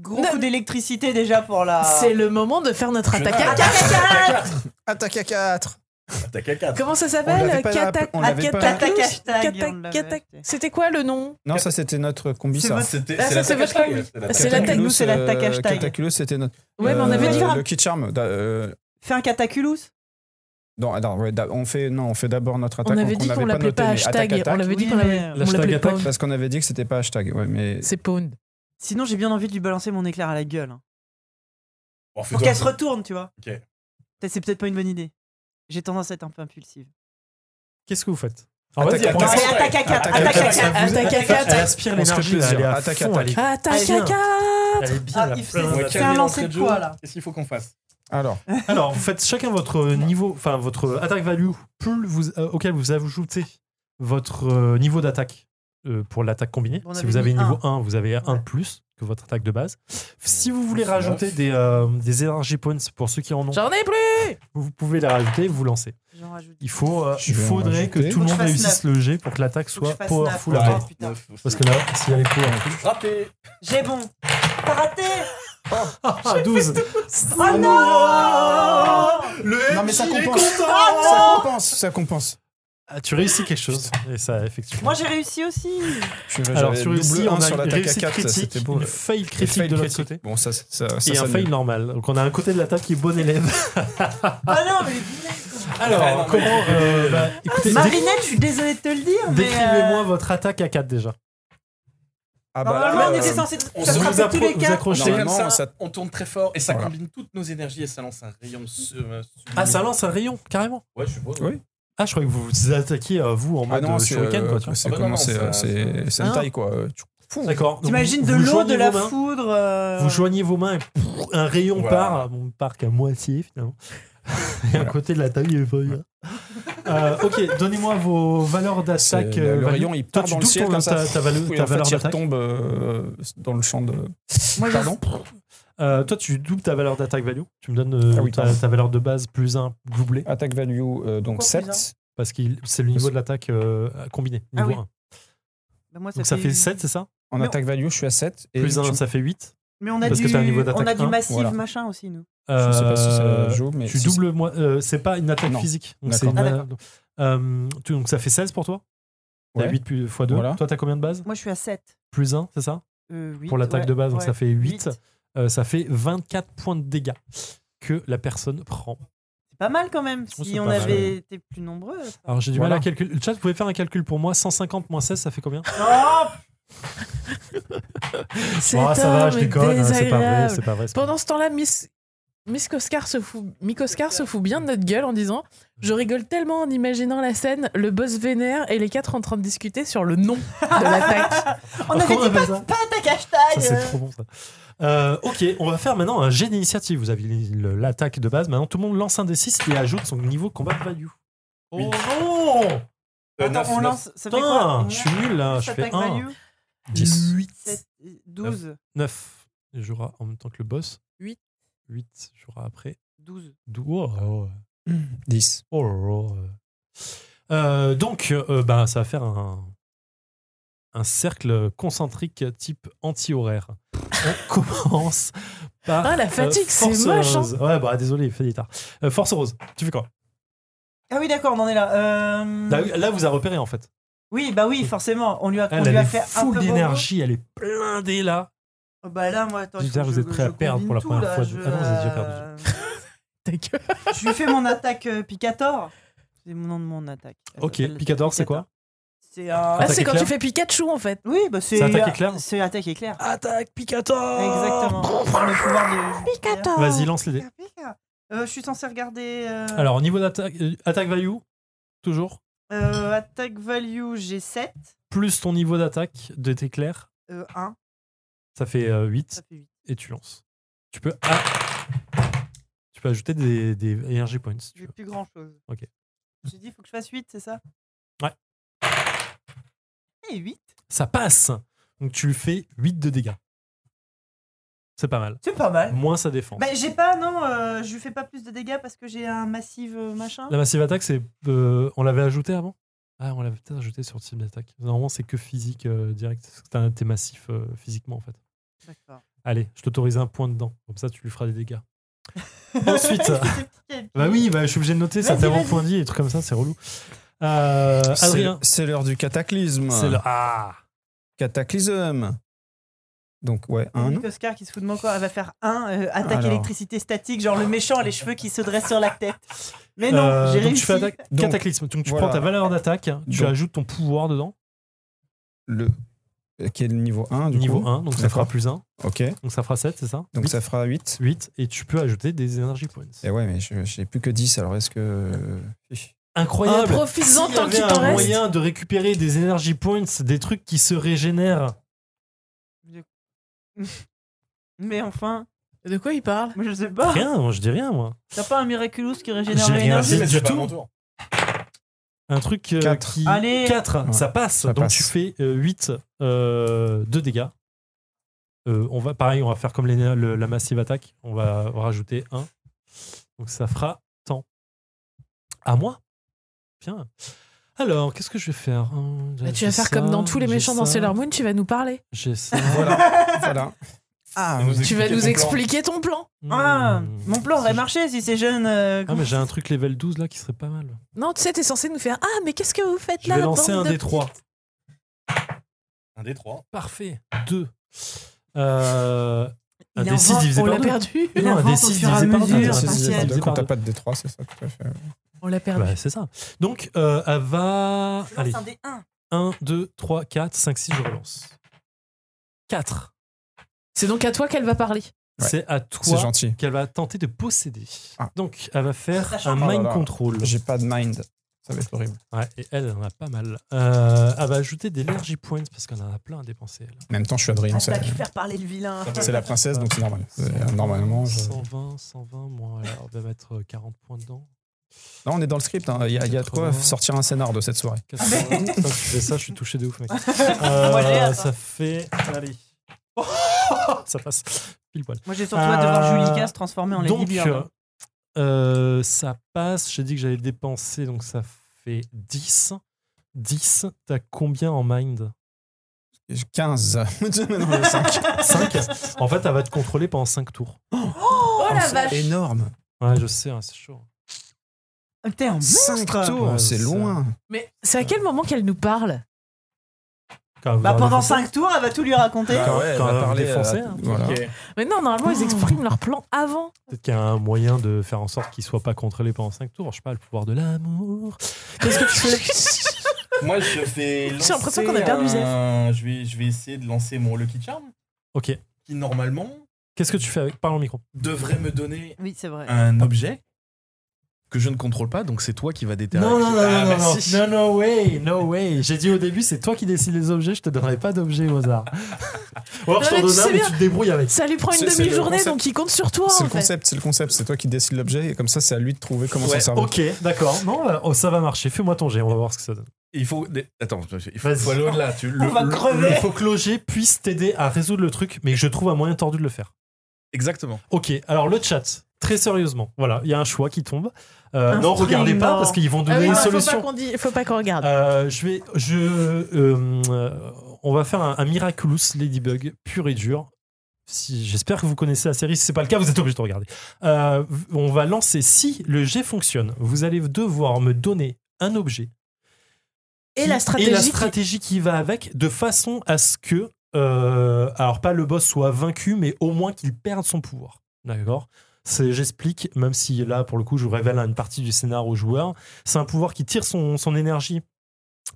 Gros
Non.
coup d'électricité déjà pour la.
Ah. C'est le moment de faire notre attaque à quatre.
Attaque à 4
Attaque à 4.
Comment ça
On
s'appelle
l'avait pas-
Katak-
on l'avait
Katak-
pas-
Katak- hashtag,
Katak-
on l'avait
Katak-
acheté.
C'était quoi le nom
Non, ça c'était notre combi,
C'est
ça.
votre-
C'était
Ah, ça, c'est votre
hashtag,
ami.
c'est la
C'est
hashtag.
l'attaque.
nous, c'est l'attaque
euh,
hashtag.
Cataculus, c'était notre.
Ouais, mais on avait
Euh,
dit.
Le Kid Charm. d'a- euh,
Fais un cataculus.
Non, attends, ouais, d'a- on fait, non, on fait d'abord notre attaque.
On avait
donc
dit
n'avait
qu'on l'appelait
noté,
pas
mais
hashtag.
attaque,
On
attaque,
l'avait dit
Oui,
qu'on
mais-
l'avait- on
L'hashtag
l'appelait
attaque.
Pound.
Parce qu'on avait dit que c'était pas hashtag. Ouais, mais
C'est Pound.
Sinon, j'ai bien envie de lui balancer mon éclair à la gueule. hein.
Bon,
Pour
fais-toi-
qu'elle se retourne, tu vois.
Ok.
Peut-être- C'est peut-être pas une bonne idée. J'ai tendance à être un peu impulsive.
Qu'est-ce que vous faites
Attaque
vas-y,
à
on
Non,
va-
mais attaque à 4 Attaque à 4
Attaque à
Elle
quatre.
aspire
On se fait
l'énergie, là, elle est
plaisir.
à
Attaque,
fond,
attaque.
elle est-
Attaque à
bien.
quatre.
elle est bien,
Ah,
elle a
il fait-
plein
Ouais,
c'est
d'attaques.
quel
un
est
lancer
l'entrée
de
de
quoi,
jeu
là
Qu'est-ce qu'il faut qu'on fasse
alors,
Alors, vous faites chacun votre niveau, enfin votre attaque value, plus vous, euh, auquel vous ajoutez votre euh, niveau d'attaque euh, pour l'attaque combinée.
On
si
avait
vous avez
mis
niveau 1, vous avez 1
Ouais.
de plus que votre attaque de base. Si vous voulez
Plus
rajouter
neuf.
des, euh, des energy points pour ceux qui en ont,
J'en ai plus.
vous pouvez les rajouter, vous lancez.
J'en rajoute.
Il, faut, euh,
Je
il
vais en
faudrait que
rajouter.
tout le
Faut que
monde
je fasse
réussisse le jet pour que l'attaque
Faut que
soit
je fasse
powerful.
neuf.
à
Ouais.
mort.
putain.
Neuf.
Parce que là, si elle est powerful.
hein.
Frappé
J'ai bon. T'as raté
Ah, 12
Oh Ah non
Le
Non, mais ça
MJ est
compense.
content
ça compense, ça compense.
Ah, Tu réussis quelque chose. Et ça, effectivement.
Moi j'ai réussi aussi
Ah.
Je- j'avais
Alors sur
double
ici,
un
on a
sur
une
l'attaque à
réussite
4, ça,
critique,
c'était beau.
une fail
Et
critique
fail
de l'autre
critique.
côté
Bon, ça, ça, ça,
et
ça
un
sonne
fail
mieux.
normal. Donc on a un côté de l'attaque qui est bon élève.
Ah non mais
Alors
non, mais-
comment euh, bah,
Ah,
Écoutez, dé-
Marinette, je suis désolée de te le dire, mais.
euh,
décrivez-moi votre attaque à 4 déjà.
Ah
euh, Normalement, on
là,
était
euh,
censé
on se
vous,
s'attraper tous
appro-
les
vous
quatre.
accrochez.
Normalement,
Comme ça,
ça-
on tourne très fort et ça
Voilà.
combine toutes nos énergies et ça lance un rayon. su- euh, sublime.
Ah, ça lance un rayon carrément.
Ouais, je suppose.
Oui.
Ah, je croyais que vous vous attaquiez euh, vous en
Ah
mode
non,
euh,
c'est
shuriken.
euh,
quoi, tu vois.
c'est
Ah bah non,
comment
non,
c'est
ça-
euh, c'est
Ah.
Sentai quoi. euh, tu-
D'accord. Donc,
T'imagines
vous-
de
vous
l'eau, de
joignez
la
vos mains,
foudre. euh,
Vous joignez vos mains et pff, un rayon
Voilà.
part. Bon, part qu'à moitié finalement. Et à
Voilà.
côté de la taille, il est pas bien. Euh, ok, donnez-moi vos valeurs
C'est-
d'attaque. euh,
le
Valou.
rayon, il
Toi,
part
tu
dans le
doubles
ciel
ton-
comme ça.
ta- ta valeu-
Pfff, et
ta
en fait,
valeur
il
d'attaque.
retombe euh, dans le champ de.
Moi, je-
Pardon
Euh, toi, tu doubles ta valeur d'attaque value. Tu me donnes euh,
Ah oui,
ta,
pardon.
ta valeur de base plus 1 doublée.
Attaque value, euh, donc
Pourquoi plus
7.
Parce que c'est le niveau de l'attaque euh, combiné,
Ah
niveau
oui.
1.
bah, moi,
Donc ça fait 7, c'est ça
En
Mais on-
attaque value, je suis à 7. Et
Plus
je,
1, ça fait 8.
Mais on a
Parce que
du,
t'as un niveau
on a
d'attaque
du
un,
massif
voilà.
machin aussi, nous.
je sais pas si ça
Euh,
joue, mais.
tu
si-
doubles moi. euh, c'est pas une attaque
Non.
physique. Donc,
D'accord.
c'est
Ah,
une- Euh, tu- donc ça fait 16 pour toi T'as
Ouais.
8 plus, fois 2.
Voilà.
Toi, t'as combien de base
Moi, je suis à Euh, 7.
Plus 1, c'est ça Pour l'attaque de base, donc ça fait 8. Euh, ça fait 24 points de dégâts que la personne prend.
C'est pas mal quand même.
trouve
Si
c'est
on
pas mal.
avait été plus nombreux.
Alors j'ai du
Voilà.
mal à calculer. Le chat, vous pouvez faire un calcul pour moi 150 moins 16, ça fait combien
Cet
Ah, ça va,
homme
je
est
déconne, hein, c'est pas vrai,
désagréable.
c'est pas vrai. c'est pas vrai.
Pendant ce temps-là, Miss. Miss Coscar se fout, Mick Oscar se fout bien de notre gueule en disant Je rigole tellement en imaginant la scène, le boss vénère et les quatre en train de discuter sur le nom de l'attaque.
On
Alors,
avait
comment
dit pas,
appelle ça
pas attaque hashtag.
Ça, c'est
euh.
trop bon, ça. Euh, ok, on va faire maintenant un jet d'initiative. Vous aviez le- l'attaque de base. Maintenant, tout le monde lance un des 6 et ajoute son niveau combat value. Oh
Oui.
non
Euh,
Attends,
neuf,
on
neuf.
lance. Ça fait quoi
Putain, je suis nul là. Je fais
Attaque
1,
value,
10.
8,
7, 12.
9. Il jouera en même temps que le boss.
Huit.
8 jouera après.
12.
Dou- Oh,
10.
oh, oh, oh. Euh, donc, euh, bah, ça va faire un, un cercle concentrique type anti-horaire. On commence par.
Ah, la fatigue,
euh,
c'est
Force
moche. hein.
Rose. Ouais, bah désolé, il fait des tard. Euh, Force Rose, tu fais quoi
Ah oui, d'accord, on en est là. Euh,
là, Bah là, vous a repéré en fait.
Oui, bah oui, forcément. On lui a, on
Elle,
lui
elle
a
est
fait un
full
peu
d'énergie, elle est blindée là.
bobo. Bah là, moi, attends. il faut
J'espère
que
que
je-
vous êtes prêts à
je
perdre pour la
combine
première
tout, là,
fois. Ah non, vous avez déjà
je,
perdu.
Ta gueule.
euh, Je lui fais mon attaque euh, Picator. C'est le nom de mon attaque. Elle
Ok,
s'appelle
Picador, c'est quoi
C'est un.
Ah,
Attaque
c'est quand
éclair.
tu fais Pikachu en fait.
Oui, bah c'est.
C'est attaque éclair
C'est attaque éclair.
Attaque Picador
Exactement. Le pouvoir de-
Pikator.
Vas-y, lance les dés.
Euh, je suis censé regarder. euh,
Alors, niveau d'attaque, euh, attaque value, toujours,
euh, attaque value, j'ai 7.
plus ton niveau d'attaque de tes clairs,
1,
ça fait euh, 8
Euh, ça fait 8.
et tu lances. Tu peux, ah, tu peux ajouter des, des energy points si tu
J'ai
veux.
plus grand chose.
Ok.
J'ai dit, il faut que je fasse 8, c'est ça Eh,
Ouais.
Et 8
Ça passe Donc, tu lui fais 8 de dégâts. C'est pas mal.
C'est pas mal.
Moins sa défense.
Bah, j'ai pas, non, euh, je lui fais pas plus de dégâts parce que j'ai un massive euh, machin.
La massive attaque, c'est. euh, on l'avait ajouté avant Ah, on l'avait peut-être ajouté sur le type d'attaque. Normalement, c'est que physique euh, direct. parce que t'as un- T'es massif euh, physiquement, en fait.
D'accord.
Allez, je t'autorise un point dedans. Comme ça, tu lui feras des dégâts. Ensuite. bah oui, bah, je suis obligé de noter, ça
Vas-y,
t'avance
vas-y.
point de vie et des trucs comme ça, c'est relou. Euh,
C'est-
Adrien.
C'est l'heure du cataclysme.
C'est le. Ah
Cataclysme. Donc, ouais, 1.
Oscar qui se fout de mon corps, elle va faire 1, attaque
Alors.
électricité statique, genre le méchant a les cheveux qui se dressent sur la tête. Mais non,
Euh,
j'ai
donc
réussi.
tu fais attaque-
Donc,
cataclysme. Donc tu
voilà.
prends ta valeur d'attaque, hein, tu
Donc.
ajoutes ton pouvoir dedans,
Le... euh, Qui est le niveau 1, du
niveau
coup.
1, donc ça
D'accord.
fera plus 1,
Ok.
donc ça fera 7, c'est ça
Donc, ça fera 8.
8, et tu peux ajouter des energy points.
Et ouais, mais je- j'ai plus que 10, alors est-ce que.
Euh,
Incroyable S'il
Profites-en
Ah, y
tant qu'il
avait
t'en
un
reste.
moyen de récupérer des energy points, des trucs qui se régénèrent.
Mais enfin,
De quoi il parle
moi je sais
Ah.
pas.
Rien, moi, je dis rien, moi.
T'as pas un Miraculous qui
J'ai
régénère
rien
l'énergie
dit.
mais
du
c'est pas
tout.
mon tour.
Un truc euh,
Quatre.
qui.
Allez.
4,
Ouais.
ça passe.
Ça
donc
passe.
tu fais 8 de dégâts. Euh, on va, pareil, on va faire comme les- le- la massive attaque. On va rajouter 1. Donc ça fera tant. À moi Bien. Alors, qu'est-ce que je vais faire Hum,
Bah, Tu
j'ai
vas faire
ça,
comme dans tous les
j'ai
méchants dans
ça,
Sailor Moon, tu vas nous parler.
J'ai
Ah.
ça.
Voilà. voilà. Ah,
Nous
Tu vas
expliquer
nous
ton plan.
expliquer ton plan.
Ah,
Hum.
mon plan aurait marché si ces jeunes. euh,
Ah, mais j'ai un truc level 12 là qui serait pas mal.
Non, tu sais, t'es censé nous faire Ah, mais qu'est-ce que vous faites
Je
là
vais lancer
bande
un
de
des 3.
Un des trois.
Parfait. 2. Euh, un
Il est
des 6
encore-
divisé
On
par
l'a
2.
perdu.
Il
Non, un
invente
des
au
6
fur et à
divisé par deux,
mesure,
Ah,
un des
par
six
ciel.
divisé
Quand
par
t'as
deux.
pas de D3, c'est ça, tout à fait.
On l'a perdu.
Bah, c'est ça. Donc, euh, elle va.
Je
Allez,
lance un des 1.
1, 2, 3, 4, 5, 6, je relance. 4.
C'est donc à toi qu'elle va parler.
Ouais.
C'est à
C'est
toi
gentil.
qu'elle va tenter de posséder.
Ah.
Donc, elle va faire
Sachant-
un
Oh là
mind
là.
control.
J'ai pas de mind. Ça va être horrible.
Ouais, et elle, elle en a pas mal. Euh, elle va ajouter des energy points parce qu'on en a plein à dépenser. elle.
En même temps, je suis Adrien.
Ah,
ça-
T'as pu faire parler le vilain.
C'est la princesse, donc c'est normal. Euh, Normalement, je-
120, 120, moins. alors, on va mettre 40 points dedans.
Là, on est dans le script. hein. Il y, a- il y a de quoi
80.
sortir un scénar de cette soirée.
Ah,
80. Putain, tu fais ça, je suis touché de ouf, mec.
Moi, j'ai
Euh,
hâte.
ça fait. Allez. ça passe. Pile poil.
Moi, j'ai surtout hâte de voir
Euh,
Julie K se transformer en Lady
Donc,
Bird.
euh, ça passe. J'ai dit que j'allais dépenser, donc ça fait 10. 10, t'as combien en mind
15. Non, le 5.
5 En fait, elle va te contrôler pendant 5 tours.
Oh la vache.
Énorme.
Ouais, je sais, hein, c'est chaud.
Ah, T'es un
5
monstre
tours,
Ah,
Ouais,
c'est
ça-
loin.
Mais c'est à quel moment qu'elle nous parle
Quand
Bah,
vous
pendant
arrivez-
5 tours, elle va tout lui raconter.
Bah,
Quand-
ouais, elle
quand
va
elle va
parler,
défoncer,
euh,
hein.
Voilà.
Mais non, normalement, ils expriment leur plan avant.
Peut-être qu'il y a un moyen de faire en sorte qu'il soit pas contrôlé pendant 5 tours. Je sais pas, le pouvoir de l'amour. Qu'est-ce que tu fais
Moi, je
J'ai
fais.
l'impression
lancer
qu'on a perdu Zeph.
un- Je vais, je vais essayer de lancer mon Lucky Charm,
Ok.
qui normalement
Qu'est-ce que tu fais avec Parle en micro.
devrait me donner
Oui, c'est vrai.
un objet que je ne contrôle pas, donc c'est toi qui vas déterminer. Ah, merci.
non, no way, no way. J'ai dit au début, c'est toi qui décides les objets, je te donnerai pas d'objets au hasard. Ou alors
Non,
je
mais
t'en donne
tu
un,
sais
mais
bien.
tu te débrouilles avec.
Ça lui prend une
C'est- c'est le
demi-journée,
concept.
donc il compte sur toi,
C'est
Oh, en
le
fait.
concept, c'est le concept. C'est toi qui décides l'objet et comme ça, c'est à lui de trouver comment s'en
Ouais,
servir.
Ok, d'accord. Non, là, oh, ça va marcher. Fais-moi ton jet, on va voir ce que ça donne.
Il faut. Attends, il faut,
Vas-y.
faut aller au-delà. Tu- le-
On va
le-
crever.
Il faut que l'OG puisse t'aider à résoudre le truc, mais que je trouve un moyen tordu de le faire.
Exactement.
Ok, alors le chat, très sérieusement, voilà, il y a un choix qui tombe. Euh,
Un
non, regardez pas
streamer.
parce qu'ils vont
Ah
donner
oui,
une
bah, faut pas
solution.
qu'on dise- faut pas qu'on regarde.
Euh, je vais, je, euh, euh, on va faire un, un miraculous ladybug pur et dur. Si, j'espère que vous connaissez la série. Si c'est pas le cas, vous êtes obligé de regarder. Euh, on va lancer. Si le jet fonctionne, vous allez devoir me donner un objet
Et
qui-
la stratégie.
et la
qui-
stratégie qui va avec, de façon à ce que, euh, alors pas le boss soit vaincu, mais au moins qu'il perde son pouvoir. D'accord C'est- J'explique, même si là, pour le coup, je vous révèle une partie du scénar aux joueurs. C'est un pouvoir qui tire son, son énergie.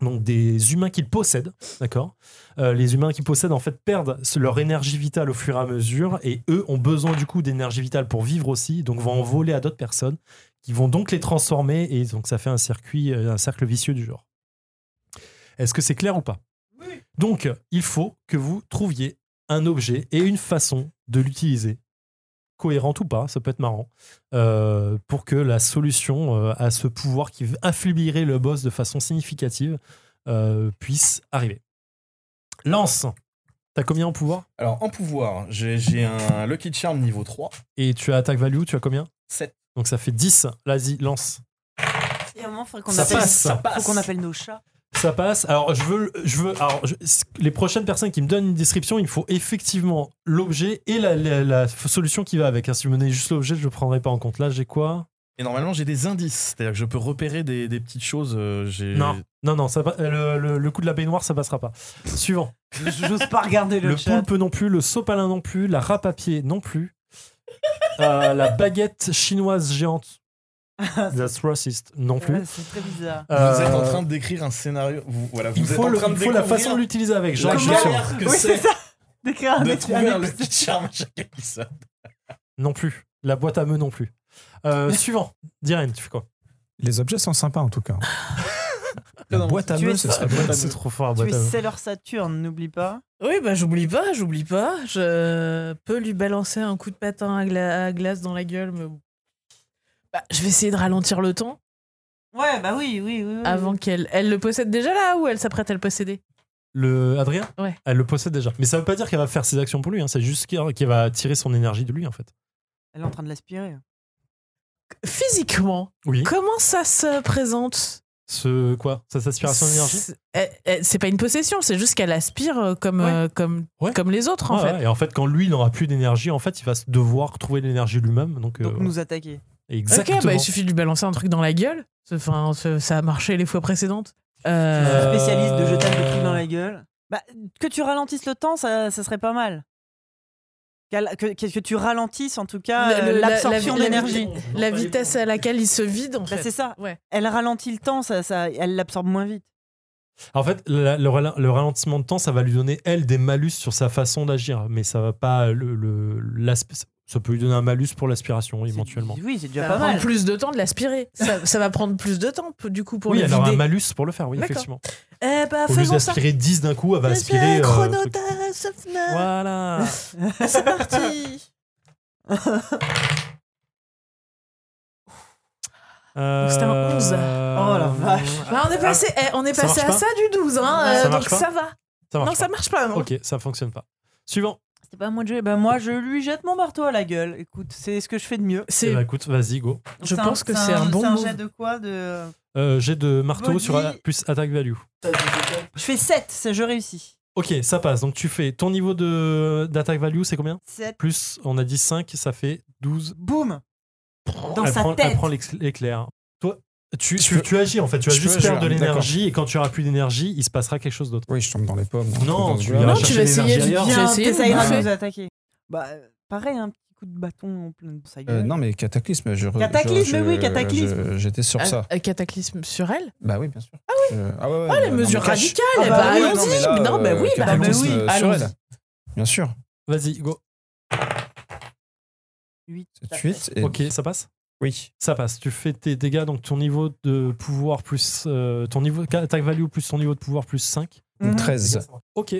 Donc des humains qu'il possède, d'accord Euh, Les humains qui possèdent, en fait, perdent ce- leur énergie vitale au fur et à mesure, et eux ont besoin du coup d'énergie vitale pour vivre aussi, donc vont en voler à d'autres personnes, qui vont donc les transformer, et donc ça fait un circuit, euh, un cercle vicieux du genre. Est-ce que c'est clair ou pas Donc, il faut que vous trouviez un objet et une façon de l'utiliser, cohérente ou pas, ça peut être marrant, euh, pour que la solution euh, à ce pouvoir qui affaiblirait le boss de façon significative euh, puisse arriver. Lance T'as combien en pouvoir
Alors, en pouvoir, j'ai j'ai un Lucky Charm niveau 3.
Et tu as attaque value, tu as combien
Sept.
Donc ça fait 10. Vas-y, lance.
Il y a un moment, faudrait qu'on
Ça
appelle-
passe. Ça
Faut qu'on appelle nos chats.
Ça passe. Alors, je veux. Je veux alors, je- les prochaines personnes qui me donnent une description, il me faut effectivement l'objet et la, la- la solution qui va avec. hein. Si vous me donnez juste l'objet, je ne le prendrai pas en compte. Là, j'ai quoi
Et normalement, j'ai des indices. C'est-à-dire que je peux repérer des, des petites choses. euh, j'ai-
Non. Non, non, ça, va- le, le- le coup de la baignoire, ça passera pas. Suivant.
J'ose pas regarder le,
Le
chat.
poulpe non plus, le sopalin non plus, la râpe à papier non plus, Euh, la baguette chinoise géante. That's racist non plus.
Ouais, C'est très bizarre.
Vous êtes en
Euh,
train de décrire un scénario. Vous, voilà,
il
vous êtes
faut,
en
le-
train de
il faut la
découvrir
façon de l'utiliser avec. Je
la
lâche
galère.
pas.
galère que
Oui, c'est
c'est
ça. D'écrire un
de
épisode.
trouver un Lucky Charm à chaque épisode.
Non plus. La boîte à meux non plus. Euh, suivant. Diren, tu fais quoi
Les objets sont sympas en tout cas. La boîte à
Tu
meux,
es-
ce serait bien.
C'est trop fort, la
Tu
boîte
es
à meux.
Sailor Saturn, n'oublie pas.
Oui, bah j'oublie pas, j'oublie pas. Je peux lui balancer un coup de patin à, gla- à glace dans la gueule, mais bon. Bah, je vais essayer de ralentir le temps
Ouais, bah oui, oui, oui. oui.
avant qu'elle. Elle le possède déjà là ou elle s'apprête à le posséder
Le Adrien
Ouais.
Elle le possède déjà. Mais ça veut pas dire qu'elle va faire ses actions pour lui. hein. C'est juste qu'elle qu'elle va tirer son énergie de lui, en fait.
Elle est en train de l'aspirer.
Physiquement,
Oui.
comment ça se présente
Ce quoi Cette aspiration d'énergie
C'est elle- elle- c'est pas une possession, c'est juste qu'elle aspire euh, comme,
Ouais.
euh, comme,
Ouais.
comme les autres en
Ouais,
fait.
ouais. Et en fait, quand lui, il n'aura plus d'énergie, en fait, il va se devoir trouver l'énergie lui-même. Donc,
Donc
euh,
nous attaquer.
exactement.
Ok, bah, il suffit de lui balancer un truc dans la gueule. Enfin, ce- ça a marché les fois précédentes. Euh,
Euh,
Spécialiste de jetable de trucs dans la gueule. Bah, que tu ralentisses le temps, ça, ça serait pas mal. Qu'elle- Que, que, que tu ralentisses en tout cas
Le-
euh,
le- la-
l'absorption
la- la-
d'énergie.
la vitesse à laquelle il se vide en
Bah,
fait.
c'est ça.
Ouais.
Elle ralentit le temps, ça, ça, elle l'absorbe moins vite.
En fait, la- le, rala- le ralentissement de temps, ça va lui donner, elle, des malus sur sa façon d'agir, mais ça va pas. Le, le- l'asp- ça peut lui donner un malus pour l'aspiration,
C'est-
éventuellement.
Oui, c'est déjà
Ça
pas
va prendre
mal.
plus de temps de l'aspirer. Ça, ça va prendre plus de temps, p- du coup, pour
oui,
le
elle aura un
vider.
malus pour le faire, oui,
D'accord.
effectivement.
Eh bah,
Au lieu
faisons ça.
d'aspirer 10 d'un coup, elle va
Monsieur
aspirer. euh,
Chronotas,
truc.
Safna.
Voilà.
C'est parti. c'était un
Euh,
11.
Oh, la vache.
Bah, on est passé, eh, on est
Ah. Ça
passé à
marche
ça du 12, hein, euh,
Ça marche
donc
pas
ça va.
Ça marche
non, ça marche pas. hein.
pas.
non.
Ok, ça fonctionne pas. Suivant.
C'était pas à moi de jouer. Ben, moi, je lui jette mon marteau à la gueule. Écoute, c'est ce que je fais de mieux.
Eh
C'est
ben, écoute, vas-y, go.
Donc,
Je pense que c'est un bon
C'est un
move.
jet de quoi de...
Euh, J'ai de marteau
Body.
sur a- plus attaque value.
Je fais 7, c'est je réussis.
Ok, ça passe. Donc tu fais ton niveau de d'attaque value, c'est combien
7.
Plus, on a dit 5, ça fait 12.
Boum Dans
elle,
sa
prend, elle
tête.
prend l'éc- l'éclair. Toi, tu,
Je
tu,
peux-
tu agis en fait, tu vas
je
juste
peux
perdre de
agir,
l'énergie et quand tu auras plus d'énergie, il se passera quelque chose d'autre.
Oui, je tombe dans les pommes.
Non, tu
vas
iras
Non, tu
chercher
vas essayer
l'énergie
de-
ailleurs.
J'ai
Viens,
essayé de
t'essayeras de
bouffer.
nous attaquer. Bah, euh, pareil, un petit coup de bâton en plein de sa
Euh,
gueule.
Euh, non, mais Cataclysme, je. re-
Cataclysme,
je- je-
oui, Cataclysme.
je- J'étais sur
un,
ça.
un cataclysme sur elle.
Bah oui, bien sûr. Ah oui. Ah ouais, ouais,
Ah, les
non,
mesures
mais cache.
radicales.
Ah
eh
bah
bah,
oui,
non, mais
allons-y.
là,
Non, bah
euh,
oui, bah
Cataclysme,
oui,
euh, sur
allons-y.
elle. Bien sûr.
Vas-y, go.
8.
C'est 8 et
Ok, ça passe
oui.
Ça passe. Tu fais tes dégâts, donc ton niveau de pouvoir plus. euh, ton niveau attaque value plus ton niveau de pouvoir plus 5.
Mmh.
Donc
Mhm.
13.
Ok.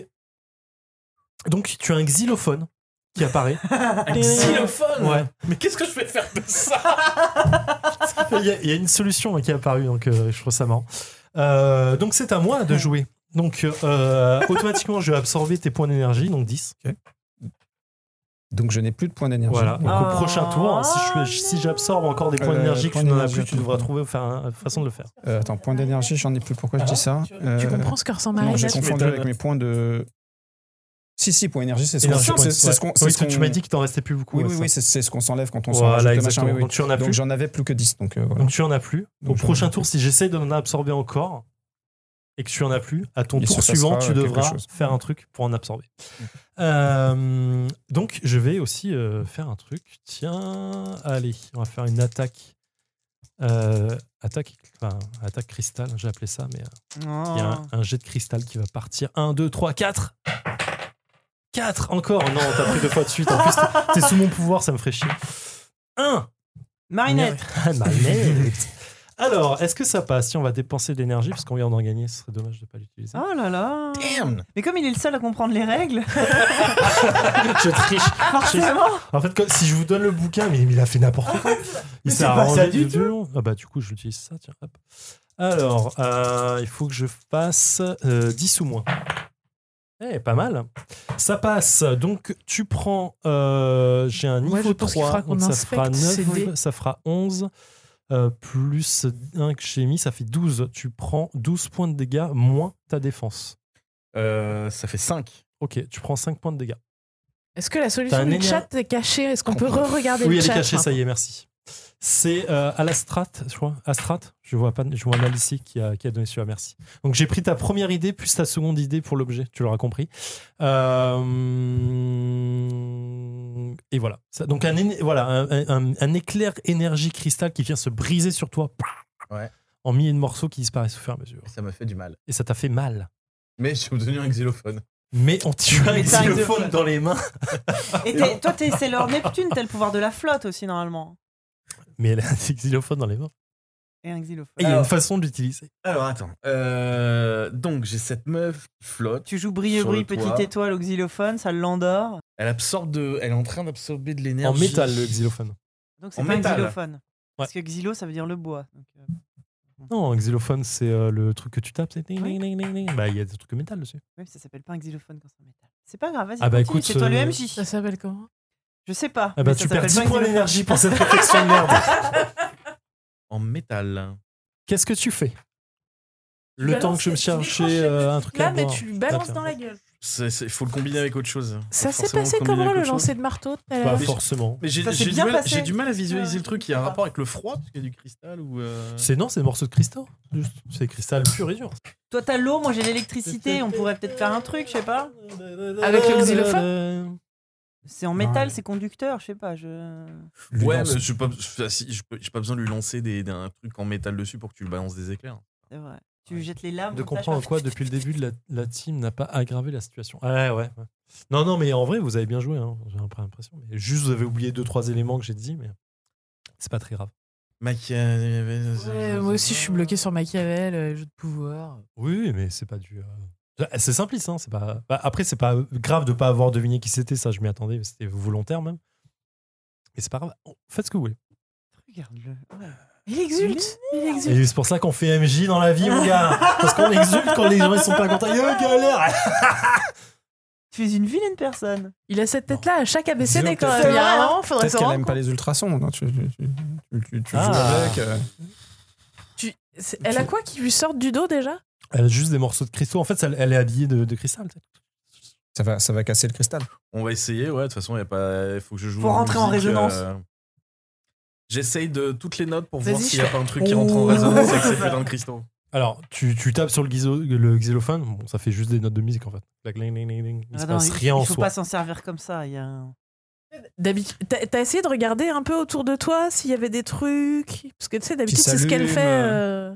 Donc tu as un xylophone qui apparaît.
Un xylophone
Ouais.
Oh Mais qu'est-ce que je vais faire de ça
Il y, a- il y a une solution qui est apparue, donc euh, je trouve ça marrant. Euh, donc c'est à moi de jouer. Donc euh, automatiquement, je vais absorber tes points d'énergie, donc 10.
Donc je n'ai plus de points d'énergie.
Voilà. Donc
Ah,
Oh.
au prochain tour, hein, si je suis- si j'absorbe encore des points
Euh,
d'énergie que
points
tu n'en as
d'énergie,
plus, tu devras
attends.
trouver faire un- une façon de le faire.
Euh, attends, points d'énergie, j'en ai plus. Pourquoi je dis ça
Ah, Tu
Euh,
comprends ce que ressent
Non,
Marie
j'ai
là
confondu
m'étonnes.
avec mes points de. Si, si, points énergie, c'est ce qu'on
Énergie, points-
c'est- c'est
ouais.
ce qu'on-
Oui,
c'est ce
parce que tu
qu'on-
m'as dit qu'il t'en restait plus beaucoup.
Oui,
ouais,
oui,
ça.
oui, c'est- c'est ce qu'on s'enlève quand on s'en
Voilà,
rajoute, machin,
exactement.
oui, oui.
Donc tu en as
Donc
plus.
j'en avais plus que 10. Donc, euh, voilà.
Donc tu en as plus.
Donc,
Au
j'en ai
prochain
plus.
tour, si j'essaie d'en absorber encore et que tu en as plus, à ton
Il se
tour
passera
suivant, tu
quelque
devras
chose.
faire un truc pour en absorber. Euh, donc je vais aussi euh, faire un truc. Tiens, allez, on va faire une attaque. euh, attaque, enfin, attaque cristal, j'ai appelé ça, mais euh,
Oh.
il y a un, un jet de cristal qui va partir. 1, 2, 3, 4 4 encore Non, t'as pris deux fois de suite. En plus, t'es sous mon pouvoir, ça me ferait chier. 1
Marinette.
ah, Marinette. Alors, est-ce que ça passe Si on va dépenser de l'énergie, parce qu'on vient d'en gagner, ce serait dommage de ne pas l'utiliser.
Oh là là.
Damn
Mais comme il est le seul à comprendre les règles,
je triche.
forcément.
En fait, comme- si je vous donne le bouquin, mais il a fait n'importe quoi. Il
Mais
s'est
c'est pas
arrangé
ça du
de- de
tout.
long. Ah bah du coup, je l'utilise ça, tiens. hop. Alors, euh, il faut que je fasse euh, 10 ou moins. Eh, pas mal. Ça passe. Donc, tu prends... euh, J'ai un niveau
Ouais, je pense qu'il
3,
faudra qu'on
donc ça fera
inspecte ces
9,
dés.
ça fera 11. euh, plus 1 que j'ai mis, ça fait 12. Tu prends 12 points de dégâts moins ta défense.
Euh, Ça fait 5.
Ok, tu prends 5 points de dégâts.
Est-ce que la
T'as
solution
un
du
énorme-
chat est cachée Est-ce qu'on peut re-regarder
Oui,
le
elle est
chat
cachée, ça y est, merci. C'est euh, à la strat, je vois. À strat, je vois pas, je vois mal ici qui a, qui a donné celui-là, merci. Donc j'ai pris ta première idée, plus ta seconde idée pour l'objet, tu l'auras compris. Euh, Et voilà. Ça- donc un, éne- voilà, un, un- un éclair énergie cristal qui vient se briser sur toi.
Ouais.
En milliers de morceaux qui disparaissent au fur et à mesure.
Ça m'a fait du mal.
Et ça t'a fait mal.
Mais j'ai obtenu un xylophone.
Mais on tue un
Mais t'as un
xylophone
xylophone.
dans les mains.
Et t'es- toi, t'es c'est leur Neptune, t'as le pouvoir de la flotte aussi normalement.
Mais elle a un xylophone dans les mains.
Et un xylophone.
Et il y a une
Alors-
façon de l'utiliser.
Alors attends. Euh, donc j'ai cette meuf qui flotte.
Tu joues brille
Sur
brille
le toit.
petite étoile au xylophone, ça l'endort.
Elle absorbe de. Elle est en train d'absorber de
En
l'énergie.
métal, le xylophone.
Donc c'est
En
pas un
métal.
xylophone. Parce que xylo, ça veut dire le bois. Donc, euh,
Non, un xylophone, c'est euh, le truc que tu tapes. C'est ding, ding, ding, ding, ding. Bah, il y a des trucs de métal dessus.
ouais, ça s'appelle pas un xylophone quand c'est en métal. C'est pas grave, vas-y.
Ah bah
continue,
écoute,
c'est toi le
euh,
MJ.
Ça s'appelle comment
Je sais pas.
Ah bah,
mais
tu
ça
perds
s'appelle pas
10
un
points
xylophone.
d'énergie pour cette réflexion de merde.
En métal.
Qu'est-ce que tu fais Le
Balance-
temps que je me
tu
cherchais
décroches
euh, un truc à
Là, mais
boire.
tu lui balances
tiens.
dans la gueule.
Il faut le combiner avec autre chose.
Ça
Faut
s'est
forcément
passé
le combiner
comment
avec
le
autre chose.
lancer de marteau tout à
Pas
l'heure
Bah, forcément.
Mais j'ai
Ça s'est
j'ai du,
bien
mal à-
passé.
j'ai du mal à visualiser
Ouais.
le truc. Il y a un rapport avec le froid, parce qu'il y a du cristal ou. euh,
C'est non, c'est des morceaux de cristal. juste. C'est cristal pur et dur.
Toi, t'as l'eau, moi j'ai l'électricité, on pourrait peut-être faire un truc, je sais pas.
Avec le
Euh,
xylophone
C'est en métal, c'est conducteur, je sais pas. Je...
Lui
Ouais,
lance.
mais j'ai pas, enfin, si, j'ai pas- j'ai pas besoin de lui lancer des- d'un truc en métal dessus pour que tu lui balances des éclairs.
C'est vrai. Tu jettes les
Ah,
larmes.
De
comme ça,
comprendre
je-
quoi, depuis le début, de la, la team n'a pas aggravé la situation. Ah, Ouais, ouais, ouais. Non, non, mais en vrai, vous avez bien joué, hein, j'ai un peu l'impression. Mais juste, vous avez oublié deux, trois éléments que j'ai dit, mais c'est pas très grave.
euh,
Ouais, moi aussi, je suis bloqué sur Machiavel, euh, jeu de pouvoir.
Oui, mais c'est pas du. euh, C'est simpliste, hein, c'est pas. bah, après, c'est pas grave de pas avoir deviné qui c'était, ça, je m'y attendais, c'était volontaire même. Mais c'est pas grave, faites ce que vous voulez.
Regarde-le.
Il exulte Il exulte
Et c'est pour ça qu'on fait MJ dans la vie, mon gars Parce qu'on exulte quand les gens ils sont pas contents. Yo, galère
Tu es une vilaine personne.
Il a cette tête-là à chaque ABCD
Disons
quand
que-
même. Il
C'est
y a un
vrai, hein.
moment, faudrait
Peut-être
se
qu'elle
rendre
aime pas les ultrasons. non, tu tu, tu- tu- tu- tu
Ah.
joues avec. euh,
Tu- c'est- Elle a quoi qui lui sortent du dos déjà
Elle a juste des morceaux de cristaux. En fait, elle, elle est habillée de, de cristal. tu sais.
ça, va, ça va casser le cristal.
On va essayer, ouais. De toute façon, il pas... faut que je joue.
Faut
en
rentrer en
musique,
résonance.
euh, J'essaye de toutes les notes pour
Vas-y,
voir s'il n'y
je
a pas un truc qui
Oh.
rentre en
Ouh.
résonance avec ses putains de cristaux.
Alors, tu, tu tapes sur le, guiso- le xylophone, bon, ça fait juste des notes de musique en fait. Clac, cling, cling, cling, cling. Il se
Attends,
passe
il-
rien en
Il faut
soi.
pas s'en servir comme ça. Il y a un-
D'habitude, t'as t'as essayé de regarder un peu autour de toi s'il y avait des trucs Parce que tu sais, d'habitude, c'est ce qu'elle
s'allument,
fait. euh,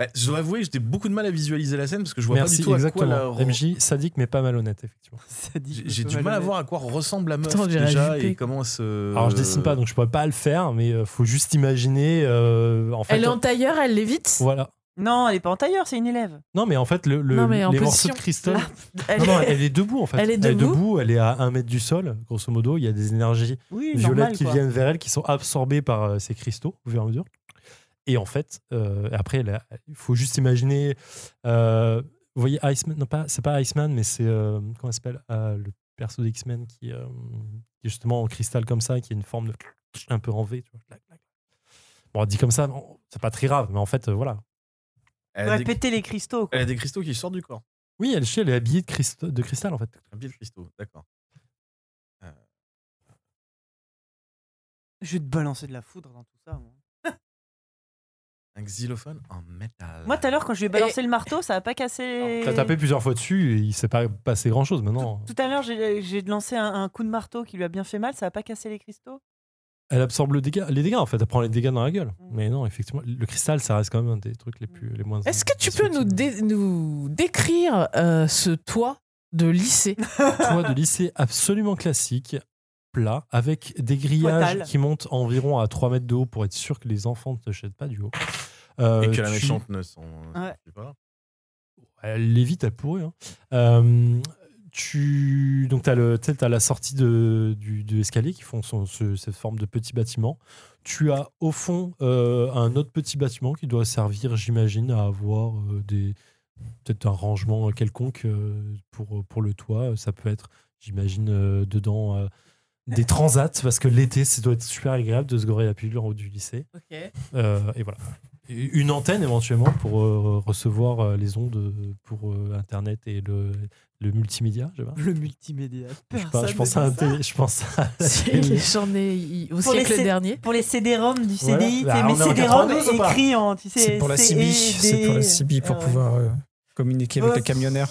Bah, je dois avouer, j'ai beaucoup de mal à visualiser la scène parce que je vois
Merci,
pas du tout à quoi
exactement.
la-
MJ, sadique mais pas malhonnête, effectivement.
Ça dit
J'ai
que
j'ai
je
du
peux
mal à
m'allumer.
voir à quoi ressemble la meuf
Attends, on dirait
déjà
Juppé.
et comment elle se.
Alors, je dessine pas, donc je pourrais pas le faire, mais euh, faut juste imaginer. euh, en fait,
Elle est en tailleur, elle lévite.
voilà.
Non, elle est pas en tailleur, c'est une élève.
Non, mais en fait, le, le-
Non, mais en
les morceaux
position. Ah,
de cristal.
Elle
Non, non,
est-
elle est debout en fait.
Elle est debout.
elle est à un mètre du sol, grosso modo. Il y a des énergies
Oui,
violettes
normal,
qui
quoi.
viennent vers elle, qui sont absorbées par euh, ces cristaux au fur et à mesure. Et en fait, euh, après, elle a- il faut juste imaginer. euh, vous voyez Iceman Non, pas, c'est pas Iceman, mais c'est. euh, comment il s'appelle Euh, Le perso des X-Men qui, euh, qui est justement en cristal comme ça, qui a une forme de. un peu en V. Tu vois. Clac, clac. Bon, dit comme ça, non, c'est pas très grave, mais en fait, euh, voilà.
Elle
Faudrait
a, des...
péter les cristaux. quoi.
elle a des cristaux qui sortent du corps.
Oui, elle, elle est habillée de, crist- de cristal en fait.
Un pied de cristaux, d'accord.
Je vais te balancer de la foudre dans tout ça. Moi,
Un xylophone en métal.
Moi, tout à l'heure, quand je lui ai balancé le marteau, ça a pas cassé.
Euh. Ah, T'as tapé plusieurs fois dessus et il s'est pas passé grand chose maintenant.
Tout à l'heure, j'ai j'ai lancé un, un coup de marteau qui lui a bien fait mal, ça a pas cassé les cristaux.
Elle absorbe le dégât, les dégâts en fait, elle prend les dégâts dans la gueule.
Mm.
Mais non, effectivement, le cristal, ça reste quand même un des trucs les plus les moins.
Est-ce que tu peux nous, dé- nous décrire euh, ce toit de lycée
toit de lycée absolument classique, plat, avec des grillages
Total.
qui montent environ à 3 mètres de haut pour être sûr que les enfants ne te jettent pas du haut. Euh,
Et que la
tu-
méchante ne sont.
Ouais.
je sais pas.
Elle l'évite, elle pourrait. hein. Euh, tu donc t'as le t'as- t'as la sortie de, du, de l'escalier qui font son- ce- cette forme de petit bâtiment. Tu as au fond euh, un autre petit bâtiment qui doit servir, j'imagine, à avoir euh, des peut-être un rangement quelconque euh, pour pour le toit. Ça peut être, j'imagine, euh, dedans euh, des transats parce que l'été, ça doit être super agréable de se gorer la pilule en haut du lycée. Euh, et voilà. Et Une antenne éventuellement pour euh, recevoir euh, les ondes euh, pour euh, Internet et le, le multimédia. Je, sais pas.
Le multimédia.
Je sais pas, je pense à un télé- je pense à la
C'est
télé.
les journées i- au
Pour les
siècle
sé-
dernier.
Pour les CD-ROM du
Voilà.
CDI,
Bah,
t'es-
on
mais
est en
CD-ROM
92 ou pas
écrit en. tu sais,
C'est pour la CB.
CED.
C'est pour la CB pour
Ouais. Oh,
pouvoir euh, communiquer
Ouais.
avec les camionnaires.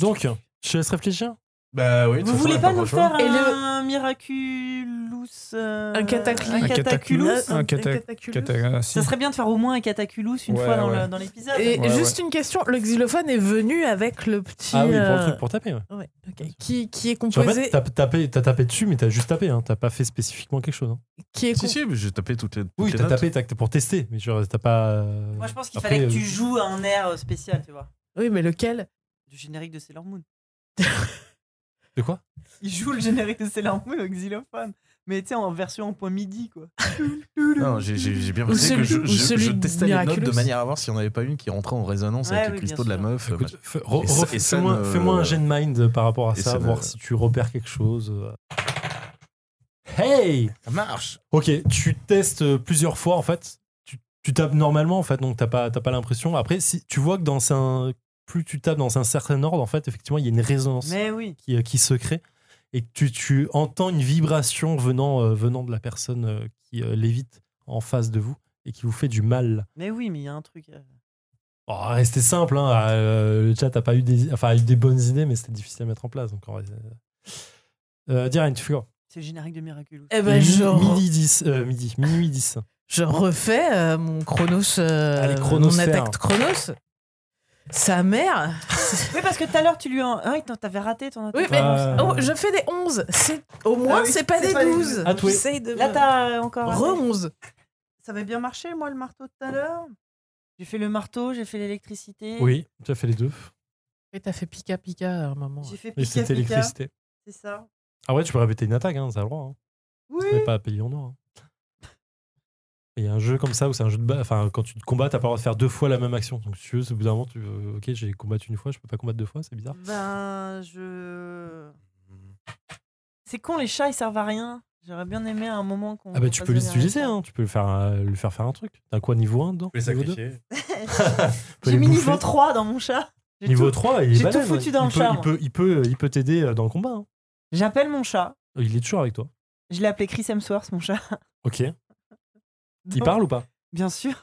Donc, je te laisse réfléchir.
Bah oui, de toute
Vous
façon,
voulez
elle a
pas
le
nous
choix.
faire
Et le-
un miraculous. euh,
Un cataclysme.
Un
Un
cataculus
cataclysme. Un cata- Cata- ah, si.
Ça serait bien de faire au moins un cataculus une
Ouais,
fois dans
ouais.
le- dans l'épisode.
Et
Ouais,
juste une question, le xylophone est venu avec le petit.
Ah oui, pour le
euh,
truc pour taper. ouais.
ouais, ok. qui, qui est
Parce qu'en fait,
composé,
t'as tapé, t'as tapé dessus, mais t'as juste tapé. Hein. T'as pas fait spécifiquement quelque chose. hein.
qui est
Si, si, mais j'ai tapé toutes les. toutes
Oui,
les
t'as
notes.
tapé t'as- pour tester, mais genre, t'as pas. euh,
Moi, je pense qu'il
après,
fallait que tu
euh,
joues à un air spécial, tu vois.
Oui, mais lequel
Du générique de Sailor Moon.
De quoi
Il joue le générique de Sailor Moon au xylophone. Mais tu sais, en version en point midi, quoi.
Non, j'ai- j'ai j'ai bien
Ou
pensé que
celui-
je,
ou
je-
celui
je
de
testais les notes de
Miraculous.
manière à voir si on avait pas une qui rentrait en résonance
Ouais,
avec
oui,
les
bien
cristaux de la
sûr.
meuf. euh,
Écoute,
machin.
fais- re-
Et ça-
refais-
et ça
Fais-moi
ne-
fais-moi un jet de mind par rapport à
Et
ça,
ça ne-
voir si tu repères quelque chose. Hey
Ça marche
Ok, tu testes plusieurs fois en fait. Tu, tu tapes normalement en fait, donc t'as pas, t'as pas l'impression. Après, si, tu vois que dans un, plus tu tapes dans un certain ordre, en fait, effectivement, il y a une résonance
Mais oui.
qui, euh, qui se crée et que tu, tu entends une vibration venant, euh, venant de la personne euh, qui euh, lévite en face de vous et qui vous fait du mal.
Mais oui, mais il y a un truc. euh,
Oh, restez simple, hein, euh, le chat a pas eu des, enfin, a eu des bonnes idées, mais c'était difficile à mettre en place. Donc, en vrai, c'est- euh, Diren, tu fais quoi
C'est le générique de Miraculous.
Eh ben, je, re-
Midi 10, euh, midi, minuit 10.
je refais euh, mon Chronos, euh,
Allez, Chronos
mon
faire.
attaque de Chronos. Sa mère.
Oui, parce que tout à l'heure, tu lui en. Ah oui, t'en- t'avais raté ton
Oui, mais
Ah.
oh, je fais des 11. C'est- Au moins,
Ah oui,
c'est pas
c'est
des
pas des
12.
Ah, toi.
J'essaye de.
Là, t'as encore. raté.
Re-11.
Ça avait bien marché, moi, le marteau tout à l'heure. J'ai fait le marteau, j'ai fait l'électricité.
Oui, tu as fait les deux.
Et t'as fait pika pika à un moment.
J'ai fait
Et
pica pica.
c'était l'électricité.
C'est ça.
Ah ouais, tu peux répéter une attaque, hein, ça a le droit. hein.
Oui.
On n'est pas à payer en or. hein. Il y a un jeu comme ça où c'est un jeu de ba- Enfin, quand tu te combats, t'as pas le droit de faire deux fois la même action. Donc, si tu veux, au bout d'un moment, tu veux, ok, j'ai combattu une fois, je peux pas combattre deux fois, c'est bizarre.
Ben, je.
Mm.
C'est con, les chats, ils servent à rien. J'aurais bien aimé à un moment qu'on.
Ah bah, tu
qu'on
peux
fasse
les
venir
utiliser,
un chat.
hein, tu peux le faire, euh, lui faire faire un truc. T'as quoi, niveau 1 dedans
les
Niveau 2
sacrifier.
Tu
J'ai
peux les
mis
bouffer.
niveau 3 dans mon chat. J'ai
Niveau
tout.
3, il est
j'ai
balèze,
tout foutu
ouais.
dans
il
le
peut,
chat,
Il
moi.
peut, il peut, il peut t'aider euh, dans le combat. hein.
J'appelle mon chat.
Il est toujours avec toi.
Je l'ai appelé Chris Hemsworth, mon chat.
Ok. Il
Donc,
parle ou pas
Bien sûr.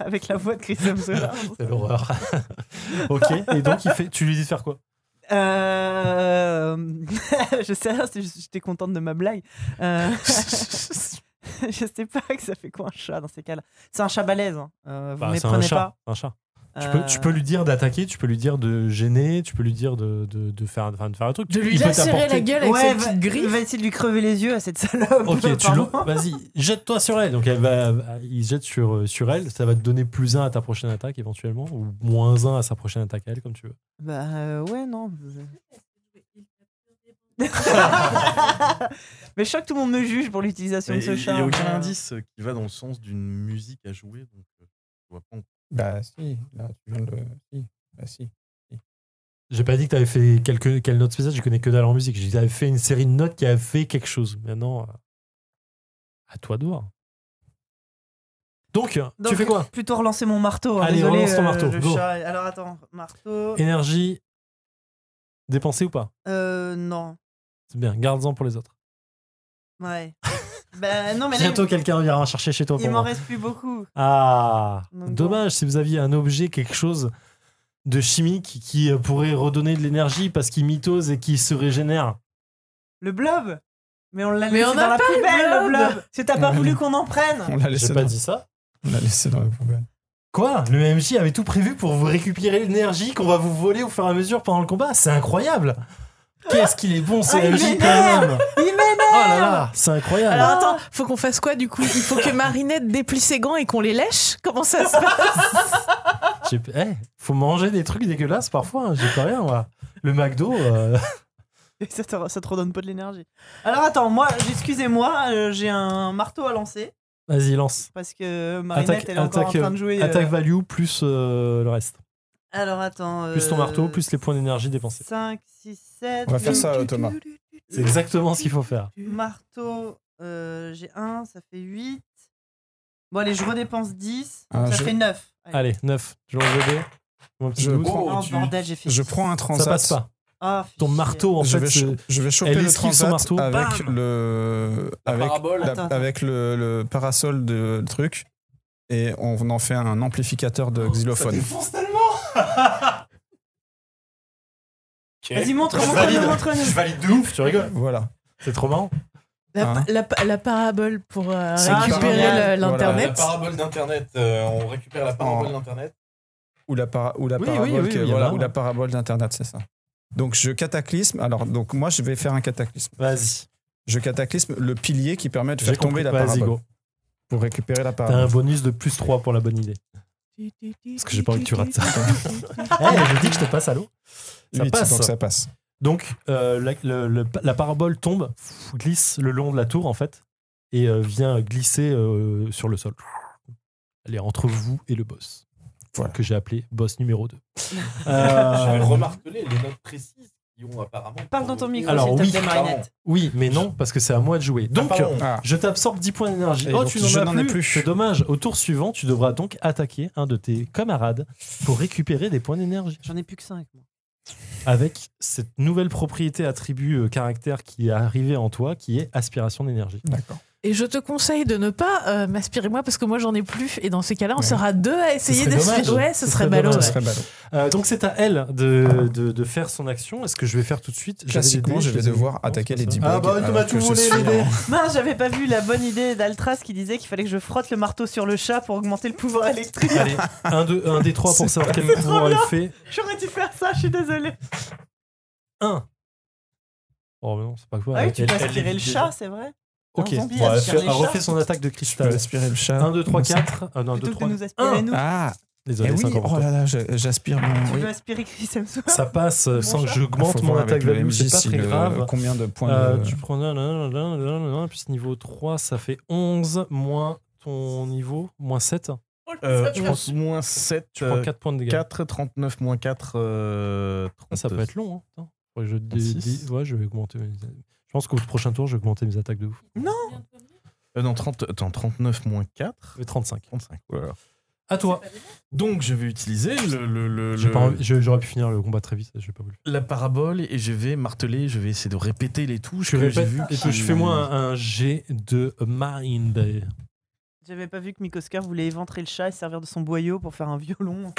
Avec la voix de Chris Hemsworth.
C'est l'horreur. ok. Et donc, il fait, tu lui dis de faire quoi
Euh, je sais rien, c'est juste- j'étais contente de ma blague. Euh, je sais pas que ça fait quoi un chat dans ces cas-là. C'est un chat balèze. hein. Euh, vous
Bah,
ne
C'est un
méprenez
chat.
pas.
Un chat. Tu peux, tu
Euh,
peux lui dire d'attaquer, tu peux lui dire de gêner, tu peux lui dire de, de, de faire, enfin, de faire un truc.
De lui
Il peut
lacérer
t'apporter-
la gueule Euh, avec
ouais,
ses
va,
petites griffes.
va essayer de lui crever les yeux à cette salope.
Ok, tu
pardon.
l'en- vas-y, jette-toi sur elle. Donc elle va, il se jette sur, euh, sur elle, ça va te donner plus un à ta prochaine attaque éventuellement, ou moins un à sa prochaine attaque à elle, comme tu veux.
Bah euh, ouais, non. vous- Mais je sens que tout le monde me juge pour l'utilisation de
Mais
ce
Il
chat.
n'y a aucun
Euh,
indice qui va dans le sens d'une musique à jouer. Donc, euh, je vois pas en-
Bah si, là tu viens de le... Si, bah si.
J'ai pas dit que t'avais fait quelques, quelle note spéciale, je connais que dalle en musique. J'ai dit que t'avais fait une série de notes qui a fait quelque chose. Maintenant, euh, à toi de voir. Donc, euh,
donc,
tu fais quoi
Plutôt relancer mon marteau. hein.
Allez,
Désolé,
relance ton
euh,
marteau,
le
go.
chat. Alors attends, marteau.
Énergie dépensée ou pas
Euh, non.
C'est bien, garde-en pour les autres.
Ouais. bah non, mais là,
Bientôt, quelqu'un viendra chercher chez toi
il
pour
m'en
moi.
reste plus beaucoup.
Ah,
Donc,
dommage si vous aviez un objet, quelque chose de chimique qui euh, pourrait redonner de l'énergie parce qu'il mitose et qu'il se régénère.
Le blob Mais on l'a
Mais
laissé dans
on n'a
la
pas le
poubelle, le
blob.
blob Parce que t'as pas
Ouais.
voulu qu'on en prenne
On l'a
Ah, J'ai
laissé,
pas
dans-
dit ça.
on l'a laissé dans la poubelle.
Quoi Le MJ avait tout prévu pour vous récupérer l'énergie qu'on va vous voler au fur et à mesure pendant le combat C'est incroyable Qu'est-ce qu'il est bon ce
Ah, il
MJ quand
m'énerve
même
Il m'énerve
Oh là là, c'est incroyable
Alors attends, faut qu'on fasse quoi du coup Il faut que Marinette déplie ses gants et qu'on les lèche Comment ça se passe
J'ai- eh, Faut manger des trucs dégueulasses parfois, hein, j'ai pas rien moi. Le McDo, euh,
ça te, ça te redonne pas de l'énergie. Alors attends, moi, excusez-moi, euh, j'ai un marteau à lancer.
vas-y lance.
Parce que Marinette,
Attaque-
elle est encore
attaque,
en train de jouer. euh,
Attaque value plus euh, le reste.
Alors attends. euh,
Plus ton marteau, plus les points d'énergie dépensés.
5, 6, 7.
On va faire ça, euh, Thomas.
C'est exactement ce qu'il faut faire.
Mmh. Marteau, euh, j'ai 1, ça fait 8. Bon, allez, je redépense 10.
Ah,
ça
je-
fait 9.
Allez, 9. Je lance le dé. Mon petit
Je
doute.
prends-
Oh,
tu-
bordel, j'ai fait
Je
six.
prends un transat.
Ça passe pas.
Ah, fais
Ton
chier.
marteau, en
je,
fait,
vais cho-
c'est-
je vais choper
elle
le
esquive son
transat
marteau,
avec
bam
le avec,
parabole.
la-
Attends, attends.
avec le, le parasol de le truc et on en fait un amplificateur
Oh,
de xylophone.
Vas-y, montre,
Je
montre,
valide.
montre, montre.
Je valide de ouf.
tu rigoles.
Voilà.
C'est trop marrant.
la,
Hein
la, la parabole pour euh,
C'est une
récupérer
parabole.
le- l'internet.
La parabole d'Internet. euh, on récupère la parabole
Oh.
d'Internet.
Ou la, para- ou la
Oui, oui,
parabole,
oui,
que-
il y en a
voilà,
un.
ou la parabole d'internet, c'est ça. Donc je cataclysme. Alors donc moi je vais faire un cataclysme.
Vas-y.
Je cataclysme le pilier qui permet de
J'ai
faire
compris.
tomber la
Vas-y,
parabole
go.
pour récupérer la
T'as un
parabole.
bonus de plus 3 pour la bonne idée.
Parce
que j'ai pas envie que tu rates ça. Eh, je dis que je te passe à l'eau. Ça
Huit,
passe.
donc ça passe.
Donc, euh, la, le- le- la parabole tombe, pff, glisse le long de la tour, en fait, et euh, vient glisser euh, sur le sol. Elle est entre vous et le boss.
Voilà. Ah,
Que j'ai appelé boss numéro Euh, 2.
Je vais remarquer les notes précises qui ont apparemment.
Parle dans ton micro,
Alors,
s'il
oui.
te plaît, Marinette.
Oui, mais non, parce que c'est à moi de jouer. Donc, euh,
pardon.
Ah,
je t'absorbe 10 points d'énergie.
Et
Oh,
donc,
tu
je
n'en as
n'en ai
plus.
plus.
C'est dommage. Au tour suivant, tu devras donc attaquer un de tes camarades pour récupérer des points d'énergie.
J'en ai plus que 5. Moi.
Avec cette nouvelle propriété attribut euh, caractère qui est arrivée en toi, qui est aspiration d'énergie.
d'accord.
Et je te conseille de ne pas euh, m'aspirer moi parce que moi j'en ai plus. Et dans ces cas-là, on
Ouais.
sera deux à essayer
serait
d'aspirer.
dommage.
Ouais,
Ce serait
ce serait ballot.
dommage.
Ça
ouais.
serait ballot.
Euh, donc c'est à elle de, de, de faire son action. Est-ce que je vais faire tout de suite J'avais des
Classiquement,
dés,
je
je
vais
les ai-
devoir
Non,
attaquer
c'est
les
pas
10
ça.
bugs.
Ah bah, tu m'as
alors
tout
que je
volé,
suis
les dés.
hein.
en-
Mince, j'avais pas vu la bonne idée d'Altras qui disait qu'il fallait que je frotte le marteau sur le chat pour augmenter le pouvoir électrique.
Allez, un, deux, un des trois pour savoir quel pouvoir elle fait.
J'aurais dû faire ça, je suis désolée.
Un. Oh mais non, c'est pas quoi.
Ah oui,
elle-
tu
elle-
peux
elle
aspirer le
évite
chat,
déjà.
c'est vrai
Ok,
Un zombie
Bon, elle,
aspire
fait-
les
elle
chats.
refait son attaque de
Je peux
cristal.
aspirer le chat.
1, 2, 3, 4. Ah non, 2,
Plutôt que
3.
de nous aspirer,
Un.
nous,
Ah, eh
Désolé,
oui,
c'est encore pour
oh
toi.
là là, je- j'aspire mon.
tu
oui.
peux aspirer Chris Hemsworth.
Ça passe euh, sans que
chat.
Faut
j'augmente mon
voir avec
attaque
le
value, c'est
MJ
pas
si
très
le-
grave.
Combien de points
Euh,
de-
Tu prends là, là, là, là, là, là, là, puis ce niveau 3, ça fait 11 moins ton niveau, moins 7.
Oh,
Euh, je pense moins 7,
Tu prends 4 points de dégâts.
4, 39 moins 4, euh,
Ah, ça peut
32.
être long. Hein. Attends, faudrait que je, dé-
36.
dé- ouais, je vais augmenter. mes- Je pense qu'au prochain tour, je vais augmenter mes attaques de ouf.
Euh, non, 30, attends, 39 moins 4,
Je fais 35.
35. oh là là.
À toi.
Donc je vais utiliser le, le- le-
J'ai
le-
pas envie- je- J'aurais pu finir le combat très vite. J'ai pas voulu.
la parabole et je vais marteler, je vais essayer de répéter les touches
Je
que j'ai
répète,
vues.
et
qui-
puis je fais moi un, un jet de mind.
J'avais pas vu que Mikoska voulait éventrer le chat et servir de son boyau pour faire un violon.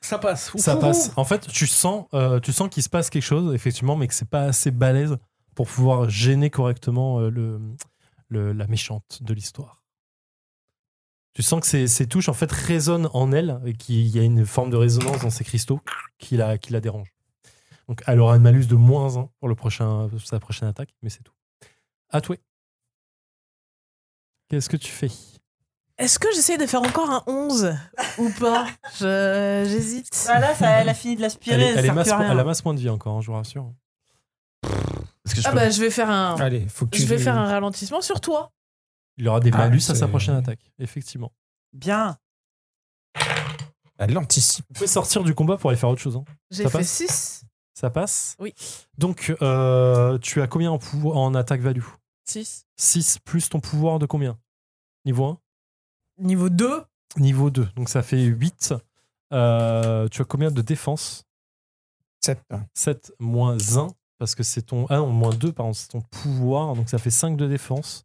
Ça passe.
Ça
Ouhouhou.
passe. En fait, tu sens, euh, tu sens qu'il se passe quelque chose, effectivement, mais que c'est pas assez balèze pour pouvoir gêner correctement euh, le, le- la méchante de l'histoire. Tu sens que ces, ces touches, en fait, résonnent en elle et qu'il y a une forme de résonance dans ces cristaux qui la, qui la dérange. Donc, elle aura un malus de moins 1 pour le prochain, pour sa prochaine attaque, mais c'est tout. À toi. Qu'est-ce que tu fais
Est-ce que j'essaie de faire encore un 11 ou pas Je- J'hésite.
Bah là, ça, elle a fini de
elle,
l'aspirer,
est- elle
ça
est
sert
masse-
plus à rien.
elle a masse moins de vie encore, hein, je vous rassure.
Est-ce que je
Ah
peux-
bah je vais faire un.
Allez, faut que tu.
Je vais faire un ralentissement sur toi.
Il aura des
Ah,
malus à sa
c'est-
prochaine attaque, effectivement.
Bien.
Elle l'anticipe.
Vous pouvez sortir du combat pour aller faire autre chose. hein.
J'ai
Ça
fait
passe
6.
Ça passe
Oui.
Donc, euh, tu as combien en, pouvoir- en attaque value
6.
6 plus ton pouvoir de combien Niveau 1
Niveau 2.
Niveau 2. Donc, ça fait 8. tu as combien de défense
Sept.
7 moins 1, parce que c'est ton. Ah non, moins 2, pardon, c'est ton pouvoir. Donc, ça fait 5 de défense.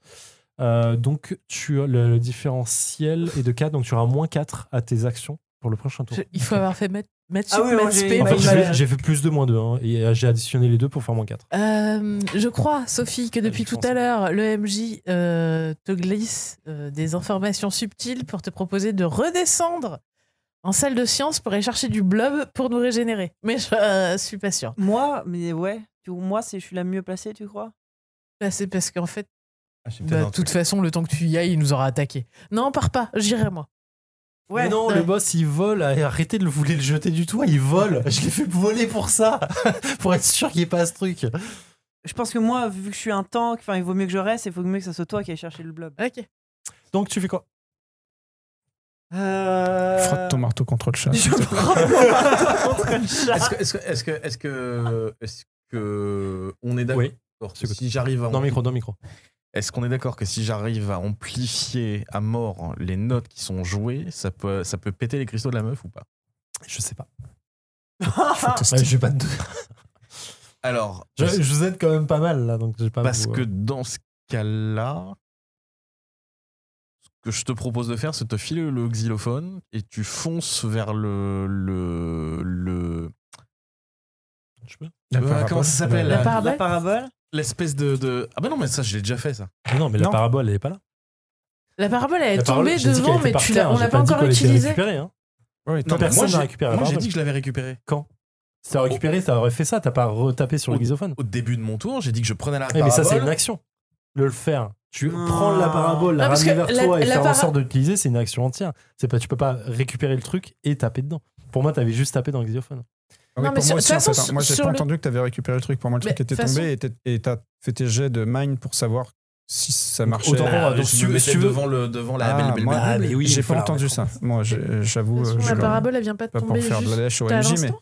Euh, donc, tu as le, le différentiel est de 4. Donc, tu auras moins 4 à tes actions pour le prochain tour.
Je- il faut avoir fait mettre mettre
Ah
sup,
oui, moi,
mettre
j'ai-
spé,
Bah,
En fait,
mettre
il
j'ai
m'a-
fait- j'ai fait plus de moins 2 hein, et euh, j'ai additionné les deux pour faire moins 4.
Euh, je crois, Sophie, que
Allez,
depuis
Ah, je
tout
pense.
à l'heure, le MJ euh, te glisse euh, des informations subtiles pour te proposer de redescendre en salle de science pour aller chercher du blob pour nous régénérer. Mais je euh, suis pas sûre.
Moi, mais ouais, tu- moi, c'est, je suis la mieux placée, tu crois
Bah, c'est parce qu'en fait, bah,
Ah, j'ai
de
peut-être un
toute
truc.
façon, le temps que tu y ailles, il nous aura attaqué. Non, pars pas, j'irai moi.
Mais non,
ouais.
le boss il vole. Arrêtez arrêtez de le vouloir le jeter du toit, il vole. Je l'ai fait voler pour ça, pour être sûr qu'il n'y ait pas ce truc.
Je pense que moi, vu que je suis un tank, enfin, il vaut mieux que je reste et il vaut mieux que ça soit toi qui aille chercher le blob.
Ok.
Donc tu fais quoi Euh, Ah.
Frotte ton marteau contre le chat.
Je prends mon marteau contre le chat.
Est-ce que, est-ce que, est-ce que, est-ce que, est-ce que on est d'accord
Oui.
que si j'arrive à
Dans le micro, dans le micro.
Est-ce qu'on est d'accord que si j'arrive à amplifier à mort les notes qui sont jouées, ça peut, ça peut péter les cristaux de la meuf ou pas
Je sais pas.
Fantastique.
j'ai pas de
Alors,
Je,
parce,
je vous aide quand même pas mal là, donc j'ai pas.
parce
vous,
que
euh,
dans ce cas-là, ce que je te propose de faire, c'est de te filer le xylophone et tu fonces vers le. le, le
je peux.
La
Ah,
parabole.
comment ça s'appelle
La
là
parabole.
La parabole
L'espèce de, de. Ah bah non, mais ça, je l'ai déjà fait ça.
Mais non, mais la
Non.
parabole elle est pas là.
La parabole, elle est
La parabole,
tombée
j'ai dit qu'elle
devant,
était
mais
par
tu
terre,
l'as- on
j'ai
l'a pas
dit
encore
qu'elle était
utilisée.
récupérée, hein.
Ouais,
Non, mais
personne
moi,
n'a
j'ai-
récupéré la
Moi, j'ai
parabole.
dit que je l'avais récupéré.
Si t'as récupéré, ça aurait fait ça. T'as pas retapé sur le
Oh.
guisophone.
Au début de mon tour, j'ai dit que je prenais la
Eh, mais ça c'est une
parabole. Ah.
action. De le faire. Tu
Non.
prends la parabole, la
Non, parce
ramener
que
vers
la-
toi et
la
faire en
para-
sorte de l'utiliser, c'est une action entière. C'est pas, tu peux pas récupérer le truc et taper dedans. Pour moi, t'avais juste tapé dans le xylophone.
Euh,
Ah oui,
Non, mais
pour
sur- de
moi aussi,
toute
en fait,
façon,
hein. moi j'ai
sur
pas
le-
entendu que t'avais récupéré le truc. Pour moi, le
Mais
truc était
de toute
tombé et t'es- et t'as fait tes jets de mine pour savoir si ça marchait.
autant-
Euh,
Ah,
Donc,
je
si-
me mettais
si tu veux-
devant, le, devant la
Ah,
belle, belle,
moi,
belle.
Ah, mais oui,
j'ai
il faut
pas
la
entendu ça. Moi, je- j'avoue,
euh,
De toute façon,
je
la
le-
parabole, elle vient pas de
pas pour
tomber
faire de la
juste
lèche au
à
MJ, mais
l'instant.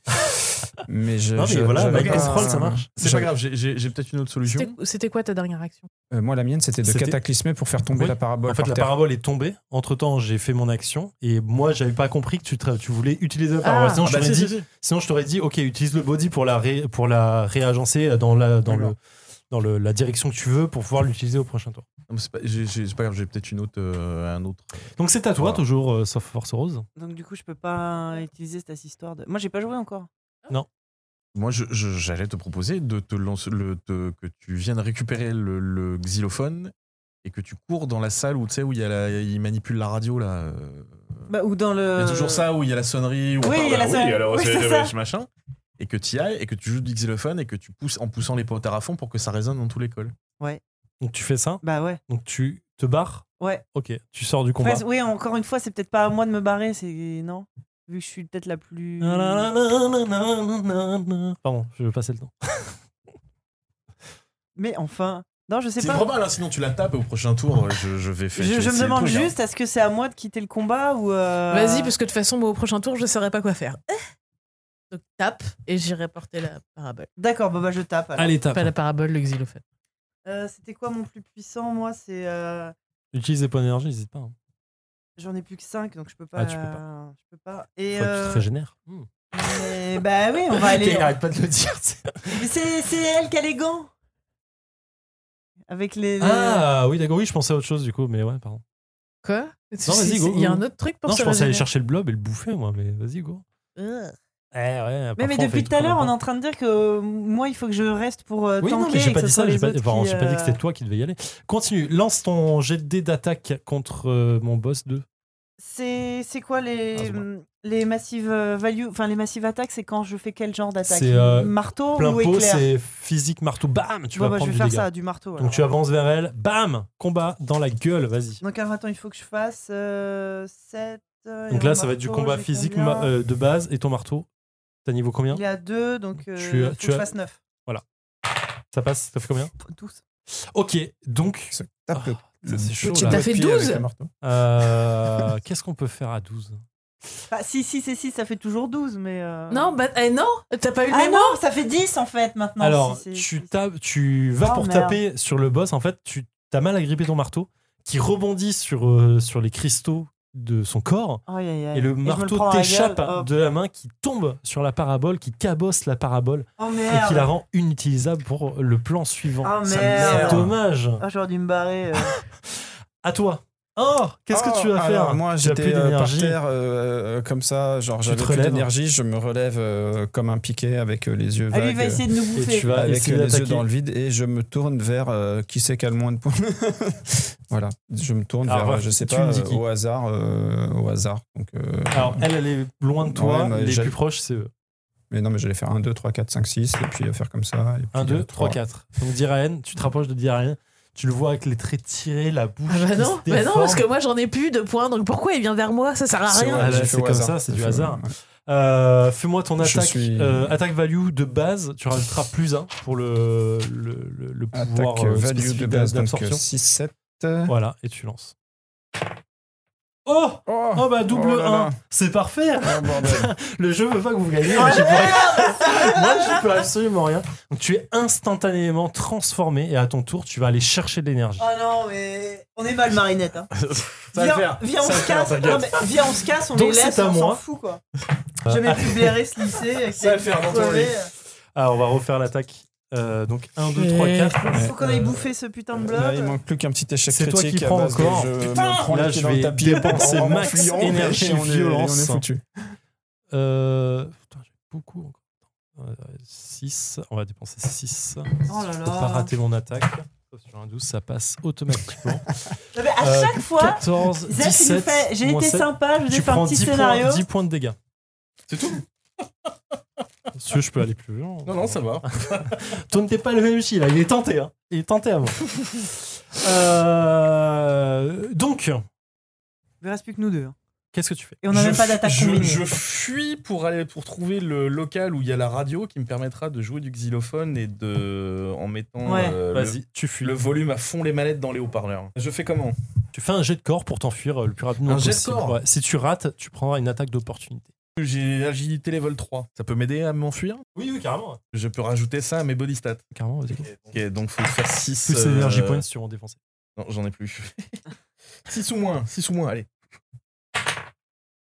mais je-
Non, mais
je-
voilà,
j'avais
avec
pas-
Scroll, ça marche.
C'est pas
J'avais-
grave, j'ai- j'ai j'ai peut-être une autre solution.
C'était- C'était quoi ta dernière action
Euh, moi, la mienne, c'était de
C'était-
cataclysmer pour faire tomber
Oui.
la parabole
En fait,
par
la
terre.
parabole est tombée. Entre temps, j'ai fait mon action et moi, j'avais pas compris que tu, tra- tu voulais utiliser la parabole.
Ah.
Sinon,
Ah
je
bah,
t'aurais
si,
dit,
si, si.
sinon, je t'aurais dit, ok, utilise le body pour la ré- pour la réagencer dans la dans le
D'accord.
dans le- la direction que tu veux pour pouvoir l'utiliser au prochain tour.
Non, mais c'est pas, j'ai- j'ai- c'est pas grave, j'ai peut-être une autre, euh, un autre.
Donc c'est à toi
Voilà.
toujours, euh, sauf Force Rose.
Donc du coup, je peux pas utiliser cette histoire de. Moi, j'ai pas joué encore.
Moi, je- je- j'allais te proposer de te lancer, le, te- que tu viennes récupérer le, le xylophone et que tu cours dans la salle où tu sais où il y a la- il manipule la radio là. euh,
Bah, ou dans
Il
le.
y a toujours ça où il y a la sonnerie, où on
Oui,
parle,
il y a la
ah
sonnerie.
alors
Oui,
c'est-
c'est ça.
c'est machin. Et que tu y ailles et que tu joues du xylophone et que tu pousses en poussant les potards à fond pour que ça résonne dans tout l'école.
Donc tu fais ça,
Bah ouais.
donc tu te barres.
Ouais.
Ok, tu sors du combat.
Après, oui, encore une fois, c'est peut-être pas à moi de me barrer, c'est non. Vu que je suis peut-être la plus.
Ah Pardon, je vais passer le temps.
Mais enfin, non, je sais
C'est
pas.
trop mal, hein, sinon tu la tapes et au prochain tour, euh, je, je vais faire.
Je, je
vais
me
essayer le
demande
truc, hein.
juste, est-ce que c'est à moi de quitter le combat ou euh,
Vas-y, parce que de toute façon, moi, au prochain tour, je saurais pas quoi faire. Donc tape et j'irai porter la parabole.
D'accord, bah, bah je tape. alors.
Allez, tape.
Pas la parabole, le xylophone.
Euh, C'était quoi mon plus puissant Moi, c'est euh,
Utilise des points d'énergie, n'hésite pas. hein.
j'en ai plus que 5 donc je peux pas.
Ah, tu peux
Je peux pas. Et
Faut que tu te
euh,
régénères. Hmm.
mais- bah oui, on va aller.
pas de le dire. tu sais.
Mais C'est c'est elle qui a les gants. Avec les. les-
Ah oui, d'accord, oui, je pensais à autre chose du coup, mais ouais, pardon.
Quoi
Non, vas-y, go,
Il y a
go.
un autre truc pour
Non,
se
je pensais aller
régénérer.
chercher le blob et le bouffer, moi, mais vas-y, go.
Ugh.
Eh, ouais,
Mais, mais
parfois, on fait
depuis
des
tout à
trucs
l'heure, on est
en
en train de dire que euh, moi, il faut que je reste pour euh,
Oui, non,
tanker.
mais j'ai
et
pas
que
dit
ce soit
ça, j'ai
les
pas,
autres
enfin,
qui,
j'ai pas dit que
euh,
c'était toi qui devais y aller. Continue, lance ton jet de dés d'attaque contre euh, mon boss 2.
C'est c'est quoi
Ah,
les,
Heureusement.
hum, les massives euh, value, enfin les massives attaques, c'est quand je fais quel genre d'attaque
C'est, euh,
Marteau
Plein
ou
pot,
éclair
c'est physique, marteau, bam, tu
Oh, Bon,
vas
bah, Je
prendre
vais
du
faire
dégât.
ça, du marteau. alors.
Donc tu avances vers elle, bam, combat dans la gueule, vas-y.
Donc alors, attends, il faut que je fasse euh, 7.
Donc là, ça va être du combat physique ma- euh, de base et ton marteau. T'as niveau combien
Il est à 2, donc euh,
Tu as-
faut que
tu
je
as-
fasse 9.
Ça passe, ça fait combien
12.
Ok, donc. ah,
Se tape le-
ça, c'est chaud,
petit
là.
coup
T'as
de
fait
pied avec
12?
un marteau.
euh, Qu'est-ce qu'on peut faire à 12
Bah, si, si, c'est 6, ça fait toujours 12, mais. euh,
Non, bah, eh, non, t'as pas eu le hein
ah
mémo
non, ça fait 10 en fait maintenant.
Alors,
si, c'est-
tu,
si,
tapes- tu vas
Oh,
pour
merde.
taper sur le boss, en fait, tu t'as mal agrippé ton marteau qui rebondit sur, euh, sur les cristaux de son corps
c'est- Aïe, aïe, aïe.
et le
je me
marteau
prends à la gueule,
t'échappe
hop.
de la main qui tombe sur la parabole, qui cabosse la parabole
Oh
et qui la
merde.
rend inutilisable pour le plan suivant.
Oh
Ça me
C'est
merde.
merde.
dommage.
Ah, j'aurais dû me barrer. euh.
À toi. Oh, qu'est-ce que
Oh,
tu vas
alors,
faire
Moi,
Tu as
j'étais
plus
euh, par
d'énergie.
terre, euh, euh, comme ça, genre
Tu te
j'avais plus
relèves.
d'énergie, je me relève euh, comme un piquet avec euh, les yeux
Ah,
vagues.
lui, il va essayer de nous
Et
bouffer.
tu vas
avec
essayer
euh, les yeux
d'attaquer.
dans le vide et je me tourne vers euh, qui c'est qui a le moins de points. voilà, je me tourne
Alors,
vers,
bref,
je sais
Ah, tu
pas,
me dis
euh,
qui. Ah.
au hasard. euh, au hasard. Donc, euh,
Alors, elle, elle est loin de toi,
Ouais, mais
les
j'ai-
plus proches, c'est eux.
Mais non, mais j'allais faire 1, 2, 3, 4, 5, 6, et puis euh, faire comme ça.
1, 2, 3, 4. Donc, Diraen, tu te rapproches de Diraen, tu le vois avec les traits tirés, la bouche.
Ah bah
qui
non,
se
bah non,
déforme.
parce que moi j'en ai plus de points, donc pourquoi il vient vers moi Ça sert à rien.
Ah, là, c'est comme ça, c'est du hasard. Euh, Fais-moi ton
Je
attaque,
suis-
euh, attaque value de base, tu rajouteras plus 1 pour le, le, le, le pouvoir
Attaque
euh,
value
spécifique
de base, donc euh,
d'absorption.
6, 7.
Voilà, et tu lances. Oh Oh bah double
Oh là
1
là.
C'est parfait
Oh, bordel.
Le jeu veut pas que vous gagniez. mais je peux- Moi, je peux absolument rien. Donc, tu es instantanément transformé et à ton tour, tu vas aller chercher de l'énergie.
Oh non, mais on est mal marinette. Hein.
Ça
viens,
va le faire.
viens, on
Ça va
se
le faire,
casse.
t'inquiète.
Non, mais viens, on se casse, on
Donc,
les laisse,
c'est à
on s'en
moi. Ah.
fout quoi. Jamais plus blairer se lycée. avec
Ça va
ses
le faire dans ton
crevés.
Alors, Ah, on va refaire l'attaque. Euh, donc 1, 2, 3,
Et-
4.
Il faut qu'on aille bouffer ce putain de
Là, il
blob.
manque plus qu'un petit échec
C'est toi
critique
qui
à
prends
base de
encore.
je me
Putain
prends le
Là,
pied
je
dans le
vais
tapis
dépenser
en
max
m'enfuyant,
énergie,
et on est-
violence.
et on est foutu.
Euh, putain, j'ai beaucoup encore. 6. On va dépenser 6.
Oh là
Faut pas
là.
rater mon attaque. Sauf sur un 12, ça passe automatiquement.
Non, mais à
Euh,
chaque fois,
14,
Zach nous
17.
fait J'ai
moins
été
sept.
sympa, je vous ai
Tu
fait un
prends
petit
10
scénario.
points, 10 points de dégâts. C'est tout Si je peux aller plus loin.
Non, non, ça va.
Tourne t'es pas le MC là, il est tenté. Hein. Il est tenté avant. Euh, Donc,
Il ne reste plus que nous deux. hein.
qu'est-ce que tu fais
Et on n'a
Je
même pas
fu-
d'attaque
je,
combinée.
je fuis pour aller pour trouver le local où il y a la radio qui me permettra de jouer du xylophone et de en mettant
Ouais.
euh, le,
Vas-y, tu fuis.
le volume à fond les manettes dans les haut-parleurs. Je fais comment
Tu fais un jet de corps pour t'enfuir euh, le plus rapidement
Un jet
possible.
de corps
Ouais, Si tu rates, tu prendras une attaque d'opportunité.
J'ai agilité level 3. Ça peut m'aider à m'enfuir
Oui, oui, carrément.
Je peux rajouter ça à mes body stats.
Carrément, vas-y.
Ok, donc faut faire 6.
Plus d'énergie points si tu veux en défoncer.
euh, Non, j'en ai plus. 6 ou moins, 6 ou moins, allez.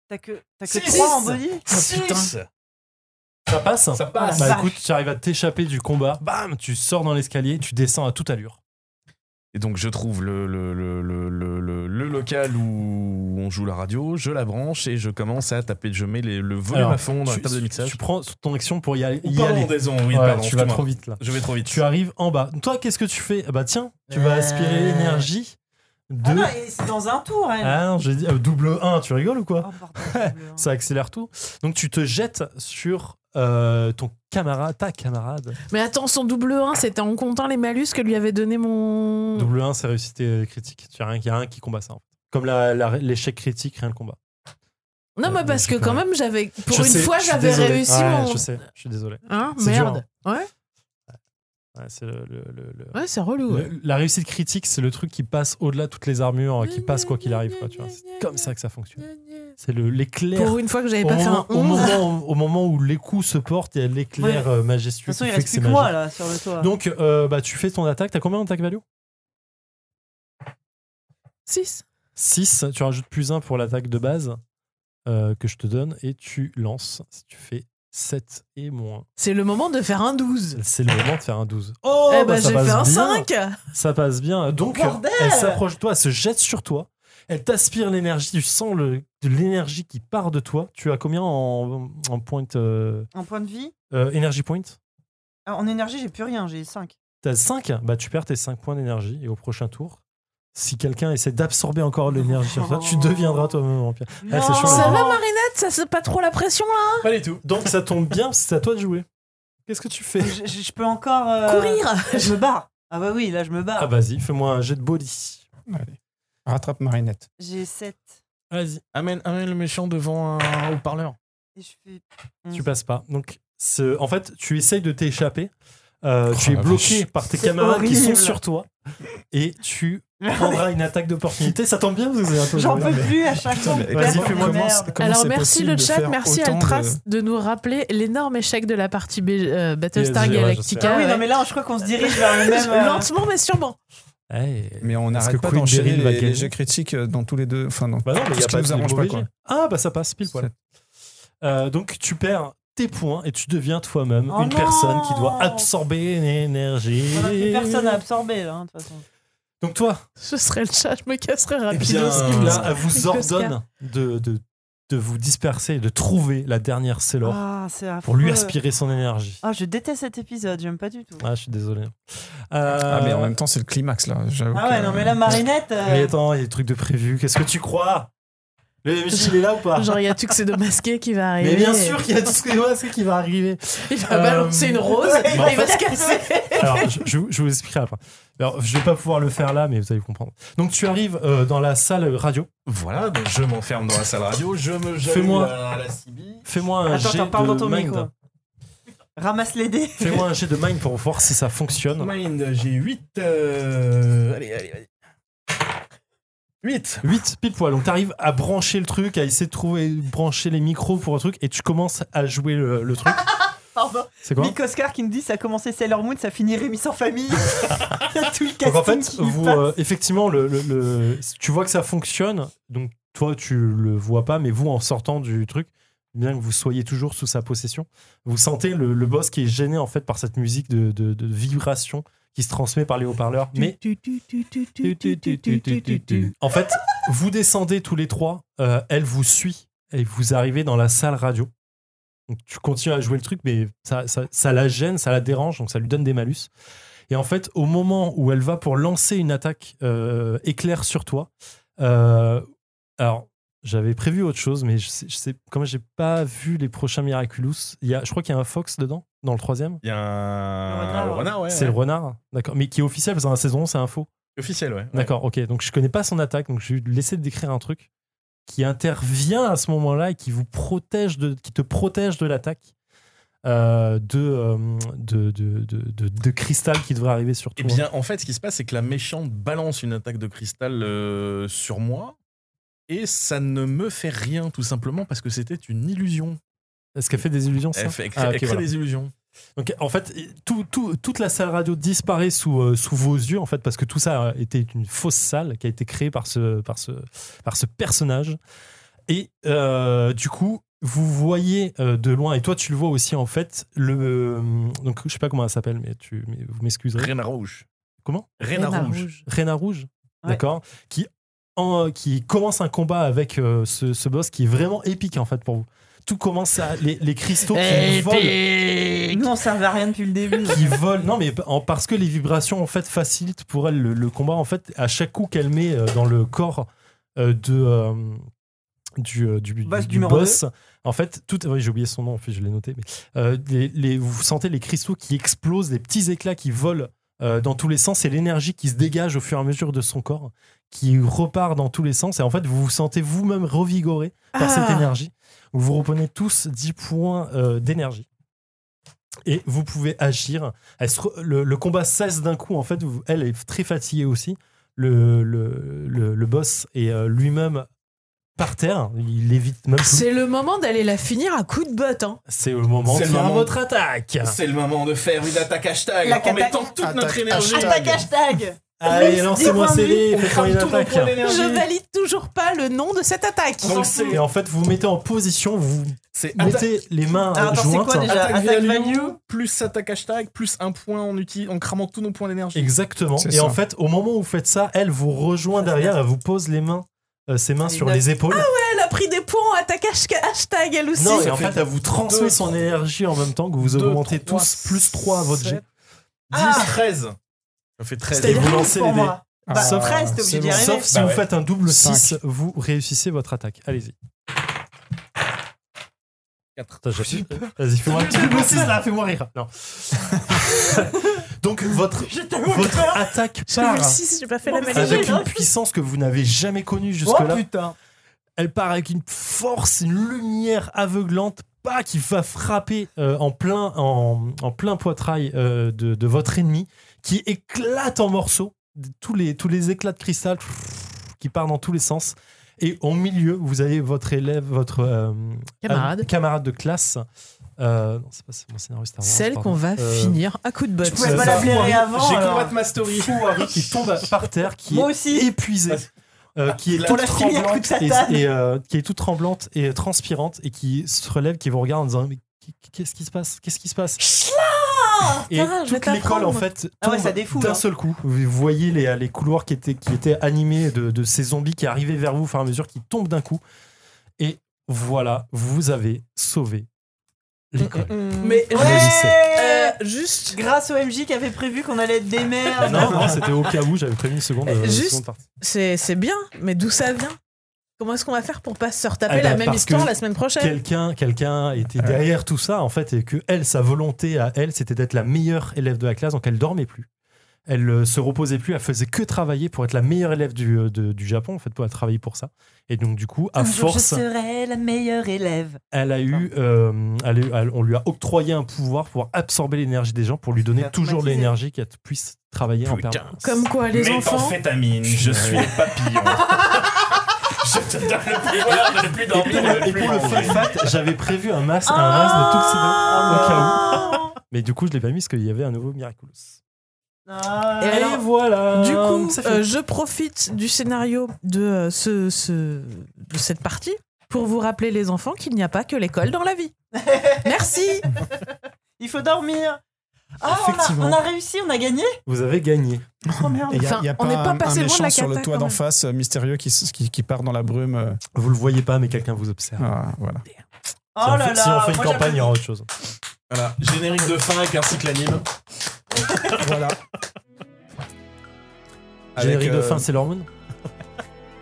T'as que, t'as que
Six.
3 en body
Six
Ça passe
Ça passe.
Bah écoute, tu arrives à t'échapper du combat, bam, tu sors dans l'escalier, tu descends à toute allure.
Et donc je trouve le, le, le, le, le- le- le local où on joue la radio, je la branche et je commence à taper, je mets les- le volume
Alors,
à fond dans la
tu,
table de mixage.
tu prends ton action pour y aller.
Ou
y
pardon,
aller.
raison,
Ouais,
oui, pardon,
tu vas
excuse-moi.
trop vite là.
Je vais trop vite.
Tu arrives en bas. Toi, qu'est-ce que tu fais Ah Bah tiens, tu vas aspirer
Euh.
l'énergie de.
Ah
bah,
non, et c'est dans un tour, elle.
Ah non, j'ai dit euh, double 1, tu rigoles ou
Oh,
quoi
pardon,
hein.
double un.
Ça accélère tout. Donc tu te jettes sur euh, ton camarade, ta camarade.
Mais attends, son double 1, c'était en comptant les malus que lui avait donné mon.
Double 1, c'est réussite euh, critique. Il n'y a rien qui combat ça. en fait. Comme la- la- l'échec critique, rien ne combat.
Non, mais parce que quand même, j'avais. Pour
Je
une
sais,
fois,
je suis
j'avais
désolé.
réussi
Ouais,
mon.
Je sais, je suis désolé.
Hein,
C'est dur,
merde. Ouais,
Ouais, c'est le- le- le- le-
ouais, c'est relou. ouais.
Le- la réussite critique, c'est le truc qui passe au-delà de toutes les armures, qui passe quoi qu'il arrive. quoi, tu vois. C'est comme ça que ça fonctionne. C'est le- l'éclair.
Pour une fois que j'avais
Au
pas fait
moment,
un
au
11.
moment- au moment où les coups se portent, il y a l'éclair euh,
De
majestueux.
toute façon,
qui
il
fait
reste
que
plus
c'est
que moi
magique.
là sur le toit.
Donc, euh, bah, tu fais ton attaque. T'as combien d'attaque value
6.
6. Tu rajoutes plus 1 pour l'attaque de base euh, que je te donne et tu lances. Si tu fais 7 et moins,
C'est le moment de faire un 12.
c'est le moment de faire un 12. Oh,
eh
bah,
ben,
ça
j'ai
passe
fait un
bien.
5.
Ça passe bien. Donc, euh,
Bordel
elle s'approche de toi, elle se jette sur toi. Elle t'aspire l'énergie, tu sens le, de l'énergie qui part de toi. Tu as combien en, en point euh,
bah,
En point de vie,
euh, Energy point
Euh,
Ah, en énergie, j'ai plus rien, j'ai 5.
T'as 5 Bah, tu perds tes 5 points d'énergie. Et au prochain tour, si quelqu'un essaie d'absorber encore de l'énergie sur toi, tu deviendras toi-même vampire. Ah, c'est chaud.
Ça va, Marinette Ça se pas trop la pression, hein, là
Pas du tout. Donc, ça tombe bien, parce que c'est à toi de jouer. Qu'est-ce que tu fais
je, je- je peux encore. euh,
Courir
Je me barre. Ah bah oui, là je me barre.
Ah, vas-y, fais-moi un jet de body.
Allez. Rattrape Marinette.
J'ai 7.
Vas-y.
Amène, amène le méchant devant un haut-parleur.
Et je fais.
Tu passes pas. Donc, ce- en fait, tu essayes de t'échapper.
Oh,
Euh, tu es
la
bloqué par tes
C'est
camarades qui sont
horrible.
sur toi. Et tu prendras une attaque d'opportunité. Ça tombe bien, vous avez un peu
J'en
joué.
peux plus à chaque fois.
mais
on
vas-y,
perd,
fais-moi
on
Bah, Comment-
perd.
comment
Alors
c'est
merci
possible
le
de
chat,
faire
merci
autant de-
Altrace de... nous rappeler l'énorme échec de la partie B- euh, Battlestar
Yes, ouais,
Galactica.
Ah oui,
ouais.
non mais là je crois qu'on se dirige vers le même. euh,
Lentement mais sûrement.
Ouais.
Mais on
Est-ce
n'arrête
que
pas
Queen
d'enchaîner
Beryl va
les, les
gagner
jets critiques euh, dans tous les deux. Enfin, dans
Bah non, mais
tout
il
ce
a
qui
pas
nous
de
arrange pas.
mauvais
Quoi.
jet. Ah, bah ça passe, pile poil. Euh, donc tu perds tes points et tu deviens toi-même
Oh
une
non
personne qui doit absorber l'énergie.
On a plus personne à absorber là, hein, de toute façon.
Donc toi,
Ce serait le chat, je me casserai
eh
rapidement.
bien, là, elle
Avec
vous
le
ordonne de, de, de vous disperser et de trouver la dernière Célor
Ah, c'est
pour lui
affreux.
aspirer son énergie.
Ah, je déteste cet épisode, j'aime pas du tout.
Ah, je suis désolé.
Ah,
Euh,
mais en même temps, c'est le climax là. j'avoue
Ah ouais,
que-
non mais là Marinette. euh,
mais attends, il y a des trucs de prévu. Qu'est-ce que tu crois Le MJ, il est là ou pas
Genre, il y a Tuxedo Masqué qui va arriver.
Mais bien sûr qu'il y a tout ce que- ouais, ce qui va arriver.
Il va balancer une rose
Ouais,
et
mais en
il va se casser.
Alors, je, je vous- je vous expliquerai après. Alors, je vais pas pouvoir le faire là, mais vous allez comprendre. Donc, tu arrives euh, dans la salle radio.
Voilà, donc je m'enferme dans la salle radio, je me jette
Fais-moi.
à la CB.
Fais-moi un
Attends,
jet
t'en parles dans
de
ton micro.
mind.
Ramasse les dés.
Fais-moi un jet de mind pour voir si ça fonctionne.
Mind, j'ai 8. euh, Allez, allez, allez. 8
8 pile poil. Donc, t'arrives à brancher le truc, à essayer de trouver, brancher les micros pour un truc, et tu commences à jouer le, le truc.
Pardon.
C'est quoi
Mick Oscar qui nous dit ça a commencé Sailor Moon, ça finit Rémi sans famille. tout le casting
Donc en fait,
qui
vous,
passe.
euh, effectivement, le, le- le- tu vois que ça fonctionne. Donc toi, tu le vois pas, mais vous, en sortant du truc, bien que vous soyez toujours sous sa possession, vous sentez le, le boss qui est gêné en fait par cette musique de, de- de vibration qui se transmet par les haut-parleurs. Mais en fait, vous descendez tous les trois. euh, elle vous suit et vous arrivez dans la salle radio. Donc, tu continues à jouer le truc, mais ça, ça, ça la gêne, ça la dérange, donc ça lui donne des malus. Et en fait, au moment où elle va pour lancer une attaque euh, éclair sur toi, euh, alors j'avais prévu autre chose, mais je sais, je sais comme j'ai pas vu les prochains Miraculous, il y a, je crois qu'il y a un Fox dedans, dans le troisième.
Il y a
Le renard.
un. Le renard, ouais.
c'est
ouais.
le renard, d'accord, mais qui est officiel, parce que dans la saison, c'est un faux.
Officiel, ouais. ouais.
D'accord, ok. Donc je connais pas son attaque, donc je vais lui laisser décrire un truc qui intervient à ce moment-là et qui vous protège de, qui te protège de l'attaque euh, de, euh, de, de, de, de- de cristal qui devrait arriver sur
Eh
toi.
bien, en fait, ce qui se passe, c'est que la méchante balance une attaque de cristal euh, sur moi. Et ça ne me fait rien, tout simplement, parce que c'était une illusion.
Est-ce qu'elle fait des illusions ça
Elle, fait, elle crée-
Ah, ok,
elle crée
voilà.
des illusions.
Donc, en fait, tout- tout- toute la salle radio disparaît sous, euh, sous vos yeux, en fait, parce que tout ça euh, était une fausse salle qui a été créée par ce, par ce, par ce personnage. Et euh, du coup, vous voyez euh, de loin, et toi tu le vois aussi en fait, le. euh, donc je sais pas comment elle s'appelle, mais, tu, mais vous m'excuserez.
Réna Rouge.
Comment
Réna
Réna
Rouge.
Réna Rouge,
Ouais.
d'accord qui, en- qui commence un combat avec euh, ce, ce boss qui est vraiment épique en fait pour vous. Tout commence à. Les, les cristaux
Eh,
qui volent.
Épique.
Nous, on servait à rien depuis le début.
qui vole. Non, mais en- parce que les vibrations en fait facilitent pour elle le, le combat. En fait, à chaque coup qu'elle met euh, dans le corps euh, de euh, du euh, du,
Boss
du
numéro
boss, en fait, tout. ouais, J'ai oublié son nom. En fait, je l'ai noté. Mais euh, les, les- vous sentez les cristaux qui explosent, les petits éclats qui volent. euh, dans tous les sens, et l'énergie qui se dégage au fur et à mesure de son corps, qui repart dans tous les sens, et en fait, vous vous sentez vous-même revigoré par cette énergie. Vous reprenez tous 10 points euh, d'énergie. Et vous pouvez agir. Elle se re- le, le combat cesse d'un coup. En fait, vous- elle est très fatiguée aussi. Le, le, le- le boss est euh, lui-même par terre. Il évite même. plus.
C'est le moment d'aller la finir à coups de botte. Hein.
C'est le moment de
C'est le
faire
moment.
votre attaque.
C'est le moment de faire une attaque hashtag
La
en
cata-
mettant toute notre
Attaque
énergie.
Hashtag, hashtag
Allez,
Laisse
lancez-moi
des
ces
points de
dés.
On
Faites-moi
crame
une
tous nos points
attaque.
d'énergie.
Je valide toujours pas le nom de cette attaque.
Donc c'est
Et en fait, vous vous mettez en position. Vous
c'est atta-
mettez les mains
Ah, attends, c'est
jointes.
quoi déjà
attaque,
Attaque
value,
value.
plus attaque hashtag plus un point en, uti- en cramant tous nos points d'énergie.
Exactement.
C'est
Et
ça.
en fait, au moment où vous faites ça, elle vous rejoint derrière. Elle vous pose les mains, euh, ses mains
C'est
sur
une
les épaules.
Elle a pris des points en attaque hashtag- hashtag elle aussi.
Non, et
Ah, ça
en
fait
fait, elle vous transmet
deux,
son énergie en même temps que vous
Deux,
augmentez
trois,
tous plus 3 à votre jet.
sept, Ah, 10, 13. Ça fait 13.
Et vous lancez
pour
les dés.
moi.
Ah,
Bah,
Sauf-
presque, t'es obligé
c'est
d'y
bon.
arriver.
Sauf si
Bah
vous
ouais.
faites un double
Cinq.
6, vous réussissez votre attaque. Allez-y.
Quatre.
Putain, j'ai peur. Vas-y, fais-moi un double 6 là, fais-moi rire. Non. Donc, votre, votre attaque
J'ai eu
part
le 6, j'ai pas fait la Hein. maladie.
avec une puissance que vous n'avez jamais connue jusque-là. Elle part avec une force, une lumière aveuglante, pas qui va frapper euh, en, plein, en, en plein poitrail euh, de, de votre ennemi, qui éclate en morceaux, tous les, tous les éclats de cristal pff, qui partent dans tous les sens. Et au milieu, vous avez votre élève, votre euh,
Camarade.
am- camarade de classe. Euh, non, c'est pas c'est mon scénario Star Wars,
Celle
pardon.
qu'on va
Euh,
finir à coups de botte.
Tu pouvais
Euh,
pas
ça-
la flairer avant.
J'ai
alors.
combattre ma story.
Fouari qui tombe par terre, qui
Moi
est
aussi.
épuisée, euh, qui est
On
toute
l'a fini à coups de
tremblante
satane.
et, et, euh, qui est toute tremblante et transpirante et qui se relève, qui vous regarde en disant mais qu'est-ce qui se passe Qu'est-ce qui se passe Et
putain, je vais
toute l'école
t'apprendre.
en fait tombe
Ah ouais, ça défoule,
d'un
hein.
seul coup. Vous voyez les, les couloirs qui étaient qui étaient animés de, de ces zombies qui arrivaient vers vous au fur et à mesure, qui tombent d'un coup. Et voilà, vous avez sauvé
Mm,
l'école.
Mais
Réagissez.
Euh,
Mmh. Euh, juste,
Grâce au MJ qui avait prévu qu'on allait être des merdes.
Ah Non, non, c'était au cas où, j'avais prévu une seconde, euh,
Juste-
seconde partie.
c'est c'est bien, mais d'où ça vient Comment est-ce qu'on va faire pour pas se retaper
Ah bah,
la même
parce
histoire
que
la semaine prochaine
quelqu'un quelqu'un était derrière tout ça en fait et que elle sa volonté à elle c'était d'être la meilleure élève de la classe donc elle dormait plus elle euh, se reposait plus elle faisait que travailler pour être la meilleure élève du, euh, de- du Japon en fait pour travailler pour ça et donc du coup
Ah,
à
Un jour,
force
euh,
Je serai la meilleure élève.
elle a eu euh, elle a eu- elle- on lui a octroyé un pouvoir pour absorber l'énergie des gens pour lui donner
C'est
toujours
automatisé.
l'énergie qu'elle puisse travailler en permanence
Comme quoi, les enfants.
Méthamphétamine, je suis le papillon. je te donne le pouvoir de ne plus
et pour le, et pour le fun fact, j'avais prévu un masque, un
Ah.
masque de tous au cas où. Mais du coup, je l'ai pas mis parce qu'il y avait un nouveau Miraculous.
Ah.
Et
Et
alors,
voilà.
Du coup,
Ça fait-
euh, je profite du scénario de, euh, ce, ce- de cette partie pour vous rappeler, les enfants, qu'il n'y a pas que l'école dans la vie. Merci
Il faut dormir. Ah, on a,
Effectivement.
on a réussi, on a gagné.
vous avez gagné.
Oh merde.
Il n'y a,
Enfin,
y a
on
pas,
n'est pas
un- un,
passé loin de la
méchant sur le
cata,
toit
quand
d'en
même.
face euh, mystérieux qui, s- qui, qui part dans la brume. euh,
Vous le voyez pas, mais quelqu'un vous observe.
ah, voilà.
Oh
si, on
là
fait,
là.
si on fait une
moi,
campagne, il y aura autre chose.
Voilà, générique de fin avec un cycle anime.
voilà.
Générique de
euh,
fin, c'est l'hormone.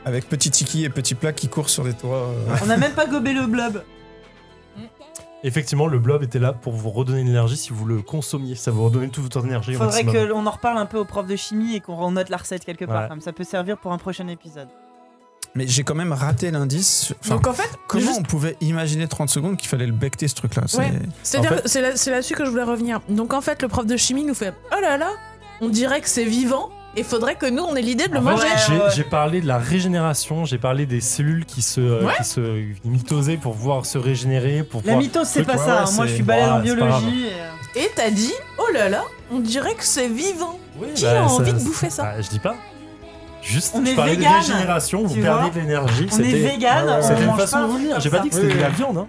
avec petit tiki et petit plat qui courent sur des toits. euh,
j'aime- On n'a même pas gobé le blob.
Effectivement, le blob était là pour vous redonner de l'énergie si vous le consommiez. Ça vous redonnait toute votre énergie. au
Faudrait
maximum.
qu'on en reparle un peu au prof de chimie et qu'on renote la recette quelque part.
Ouais.
comme Ça peut servir pour un prochain épisode.
Mais j'ai quand même raté l'indice. sur- enfin,
Donc en fait,
comment
juste-
on pouvait imaginer 30 secondes qu'il fallait le becter ce truc-là c'est-
Ouais. C'est-à-dire,
En
que c'est là- c'est là-dessus que je voulais revenir. Donc en fait, le prof de chimie nous fait Oh là là, on dirait que c'est vivant et faudrait que nous on ait l'idée de le
En fait,
manger.
Ouais,
j'ai-
ouais.
J'ai parlé de la régénération, j'ai parlé des cellules qui se, euh,
Ouais.
qui se mythosaient pour pouvoir se régénérer, pour
La
pouvoir.
mythos, c'est
truc,
pas
ouais,
ça.
ouais,
hein. Moi,
c'est-
je suis balèze en
ouais, c'est pas grave.
biologie. et, euh,
Et t'as dit Oh là là, on dirait que c'est vivant.
Oui,
Qui
bah,
a envie
ça-
de bouffer ça
Ah, Je dis pas. Je Juste,
On
je
est
parlais
vegan,
de régénération, vous
tu
perdez
vois.
de l'énergie.
On est
c'était-
vegan,
Ah ouais,
on
C'était une
mange
façon
pas.
de vous le dire. J'ai pas dit que c'était de la viande. Hein.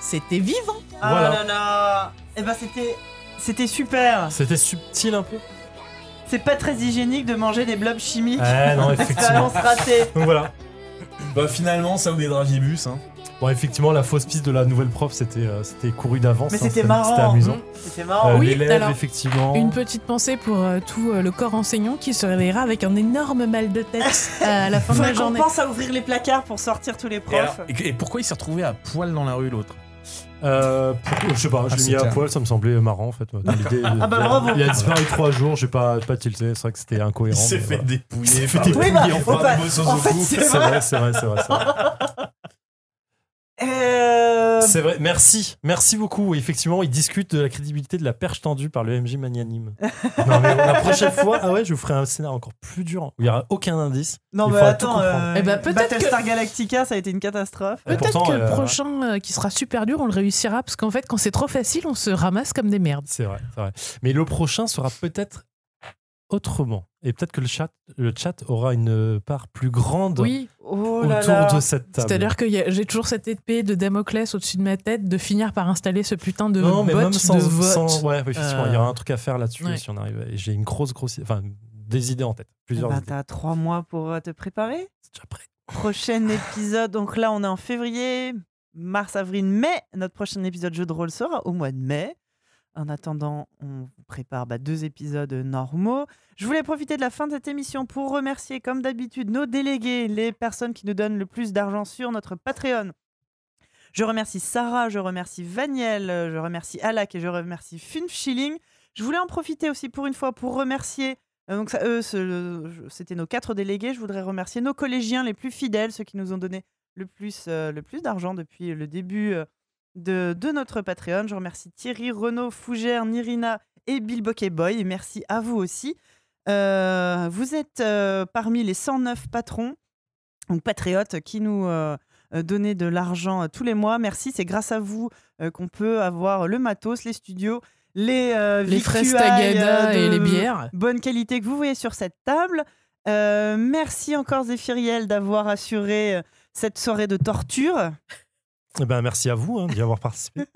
C'était vivant.
Ah
Voilà.
là là Eh ben c'était... C'était super
C'était subtil un peu.
C'est pas très hygiénique de manger des blobs chimiques.
Ouais, non, effectivement.
Expérience ratée
Donc voilà.
Bah finalement, ça ou des dragibus. Hein.
Bon, effectivement, la fausse piste de la nouvelle prof, c'était euh, c'était couru d'avance.
Mais
hein,
c'était
C'était
marrant. hein.
amusant.
C'était marrant.
Euh,
Oui,
L'élève,
alors,
effectivement.
Une petite pensée pour euh, tout euh, le corps enseignant qui se réveillera avec un énorme mal de tête euh, à la fin de la
Faudrait qu'on
journée.
pense à ouvrir les placards pour sortir tous les
Et, alors-
profs.
et- et pourquoi il s'est retrouvé à poil dans la rue l'autre
Euh, pour- je sais pas, je
Ah,
l'ai
c'est
mis à
clair.
poil, ça me semblait euh, marrant en fait. dans l'idée.
Ah bah
Il a-
bravo.
Il a disparu trois jours, j'ai pas, pas tilté, c'est vrai que c'était incohérent.
Il s'est
mais
fait
voilà.
dépouiller.
fait
par-
dépouiller.
Oui, bah,
par
faut pas-
Bobo
en fait,
Sozoku.
c'est
C'est
vrai.
vrai, c'est vrai, c'est vrai. c'est vrai.
Euh,
C'est vrai, merci, merci beaucoup. Effectivement, ils discutent de la crédibilité de la perche tendue par le MJ magnanime. non, mais la prochaine fois, ah ouais, je vous ferai un scénario encore plus dur où il n'y aura aucun indice.
Non,
Il
mais
faudra tout
attends,
comprendre.
euh,
Eh ben, peut-être
Battlestar Galactica, ça a été une catastrophe.
Et
Peut-être
pourtant,
que le
euh,
prochain euh, qui sera super dur, on le réussira parce qu'en fait, quand c'est trop facile, on se ramasse comme des merdes.
C'est vrai, c'est vrai. Mais le prochain sera peut-être autrement. Et peut-être que le chat, le chat aura une part plus grande
Oui,
Oh là
autour
là.
de cette table.
c'est-à-dire que y a- j'ai toujours cette épée de Damoclès au-dessus de ma tête de finir par installer ce putain de
non, mais
bot
même sans,
de vote.
sans- ouais, effectivement,
Euh,
il y aura un truc à faire là-dessus
ouais.
si on arrive. Et j'ai une grosse, grosse, enfin, des idées en tête,
Eh
Ah
plusieurs
bah,
ben,
idées.
T'as trois mois pour euh, te préparer.
C'est déjà prêt.
Prochain épisode, donc là on est en février, mars, avril, mai. Notre prochain épisode jeu de rôle sera au mois de mai. En attendant, on vous prépare bah, deux épisodes normaux. Je voulais profiter de la fin de cette émission pour remercier, comme d'habitude, nos délégués, les personnes qui nous donnent le plus d'argent sur notre Patreon. Je remercie Sarah, je remercie Vaniel, euh, je remercie Alak et je remercie Funfshilling. Je voulais en profiter aussi pour une fois pour remercier. euh, donc, ça, eux, ce- le- je- c'était nos quatre délégués. Je voudrais remercier nos collégiens les plus fidèles, ceux qui nous ont donné le plus, euh, le plus d'argent depuis le début euh, de, de notre Patreon. Je remercie Thierry, Renaud, Fougère, Nirina et Bill Boy. Et merci à vous aussi. Euh, vous êtes euh, parmi les 109 patrons, donc patriotes, qui nous euh, euh, donnaient de l'argent euh, tous les mois. Merci, c'est grâce à vous euh, qu'on peut avoir le matos, les studios, les euh,
Les fraises
victuailles,
Tagada
euh,
et les
de-
bières.
bonne qualité que vous voyez sur cette table. Euh, merci encore Zéphiriel d'avoir assuré euh, cette soirée de torture.
Eh ben, merci à vous hein, d'y avoir participé.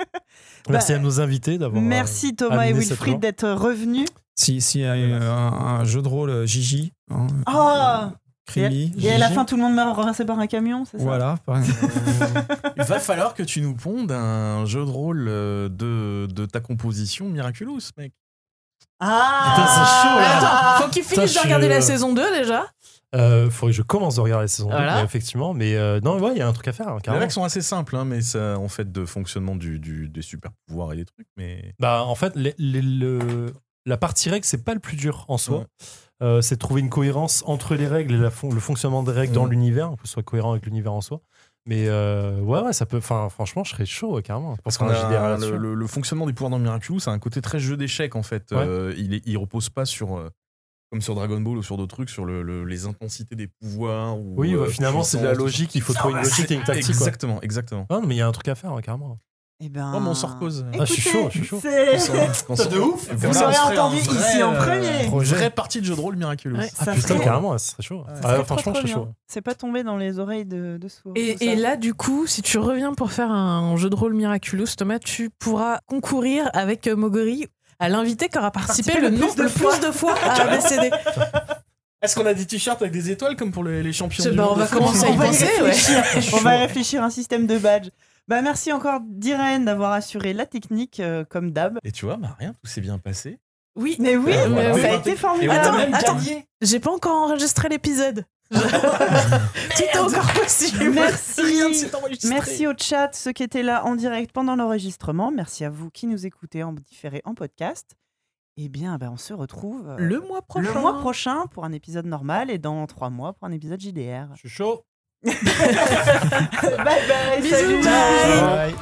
merci
Bah,
à nos invités d'avoir. euh,
Merci Thomas et
amené cette
Wilfried
loi.
d'être revenus.
Si, si, euh, un, un- un jeu de rôle euh, Gigi, hein,
Ah
Crimi,
et à la
Gigi.
fin, tout le monde meurt renversé par un camion, c'est ça
Voilà, par exemple.
Il va falloir que tu nous pondes un jeu de rôle euh, de, de ta composition Miraculous, mec.
Ah
Putain, c'est chaud, là.
Faut qu'ils finissent de
euh, je-
regarder la saison 2 déjà.
Euh, faudrait que je commence de regarder la saison 2,
Voilà.
mais effectivement. Mais euh, non, ouais, il y a un truc à faire, hein,
Les
carrément.
mecs sont assez simples, hein, mais ça, en fait, de fonctionnement du, du- des super pouvoirs et des trucs, mais.
Bah, en fait, les- les- le- la partie règle, c'est pas le plus dur en soi.
Ouais.
Euh, c'est de trouver une cohérence entre les règles et la fon- le fonctionnement des règles dans
Ouais.
l'univers, que ce soit cohérent avec l'univers en soi. Mais euh, ouais, ouais, ça peut. Enfin, franchement, je serais chaud, ouais, carrément.
Parce
Pour
qu'on
un
a
JDR
un-
là-dessus.
le, le- le fonctionnement des pouvoirs dans Miraculous, c'est un côté très jeu d'échecs en fait.
Ouais.
Euh, il, est- il repose pas sur euh, comme sur Dragon Ball ou sur d'autres trucs sur le- le- les intensités des pouvoirs. Ou,
Oui,
euh,
ouais, finalement, c'est de la
puissance,
logique. Il faut
tout ça.
trouver une
Ah,
logique
c'est-
et une tactique. quoi.
Exactement, exactement.
Ah, non, mais il y a un truc à faire, ouais, carrément.
Eh ben...
Oh, mais on s'en repose.
Ah, je suis chaud, je suis chaud.
c'est-
De ouf.
Vous l'aurez entendu ici
euh,
en
euh,
premier.
Une vraie partie de jeu de rôle Miraculous.
Ouais.
Ah,
Ça
putain,
serait-
carrément, ouais, ça serait chaud.
Ça
Ah,
serait
franchement,
trop,
je
trop
serais chaud.
bien. C'est pas tombé dans les oreilles de, de sourds.
Et,
ça.
et là, du coup, si tu reviens pour faire un jeu de rôle miraculous, Thomas, tu pourras concourir avec euh, Mogori à l'invité qui aura participé
Participer
le,
le
nom-
plus de
le plus de fois à ABCD.
Est-ce qu'on a des t-shirts avec des étoiles comme pour les, les champions
Je-
du
bah,
monde
on
de
va
foot
commencer à y
On va y
penser, ouais.
réfléchir. On va réfléchir à un système de badge. Bah, merci encore d'Irène d'avoir assuré la technique euh, comme d'hab.
Et tu vois, bah, rien, tout s'est bien passé.
Oui,
Mais oui,
Euh, voilà.
ça a
ouais.
été
Et on
formidable.
a
Attends,
même
attends.
gagné.
j'ai pas encore enregistré l'épisode. Tout est encore possible.
Rien ne s'est
Merci.
enregistré.
Merci au chat, ceux qui étaient là en direct pendant l'enregistrement. Merci à vous qui nous écoutez en différé en podcast. Eh bien, ben, on se retrouve euh,
Le mois prochain.
le mois prochain pour un épisode normal et dans trois mois pour un épisode JDR.
Je suis chaud.
bye bye,
Bisous,
salut.
bye.
Bye.